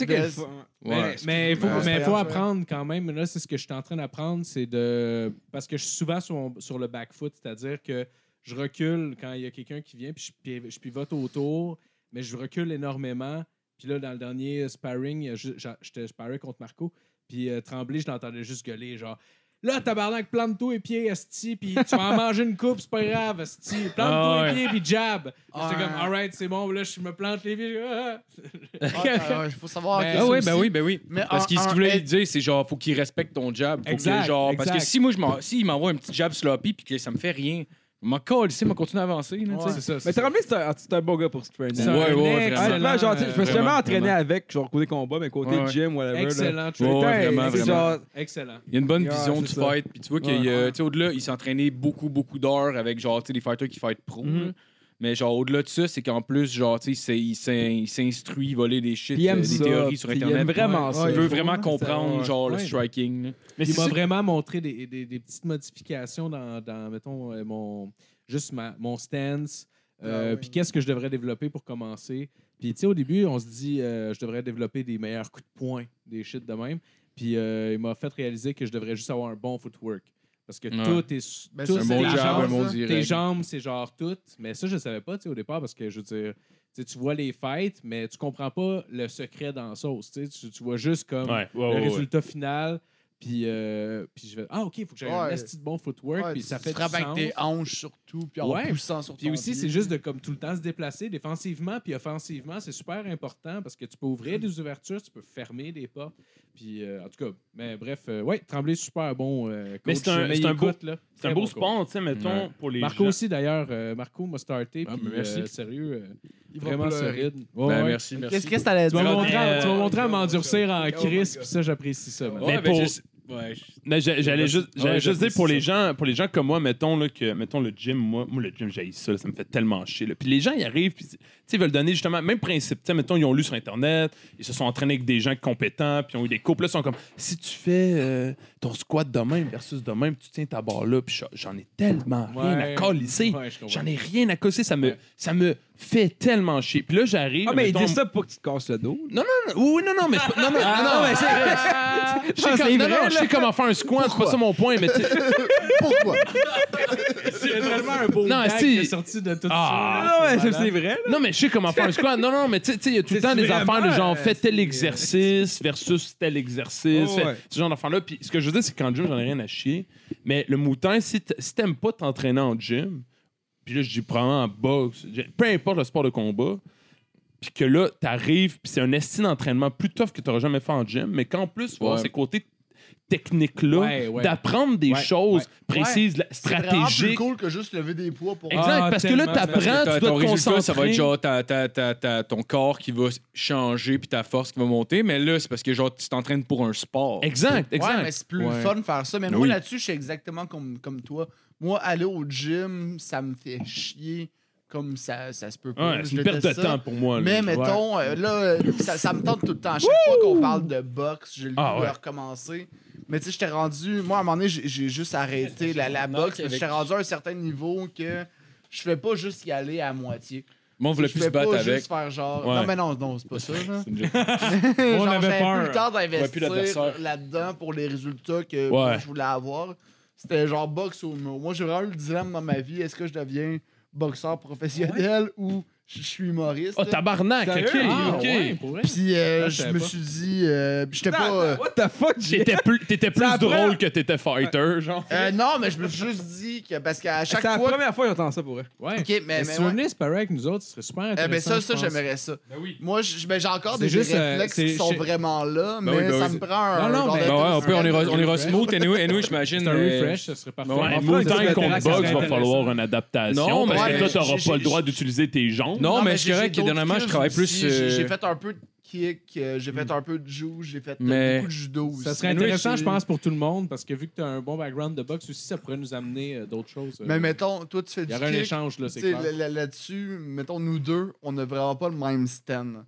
Speaker 5: Ben,
Speaker 4: que.
Speaker 5: c'est-
Speaker 8: Mais- Mais il faut,
Speaker 5: Ouais,
Speaker 8: mais
Speaker 5: c'est
Speaker 8: faut
Speaker 5: vrai.
Speaker 8: apprendre quand même. Là, c'est ce que je suis en train d'apprendre, c'est de. Parce que je suis souvent sur, sur le back foot, c'est-à-dire que je recule quand il y a quelqu'un qui vient, puis je, pi- je pivote autour, mais je recule énormément. Puis là, dans le dernier
Speaker 3: euh,
Speaker 8: sparring, je, je, j'étais- je parais contre Marco, puis euh, Tremblay, je l'entendais juste gueuler, genre. Là, tabarnak, plante-toi les pieds, esti, puis tu vas en manger une coupe, c'est pas grave, esti. Plante-toi
Speaker 6: Ah
Speaker 8: les pieds, puis jab. J'étais
Speaker 5: Ouais.
Speaker 8: comme, ah, alright, c'est bon, là, je me plante les pieds. Ah!
Speaker 5: Ah, Il faut savoir.
Speaker 8: Ben,
Speaker 5: que
Speaker 3: Ah
Speaker 5: ça
Speaker 3: oui,
Speaker 5: aussi-
Speaker 3: ben oui, ben oui.
Speaker 5: Mais
Speaker 3: Parce
Speaker 5: en-
Speaker 3: qu'il ce
Speaker 5: en-
Speaker 3: qu'il voulait
Speaker 5: être-
Speaker 3: dire, c'est genre, faut qu'il respecte ton jab. Faut que,
Speaker 8: Exact,
Speaker 3: genre, Parce que
Speaker 8: exact.
Speaker 3: si moi, je m'en- s'il m'envoie un petit jab sloppy puis que ça me fait rien, M'en colissé, m'a continué à avancer. Là, tu sais.
Speaker 8: C'est ça.
Speaker 4: Mais
Speaker 8: c'est
Speaker 4: t'as
Speaker 8: ça.
Speaker 4: ramené, c'est un, c'est un bon gars pour ce training.
Speaker 8: C'est un
Speaker 2: Ouais, ouais, vraiment.
Speaker 4: Honnêtement,
Speaker 8: excellent,
Speaker 4: genre, tu sais, je me suis
Speaker 8: euh,
Speaker 4: jamais
Speaker 3: vraiment,
Speaker 4: entraîné
Speaker 3: vraiment.
Speaker 4: avec, genre côté combat, mais côté
Speaker 3: Ouais, ouais.
Speaker 4: gym, whatever. là.
Speaker 8: Excellent.
Speaker 2: Ouais,
Speaker 8: training.
Speaker 4: Putain,
Speaker 2: euh, vraiment,
Speaker 4: c'est
Speaker 2: vraiment.
Speaker 4: genre-
Speaker 8: Excellent.
Speaker 2: Il y a une bonne
Speaker 4: Ouais,
Speaker 2: vision
Speaker 4: c'est
Speaker 2: du
Speaker 4: ça.
Speaker 2: fight. Puis tu vois qu'il
Speaker 8: Ouais,
Speaker 2: y a,
Speaker 8: ouais.
Speaker 2: tu sais, au-delà, il s'est entraîné beaucoup, beaucoup d'heures avec genre, tu sais, des fighters qui fight pro.
Speaker 4: Mhm.
Speaker 2: là. Mais genre, au-delà de ça, c'est qu'en plus, genre, tu sais, il s'est- il s'in- il s'instruit, il volait des shit,
Speaker 4: Puis il
Speaker 2: euh,
Speaker 4: aime
Speaker 2: des
Speaker 4: ça,
Speaker 2: théories sur
Speaker 4: puis il
Speaker 2: Internet.
Speaker 4: aime vraiment
Speaker 2: Ouais.
Speaker 4: ça.
Speaker 2: Il veut vraiment comprendre,
Speaker 4: Ouais.
Speaker 2: genre, le
Speaker 8: Ouais.
Speaker 2: striking. là.
Speaker 6: Mais
Speaker 8: il
Speaker 6: c'est
Speaker 8: m'a
Speaker 6: ça-
Speaker 8: vraiment montré des, des- des petites modifications dans, dans, mettons, euh, mon, juste ma- mon stance, euh,
Speaker 5: Ah oui.
Speaker 8: puis qu'est-ce que je devrais développer pour commencer. Puis, tu sais, au début, on se dit, euh, je devrais développer des meilleurs coups de poing, des shit de même. Puis, euh, il m'a fait réaliser que je devrais juste avoir un bon footwork. Parce que
Speaker 2: Ouais.
Speaker 8: tout est... s-
Speaker 5: Ben,
Speaker 8: tout
Speaker 5: c'est
Speaker 2: Un
Speaker 5: Tous
Speaker 2: bon
Speaker 5: les
Speaker 2: jab,
Speaker 5: gens,
Speaker 2: un bon
Speaker 5: ça.
Speaker 2: direct.
Speaker 8: tes jambes, c'est genre tout. Mais ça, je ne savais pas tu sais, au départ parce que, je veux dire, tu sais, tu vois les fights, mais tu comprends pas le secret dans la sauce. Tu, sais. tu tu vois juste comme
Speaker 6: Ouais, ouais,
Speaker 8: le
Speaker 6: ouais, ouais.
Speaker 8: résultat final. Puis, euh, puis je vais, ah, OK, il faut que j'aille un
Speaker 5: Ouais.
Speaker 8: esti de bon footwork.
Speaker 5: Ouais,
Speaker 8: puis
Speaker 5: tu
Speaker 8: ça fait du
Speaker 5: frappes avec
Speaker 8: sens.
Speaker 5: tes hanches surtout, puis en
Speaker 8: Ouais.
Speaker 5: poussant sur
Speaker 8: Puis
Speaker 5: ton
Speaker 8: aussi,
Speaker 5: pied.
Speaker 8: c'est juste de comme tout le temps se déplacer défensivement puis offensivement. C'est super important parce que tu peux ouvrir des ouvertures, tu peux fermer des portes. Puis euh, en tout cas, mais bref, euh, ouais, Tremblay, super bon. euh, coach,
Speaker 6: Mais c'est un-
Speaker 8: mais
Speaker 6: c'est
Speaker 8: il
Speaker 6: un beau-
Speaker 8: écoute, là.
Speaker 6: C'est un
Speaker 8: Très
Speaker 6: beau
Speaker 8: bon coach.
Speaker 6: sport, tu sais, mettons,
Speaker 2: Ouais.
Speaker 6: pour les
Speaker 8: Marco
Speaker 6: gens.
Speaker 8: aussi, d'ailleurs, euh, Marco m'a starté.
Speaker 6: Ah,
Speaker 8: puis,
Speaker 6: mais merci.
Speaker 8: euh, sérieux, euh,
Speaker 5: Il va
Speaker 8: vraiment
Speaker 5: pleurer.
Speaker 8: solide. Ouais,
Speaker 2: Ben,
Speaker 8: ouais.
Speaker 2: merci, merci.
Speaker 5: Qu'est-ce que t'allais
Speaker 8: Tu
Speaker 5: dire?
Speaker 8: m'as
Speaker 6: Mais,
Speaker 8: montré, à- tu m'as
Speaker 6: euh,
Speaker 8: montré à
Speaker 5: oh my
Speaker 8: m'endurcir en
Speaker 5: God.
Speaker 8: crise, puis ça, j'apprécie ça. man.
Speaker 6: Ouais,
Speaker 3: Ouais,
Speaker 6: mais
Speaker 3: ben,
Speaker 6: pour-
Speaker 3: je- ouais, je-
Speaker 6: Non, j'a- j'allais juste, j'allais
Speaker 8: Ouais,
Speaker 6: juste dire pour
Speaker 8: j'apprécie
Speaker 6: les gens, pour les gens comme moi, mettons là, que mettons le gym, moi, moi le gym j'ai ça, là, ça me fait tellement chier. là. Puis les gens ils arrivent, puis tu sais, ils veulent donner justement même principe. Tu sais, mettons ils ont lu sur internet, ils se sont entraînés avec des gens compétents, puis ils ont eu des couples. Là, ils sont comme si tu fais euh, ton squat de même versus de même, tu tiens ta barre là, puis j'a- j'en ai tellement rien à
Speaker 8: Ouais.
Speaker 6: colisser.
Speaker 8: Ouais, je comprends.
Speaker 6: J'en ai rien à causer, ça me, ça me fait tellement chier. Puis là, j'arrive.
Speaker 4: Ah, mais il
Speaker 6: mettons-
Speaker 4: dit ça pour que tu te casses le dos.
Speaker 6: Non, non, non, oui, non, non, mais c'est pas- non, non, non, non, mais c'est- Je sais
Speaker 4: Ah,
Speaker 6: comme-
Speaker 4: c'est
Speaker 6: non,
Speaker 4: vrai,
Speaker 6: non, je sais comment faire un squat, c'est pas ça mon point, mais tu sais-
Speaker 5: Pourquoi?
Speaker 8: C'est vraiment un beau
Speaker 6: Non,
Speaker 8: gag
Speaker 6: si.
Speaker 8: qui est sorti de tout
Speaker 6: Ah,
Speaker 8: ça.
Speaker 4: Ah,
Speaker 8: là,
Speaker 4: ouais, c'est
Speaker 8: malade.
Speaker 4: c'est vrai.
Speaker 6: Non, mais je sais comment faire un squat. Non, non, mais tu sais- tu sais, il y a tout le temps des
Speaker 4: vraiment,
Speaker 6: affaires de genre,
Speaker 4: euh,
Speaker 6: fais tel
Speaker 4: c'est-
Speaker 6: exercice versus tel exercice.
Speaker 4: Oh,
Speaker 6: fais
Speaker 4: ouais.
Speaker 6: Ce genre d'affaires-là. Puis ce que je veux dire, c'est qu'en gym, j'en ai rien à chier. Mais le mouton, si t- si t'aimes pas t'entraîner en gym, puis là, je dis probablement en boxe, je- peu importe le sport de combat, puis que là, t'arrives, puis c'est un estime d'entraînement plus tough que t'auras jamais fait en gym, mais qu'en plus, tu vas avoir
Speaker 2: Ouais.
Speaker 6: ces côtés techniques-là,
Speaker 8: Ouais, ouais.
Speaker 6: d'apprendre des
Speaker 8: Ouais,
Speaker 6: choses
Speaker 8: ouais.
Speaker 6: précises, la-
Speaker 5: C'est vraiment plus
Speaker 6: stratégiques.
Speaker 5: cool que juste lever des poids pour...
Speaker 6: Exact,
Speaker 8: Ah,
Speaker 6: parce que là,
Speaker 8: tellement.
Speaker 2: Parce que
Speaker 6: t'apprends,
Speaker 2: t'as-
Speaker 6: tu dois te concentrer.
Speaker 2: ça va être genre ta- ta- ta- ta- ton corps qui va s- changer puis ta force qui va monter. Mais là, c'est parce que genre tu t'entraînes pour un sport.
Speaker 6: Exact, exact.
Speaker 5: Ouais, mais c'est plus
Speaker 8: Ouais. Ben
Speaker 5: fun de faire ça. Mais moi,
Speaker 6: Oui.
Speaker 5: là-dessus, je suis exactement comme, comme toi. Moi, aller au gym, ça me fait chier comme ça, ça se peut pas.
Speaker 6: Ouais,
Speaker 5: Je
Speaker 6: c'est une
Speaker 5: déteste
Speaker 6: perte de
Speaker 5: ça.
Speaker 6: temps pour moi. là.
Speaker 5: Mais mettons, euh, là, euh, ça, ça me tente tout le temps. À chaque fois qu'on parle de boxe, j'ai le goût
Speaker 6: Ah ouais.
Speaker 5: de recommencer. Mais tu sais, j'étais rendu. Moi, à un moment donné, j'ai j'ai juste arrêté la, la boxe. parce que J'étais rendu à un certain niveau que je fais pas juste y aller à moitié.
Speaker 2: Moi, on voulait
Speaker 5: Je
Speaker 2: plus se
Speaker 5: fais pas
Speaker 2: battre
Speaker 5: juste
Speaker 2: avec.
Speaker 5: faire genre.
Speaker 6: Ouais.
Speaker 5: Non, mais non, non c'est pas ça. là.
Speaker 8: On
Speaker 5: Genre,
Speaker 8: avait
Speaker 5: j'avais
Speaker 8: peur.
Speaker 5: plus le temps
Speaker 2: plus
Speaker 5: d'investir
Speaker 2: l'adversaire.
Speaker 5: là-dedans pour les résultats que
Speaker 6: Ouais.
Speaker 5: je voulais avoir. C'était genre boxe ou humour. Moi, j'ai vraiment eu le dilemme dans ma vie. Est-ce que je deviens boxeur professionnel ou je je suis humoriste?
Speaker 6: Oh, tabarnak,
Speaker 4: Sérieux?
Speaker 6: ok,
Speaker 8: Ah,
Speaker 6: ok.
Speaker 8: ouais, pour vrai?
Speaker 5: Puis euh,
Speaker 8: Ah, je
Speaker 5: je
Speaker 8: savais
Speaker 5: me
Speaker 8: pas.
Speaker 5: suis dit... euh, puis j'étais
Speaker 2: Bah,
Speaker 5: pas... euh,
Speaker 4: What the fuck, j'ai.
Speaker 6: T'étais plus, t'étais plus
Speaker 4: Ça apprend-
Speaker 6: drôle que t'étais fighter, genre.
Speaker 5: euh, non, mais je me suis juste dit que... Parce qu'à
Speaker 4: C'est
Speaker 5: chaque
Speaker 4: la
Speaker 5: fois...
Speaker 4: première fois que j'entends ça pour vrai.
Speaker 8: Ouais.
Speaker 5: Ok, mais- mais
Speaker 8: si tu veux
Speaker 5: ouais.
Speaker 8: venir se parer avec nous autres, ce serait super intéressant.
Speaker 5: Euh, ben ça, ça
Speaker 8: je pense.
Speaker 5: j'aimerais ça.
Speaker 6: oui.
Speaker 5: Moi, je- ben, j'ai encore
Speaker 8: C'est
Speaker 5: des
Speaker 8: juste, euh,
Speaker 5: réflexes
Speaker 8: c'est-
Speaker 5: qui sont
Speaker 8: c'est-
Speaker 5: vraiment là, mais
Speaker 2: oui, ben
Speaker 5: ça
Speaker 2: oui,
Speaker 5: me
Speaker 2: c'est-
Speaker 5: prend un...
Speaker 8: Non, non,
Speaker 5: genre
Speaker 8: mais-
Speaker 5: de-
Speaker 2: Ben ouais, on peut, on est,
Speaker 5: semaine
Speaker 2: re- on est
Speaker 5: de-
Speaker 2: smooth. Anyway, anyway j'imagine.
Speaker 8: C'est un
Speaker 2: euh,
Speaker 8: refresh, ça serait parfait.
Speaker 6: Ouais,
Speaker 8: Enfin,
Speaker 6: mon
Speaker 8: ça serait
Speaker 6: temps contre
Speaker 8: intéressant, ça
Speaker 6: box,
Speaker 8: serait
Speaker 6: va falloir
Speaker 8: intéressant.
Speaker 6: une adaptation.
Speaker 2: Non,
Speaker 6: parce
Speaker 5: mais
Speaker 6: que toi, t'auras
Speaker 5: j'ai-
Speaker 6: pas le
Speaker 5: j'ai-
Speaker 6: droit d'utiliser tes jambes.
Speaker 2: Non, mais
Speaker 5: j'ai-
Speaker 2: je dirais
Speaker 5: j'ai
Speaker 2: que
Speaker 5: d'autres
Speaker 2: dernièrement, je
Speaker 5: skills
Speaker 2: travaille plus,
Speaker 5: aussi. J'ai- J'ai
Speaker 2: euh,
Speaker 5: fait un peu de kick, euh, j'ai fait un peu de jiu, j'ai fait euh,
Speaker 2: Mais-
Speaker 5: beaucoup de judo aussi.
Speaker 8: Hmm. Ça serait
Speaker 2: Anyway,
Speaker 8: intéressant,
Speaker 2: c'est-
Speaker 8: je pense, pour tout le monde, parce que vu que tu as un bon background de boxe aussi, ça pourrait nous amener euh, d'autres choses. euh.
Speaker 5: Mais mettons, toi, tu fais
Speaker 8: Il
Speaker 5: du
Speaker 8: y aurait un
Speaker 5: kick.
Speaker 8: échange, là,
Speaker 5: tu
Speaker 8: c'est
Speaker 5: sais,
Speaker 8: clair.
Speaker 5: là- là- Là-dessus, mettons, nous deux, on n'a vraiment pas le même stand.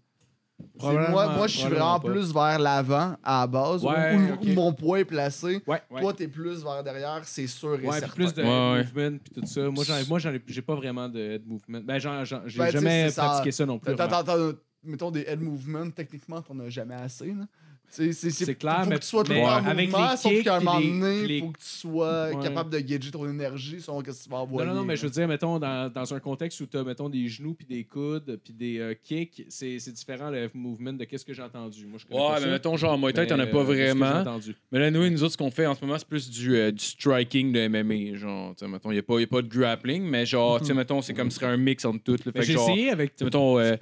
Speaker 5: C'est
Speaker 8: Probablement-
Speaker 5: Moi, moi, je suis
Speaker 8: probablement
Speaker 5: vraiment
Speaker 8: pas.
Speaker 5: plus vers l'avant, à la base, où-
Speaker 8: Ouais,
Speaker 5: où,
Speaker 8: ok.
Speaker 5: où mon poids est placé.
Speaker 8: Ouais, ouais.
Speaker 5: Toi, t'es plus vers derrière, c'est sûr et
Speaker 8: Ouais, puis
Speaker 5: certain.
Speaker 8: plus de
Speaker 2: Ouais, ouais.
Speaker 8: head movement, puis tout ça. Moi, j'en- moi, j'en ai- j'ai pas vraiment de head movement. Ben, j'en- j'en- j'ai
Speaker 5: Ben, tu sais,
Speaker 8: jamais
Speaker 5: c'est ça.
Speaker 8: pratiqué ça non plus.
Speaker 5: T'as-
Speaker 8: remarque.
Speaker 5: t'as- t'as- mettons, des head movements, techniquement, t'en as jamais assez. là. Tu sais,
Speaker 8: C'est clair,
Speaker 5: faut
Speaker 8: mais-
Speaker 5: que tu sois tout le
Speaker 8: mais
Speaker 5: temps en
Speaker 8: avec
Speaker 5: mouvement,
Speaker 8: les
Speaker 5: sauf
Speaker 8: kicks
Speaker 5: qu'à un
Speaker 8: puis
Speaker 5: moment
Speaker 8: les-
Speaker 5: donné,
Speaker 8: les-
Speaker 5: faut que tu sois
Speaker 8: Ouais.
Speaker 5: capable de gager ton énergie selon ce que tu vas
Speaker 8: Non,
Speaker 5: envoyer.
Speaker 8: non, non, mais je veux dire, mettons, dans, dans un contexte où tu as, mettons, des genoux, puis des coudes, puis des euh, kicks, c'est c'est différent le mouvement de qu'est-ce que j'ai entendu. Moi, je connais pas
Speaker 2: Ouais,
Speaker 8: ça.
Speaker 2: mais mettons, genre, en Muay Thai, t'en as
Speaker 8: Mais,
Speaker 2: pas
Speaker 8: euh, de ce que j'ai
Speaker 2: vraiment.
Speaker 8: entendu.
Speaker 2: Mais là, nous, nous autres, ce qu'on fait en ce moment, c'est plus du, euh, du striking de MMA. Genre, tu sais, mettons, il n'y a, pas- y a pas de grappling, mais genre, tu sais, mettons, c'est comme si serait un mix entre toutes. là.
Speaker 8: Mm-hmm.
Speaker 2: Fait
Speaker 8: Mais
Speaker 2: que
Speaker 8: J'ai
Speaker 2: genre, tu
Speaker 8: essayé avec.
Speaker 2: sais, mettons, euh,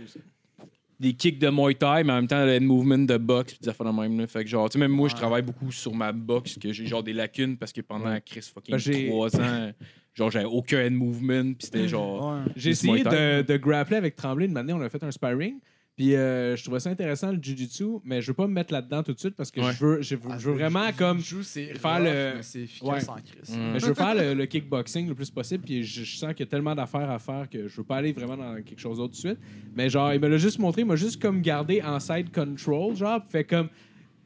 Speaker 2: des kicks de Muay Thai, mais en même temps, le movement de boxe, puis des affaires de même. Là. Fait que genre, tu sais, même moi, je travaille beaucoup sur ma boxe, que j'ai genre des lacunes parce que pendant Chris fucking
Speaker 8: Ben, j'ai-
Speaker 2: 3 ans, genre, j'avais aucun hand movement, puis c'était genre.
Speaker 8: J'ai
Speaker 2: Du Muay
Speaker 8: essayé
Speaker 2: Thai.
Speaker 8: de, de grappler avec Tremblay une matinée, on a fait un sparring. Puis euh, je trouvais ça intéressant le jujitsu, mais je veux pas me mettre là-dedans tout de suite parce que
Speaker 2: Ouais.
Speaker 8: je veux, je veux, Ah,
Speaker 5: Ah,
Speaker 8: je veux vraiment comme. faire
Speaker 5: faire
Speaker 8: le-
Speaker 5: le. C'est efficace
Speaker 8: Ouais.
Speaker 5: en crise.
Speaker 2: Mm.
Speaker 8: mais je veux faire le, le kickboxing le plus possible, puis je, je sens qu'il y a tellement d'affaires à faire que je veux pas aller vraiment dans quelque chose d'autre tout de suite. Mais genre, il me l'a juste montré, il m'a juste comme gardé en side control, genre, puis fait comme,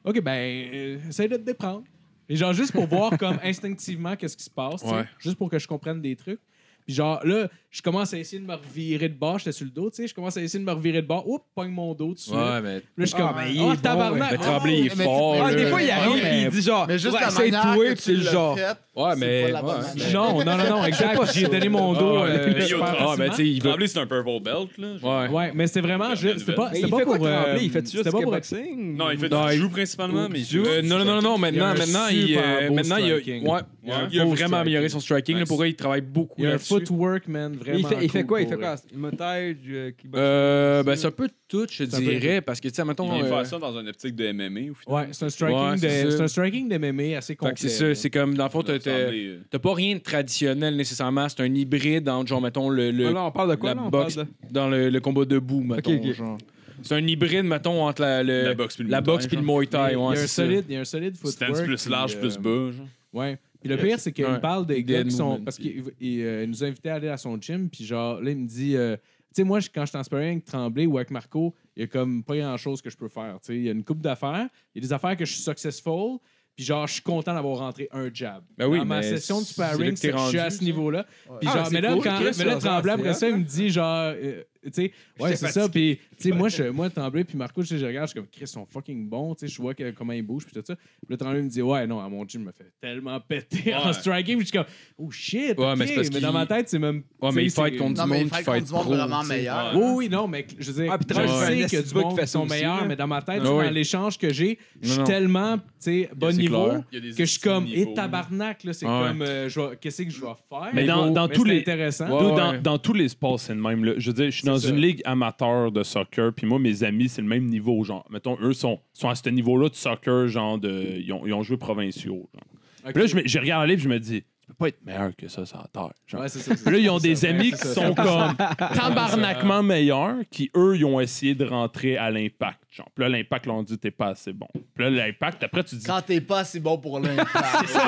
Speaker 8: ok, ben, euh, essaye de te déprendre. Et genre, juste pour voir comme instinctivement qu'est-ce qui se passe, tu sais,
Speaker 2: Ouais.
Speaker 8: juste pour que je comprenne des trucs. Puis genre, là, je commence à essayer de me revirer de bord, j'étais sur le dos, tu sais, je commence à essayer de me revirer de bord, oups, pogne mon dos tout de suite.
Speaker 2: Ouais, mais.
Speaker 8: Là, je suis comme,
Speaker 5: Ah, ben, il
Speaker 8: oh,
Speaker 5: est bon,
Speaker 8: tabarnak!
Speaker 2: Mais Tremblay, il est
Speaker 5: mais-
Speaker 2: fort.
Speaker 5: Ah,
Speaker 4: Ah,
Speaker 2: là.
Speaker 4: des fois, il arrive
Speaker 8: mais-
Speaker 4: et il dit genre,
Speaker 5: Mais juste
Speaker 4: ouais,
Speaker 5: la
Speaker 4: c'est toi,
Speaker 5: manière que
Speaker 4: puis c'est
Speaker 5: tu
Speaker 4: le
Speaker 5: l'as
Speaker 4: genre.
Speaker 5: faite,
Speaker 2: Ouais, mais.
Speaker 5: c'est pas la bonne
Speaker 2: ouais,
Speaker 5: manière.
Speaker 2: mais-
Speaker 8: Non, non, non, non, exact. J'ai donné mon dos.
Speaker 2: Ah,
Speaker 8: euh,
Speaker 2: mais
Speaker 7: Mais yo,
Speaker 8: super
Speaker 7: ah, ben,
Speaker 8: facilement.
Speaker 7: tu sais, il veut. Tremblay, c'est un purple belt, là.
Speaker 2: Ouais.
Speaker 8: Ouais, mais c'était vraiment
Speaker 7: Ouais,
Speaker 8: juste. C'était pas,
Speaker 4: Mais
Speaker 8: c'était
Speaker 4: il
Speaker 8: pas
Speaker 4: fait
Speaker 8: pour.
Speaker 4: quoi,
Speaker 8: euh,
Speaker 4: Tremblay? Il fait juste
Speaker 8: c'était pas
Speaker 4: du
Speaker 8: pour.
Speaker 4: boxing?
Speaker 7: Non, il fait
Speaker 2: Non,
Speaker 7: du
Speaker 2: il-
Speaker 7: jiu principalement, mais il joue.
Speaker 2: Euh, non, non, non, non, maintenant,
Speaker 8: Il y a un
Speaker 2: maintenant, il,
Speaker 8: super
Speaker 2: euh,
Speaker 8: beau
Speaker 2: maintenant, il a, ouais,
Speaker 8: striking.
Speaker 2: il
Speaker 7: Ouais.
Speaker 2: a
Speaker 8: Beau
Speaker 2: vraiment
Speaker 8: striking.
Speaker 2: amélioré son striking. Là, pour eux, il travaille beaucoup
Speaker 8: Il y a un
Speaker 2: là-dessus.
Speaker 8: footwork, man, vraiment.
Speaker 4: Mais il fait, il fait
Speaker 8: cool
Speaker 4: quoi? Il
Speaker 8: pour
Speaker 4: fait quoi?
Speaker 8: eux.
Speaker 4: Il me taille du euh, kickboxing?
Speaker 2: Euh, ben, c'est un peu tout, je
Speaker 8: C'est un peu-
Speaker 2: dirais, parce que, tu sais, mettons.
Speaker 7: Il
Speaker 2: euh,
Speaker 7: fait ça dans une optique de MMA, au final.
Speaker 8: Ouais, c'est un striking,
Speaker 2: Ouais, c'est
Speaker 8: de,
Speaker 2: ça.
Speaker 8: c'est un striking d'MMA assez
Speaker 2: fait
Speaker 8: complet.
Speaker 2: que c'est ça, c'est comme, dans le fond, t'as- t'as
Speaker 7: Tremblay, euh,
Speaker 2: t'as pas rien de traditionnel nécessairement. C'est un hybride entre, genre, mettons, le, le-
Speaker 4: Ah, là, on parle de quoi?
Speaker 2: la
Speaker 4: là? On
Speaker 2: boxe.
Speaker 4: parle de-
Speaker 2: dans le, le combat debout, mettons.
Speaker 4: ok.
Speaker 2: genre. C'est un hybride, mettons, entre la,
Speaker 3: euh,
Speaker 2: le-
Speaker 7: La boxe puis le
Speaker 2: la
Speaker 7: Muay
Speaker 2: boxe
Speaker 7: Thai,
Speaker 2: puis le
Speaker 7: genre.
Speaker 2: Muay
Speaker 8: Mais
Speaker 2: Thai.
Speaker 8: il,
Speaker 2: ouais,
Speaker 8: y a un
Speaker 2: c'est ça.
Speaker 8: solide, il y a un solide footwork.
Speaker 7: Stance plus
Speaker 8: puis,
Speaker 7: large,
Speaker 8: euh,
Speaker 7: plus bas, genre.
Speaker 8: Ouais. Puis le pire, c'est qu'il
Speaker 2: Euh, Ouais.
Speaker 8: me parle des
Speaker 2: Des
Speaker 8: gars qui
Speaker 2: movements.
Speaker 8: sont. Parce qu'il il, euh, il nous a invités à aller à son gym, puis genre, là, il me dit. euh, tu sais, moi, je- quand je suis en sparring avec Tremblay ou avec Marco, il y a comme pas grand chose que je peux faire. Tu sais, il y a une coupe d'affaires, il y a des affaires que je suis successful, puis genre, je suis content d'avoir rentré un jab.
Speaker 2: Ben oui,
Speaker 8: Dans ma
Speaker 2: mais
Speaker 8: session de
Speaker 2: c'est là que
Speaker 8: sparring,
Speaker 2: t'es
Speaker 8: c'est que je suis à
Speaker 2: rendu,
Speaker 8: ce
Speaker 2: ça.
Speaker 8: niveau-là. Puis
Speaker 4: Ah,
Speaker 8: genre,
Speaker 4: c'est
Speaker 8: mais là,
Speaker 4: cool,
Speaker 8: quand,
Speaker 4: Chris,
Speaker 8: mais là,
Speaker 4: ça,
Speaker 8: Tremblay,
Speaker 4: ça,
Speaker 8: après
Speaker 4: c'est
Speaker 8: ça, il me dit genre, euh, tu sais, ouais, c'est ça. Puis, tu sais, moi, je, moi, Tremblay, puis Marco, je, sais, je regarde, je suis comme, Chris, ils sont fucking bons, tu sais, je vois que- comment ils bougent, puis tout ça. Puis là, Tremblay me dit, ouais, non, à mon gym, je me fais tellement péter en
Speaker 7: Ouais.
Speaker 8: striking, puis je suis comme, oh shit,
Speaker 2: Ouais,
Speaker 8: ok,
Speaker 2: mais
Speaker 8: mais,
Speaker 2: c'est parce qu'il-
Speaker 8: dans ma tête, c'est même.
Speaker 2: Ouais,
Speaker 8: tu
Speaker 2: mais
Speaker 8: sais,
Speaker 2: il
Speaker 8: c'est-
Speaker 2: fight contre
Speaker 5: Non,
Speaker 2: du
Speaker 5: mais
Speaker 2: monde
Speaker 5: il
Speaker 2: qui
Speaker 5: fait
Speaker 2: fight
Speaker 5: contre du monde
Speaker 2: pro,
Speaker 5: vraiment
Speaker 2: tu sais.
Speaker 5: meilleur.
Speaker 8: Oui, oui, non, mais je veux dire,
Speaker 4: Ah, puis Tremblay,
Speaker 8: je
Speaker 4: c'est un
Speaker 8: sais qu'il y a
Speaker 4: esti
Speaker 8: du
Speaker 4: de bas qui
Speaker 8: monde
Speaker 4: fait
Speaker 8: qui
Speaker 4: ça
Speaker 8: sont
Speaker 4: aussi,
Speaker 8: meilleurs,
Speaker 4: là.
Speaker 8: mais dans ma tête,
Speaker 2: Ah
Speaker 8: dans
Speaker 2: oui.
Speaker 8: l'échange que j'ai, je suis
Speaker 2: Non, non.
Speaker 8: tellement, tu sais, bon
Speaker 2: c'est
Speaker 8: niveau
Speaker 2: clair.
Speaker 7: Il y a des
Speaker 8: que je suis
Speaker 7: petits
Speaker 8: comme, et
Speaker 7: niveaux.
Speaker 8: tabarnak, là, c'est
Speaker 2: Ah ouais.
Speaker 8: comme, euh, je vais- qu'est-ce que je vais faire?
Speaker 6: Mais dans- dans tous
Speaker 8: c'est
Speaker 6: les-
Speaker 8: intéressant.
Speaker 2: Ouais,
Speaker 6: Dude,
Speaker 2: ouais.
Speaker 6: Dans, dans tous les sports, c'est le même. là. Je veux dire, je suis dans
Speaker 8: ça.
Speaker 6: une ligue amateur de soccer, puis moi, mes amis, c'est le même niveau. Genre, mettons, eux sont, sont à ce niveau-là de soccer, genre, de, ils, ont, ils ont joué provinciaux. genre.
Speaker 8: Ok.
Speaker 6: Puis là, je, me- je regarde la ligue, puis je me dis, tu peux pas être meilleur que ça sur la terre. genre.
Speaker 8: Ouais, c'est ça, c'est
Speaker 6: Puis là,
Speaker 8: ça,
Speaker 6: ils ont
Speaker 8: c'est
Speaker 6: des
Speaker 8: ça.
Speaker 6: amis
Speaker 8: Ouais,
Speaker 6: qui
Speaker 8: c'est ça.
Speaker 6: sont comme tabarnakement meilleurs, qui eux, ils ont essayé de rentrer à l'impact. Genre. Puis là, l'impact, l'ont dit, t'es pas assez bon. Puis là, l'impact, après, tu dis.
Speaker 5: Quand t'es pas assez bon pour l'impact.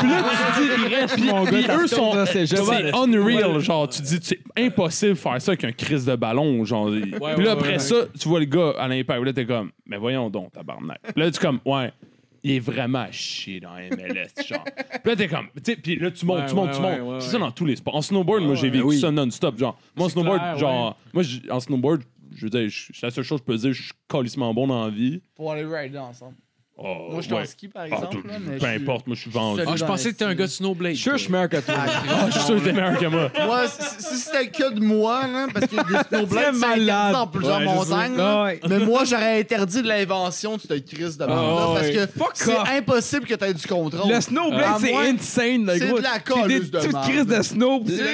Speaker 6: Puis là, tu dis, il reste mon gars. Ah. Puis eux sont
Speaker 4: C'est
Speaker 6: c'est
Speaker 4: jamais-
Speaker 6: unreal, genre, tu dis, c'est impossible de faire ça avec un crise de ballon, genre. Puis là,
Speaker 8: ouais,
Speaker 6: après
Speaker 8: ouais.
Speaker 6: ça, tu vois le gars à l'impact, là, t'es comme, mais voyons donc, tabarnak. Puis là, tu es comme, ouais, il est vraiment à chier dans MLS, genre. Puis là, t'es comme, tu sais, puis là, tu montes,
Speaker 8: Ouais,
Speaker 6: tu montes,
Speaker 8: ouais,
Speaker 6: tu montes.
Speaker 8: ouais, ouais,
Speaker 6: c'est
Speaker 8: ouais.
Speaker 6: ça dans tous les sports. En snowboard, moi, j'ai vécu
Speaker 2: oui.
Speaker 6: ça non-stop, genre. Moi, en
Speaker 8: C'est
Speaker 6: snowboard,
Speaker 8: clair,
Speaker 6: genre, moi, j'ai- en snowboard, je veux dire, je- c'est la seule chose que je peux dire, je suis colissement bon dans la vie.
Speaker 5: Pour aller rider ensemble.
Speaker 6: Oh,
Speaker 5: Moi, je suis en
Speaker 6: ouais.
Speaker 5: ski, par
Speaker 6: Ah,
Speaker 5: exemple.
Speaker 6: tout-
Speaker 5: là, mais je
Speaker 6: peu
Speaker 5: suis-
Speaker 6: importe, moi, je suis vendu.
Speaker 5: seul
Speaker 2: Ah, je
Speaker 5: dans
Speaker 2: pensais que t'étais un
Speaker 5: l'esti.
Speaker 2: gars de Snowblade.
Speaker 4: Je suis sûr que je suis
Speaker 2: toi.
Speaker 4: meilleur que toi.
Speaker 6: Ah, je suis sûr que t'es meilleur que moi.
Speaker 5: Moi, si si c'était que de moi, là, parce qu'il y a des
Speaker 4: Très
Speaker 5: snowblades
Speaker 4: malade.
Speaker 5: malades en plusieurs
Speaker 6: Ouais, je
Speaker 5: montagnes,
Speaker 4: sais.
Speaker 5: là.
Speaker 4: Ouais.
Speaker 5: mais moi, j'aurais interdit l'invention de cette crise de bande
Speaker 4: ouais.
Speaker 5: là
Speaker 4: Fuck
Speaker 5: parce que
Speaker 4: off.
Speaker 5: c'est impossible que t'aies du contrôle.
Speaker 4: Le snowblade,
Speaker 5: Ah,
Speaker 4: c'est
Speaker 5: moi,
Speaker 4: insane, le
Speaker 5: c'est
Speaker 4: gros.
Speaker 5: de la
Speaker 4: C'est des
Speaker 5: colleuse de
Speaker 4: petites
Speaker 5: marde.
Speaker 4: crises de snow. pis
Speaker 5: C'est
Speaker 4: C'est
Speaker 5: le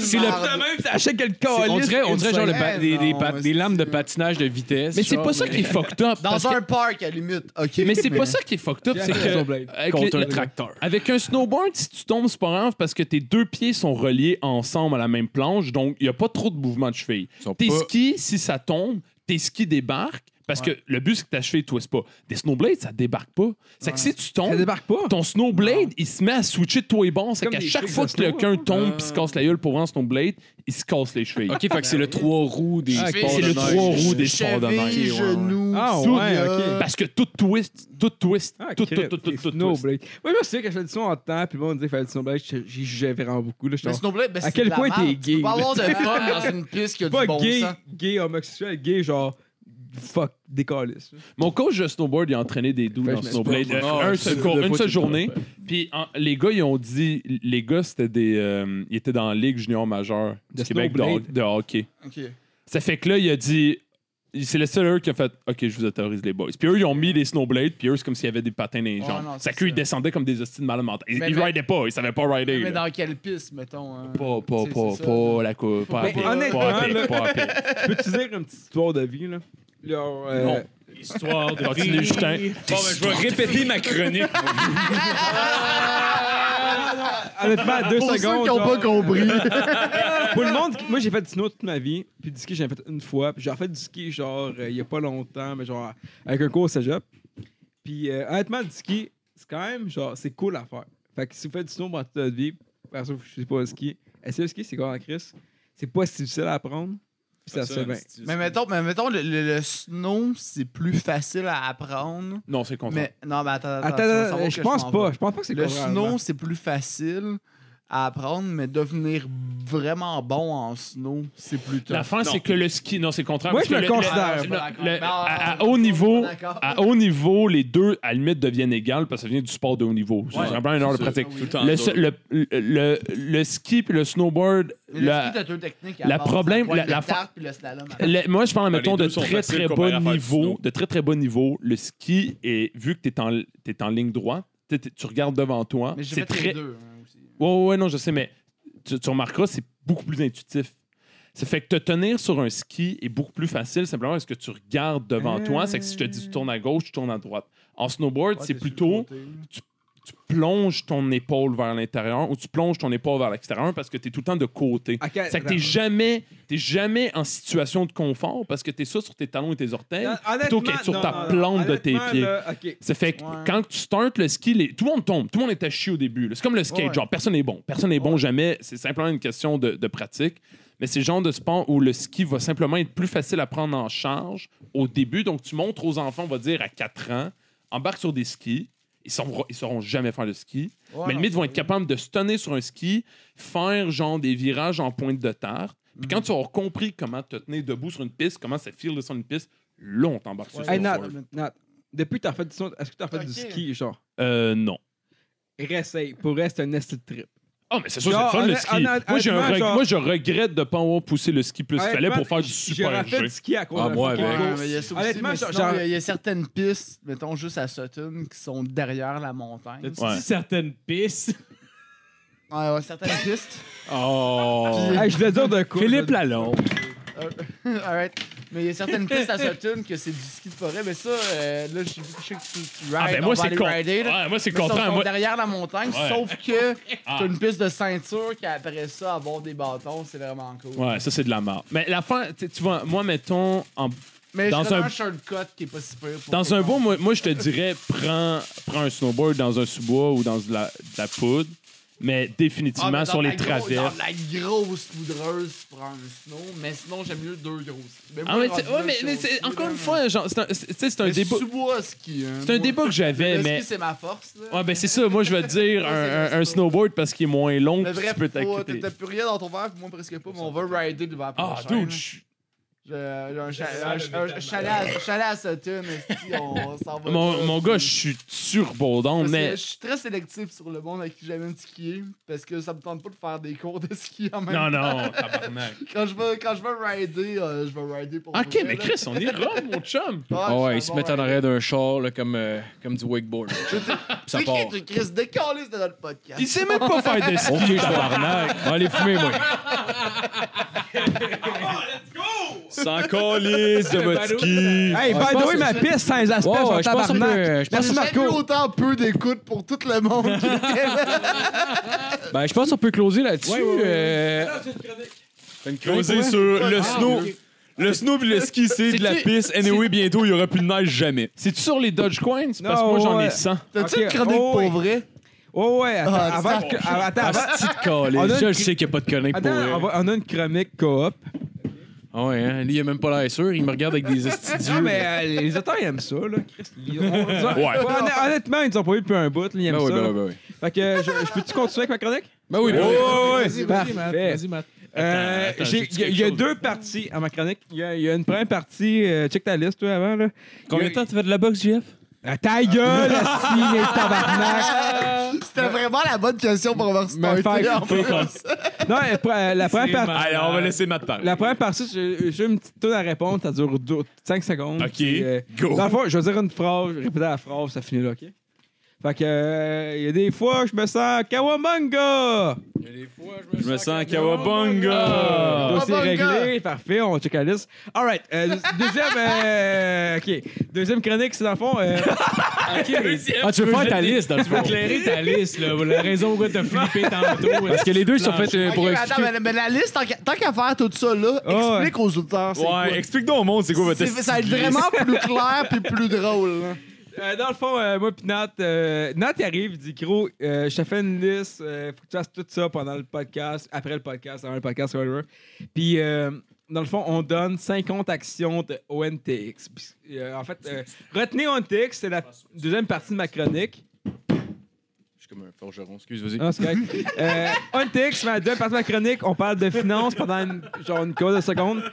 Speaker 4: C'est le même, ça achète que le calice.
Speaker 2: On dirait, on dirait genre le pa-
Speaker 5: Eh
Speaker 2: des, des
Speaker 5: non,
Speaker 2: pa-
Speaker 5: mais
Speaker 2: des
Speaker 5: c'est-
Speaker 2: lames de patinage de vitesse.
Speaker 6: Mais c'est
Speaker 2: genre,
Speaker 6: pas ça qui est fucked up. parce
Speaker 5: Dans
Speaker 6: que-
Speaker 5: un parc, à la limite. OK.
Speaker 6: Mais c'est pas ça qui est fucked up, c'est que avec
Speaker 2: Contre
Speaker 6: les-
Speaker 2: un tracteur.
Speaker 6: avec un snowboard, si tu tombes, c'est pas grave parce que tes deux pieds sont reliés ensemble à la même planche, donc il n'y a pas trop de mouvement de cheville.
Speaker 2: Ils sont
Speaker 6: Tes
Speaker 2: pas-
Speaker 6: skis, si ça tombe, tes skis débarquent parce que le but, c'est que ta cheville ne twiste pas. Des snowblades, ça débarque pas. C'est que si tu
Speaker 4: Ça
Speaker 6: tombes,
Speaker 4: débarque pas.
Speaker 6: ton snowblade, il se met à switcher de toi et bon. C'est
Speaker 4: Comme
Speaker 6: qu'à
Speaker 4: des
Speaker 6: chaque
Speaker 4: trucs
Speaker 6: fois
Speaker 4: de
Speaker 6: que
Speaker 4: snow,
Speaker 6: quelqu'un tombe
Speaker 2: Ah.
Speaker 6: et se casse la gueule pour un snowblade, il se casse les chevilles.
Speaker 2: Ok, fait que c'est le trois roues des.
Speaker 6: Ah,
Speaker 2: sports
Speaker 6: c'est
Speaker 2: de
Speaker 6: le
Speaker 2: neige.
Speaker 6: trois roues des sports de neige.
Speaker 5: Cheville,
Speaker 2: Ok, ouais, ouais.
Speaker 5: genoux,
Speaker 4: Ah, ouais,
Speaker 5: sourire.
Speaker 4: ok.
Speaker 6: Parce que tout twist, tout twist,
Speaker 4: Ah,
Speaker 6: tout, tout,
Speaker 4: crête,
Speaker 6: tout, tout,
Speaker 4: les
Speaker 6: tout, twist.
Speaker 4: snowblades. Moi, je me souviens quand je faisais du son en temps, puis bon, on disait qu'il fallait du snowblade, je- j'y jugeais vraiment beaucoup. Là, j'étais
Speaker 5: Mais
Speaker 4: genre,
Speaker 5: snowblade, ben,
Speaker 4: À
Speaker 5: c'est
Speaker 4: quel
Speaker 5: de la
Speaker 4: point t'es
Speaker 5: merde. Tu
Speaker 4: gay,
Speaker 5: peux pas avoir de fun dans une piste qui a
Speaker 4: pas
Speaker 5: du bon
Speaker 4: gay,
Speaker 5: sens.
Speaker 4: gay homosexuel, gay genre, fuck, des calices.
Speaker 6: Mon coach de snowboard, il a entraîné des doux
Speaker 4: Fait que
Speaker 6: dans
Speaker 4: je me
Speaker 6: snowblade.
Speaker 2: suis pas-
Speaker 6: euh,
Speaker 2: Ah,
Speaker 6: un
Speaker 2: ouais,
Speaker 6: seul
Speaker 2: tu-
Speaker 6: cours,
Speaker 2: deux
Speaker 6: une
Speaker 2: fois,
Speaker 6: seule
Speaker 2: tu le
Speaker 6: journée. Puis en- les gars, ils ont dit, les gars, c'était des, euh, ils étaient dans la ligue junior majeure du
Speaker 4: De
Speaker 6: Québec de,
Speaker 4: snowblade.
Speaker 6: ho- de hockey.
Speaker 5: OK.
Speaker 6: Ça fait que là, il a dit, il- c'est le seul eux qui a fait, ok, je vous autorise les boys. Puis eux, ils ont mis des snowblades. Puis eux, c'est comme s'il y avait des patins dans les
Speaker 5: Ouais,
Speaker 6: jambes.
Speaker 5: non,
Speaker 6: ça
Speaker 5: c'est
Speaker 6: que ils
Speaker 5: ça.
Speaker 6: descendaient comme des hosties de malades mentales. Ils,
Speaker 5: Mais-
Speaker 6: ils
Speaker 5: mais-
Speaker 6: ridaient pas, ils savaient pas rider.
Speaker 5: Mais
Speaker 6: là.
Speaker 5: dans quelle piste, mettons? hein?
Speaker 6: Pas, pas,
Speaker 5: C'est-
Speaker 6: pas,
Speaker 5: c'est ça.
Speaker 6: pas la coupe. Pas à
Speaker 4: Mais
Speaker 6: pied,
Speaker 4: honnêtement,
Speaker 6: pas à pied,
Speaker 4: là-
Speaker 6: pas à pied.
Speaker 4: Peux-tu dire une petite histoire de vie, là? Genre, euh,
Speaker 6: Non.
Speaker 3: Histoire de
Speaker 6: Continue,
Speaker 3: vie.
Speaker 6: Justin.
Speaker 7: Bon, ben, je vais répéter ma chronique.
Speaker 4: honnêtement, deux
Speaker 5: Pour ceux
Speaker 4: secondes.
Speaker 5: qui ont pas
Speaker 4: genre.
Speaker 5: compris.
Speaker 4: Pour le monde, qui- moi j'ai fait du snow toute ma vie, puis du ski j'en ai fait une fois, puis j'ai refait du ski genre euh, il y a pas longtemps, mais genre avec un cours au cégep. Puis euh, honnêtement, du ski, c'est quand même genre c'est cool à faire. Fait que si vous faites du snow pendant toute votre vie, parce que je sais pas ski, essayer le ski c'est quoi en crise, c'est pas si difficile à apprendre, puis ça se fait bien.
Speaker 5: mais mettons, mais mettons le, le- le snow, c'est plus facile à apprendre.
Speaker 6: Non, c'est le contraire.
Speaker 5: Mais non, mais attends, attends.
Speaker 4: Attends,
Speaker 5: tu vas savoir
Speaker 4: attends,
Speaker 5: que
Speaker 4: je pense
Speaker 5: m'en
Speaker 4: pas,
Speaker 5: vais.
Speaker 4: je pense pas que c'est
Speaker 5: Le
Speaker 4: contraire,
Speaker 5: snow,
Speaker 4: non.
Speaker 5: c'est plus facile à apprendre, mais devenir vraiment bon en snow, c'est plus tough. Ah,
Speaker 6: La fin, c'est que le ski. Non, c'est le contraire.
Speaker 4: Moi,
Speaker 6: parce
Speaker 4: je
Speaker 6: que
Speaker 4: le
Speaker 6: le-
Speaker 4: considère.
Speaker 6: le-
Speaker 5: Je suis pas
Speaker 6: le-
Speaker 5: d'accord.
Speaker 6: à, à
Speaker 5: Non,
Speaker 6: haut
Speaker 5: je suis
Speaker 6: niveau,
Speaker 5: pas d'accord.
Speaker 6: à haut niveau, les deux, à la limite, deviennent égales parce que ça vient du sport de haut niveau. C'est vraiment
Speaker 5: Ah,
Speaker 6: une heure de pratique.
Speaker 7: Tout le temps.
Speaker 6: Le, se- le, le, le- le ski puis le snowboard,
Speaker 5: Mais le
Speaker 6: la-
Speaker 5: ski, t'as deux techniques. à
Speaker 6: la
Speaker 5: base,
Speaker 6: problème-
Speaker 5: pointe
Speaker 6: la-
Speaker 5: de
Speaker 6: la fa-
Speaker 5: tarte puis le slalom. à
Speaker 6: le- moi, je parle,
Speaker 7: les
Speaker 6: mettons, de
Speaker 7: deux sont
Speaker 6: très,
Speaker 7: faciles
Speaker 6: très
Speaker 7: comparé à
Speaker 6: bon
Speaker 7: faire du
Speaker 6: niveau.
Speaker 7: snow.
Speaker 6: De très, très bon niveau. Le ski, est, vu que tu es, en t'es en ligne droite, t'es- t'es- tu regardes devant toi.
Speaker 5: Mais j'ai
Speaker 6: C'est
Speaker 5: fait
Speaker 6: très,
Speaker 5: les deux. hein, aussi.
Speaker 6: Ouais, ouais, ouais, non, je sais, mais tu, tu remarqueras, c'est beaucoup plus intuitif. Ça fait que te tenir sur un ski est beaucoup plus facile simplement parce que tu regardes devant
Speaker 4: Euh.
Speaker 6: toi. C'est que si je te dis tu tournes à gauche, tu tournes à droite. En snowboard,
Speaker 5: Ouais, t'es sur
Speaker 6: c'est
Speaker 5: le
Speaker 6: plutôt
Speaker 5: côté.
Speaker 6: tu plonges ton épaule vers l'intérieur ou tu plonges ton épaule vers l'extérieur parce que tu es tout le temps de côté.
Speaker 4: Ok,
Speaker 6: C'est que t'es jamais, t'es jamais en situation de confort parce que t'es ça sur tes talons et tes orteils. plutôt qu'être sur ta plante de tes pieds. Ça fait que
Speaker 5: Ouais.
Speaker 6: quand tu startes le ski, les- tout le monde tombe, tout le monde est à chier au début. là. C'est comme le skate,
Speaker 5: Ouais.
Speaker 6: genre personne n'est bon, personne n'est bon jamais, c'est simplement une question de, de pratique. Mais c'est le genre de sport où le ski va simplement être plus facile à prendre en charge au début. Donc tu montres aux enfants, on va dire à 4 ans, embarque sur des skis, ils sauront, ils sauront jamais faire de ski,
Speaker 5: Ouais,
Speaker 6: mais
Speaker 5: non,
Speaker 6: limite
Speaker 5: c'est
Speaker 6: vont
Speaker 5: vrai.
Speaker 6: être capables de se tenir sur un ski, faire genre des virages en pointe de tarte. Puis
Speaker 5: Mm.
Speaker 6: quand tu auras compris comment te tenir debout sur une piste, comment ça file sur une piste, là on t'embarque sur
Speaker 5: Ouais.
Speaker 6: le
Speaker 4: Hey, Nat,
Speaker 6: snowboard.
Speaker 4: Nat, depuis que t'as fait du snow, est-ce que t'as fait du
Speaker 5: Ok.
Speaker 4: ski, genre?
Speaker 6: Euh, non.
Speaker 4: Réessaye. Pour elle, c'est un esti de trip.
Speaker 6: Ah, mais c'est sûr, c'est
Speaker 4: Genre,
Speaker 6: le fun le
Speaker 4: honnêt-
Speaker 6: ski.
Speaker 4: honnêt-
Speaker 6: Moi, j'ai un
Speaker 4: honnêtement,
Speaker 6: reg-
Speaker 4: genre-
Speaker 6: moi, je regrette de ne pas avoir poussé le ski plus qu'il fallait pour faire du
Speaker 4: J'aurais
Speaker 6: super
Speaker 4: fait
Speaker 6: G.
Speaker 4: du ski à cause
Speaker 2: Ah,
Speaker 4: d'un
Speaker 2: moi,
Speaker 4: fucking
Speaker 2: avec.
Speaker 4: course.
Speaker 5: Ouais, mais il y a ça aussi,
Speaker 4: Honnêtement,
Speaker 5: mais
Speaker 4: genre-
Speaker 5: sinon,
Speaker 4: genre-
Speaker 5: il y a- il y, a certaines pistes, mettons juste à Sutton, qui sont derrière la montagne.
Speaker 8: T'as-tu
Speaker 6: Ouais.
Speaker 8: dit certaines pistes?
Speaker 5: Ouais, ouais, certaines pistes.
Speaker 2: Oh!
Speaker 4: Hey, je voulais dire de quoi?
Speaker 3: Philippe
Speaker 4: je-
Speaker 3: Lalonde.
Speaker 5: Alright. euh, Mais il y a certaines pistes à Sutton que c'est du ski de forêt, mais ça, euh, là, je suis je sais que tu, tu rides.
Speaker 6: Ah, ben
Speaker 5: on
Speaker 6: moi,
Speaker 5: va
Speaker 6: c'est
Speaker 5: aller
Speaker 6: con-
Speaker 5: rider, là.
Speaker 6: Ouais, moi, c'est
Speaker 5: Mais ils sont-
Speaker 6: contraire.
Speaker 5: sont
Speaker 6: Moi,
Speaker 5: derrière la montagne,
Speaker 6: Ouais.
Speaker 5: sauf que t'as
Speaker 6: Ah.
Speaker 5: une piste de ceinture qui après ça avoir des bâtons, c'est vraiment cool.
Speaker 6: Ouais, ça, c'est de la merde. Mais la fin, tu tu vois, moi, mettons, en-
Speaker 5: Mais
Speaker 6: Dans
Speaker 5: je un...
Speaker 6: un-
Speaker 5: un shortcut qui est pas si pire pour
Speaker 6: dans
Speaker 5: tout le
Speaker 6: un
Speaker 5: monde.
Speaker 6: bois, moi, moi, je te dirais, prends, prends un snowboard dans un sous-bois ou dans de la, de la poudre,
Speaker 5: Ah,
Speaker 6: mais
Speaker 5: mais
Speaker 6: définitivement
Speaker 5: dans
Speaker 6: sur
Speaker 5: la
Speaker 6: les
Speaker 5: gros-
Speaker 6: traverses.
Speaker 5: Dans la grosse poudreuse, tu prends un snow, mais sinon, j'aime mieux deux grosses.
Speaker 6: Ah, mais, tu- ouais, mais, mais c'est- encore une fois, genre, c'est un, c'est- tu sais, c'est un débat.
Speaker 5: Sous-bois ski. hein.
Speaker 6: C'est un
Speaker 5: Moi,
Speaker 6: débat que j'avais,
Speaker 5: Le
Speaker 6: mais.
Speaker 5: ski, c'est ma force. Là.
Speaker 6: Ouais, ben c'est ça, moi je vais te dire
Speaker 5: Ouais, c'est
Speaker 6: un,
Speaker 5: le
Speaker 6: un- un snowboard parce qu'il est moins long,
Speaker 5: Mais
Speaker 6: puis tu
Speaker 5: bref,
Speaker 6: peux
Speaker 5: faut-
Speaker 6: t'acquitter.
Speaker 5: t'as plus rien dans ton verre, puis moi presque pas, mais on va rider devant la hein.
Speaker 6: Ah,
Speaker 5: prochaine.
Speaker 6: dude, je-
Speaker 5: J'ai j'ai un, cha- un- un- un chalet à- chalet à Sutton, esti, on s'en va.
Speaker 6: Mon,
Speaker 5: là,
Speaker 6: mon
Speaker 5: puis-
Speaker 6: gars, je suis surbondant,
Speaker 5: Parce que
Speaker 6: mais.
Speaker 5: Je suis très sélectif sur le monde à qui j'aime skier, parce que ça me tente pas de faire des cours de ski en même
Speaker 6: Non,
Speaker 5: temps.
Speaker 6: non, tabarnak.
Speaker 5: Quand je vais, quand je vais rider, euh, je vais rider pour
Speaker 6: Ok,
Speaker 5: vrai,
Speaker 6: mais
Speaker 5: là.
Speaker 6: Chris, on ira, mon chum.
Speaker 5: Ah,
Speaker 2: Ah ouais,
Speaker 5: je
Speaker 2: ils
Speaker 5: suis
Speaker 2: se
Speaker 5: un
Speaker 2: mettent
Speaker 5: bon
Speaker 2: en
Speaker 5: rider.
Speaker 2: arrière d'un char là, comme, euh, comme du wakeboard. Puis ça
Speaker 5: C'est
Speaker 2: part.
Speaker 5: qui, toi, Chris? Décaliste de notre podcast.
Speaker 6: Il sait même pas faire de ski, tabarnak.
Speaker 2: On va aller fumer, moi.
Speaker 7: Sans calice de votre ski.
Speaker 2: Ouais,
Speaker 4: Hey,
Speaker 2: je
Speaker 4: by the
Speaker 2: pense
Speaker 4: way,
Speaker 2: que
Speaker 4: ma piste, sans aspects,
Speaker 2: Ouais, ouais,
Speaker 4: genre
Speaker 2: je pense qu'on peut-
Speaker 4: tabarnak.
Speaker 2: je pense
Speaker 4: Merci,
Speaker 5: J'ai jamais eu
Speaker 4: Marco.
Speaker 5: autant peu d'écoute pour tout le monde. qui était là.
Speaker 3: Ben, je pense qu'on peut closer là-dessus. euh,
Speaker 7: Creuser sur
Speaker 5: Ah,
Speaker 7: le snow. Le snow et le ski, c'est de la
Speaker 6: C'est-tu-
Speaker 7: piste. Anyway, bientôt, il y aura plus de neige jamais.
Speaker 6: C'est-tu sur les Dodge Coins? Parce que moi,
Speaker 4: Non,
Speaker 6: j'en ai
Speaker 4: ouais.
Speaker 6: 100.
Speaker 5: T'as-tu
Speaker 4: Ok,
Speaker 5: une chronique
Speaker 4: oh, oui.
Speaker 5: pour vrai?
Speaker 4: Ouais, ouais, attends,
Speaker 5: Ah,
Speaker 4: avant que- attends, avant-
Speaker 8: bah.
Speaker 2: Ah, petite
Speaker 4: On a
Speaker 2: calice.
Speaker 4: une
Speaker 2: Je le
Speaker 4: cri-
Speaker 2: sais qu'il n'y a pas de connect pour.
Speaker 4: attends, on
Speaker 2: euh,
Speaker 4: va- on a une chronique coop.
Speaker 2: Ah ouais, hein, lui, il a même pas l'air sûr. Il me regarde avec des
Speaker 4: Non,
Speaker 2: estidieux.
Speaker 4: mais euh, les auteurs, ils aiment ça, là. Chris, ils- on- on- Honn- Honnêtement, ils nous ont pas eu depuis un bout, là, ils aiment
Speaker 2: Ben oui,
Speaker 4: ça.
Speaker 2: ben
Speaker 4: là.
Speaker 2: oui, ben oui.
Speaker 4: Fait que euh, je, je peux-tu continuer avec ma chronique? Oh,
Speaker 2: Ben oui, ben oui.
Speaker 4: ouais,
Speaker 8: Vas-y,
Speaker 4: Parfait.
Speaker 8: vas-y, Matt. Vas-y, Matt.
Speaker 4: Euh,
Speaker 6: attends,
Speaker 4: j'ai-
Speaker 6: j'ai-tu
Speaker 4: Il y a- il y a deux parties à ma chronique. Il y, a- il y a une première partie, euh, check ta liste, toi, avant. Là.
Speaker 6: Combien de temps tu fais de la boxe, JF?
Speaker 4: Ah, ta gueule, asti, les tabarnak!
Speaker 8: Ah,
Speaker 5: C'était vraiment la bonne question pour avoir
Speaker 4: Mais
Speaker 5: starté,
Speaker 4: faire-
Speaker 5: en plus.
Speaker 4: Non, euh, pr- euh, la première partie...
Speaker 7: Allez, on va laisser Matt parler.
Speaker 4: La première partie, j'ai j'ai une petite tonne à répondre, ça dure 5 secondes.
Speaker 7: OK,
Speaker 4: Puis, euh,
Speaker 7: go.
Speaker 4: Dans le fond, je vais dire une phrase, répéter la phrase, ça finit là, OK? Fait que, euh, il y a des fois, je me sens Kawamanga!
Speaker 7: Je me sens
Speaker 6: Ah.
Speaker 7: Kawabunga!
Speaker 4: Euh, Dossier
Speaker 5: Kawabunga!
Speaker 4: réglé, parfait, on check la liste. All right, euh, deuxième... euh, OK, deuxième chronique, c'est dans le fond... euh,
Speaker 3: Ah, tu veux faire ta liste, dans le fond.
Speaker 8: Éclairer ta liste, là, la raison pourquoi t'as flippé tantôt.
Speaker 3: Parce que les deux sont faits euh,
Speaker 5: Ok,
Speaker 3: pour
Speaker 5: mais
Speaker 3: expliquer.
Speaker 5: attends, mais, mais la liste, tant qu'à- tant qu'à faire tout ça, là,
Speaker 4: Ah,
Speaker 5: explique aux auteurs. c'est quoi.
Speaker 7: Ouais, explique donc au monde c'est quoi votre
Speaker 5: C'est- Ça va être vraiment plus clair puis plus drôle. là.
Speaker 4: Euh, dans le fond, euh, moi pis Nat, euh, Nat il arrive, il dit Gros, euh, je te fais une liste, euh, faut que tu fasses tout ça pendant le podcast, après le podcast, avant le podcast, whatever. Puis, euh, dans le fond, on donne 50 actions de ONTX. Puis, euh, en fait, euh, retenez ONTX, c'est la deuxième partie de ma chronique.
Speaker 2: Je suis comme un forgeron, excuse, vas-y.
Speaker 4: Ah, c'est correct. Euh, ONTX, ma deuxième partie de ma chronique, on parle de finances pendant une, genre une cause de seconde.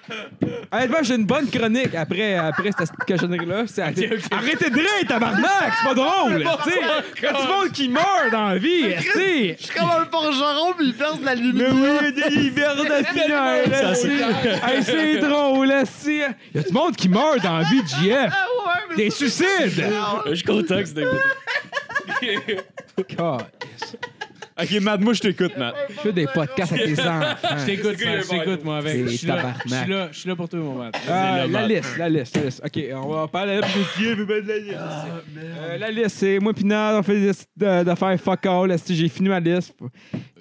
Speaker 4: Honnêtement, j'ai une bonne chronique après, après cette cochonnerie-là. C'est Arrêtez de rire, tabarnak! C'est pas drôle!
Speaker 2: Oh
Speaker 4: tu sais. Il y a du monde qui meurt dans la vie! tu
Speaker 5: Je suis comme un forgeron puis il perd de la
Speaker 4: Mais
Speaker 5: lumière.
Speaker 4: oui, des hibernateurs! là, c'est- Hey, C'est drôle, là, c'est... Il y a du monde qui meurt dans la vie, JF!
Speaker 5: Ah ouais, mais
Speaker 4: Des suicides!
Speaker 6: Je suis content que c'était
Speaker 4: God,
Speaker 7: Ok, Matt, moi je t'écoute, Matt.
Speaker 4: je fais des podcasts avec des enfants.
Speaker 8: Je t'écoute, man, je t'écoute, moi,
Speaker 4: C'est
Speaker 8: avec. Ben, Je suis là,
Speaker 4: tabarnak.
Speaker 8: je suis là, je suis là pour toi, mon Matt.
Speaker 4: Ah, la liste, la liste, la liste. OK, on va parler de qui veut mettre la liste.
Speaker 5: Ah,
Speaker 4: Euh, la liste, c'est moi pis Nad, on fait des de- d'affaires fuck all. esti, J'ai fini ma liste.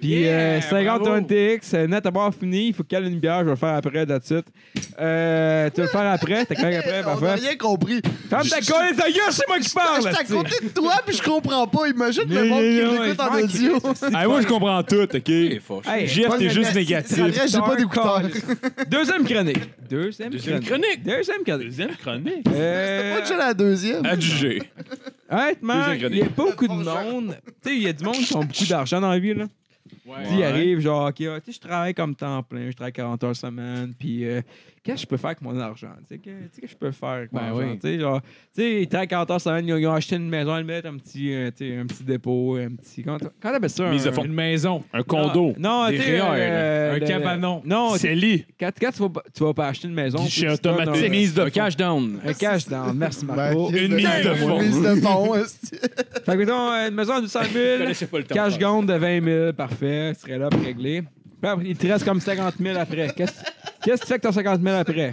Speaker 4: Puis
Speaker 8: Yeah,
Speaker 4: euh, 50
Speaker 8: bravo.
Speaker 4: 1TX, euh, Nat a pas fini, il faut qu'elle ait une bière, je vais le faire après, that's it. Euh, tu vas le faire après, t'as quand même après,
Speaker 5: On n'a
Speaker 4: parfait.
Speaker 5: rien compris. Ah,
Speaker 4: Ferme ta gueule, ta gueule, c'est moi qui
Speaker 5: Je
Speaker 4: parle!
Speaker 5: suis à
Speaker 4: esti.
Speaker 5: côté de toi puis je comprends pas. Imagine le
Speaker 4: Ah, Mais non,
Speaker 5: monde qui l'écoute
Speaker 4: je
Speaker 5: en
Speaker 4: m'en
Speaker 5: audio.
Speaker 4: crisse, esti.
Speaker 7: Ah, moi je comprends tout, ok?
Speaker 4: Hey,
Speaker 7: Jeff, t'es juste négatif.
Speaker 5: Ça reste, J'ai pas d'écouteurs.
Speaker 4: Deuxième chronique. Deuxième chronique.
Speaker 6: chronique.
Speaker 4: Deuxième chronique.
Speaker 6: Deuxième chronique.
Speaker 4: Euh,
Speaker 5: Moi, j'ai la deuxième.
Speaker 7: Adjugé.
Speaker 4: Honnêtement,
Speaker 7: Deuxième
Speaker 4: il
Speaker 7: chronique.
Speaker 4: n'y a pas beaucoup de monde. Tu sais, il y a du monde qui ont beaucoup d'argent dans la vie. Là. Puis Ils arrivent, genre, OK, ah, tu sais, je travaille comme temps plein, je travaille 40 heures semaine, puis euh, qu'est-ce que je peux faire avec mon argent? Tu sais, que- tu sais, que je peux faire avec mon
Speaker 8: Ben
Speaker 4: argent?
Speaker 8: oui.
Speaker 4: Tu sais, genre, tu sais, ils travaillent 40 heures semaine, ils ont, ils ont acheté une maison, ils mettent un petit, euh, tu sais, un petit dépôt, un petit. Comment t- comment t'appelles ça?
Speaker 6: Mise
Speaker 4: un-
Speaker 6: à fond.
Speaker 8: Une maison,
Speaker 6: Un condo.
Speaker 4: Non,
Speaker 8: Des
Speaker 4: tu sais,
Speaker 8: REER,
Speaker 4: euh,
Speaker 8: un
Speaker 4: le-
Speaker 8: cabanon.
Speaker 4: Non, tu-
Speaker 6: C'est lit.
Speaker 4: quand, quand tu, vas pas, tu vas pas acheter une maison,
Speaker 6: Guichet
Speaker 4: faut que tu donnes un-
Speaker 6: automatique.
Speaker 2: Mise de cash down.
Speaker 4: Un cash dans. Merci, Marco.
Speaker 5: Ben,
Speaker 6: Oh, Une mise de fond.
Speaker 5: Une mise de fond. esti.
Speaker 4: Fait que, mettons, euh, une maison à 200 000.
Speaker 2: pas le temps.
Speaker 4: Cash gagne de 20 000, parfait. Tu serais là pour régler. Puis après, il te reste comme 50 000 après. Qu'est-ce qu'est-ce que tu fais avec ton 50 000 après?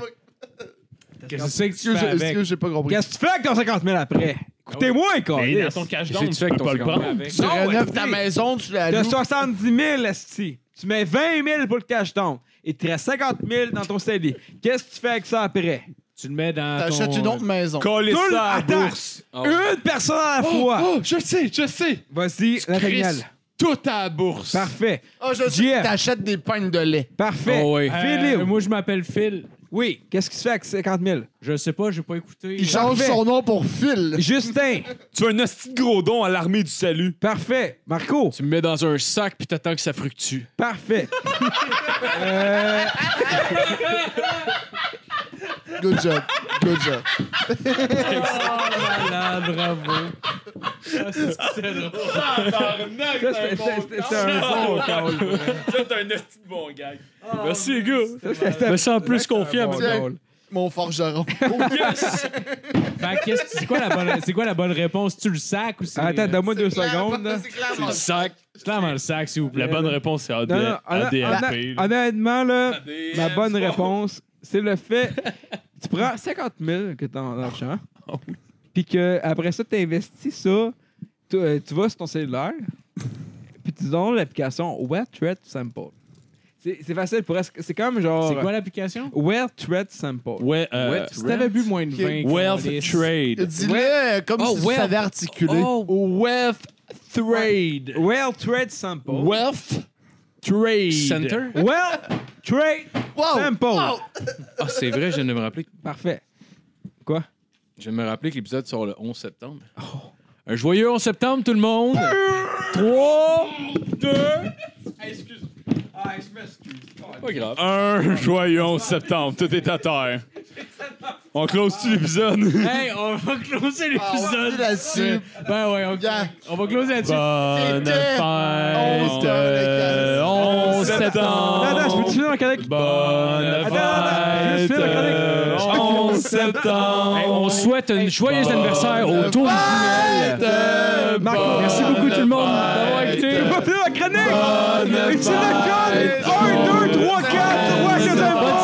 Speaker 8: qu'est-ce que c'est que tu
Speaker 5: Excuse,
Speaker 8: fais avec?
Speaker 5: excuse, j'ai pas compris.
Speaker 4: Qu'est-ce que tu fais avec ton 50 000 après? Écoutez-moi, quoi.
Speaker 6: Et dans ton cash down, tu
Speaker 2: Qu'est-ce que tu fais
Speaker 6: peux
Speaker 2: avec ton
Speaker 6: pas le
Speaker 2: cinquante?
Speaker 6: prendre.
Speaker 5: Tu rénoves ta maison, tu la
Speaker 4: T'as
Speaker 5: loues.
Speaker 4: 70 000, esti. Tu mets 20 000 pour le cash down. Et tu restes 50 000 dans ton CELI. Qu'est-ce que tu fais avec ça après?
Speaker 8: Tu le mets dans ton...
Speaker 5: T'achètes une autre maison.
Speaker 7: Coller
Speaker 4: Tout le-
Speaker 7: ça à la
Speaker 4: Attends.
Speaker 7: bourse.
Speaker 6: Ah
Speaker 4: Une personne à la fois.
Speaker 6: Oh, je sais, je sais.
Speaker 4: Vas-y, Nathaniel.
Speaker 6: Tout à la bourse.
Speaker 4: Parfait.
Speaker 5: Ah, je sais
Speaker 4: Jeff.
Speaker 5: que t'achètes des pagnes de lait.
Speaker 4: Parfait.
Speaker 2: Oh, oui.
Speaker 8: Euh,
Speaker 4: Philippe.
Speaker 8: moi, je m'appelle Phil.
Speaker 4: Oui. Qu'est-ce que tu fais avec 50 000?
Speaker 8: Je sais pas, j'ai pas écouté.
Speaker 5: Il change
Speaker 4: Parfait.
Speaker 5: son nom pour Phil.
Speaker 4: Justin.
Speaker 7: Tu as un hostie de gros don à l'armée du salut.
Speaker 4: Parfait. Marco.
Speaker 2: Tu me mets dans un sac puis t'attends que ça fructue.
Speaker 4: Parfait. Euh,
Speaker 5: Good job. Good job.
Speaker 8: Ah, bravo.
Speaker 4: Ah, Ça, c'est- c'est c'est un bon call.
Speaker 7: T'as un hostie de bon gag. Merci, les gars.
Speaker 4: Ça, c'est-
Speaker 3: Je me sens plus confiant.
Speaker 4: bon
Speaker 3: mais-
Speaker 5: Tiens.
Speaker 4: goal.
Speaker 5: Mon forgeron.
Speaker 8: Fait que qu'est-ce que- c'est quoi la bonne, c'est quoi la bonne réponse? Tu le sac ou c'est...
Speaker 4: Attends, donne-moi deux
Speaker 5: C'est clair,
Speaker 4: secondes. là.
Speaker 5: C'est clairement.
Speaker 2: Sac.
Speaker 8: C'est clairement le sac, s'il vous
Speaker 6: La
Speaker 8: plaît.
Speaker 6: bonne réponse, c'est AD-
Speaker 4: Non, non, honn- honn-
Speaker 6: ADLP. là.
Speaker 4: Honnêtement, là, ma bonne réponse, c'est le fait. Tu prends 50 000 que t'as en argent, puis que après ça, tu investis ça. Tu, euh, tu vas sur ton cellulaire, puis tu donnes l'application Wet Threat Sample. C'est c'est facile pour. C'est comme genre.
Speaker 8: C'est quoi l'application?
Speaker 4: Wet Threat Sample.
Speaker 6: Ouais, euh,
Speaker 8: Si t'avais bu moins de 20...
Speaker 6: Wealth
Speaker 8: câlisse.
Speaker 6: Trade.
Speaker 5: Dis-le comme
Speaker 2: Oh,
Speaker 5: si tu
Speaker 2: well.
Speaker 5: savais articuler.
Speaker 3: Oh.
Speaker 2: Oh.
Speaker 6: Wealth Trade.
Speaker 4: Wet Threat Sample.
Speaker 6: Wealth Trade.
Speaker 2: Center.
Speaker 4: Well, trade
Speaker 5: Wow!
Speaker 4: sample.
Speaker 5: Wow!
Speaker 2: Ah, c'est vrai, je viens de me rappeler.
Speaker 4: Parfait.
Speaker 2: Je viens de me rappeler que l'épisode sort le 11 septembre.
Speaker 3: Oh.
Speaker 2: Un joyeux 11 septembre, tout le monde. 3, 2,
Speaker 4: Ah, je m'excuse.
Speaker 2: pas grave.
Speaker 6: Un joyeux 11 septembre. Tout est à terre.
Speaker 7: On close-tu l'épisode?
Speaker 8: Hey, on va closer
Speaker 5: Ah,
Speaker 8: l'épisode.
Speaker 5: là-dessus.
Speaker 8: ben ouais, on,
Speaker 5: Yeah.
Speaker 8: on va closer là-dessus.
Speaker 6: Bonne
Speaker 5: C'était
Speaker 6: fête.
Speaker 5: 11
Speaker 6: Oh,
Speaker 5: euh,
Speaker 6: 11 septembre.
Speaker 4: Attends, je peux-tu finir en Québec?
Speaker 6: Bonne
Speaker 4: Attends, attends,
Speaker 6: fête.
Speaker 4: juste finir la chronique.
Speaker 6: euh, 11
Speaker 3: Hey,
Speaker 6: septembre.
Speaker 3: on souhaite un joyeux anniversaire au tour du tunnel.
Speaker 6: Euh,
Speaker 4: Marc, merci
Speaker 6: bonne
Speaker 4: beaucoup tout le monde
Speaker 6: fête.
Speaker 4: d'avoir écouté. Je peux pas finir la chronique! Et tu la code! 1, 2, 3, 4! Ouais, je t'aime!